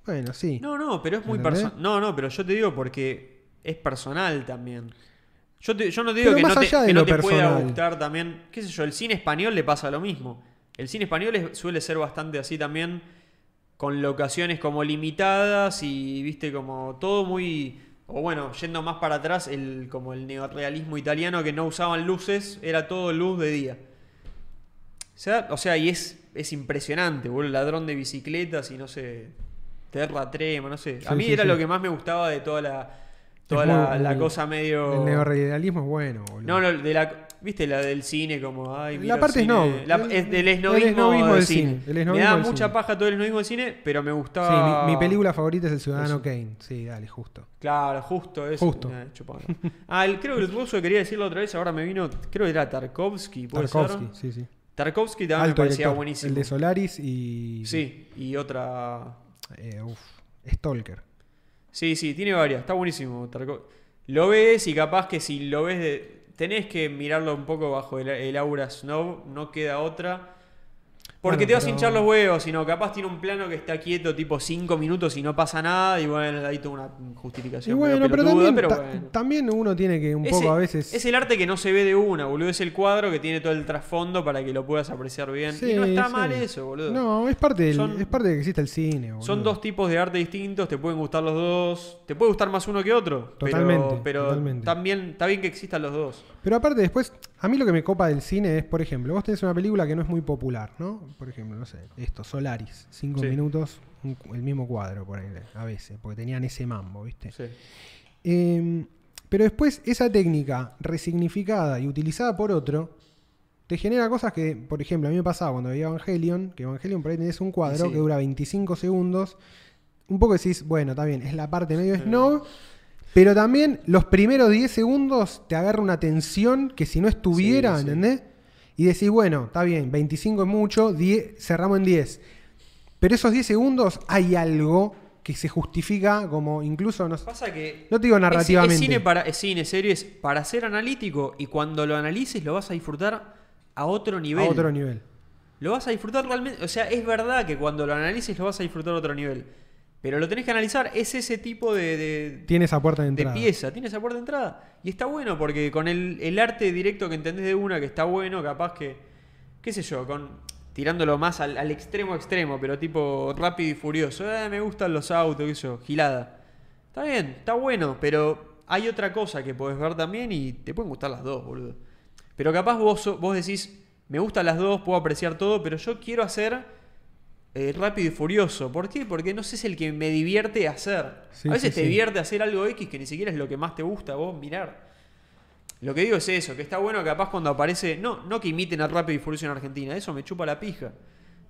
[SPEAKER 1] Bueno, sí.
[SPEAKER 2] No, no, pero es muy
[SPEAKER 1] ¿Entendés?
[SPEAKER 2] personal. No, no, pero yo te digo porque es personal también. Yo, te- yo no te digo
[SPEAKER 1] Pero
[SPEAKER 2] que no
[SPEAKER 1] más
[SPEAKER 2] te,
[SPEAKER 1] allá de
[SPEAKER 2] que no
[SPEAKER 1] lo
[SPEAKER 2] te pueda
[SPEAKER 1] personal.
[SPEAKER 2] gustar también. ¿Qué sé yo? El cine español le pasa lo mismo. El cine español es- suele ser bastante así también, con locaciones como limitadas y viste como todo muy. O bueno, yendo más para atrás, el, como el neorrealismo italiano que no usaban luces, era todo luz de día. O sea, o sea, y es, es impresionante, boludo. Ladrón de bicicletas y no sé. Terra Trema, no sé. A
[SPEAKER 1] Sí,
[SPEAKER 2] mí
[SPEAKER 1] sí,
[SPEAKER 2] era
[SPEAKER 1] sí.
[SPEAKER 2] lo que más me gustaba de toda la. Toda
[SPEAKER 1] Es
[SPEAKER 2] la,
[SPEAKER 1] muy-
[SPEAKER 2] la
[SPEAKER 1] muy-
[SPEAKER 2] cosa medio.
[SPEAKER 1] El neorrealismo es bueno, boludo.
[SPEAKER 2] no, no, de la. ¿Viste la del cine? Como. Ay, miro
[SPEAKER 1] La parte
[SPEAKER 2] cine?
[SPEAKER 1] snob.
[SPEAKER 2] La-
[SPEAKER 1] El-
[SPEAKER 2] es
[SPEAKER 1] el
[SPEAKER 2] del esnovismo,
[SPEAKER 1] esnovismo
[SPEAKER 2] del
[SPEAKER 1] del
[SPEAKER 2] cine.
[SPEAKER 1] cine. El
[SPEAKER 2] me
[SPEAKER 1] esnovismo
[SPEAKER 2] da
[SPEAKER 1] del
[SPEAKER 2] mucha
[SPEAKER 1] cine.
[SPEAKER 2] paja todo el esnovismo del cine, pero me
[SPEAKER 1] Sí,
[SPEAKER 2] gustaba.
[SPEAKER 1] mi, mi película favorita es El Ciudadano
[SPEAKER 2] Eso.
[SPEAKER 1] Kane. Sí, dale, justo.
[SPEAKER 2] Claro, justo eso.
[SPEAKER 1] Justo.
[SPEAKER 2] Nah, chupá. ah, el- creo que el ruso quería decirlo otra vez, ahora me vino. Creo que era Tarkovsky, ¿puede
[SPEAKER 1] Tarkovsky,
[SPEAKER 2] ser?
[SPEAKER 1] sí, sí.
[SPEAKER 2] Tarkovsky también me
[SPEAKER 1] Alto
[SPEAKER 2] parecía
[SPEAKER 1] director.
[SPEAKER 2] buenísimo.
[SPEAKER 1] El de Solaris y.
[SPEAKER 2] Sí, y otra.
[SPEAKER 1] eh, uf, Stalker.
[SPEAKER 2] Sí, sí, tiene varias. Está buenísimo. Tarkov- Lo ves y capaz que si lo ves. de- Tenés que mirarlo un poco bajo el, el aura snob, no queda otra. Porque
[SPEAKER 1] Bueno,
[SPEAKER 2] te vas a
[SPEAKER 1] pero-
[SPEAKER 2] hinchar los huevos, sino capaz tiene un plano que está quieto tipo 5 minutos y no pasa nada, y bueno, ahí tuvo una
[SPEAKER 1] Y
[SPEAKER 2] justificación. medio
[SPEAKER 1] bueno, pero,
[SPEAKER 2] pelotuda,
[SPEAKER 1] también,
[SPEAKER 2] pero
[SPEAKER 1] ta-
[SPEAKER 2] bueno.
[SPEAKER 1] también uno tiene que un
[SPEAKER 2] Es
[SPEAKER 1] poco
[SPEAKER 2] el-
[SPEAKER 1] a veces.
[SPEAKER 2] Es el arte que no se ve de una, boludo. Es el cuadro que tiene todo el trasfondo para que lo puedas apreciar bien.
[SPEAKER 1] Sí,
[SPEAKER 2] y no está
[SPEAKER 1] sí.
[SPEAKER 2] mal eso, boludo.
[SPEAKER 1] No, es parte, del-
[SPEAKER 2] Son-
[SPEAKER 1] es parte de que existe el cine. boludo.
[SPEAKER 2] Son dos tipos de arte distintos, te pueden gustar los dos, te puede gustar más uno que otro, pero-
[SPEAKER 1] Totalmente,
[SPEAKER 2] pero,
[SPEAKER 1] totalmente.
[SPEAKER 2] también está bien que existan los dos.
[SPEAKER 1] Pero aparte, después, a mí lo que me copa del cine es, por ejemplo, vos tenés una película que no es muy popular, ¿no? Por ejemplo, no sé, esto, Solaris, cinco
[SPEAKER 2] Sí.
[SPEAKER 1] minutos, un cu- el mismo cuadro, por ahí, a veces, porque tenían ese mambo, ¿viste?
[SPEAKER 2] Sí.
[SPEAKER 1] Eh, pero después esa técnica resignificada y utilizada por otro te genera cosas que, por ejemplo, a mí me pasaba cuando veía Evangelion, que Evangelion por ahí tenés un cuadro
[SPEAKER 2] Sí.
[SPEAKER 1] que dura 25 segundos. Un poco decís, bueno, está bien, es la parte medio snob, pero también los primeros 10 segundos te agarra una tensión que si no estuviera,
[SPEAKER 2] Sí, sí.
[SPEAKER 1] ¿entendés? Y decís, bueno, está bien, 25 es mucho, 10, cerramos en 10. Pero esos 10 segundos hay algo que se justifica como incluso, no sé,
[SPEAKER 2] Pasa que
[SPEAKER 1] no te digo
[SPEAKER 2] es-
[SPEAKER 1] narrativamente.
[SPEAKER 2] Es, cine para es cine, series para ser analítico y cuando lo analices lo vas a disfrutar a otro nivel.
[SPEAKER 1] A otro nivel.
[SPEAKER 2] Lo vas a disfrutar realmente, o sea, es verdad que cuando lo analices lo vas a disfrutar a otro nivel, pero lo tenés que analizar, es ese tipo de- de,
[SPEAKER 1] Tiene esa puerta de
[SPEAKER 2] de
[SPEAKER 1] entrada.
[SPEAKER 2] pieza, tiene esa puerta de entrada. Y está bueno porque con el, el arte directo que entendés de una, que está bueno, capaz que, qué sé yo, con tirándolo más al, al extremo extremo, pero tipo rápido y furioso. "Eh, me gustan los autos, qué sé yo, gilada. Está bien, está bueno, pero hay otra cosa que podés ver también y te pueden gustar las dos, boludo. Pero capaz vos, so- vos decís, me gustan las dos, puedo apreciar todo, pero yo quiero hacer eh, rápido y furioso. ¿Por qué? Porque no sé, es el que me divierte hacer.
[SPEAKER 1] Sí,
[SPEAKER 2] a veces
[SPEAKER 1] sí,
[SPEAKER 2] te
[SPEAKER 1] sí.
[SPEAKER 2] divierte hacer algo X que ni siquiera es lo que más te gusta a vos mirar. Lo que digo es eso, que está bueno capaz cuando aparece, no, no que imiten a Rápido y Furioso en Argentina, eso me chupa la pija.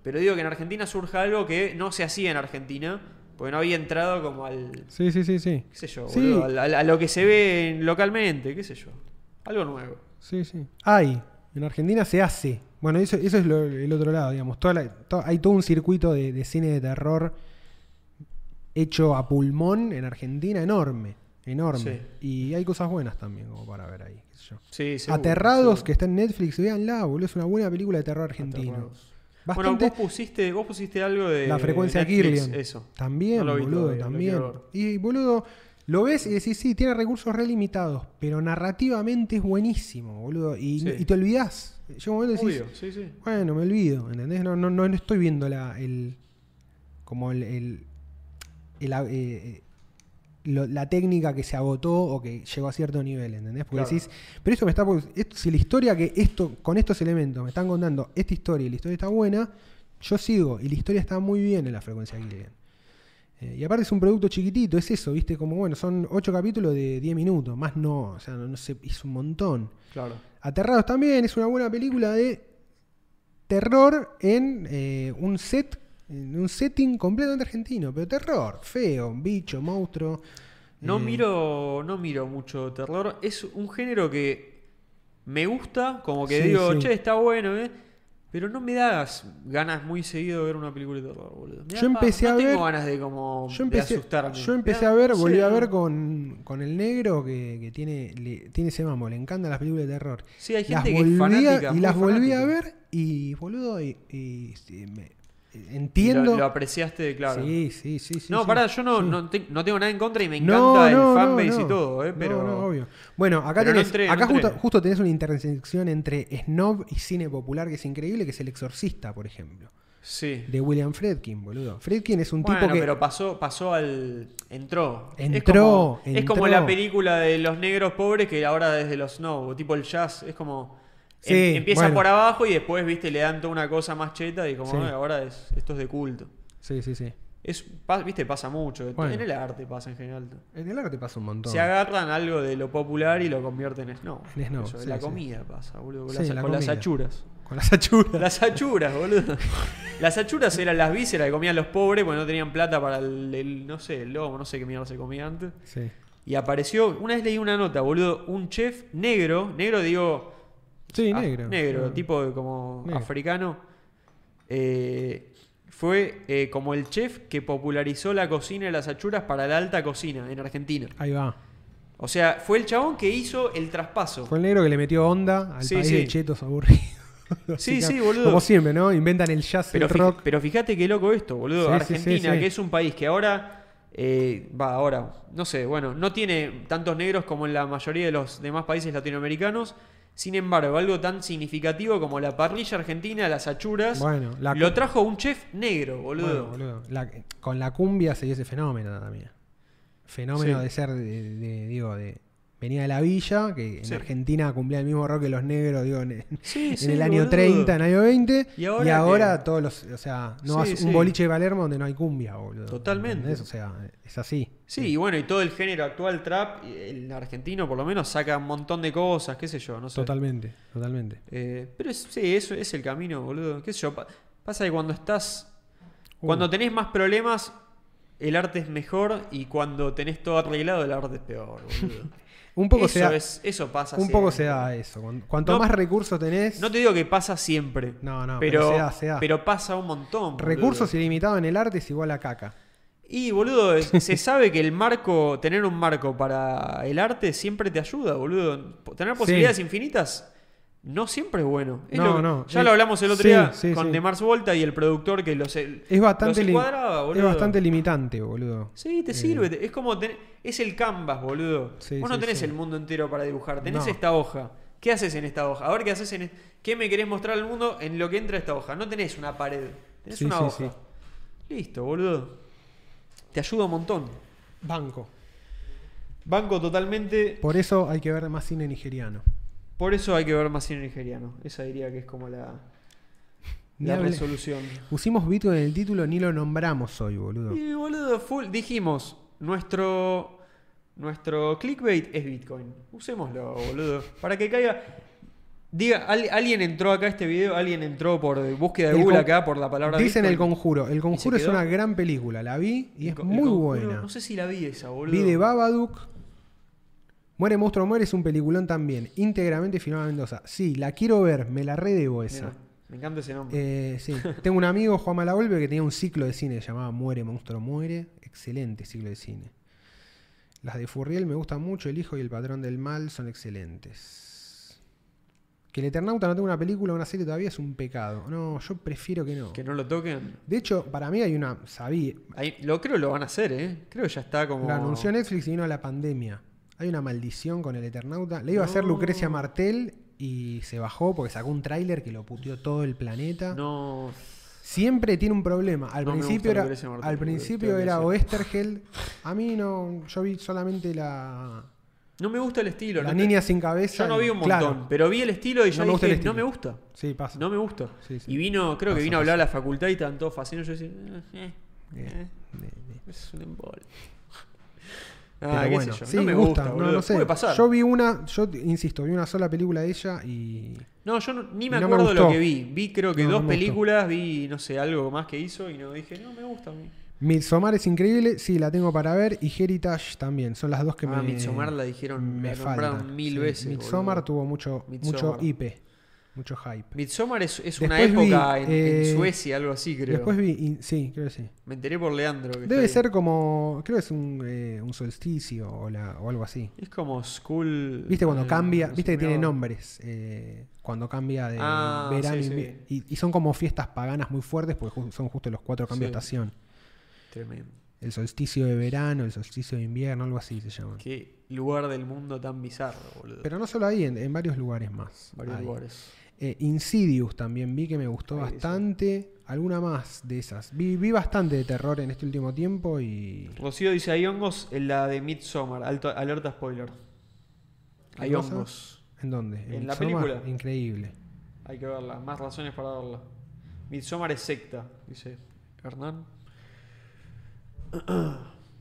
[SPEAKER 2] Pero digo que en Argentina surja algo que no se hacía en Argentina, porque no había entrado como al,
[SPEAKER 1] Sí, sí, sí, sí.
[SPEAKER 2] qué sé yo,
[SPEAKER 1] Sí.
[SPEAKER 2] boludo, al- al- a lo que se ve en- localmente, qué sé yo. Algo nuevo.
[SPEAKER 1] Sí, sí. Hay. En Argentina se hace. Bueno, eso, eso es lo- el otro lado, digamos. Toda la- to- hay todo un circuito de, de cine de terror hecho a pulmón en Argentina enorme. Enorme. Y hay cosas buenas también, como para ver ahí. qué sé yo.
[SPEAKER 2] Sí, seguro,
[SPEAKER 1] Aterrados,
[SPEAKER 2] seguro.
[SPEAKER 1] que está en Netflix, véanla, boludo. Es una buena película de terror argentino.
[SPEAKER 2] Aterrados. Bueno,
[SPEAKER 1] Bastante.
[SPEAKER 2] vos pusiste, vos pusiste algo de
[SPEAKER 1] la frecuencia
[SPEAKER 2] Netflix,
[SPEAKER 1] Kirlian.
[SPEAKER 2] Eso.
[SPEAKER 1] También,
[SPEAKER 2] No lo vi
[SPEAKER 1] boludo,
[SPEAKER 2] todavía, lo
[SPEAKER 1] también.
[SPEAKER 2] quiero ver.
[SPEAKER 1] y boludo, lo ves y decís, sí, tiene recursos re limitados, pero narrativamente es buenísimo, boludo. Y,
[SPEAKER 2] Sí.
[SPEAKER 1] y te olvidás. Llega un momento y decís,
[SPEAKER 2] Obvio, sí, sí.
[SPEAKER 1] bueno, me olvido, ¿entendés? No, no, no, no estoy viendo la, el, como el, el- el a- eh, lo- la técnica que se agotó o que llegó a cierto nivel, ¿entendés? Porque
[SPEAKER 2] Claro.
[SPEAKER 1] decís, pero esto me está, esto- si la historia que esto, con estos elementos me están contando esta historia y la historia está buena, yo sigo y la historia está muy bien en la frecuencia Gillian. Eh, y aparte es un producto chiquitito, es eso, ¿viste? Como bueno, son ocho capítulos de 10 minutos, más no, o sea, no, no sé, es un montón.
[SPEAKER 2] Claro.
[SPEAKER 1] Aterrados también es una buena película de terror en eh, un set, en un setting completamente argentino, pero terror, feo, bicho, monstruo.
[SPEAKER 2] No
[SPEAKER 1] eh,
[SPEAKER 2] miro, no miro mucho terror. Es un género que me gusta, como que
[SPEAKER 1] Sí,
[SPEAKER 2] digo,
[SPEAKER 1] sí.
[SPEAKER 2] che, está bueno, ¿eh? Pero no me das ganas muy seguido de ver una película de terror, boludo. Me
[SPEAKER 1] Yo
[SPEAKER 2] da pa-
[SPEAKER 1] empecé
[SPEAKER 2] no
[SPEAKER 1] a ver-
[SPEAKER 2] tengo ganas de como
[SPEAKER 1] Yo empecé,
[SPEAKER 2] de asustarme.
[SPEAKER 1] yo
[SPEAKER 2] Me
[SPEAKER 1] empecé
[SPEAKER 2] da-
[SPEAKER 1] a ver,
[SPEAKER 2] no sé,
[SPEAKER 1] volví a
[SPEAKER 2] no.
[SPEAKER 1] ver con, con el negro que, que tiene, le- tiene ese mambo, le encantan las películas de terror.
[SPEAKER 2] Sí, hay
[SPEAKER 1] Las
[SPEAKER 2] gente que
[SPEAKER 1] volví
[SPEAKER 2] es
[SPEAKER 1] a-
[SPEAKER 2] fanática.
[SPEAKER 1] y
[SPEAKER 2] muy
[SPEAKER 1] las volví a
[SPEAKER 2] fanática.
[SPEAKER 1] ver y boludo, y, y- sí, me-
[SPEAKER 2] Y lo-
[SPEAKER 1] entiendo.
[SPEAKER 2] Lo, apreciaste, de claro.
[SPEAKER 1] Sí, sí, sí, sí,
[SPEAKER 2] no,
[SPEAKER 1] sí.
[SPEAKER 2] pará, yo no,
[SPEAKER 1] Sí.
[SPEAKER 2] no, te- no tengo nada en contra y me
[SPEAKER 1] No,
[SPEAKER 2] encanta
[SPEAKER 1] no,
[SPEAKER 2] el
[SPEAKER 1] no,
[SPEAKER 2] fanbase
[SPEAKER 1] no.
[SPEAKER 2] y todo, ¿eh? Pero
[SPEAKER 1] No, no, obvio. Bueno, acá,
[SPEAKER 2] Pero no
[SPEAKER 1] tenés-
[SPEAKER 2] entré, no
[SPEAKER 1] acá
[SPEAKER 2] entré.
[SPEAKER 1] justo, justo tenés una intersección entre snob y cine popular que es increíble, que es El Exorcista, por ejemplo.
[SPEAKER 2] sí.
[SPEAKER 1] De William Fredkin, boludo. Fredkin es un
[SPEAKER 2] Bueno,
[SPEAKER 1] tipo que...
[SPEAKER 2] pero pasó, pasó al. Entró.
[SPEAKER 1] Entró,
[SPEAKER 2] Es como, es como
[SPEAKER 1] entró.
[SPEAKER 2] la película de los negros pobres que ahora desde los no, tipo el jazz. Es como.
[SPEAKER 1] Sí,
[SPEAKER 2] em- empieza
[SPEAKER 1] bueno.
[SPEAKER 2] por abajo y después, viste, le dan toda una cosa más cheta y como,
[SPEAKER 1] Sí.
[SPEAKER 2] "Ay, ahora es, esto es de culto.
[SPEAKER 1] Sí, sí, sí.
[SPEAKER 2] Es, pa- viste, pasa mucho.
[SPEAKER 1] Bueno.
[SPEAKER 2] En el arte pasa en general.
[SPEAKER 1] En el arte pasa un montón.
[SPEAKER 2] Se agarran algo de lo popular y lo convierten en snow.
[SPEAKER 1] En snow,
[SPEAKER 2] Eso,
[SPEAKER 1] sí,
[SPEAKER 2] la
[SPEAKER 1] sí.
[SPEAKER 2] comida pasa, boludo. Con,
[SPEAKER 1] Sí,
[SPEAKER 2] las,
[SPEAKER 1] la
[SPEAKER 2] con las
[SPEAKER 1] comida.
[SPEAKER 2] achuras.
[SPEAKER 1] Con las achuras.
[SPEAKER 2] Las achuras, boludo. Las achuras eran las vísceras que comían los pobres porque no tenían plata para el, el- no sé, el lomo, no sé qué mierda se comía antes.
[SPEAKER 1] Sí.
[SPEAKER 2] Y apareció, una vez leí una nota, boludo, un chef negro, negro digo...
[SPEAKER 1] Sí,
[SPEAKER 2] ah,
[SPEAKER 1] negro.
[SPEAKER 2] Negro,
[SPEAKER 1] Ah.
[SPEAKER 2] tipo de como
[SPEAKER 1] Negro.
[SPEAKER 2] africano. Eh, fue eh, como el chef que popularizó la cocina y las achuras para la alta cocina en Argentina.
[SPEAKER 1] Ahí va.
[SPEAKER 2] O sea, fue el chabón que hizo el traspaso.
[SPEAKER 1] Fue el negro que le metió onda al
[SPEAKER 2] Sí,
[SPEAKER 1] país
[SPEAKER 2] sí.
[SPEAKER 1] de chetos aburridos. Así
[SPEAKER 2] Sí,
[SPEAKER 1] que,
[SPEAKER 2] sí, boludo.
[SPEAKER 1] Como siempre, ¿no? Inventan el jazz,
[SPEAKER 2] Pero,
[SPEAKER 1] el
[SPEAKER 2] fij-
[SPEAKER 1] rock.
[SPEAKER 2] pero fíjate qué loco esto, boludo.
[SPEAKER 1] Sí, sí, sí,
[SPEAKER 2] Argentina,
[SPEAKER 1] sí.
[SPEAKER 2] que es un país que ahora. eh, va, ahora. No sé, bueno, no tiene tantos negros como en la mayoría de los demás países latinoamericanos. Sin embargo, algo tan significativo como la parrilla argentina, las achuras.
[SPEAKER 1] Bueno, la-
[SPEAKER 2] lo trajo un chef negro, boludo.
[SPEAKER 1] Bueno, boludo. La- con la cumbia se dio ese fenómeno también. Fenómeno
[SPEAKER 2] Sí.
[SPEAKER 1] de ser, de, de- digo, de. Venía de la villa, que en
[SPEAKER 2] Sí.
[SPEAKER 1] Argentina cumplía el mismo rock que los negros, digo, en,
[SPEAKER 2] Sí,
[SPEAKER 1] en
[SPEAKER 2] sí,
[SPEAKER 1] el año
[SPEAKER 2] boludo.
[SPEAKER 1] 30, en el año 20.
[SPEAKER 2] ¿Y
[SPEAKER 1] Y ahora,
[SPEAKER 2] ahora qué?
[SPEAKER 1] todos los. O sea, no
[SPEAKER 2] Sí,
[SPEAKER 1] vas a
[SPEAKER 2] sí.
[SPEAKER 1] un boliche de Palermo donde no hay cumbia, boludo.
[SPEAKER 2] Totalmente.
[SPEAKER 1] ¿Entendés? O sea, es así.
[SPEAKER 2] Sí, y bueno, y todo el género actual trap, el argentino por lo menos, saca un montón de cosas, qué sé yo, no sé.
[SPEAKER 1] Totalmente, totalmente.
[SPEAKER 2] Eh, pero es- sí, eso es el camino, boludo. ¿Qué sé yo? pa- pasa que cuando estás.
[SPEAKER 1] Uh.
[SPEAKER 2] Cuando tenés más problemas, el arte es mejor. Y cuando tenés todo arreglado, el arte es peor, boludo.
[SPEAKER 1] Un poco
[SPEAKER 2] eso,
[SPEAKER 1] se da,
[SPEAKER 2] es- eso pasa.
[SPEAKER 1] un poco se
[SPEAKER 2] siempre.
[SPEAKER 1] da eso. Cuan- Cuanto
[SPEAKER 2] No-
[SPEAKER 1] más recursos tenés,
[SPEAKER 2] No te digo que pasa siempre.
[SPEAKER 1] No, no,
[SPEAKER 2] pero,
[SPEAKER 1] pero se da, se da.
[SPEAKER 2] pero pasa un montón. boludo.
[SPEAKER 1] recursos ilimitados en el arte es igual a caca.
[SPEAKER 2] Y boludo, es- se sabe que el marco, tener un marco para el arte siempre te ayuda, boludo. Po- Tener
[SPEAKER 1] Sí.
[SPEAKER 2] posibilidades infinitas no siempre es bueno. Es
[SPEAKER 1] No,
[SPEAKER 2] lo-
[SPEAKER 1] no,
[SPEAKER 2] Ya
[SPEAKER 1] es-
[SPEAKER 2] lo hablamos el otro
[SPEAKER 1] sí,
[SPEAKER 2] día
[SPEAKER 1] sí,
[SPEAKER 2] con
[SPEAKER 1] sí.
[SPEAKER 2] De Mars Volta y el productor que los, el-
[SPEAKER 1] Es bastante,
[SPEAKER 2] los
[SPEAKER 1] lim-
[SPEAKER 2] encuadraba,
[SPEAKER 1] es
[SPEAKER 2] boludo.
[SPEAKER 1] bastante limitante, boludo.
[SPEAKER 2] Sí, te sirve. te- Es como. ten- es el canvas, boludo.
[SPEAKER 1] Eh. Sí,
[SPEAKER 2] Vos no
[SPEAKER 1] sí,
[SPEAKER 2] tenés
[SPEAKER 1] sí.
[SPEAKER 2] el mundo entero para dibujar. Tenés
[SPEAKER 1] No.
[SPEAKER 2] esta hoja. ¿Qué haces en esta hoja? A ver qué haces en. e- ¿Qué me querés mostrar al mundo en lo que entra esta hoja? No tenés una pared. Tenés
[SPEAKER 1] Sí,
[SPEAKER 2] una
[SPEAKER 1] sí,
[SPEAKER 2] hoja.
[SPEAKER 1] sí.
[SPEAKER 2] Listo, boludo. Te ayuda un montón.
[SPEAKER 1] Banco.
[SPEAKER 2] Banco totalmente.
[SPEAKER 1] Por eso hay que ver más cine nigeriano.
[SPEAKER 2] Por eso hay que ver más cine nigeriano. Esa diría que es como la,
[SPEAKER 1] Ni
[SPEAKER 2] la
[SPEAKER 1] hable-
[SPEAKER 2] resolución.
[SPEAKER 1] Pusimos Bitcoin en el título, ni lo nombramos hoy, boludo.
[SPEAKER 2] Y boludo, full. Dijimos, nuestro. Nuestro clickbait es Bitcoin. Usémoslo, boludo. Para que caiga. Diga, al- alguien entró acá a este video, alguien entró por búsqueda de
[SPEAKER 1] El
[SPEAKER 2] Google
[SPEAKER 1] con-
[SPEAKER 2] acá por la palabra.
[SPEAKER 1] Dicen El
[SPEAKER 2] Bitcoin.
[SPEAKER 1] Conjuro. El Conjuro es
[SPEAKER 2] quedó?
[SPEAKER 1] una gran película, la vi y
[SPEAKER 2] El
[SPEAKER 1] es
[SPEAKER 2] co- el
[SPEAKER 1] muy
[SPEAKER 2] conjuro,
[SPEAKER 1] buena.
[SPEAKER 2] No sé si la vi esa, boludo.
[SPEAKER 1] Vi de Babadook. Muere Monstruo Muere es un peliculón también, íntegramente filmada en Mendoza. Sí, la quiero ver, me la redebo esa.
[SPEAKER 2] Mira, me encanta ese nombre.
[SPEAKER 1] Eh, sí. Tengo un amigo, Juan Malavolpe, que tenía un ciclo de cine que se llamaba Muere, Monstruo, Muere. Excelente ciclo de cine. Las de Furriel me gustan mucho, El Hijo y El Patrón del Mal son excelentes. Que el Eternauta no tenga una película o una serie todavía es un pecado. No, yo prefiero que no.
[SPEAKER 2] que no lo toquen.
[SPEAKER 1] De hecho, para mí hay una... Sabí,
[SPEAKER 2] Ahí- lo creo lo van a hacer, ¿eh? Creo que ya está como.
[SPEAKER 1] la anunció Netflix y vino la pandemia. Hay una maldición con el Eternauta. Le iba a hacer
[SPEAKER 2] No.
[SPEAKER 1] Lucrecia Martel y se bajó porque sacó un tráiler que lo puteó todo el planeta.
[SPEAKER 2] No.
[SPEAKER 1] Siempre tiene un problema. Al
[SPEAKER 2] No me gusta
[SPEAKER 1] principio
[SPEAKER 2] lo
[SPEAKER 1] era,
[SPEAKER 2] que dice Martín,
[SPEAKER 1] al
[SPEAKER 2] boludo,
[SPEAKER 1] principio
[SPEAKER 2] tengo que
[SPEAKER 1] era
[SPEAKER 2] decir.
[SPEAKER 1] Oesterheld. A mí no. Yo vi solamente la.
[SPEAKER 2] No me gusta el estilo.
[SPEAKER 1] la
[SPEAKER 2] no te-
[SPEAKER 1] niña sin cabeza.
[SPEAKER 2] Yo no vi un montón,
[SPEAKER 1] Claro.
[SPEAKER 2] pero vi el estilo y
[SPEAKER 1] No
[SPEAKER 2] ya
[SPEAKER 1] me gusta el
[SPEAKER 2] dije, no
[SPEAKER 1] estilo".
[SPEAKER 2] me gusta.
[SPEAKER 1] Sí, pasa.
[SPEAKER 2] No me gusta.
[SPEAKER 1] Sí, sí.
[SPEAKER 2] Y vino, creo que
[SPEAKER 1] Pasa,
[SPEAKER 2] vino a hablar a la facultad y estaban todos fascinados. Yo decía, eh, eh,
[SPEAKER 1] Eh, eh.
[SPEAKER 2] es un embol.
[SPEAKER 1] Pero
[SPEAKER 2] Ah, qué
[SPEAKER 1] bueno,
[SPEAKER 2] sé yo.
[SPEAKER 1] sí,
[SPEAKER 2] no me gusta,
[SPEAKER 1] gusta. no,
[SPEAKER 2] boludo.
[SPEAKER 1] no sé.
[SPEAKER 2] Puede pasar.
[SPEAKER 1] Yo vi una, yo te- insisto, vi una sola película de ella y.
[SPEAKER 2] No, yo no- ni
[SPEAKER 1] y
[SPEAKER 2] me
[SPEAKER 1] no me
[SPEAKER 2] acuerdo lo
[SPEAKER 1] gustó.
[SPEAKER 2] que vi. Vi creo que
[SPEAKER 1] No, no
[SPEAKER 2] dos
[SPEAKER 1] me gustó.
[SPEAKER 2] películas, vi, no sé, algo más que hizo y no dije, no me gusta a mí.
[SPEAKER 1] Midsommar es increíble, sí, la tengo para ver. Y Heritage también, son las dos que
[SPEAKER 2] ah,
[SPEAKER 1] me.
[SPEAKER 2] Midsommar la dijeron, me, nombraron
[SPEAKER 1] faltan.
[SPEAKER 2] mil
[SPEAKER 1] Sí,
[SPEAKER 2] veces.
[SPEAKER 1] Midsommar
[SPEAKER 2] boludo.
[SPEAKER 1] tuvo mucho, mucho
[SPEAKER 2] Midsommar.
[SPEAKER 1] IP, mucho hype.
[SPEAKER 2] Midsommar es, es una
[SPEAKER 1] Después vi,
[SPEAKER 2] época en, en
[SPEAKER 1] eh,
[SPEAKER 2] Suecia, algo así, creo.
[SPEAKER 1] Después vi, in- sí, creo que sí.
[SPEAKER 2] Me enteré por Leandro. que está
[SPEAKER 1] Debe
[SPEAKER 2] ahí.
[SPEAKER 1] ser como, creo que es un, eh, un solsticio o, la- o algo así.
[SPEAKER 2] Es como School.
[SPEAKER 1] Viste cuando
[SPEAKER 2] eh,
[SPEAKER 1] cambia,
[SPEAKER 2] no sé
[SPEAKER 1] viste que
[SPEAKER 2] cómo
[SPEAKER 1] tiene
[SPEAKER 2] era.
[SPEAKER 1] nombres, eh, cuando cambia de
[SPEAKER 2] Ah,
[SPEAKER 1] verano
[SPEAKER 2] sí,
[SPEAKER 1] y- Y, y son como fiestas paganas muy fuertes porque ju- son justo los cuatro cambios
[SPEAKER 2] Sí.
[SPEAKER 1] de estación.
[SPEAKER 2] Tremendo.
[SPEAKER 1] El solsticio de verano, el solsticio de invierno, algo así se llaman.
[SPEAKER 2] Qué lugar del mundo tan bizarro, boludo.
[SPEAKER 1] Pero no solo ahí, en, en varios lugares más.
[SPEAKER 2] Varios
[SPEAKER 1] hay.
[SPEAKER 2] lugares.
[SPEAKER 1] Eh, Insidious también vi que me gustó
[SPEAKER 2] Ahí, sí.
[SPEAKER 1] bastante. Alguna más de esas. Vi, vi bastante de terror en este último tiempo y.
[SPEAKER 2] Rocío dice: hay hongos en la de Midsommar. Alto, alerta spoiler.
[SPEAKER 1] ¿Qué
[SPEAKER 2] Hay
[SPEAKER 1] cosa?
[SPEAKER 2] hongos.
[SPEAKER 1] ¿En dónde?
[SPEAKER 2] En la
[SPEAKER 1] Midsommar?
[SPEAKER 2] película.
[SPEAKER 1] Increíble.
[SPEAKER 2] Hay que verla. Más razones para verla. Midsommar es secta, dice Hernán.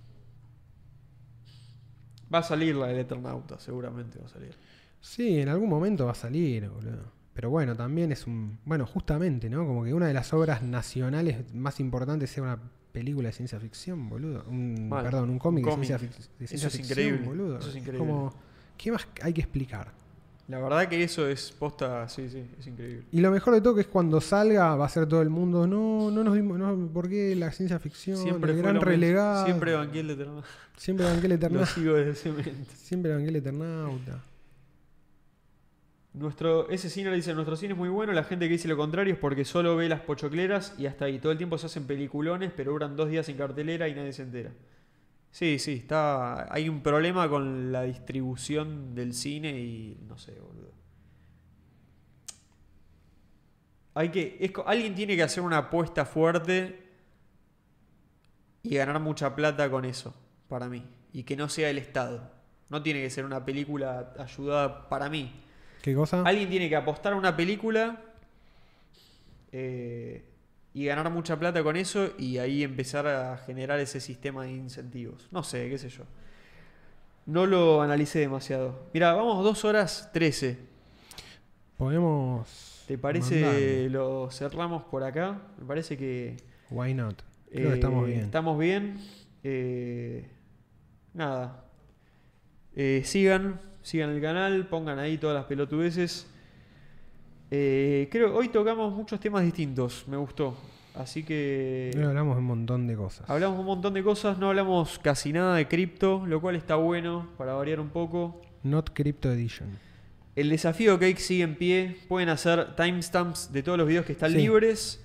[SPEAKER 2] Va a salir la del Eternauta, seguramente va a salir.
[SPEAKER 1] Sí, en algún momento va a salir, boludo. Pero bueno, también es un. Bueno, justamente, ¿no? Como que una de las obras nacionales más importantes sea una película de ciencia ficción, boludo. Un-
[SPEAKER 2] Mal.
[SPEAKER 1] perdón, un cómic,
[SPEAKER 2] Un cómic.
[SPEAKER 1] de ciencia, fic- de
[SPEAKER 2] Eso
[SPEAKER 1] ciencia
[SPEAKER 2] es
[SPEAKER 1] ficción.
[SPEAKER 2] increíble.
[SPEAKER 1] Boludo.
[SPEAKER 2] Eso es
[SPEAKER 1] Es
[SPEAKER 2] increíble.
[SPEAKER 1] como. ¿Qué más hay que explicar?
[SPEAKER 2] La verdad que eso es posta, sí, sí, es increíble.
[SPEAKER 1] Y lo mejor de todo que es cuando salga va a ser todo el mundo, no, no nos dimos, no, ¿por qué la ciencia ficción?
[SPEAKER 2] Siempre
[SPEAKER 1] el
[SPEAKER 2] fue
[SPEAKER 1] gran
[SPEAKER 2] lo mismo.
[SPEAKER 1] relegado.
[SPEAKER 2] Siempre banqué el Eternauta.
[SPEAKER 1] Siempre banqué el
[SPEAKER 2] Lo
[SPEAKER 1] Eternauta.
[SPEAKER 2] sigo desde ese momento.
[SPEAKER 1] Siempre banqué el Eternauta.
[SPEAKER 2] Nuestro, ese cine dice, nuestro cine es muy bueno, la gente que dice lo contrario es porque solo ve las pochocleras y hasta ahí. Todo el tiempo se hacen peliculones, pero duran dos días en cartelera y nadie se entera. Sí, sí, está. Hay un problema con la distribución del cine y. no sé, boludo. Hay que. es co- alguien tiene que hacer una apuesta fuerte y ganar mucha plata con eso, para mí. Y que no sea el Estado. No tiene que ser una película ayudada para mí.
[SPEAKER 1] ¿Qué cosa?
[SPEAKER 2] Alguien tiene que apostar a una película eh, y ganar mucha plata con eso y ahí empezar a generar ese sistema de incentivos. No sé, qué sé yo. No lo analicé demasiado. Mira, vamos 2 horas 13.
[SPEAKER 1] Podemos.
[SPEAKER 2] ¿Te parece
[SPEAKER 1] mandarle.
[SPEAKER 2] lo cerramos por acá? Me parece que,
[SPEAKER 1] Why not? Creo
[SPEAKER 2] eh,
[SPEAKER 1] que estamos bien.
[SPEAKER 2] Estamos bien. Eh, nada. Eh, sigan, sigan el canal, pongan ahí todas las pelotudeces. Eh, creo hoy tocamos muchos temas distintos, me gustó. Así que
[SPEAKER 1] Hoy hablamos de un montón de cosas.
[SPEAKER 2] Eh, hablamos un montón de cosas, no hablamos casi nada de cripto, lo cual está bueno para variar un poco.
[SPEAKER 1] Not Crypto Edition.
[SPEAKER 2] El desafío Cake sigue en pie. Pueden hacer timestamps de todos los videos que están
[SPEAKER 1] Sí.
[SPEAKER 2] libres.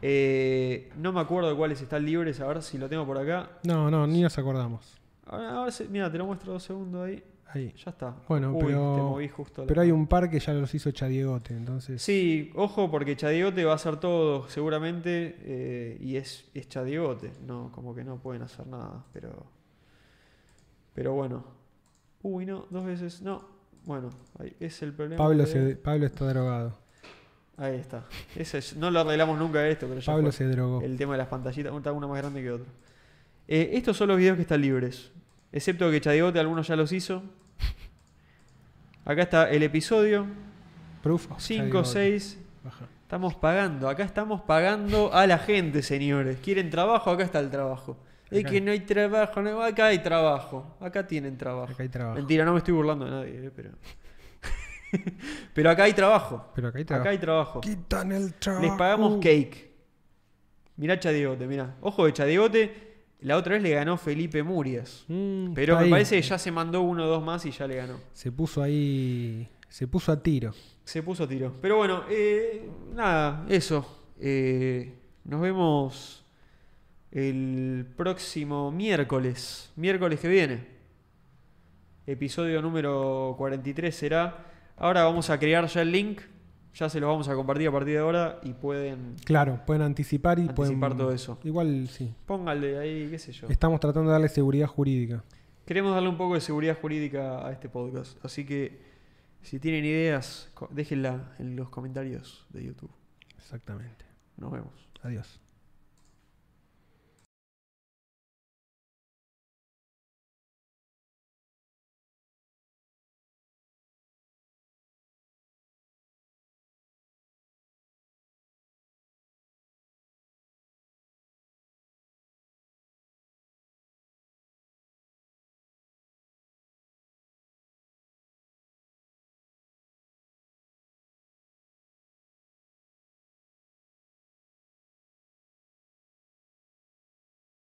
[SPEAKER 2] Eh, no me acuerdo de cuáles están libres, a ver si lo tengo por acá.
[SPEAKER 1] No, no, ni nos acordamos.
[SPEAKER 2] Ahora, ahora sí, mira, te lo muestro dos segundos ahí.
[SPEAKER 1] Ahí.
[SPEAKER 2] Ya está.
[SPEAKER 1] Bueno,
[SPEAKER 2] Uy,
[SPEAKER 1] pero-
[SPEAKER 2] te moví justo la-
[SPEAKER 1] Pero hay un par que ya los hizo Chadiegote, entonces.
[SPEAKER 2] Sí, ojo, porque Chadiote va a hacer todo, seguramente. eh, y es, es Chadiote. No, como que no pueden hacer nada, pero. Pero bueno. Uy, no, dos veces. No. Bueno, ahí es el problema.
[SPEAKER 1] Pablo,
[SPEAKER 2] de-
[SPEAKER 1] se, Pablo está drogado.
[SPEAKER 2] Ahí está. Ese es- no lo arreglamos nunca esto, pero ya
[SPEAKER 1] Pablo
[SPEAKER 2] fue.
[SPEAKER 1] se drogó.
[SPEAKER 2] El tema de las pantallitas, está uno más grande que otro. Eh, estos son los videos que están libres. Excepto que Chadigote algunos ya los hizo. Acá está el episodio.
[SPEAKER 1] Proof of
[SPEAKER 2] 5,
[SPEAKER 1] Chadiegote.
[SPEAKER 2] 6.
[SPEAKER 1] Ajá.
[SPEAKER 2] Estamos pagando. Acá estamos pagando a la gente, señores. ¿Quieren trabajo? Acá está el trabajo. Es
[SPEAKER 1] Acá.
[SPEAKER 2] que no hay trabajo. no- acá hay trabajo. Acá tienen trabajo.
[SPEAKER 1] Acá hay trabajo.
[SPEAKER 2] Mentira, no me estoy burlando de nadie, eh, pero. pero acá hay trabajo.
[SPEAKER 1] Pero acá hay trabajo.
[SPEAKER 2] Acá hay trabajo.
[SPEAKER 1] Quitan el trabajo.
[SPEAKER 2] Les
[SPEAKER 1] uh.
[SPEAKER 2] pagamos cake. Mirá Chadigote, mirá. Ojo de Chadigote, la otra vez le ganó Felipe Murias.
[SPEAKER 1] Mm,
[SPEAKER 2] Pero
[SPEAKER 1] está
[SPEAKER 2] me
[SPEAKER 1] ahí.
[SPEAKER 2] parece que ya se mandó uno o dos más y ya le ganó.
[SPEAKER 1] Se puso ahí. Se puso a tiro.
[SPEAKER 2] Se puso a tiro. Pero bueno, eh, nada, eso. Eh, nos vemos el próximo miércoles. Miércoles que viene. Episodio número 43 será. Ahora vamos a crear ya el link. Ya se los vamos a compartir a partir de ahora y pueden
[SPEAKER 1] Claro, pueden anticipar y
[SPEAKER 2] Anticipar
[SPEAKER 1] pueden.
[SPEAKER 2] todo eso.
[SPEAKER 1] Igual sí.
[SPEAKER 2] Póngale ahí, qué sé yo.
[SPEAKER 1] Estamos tratando de darle seguridad jurídica.
[SPEAKER 2] Queremos darle un poco de seguridad jurídica a este podcast. Así que si tienen ideas, co- déjenla en los comentarios de YouTube.
[SPEAKER 1] Exactamente.
[SPEAKER 2] Nos vemos.
[SPEAKER 1] Adiós.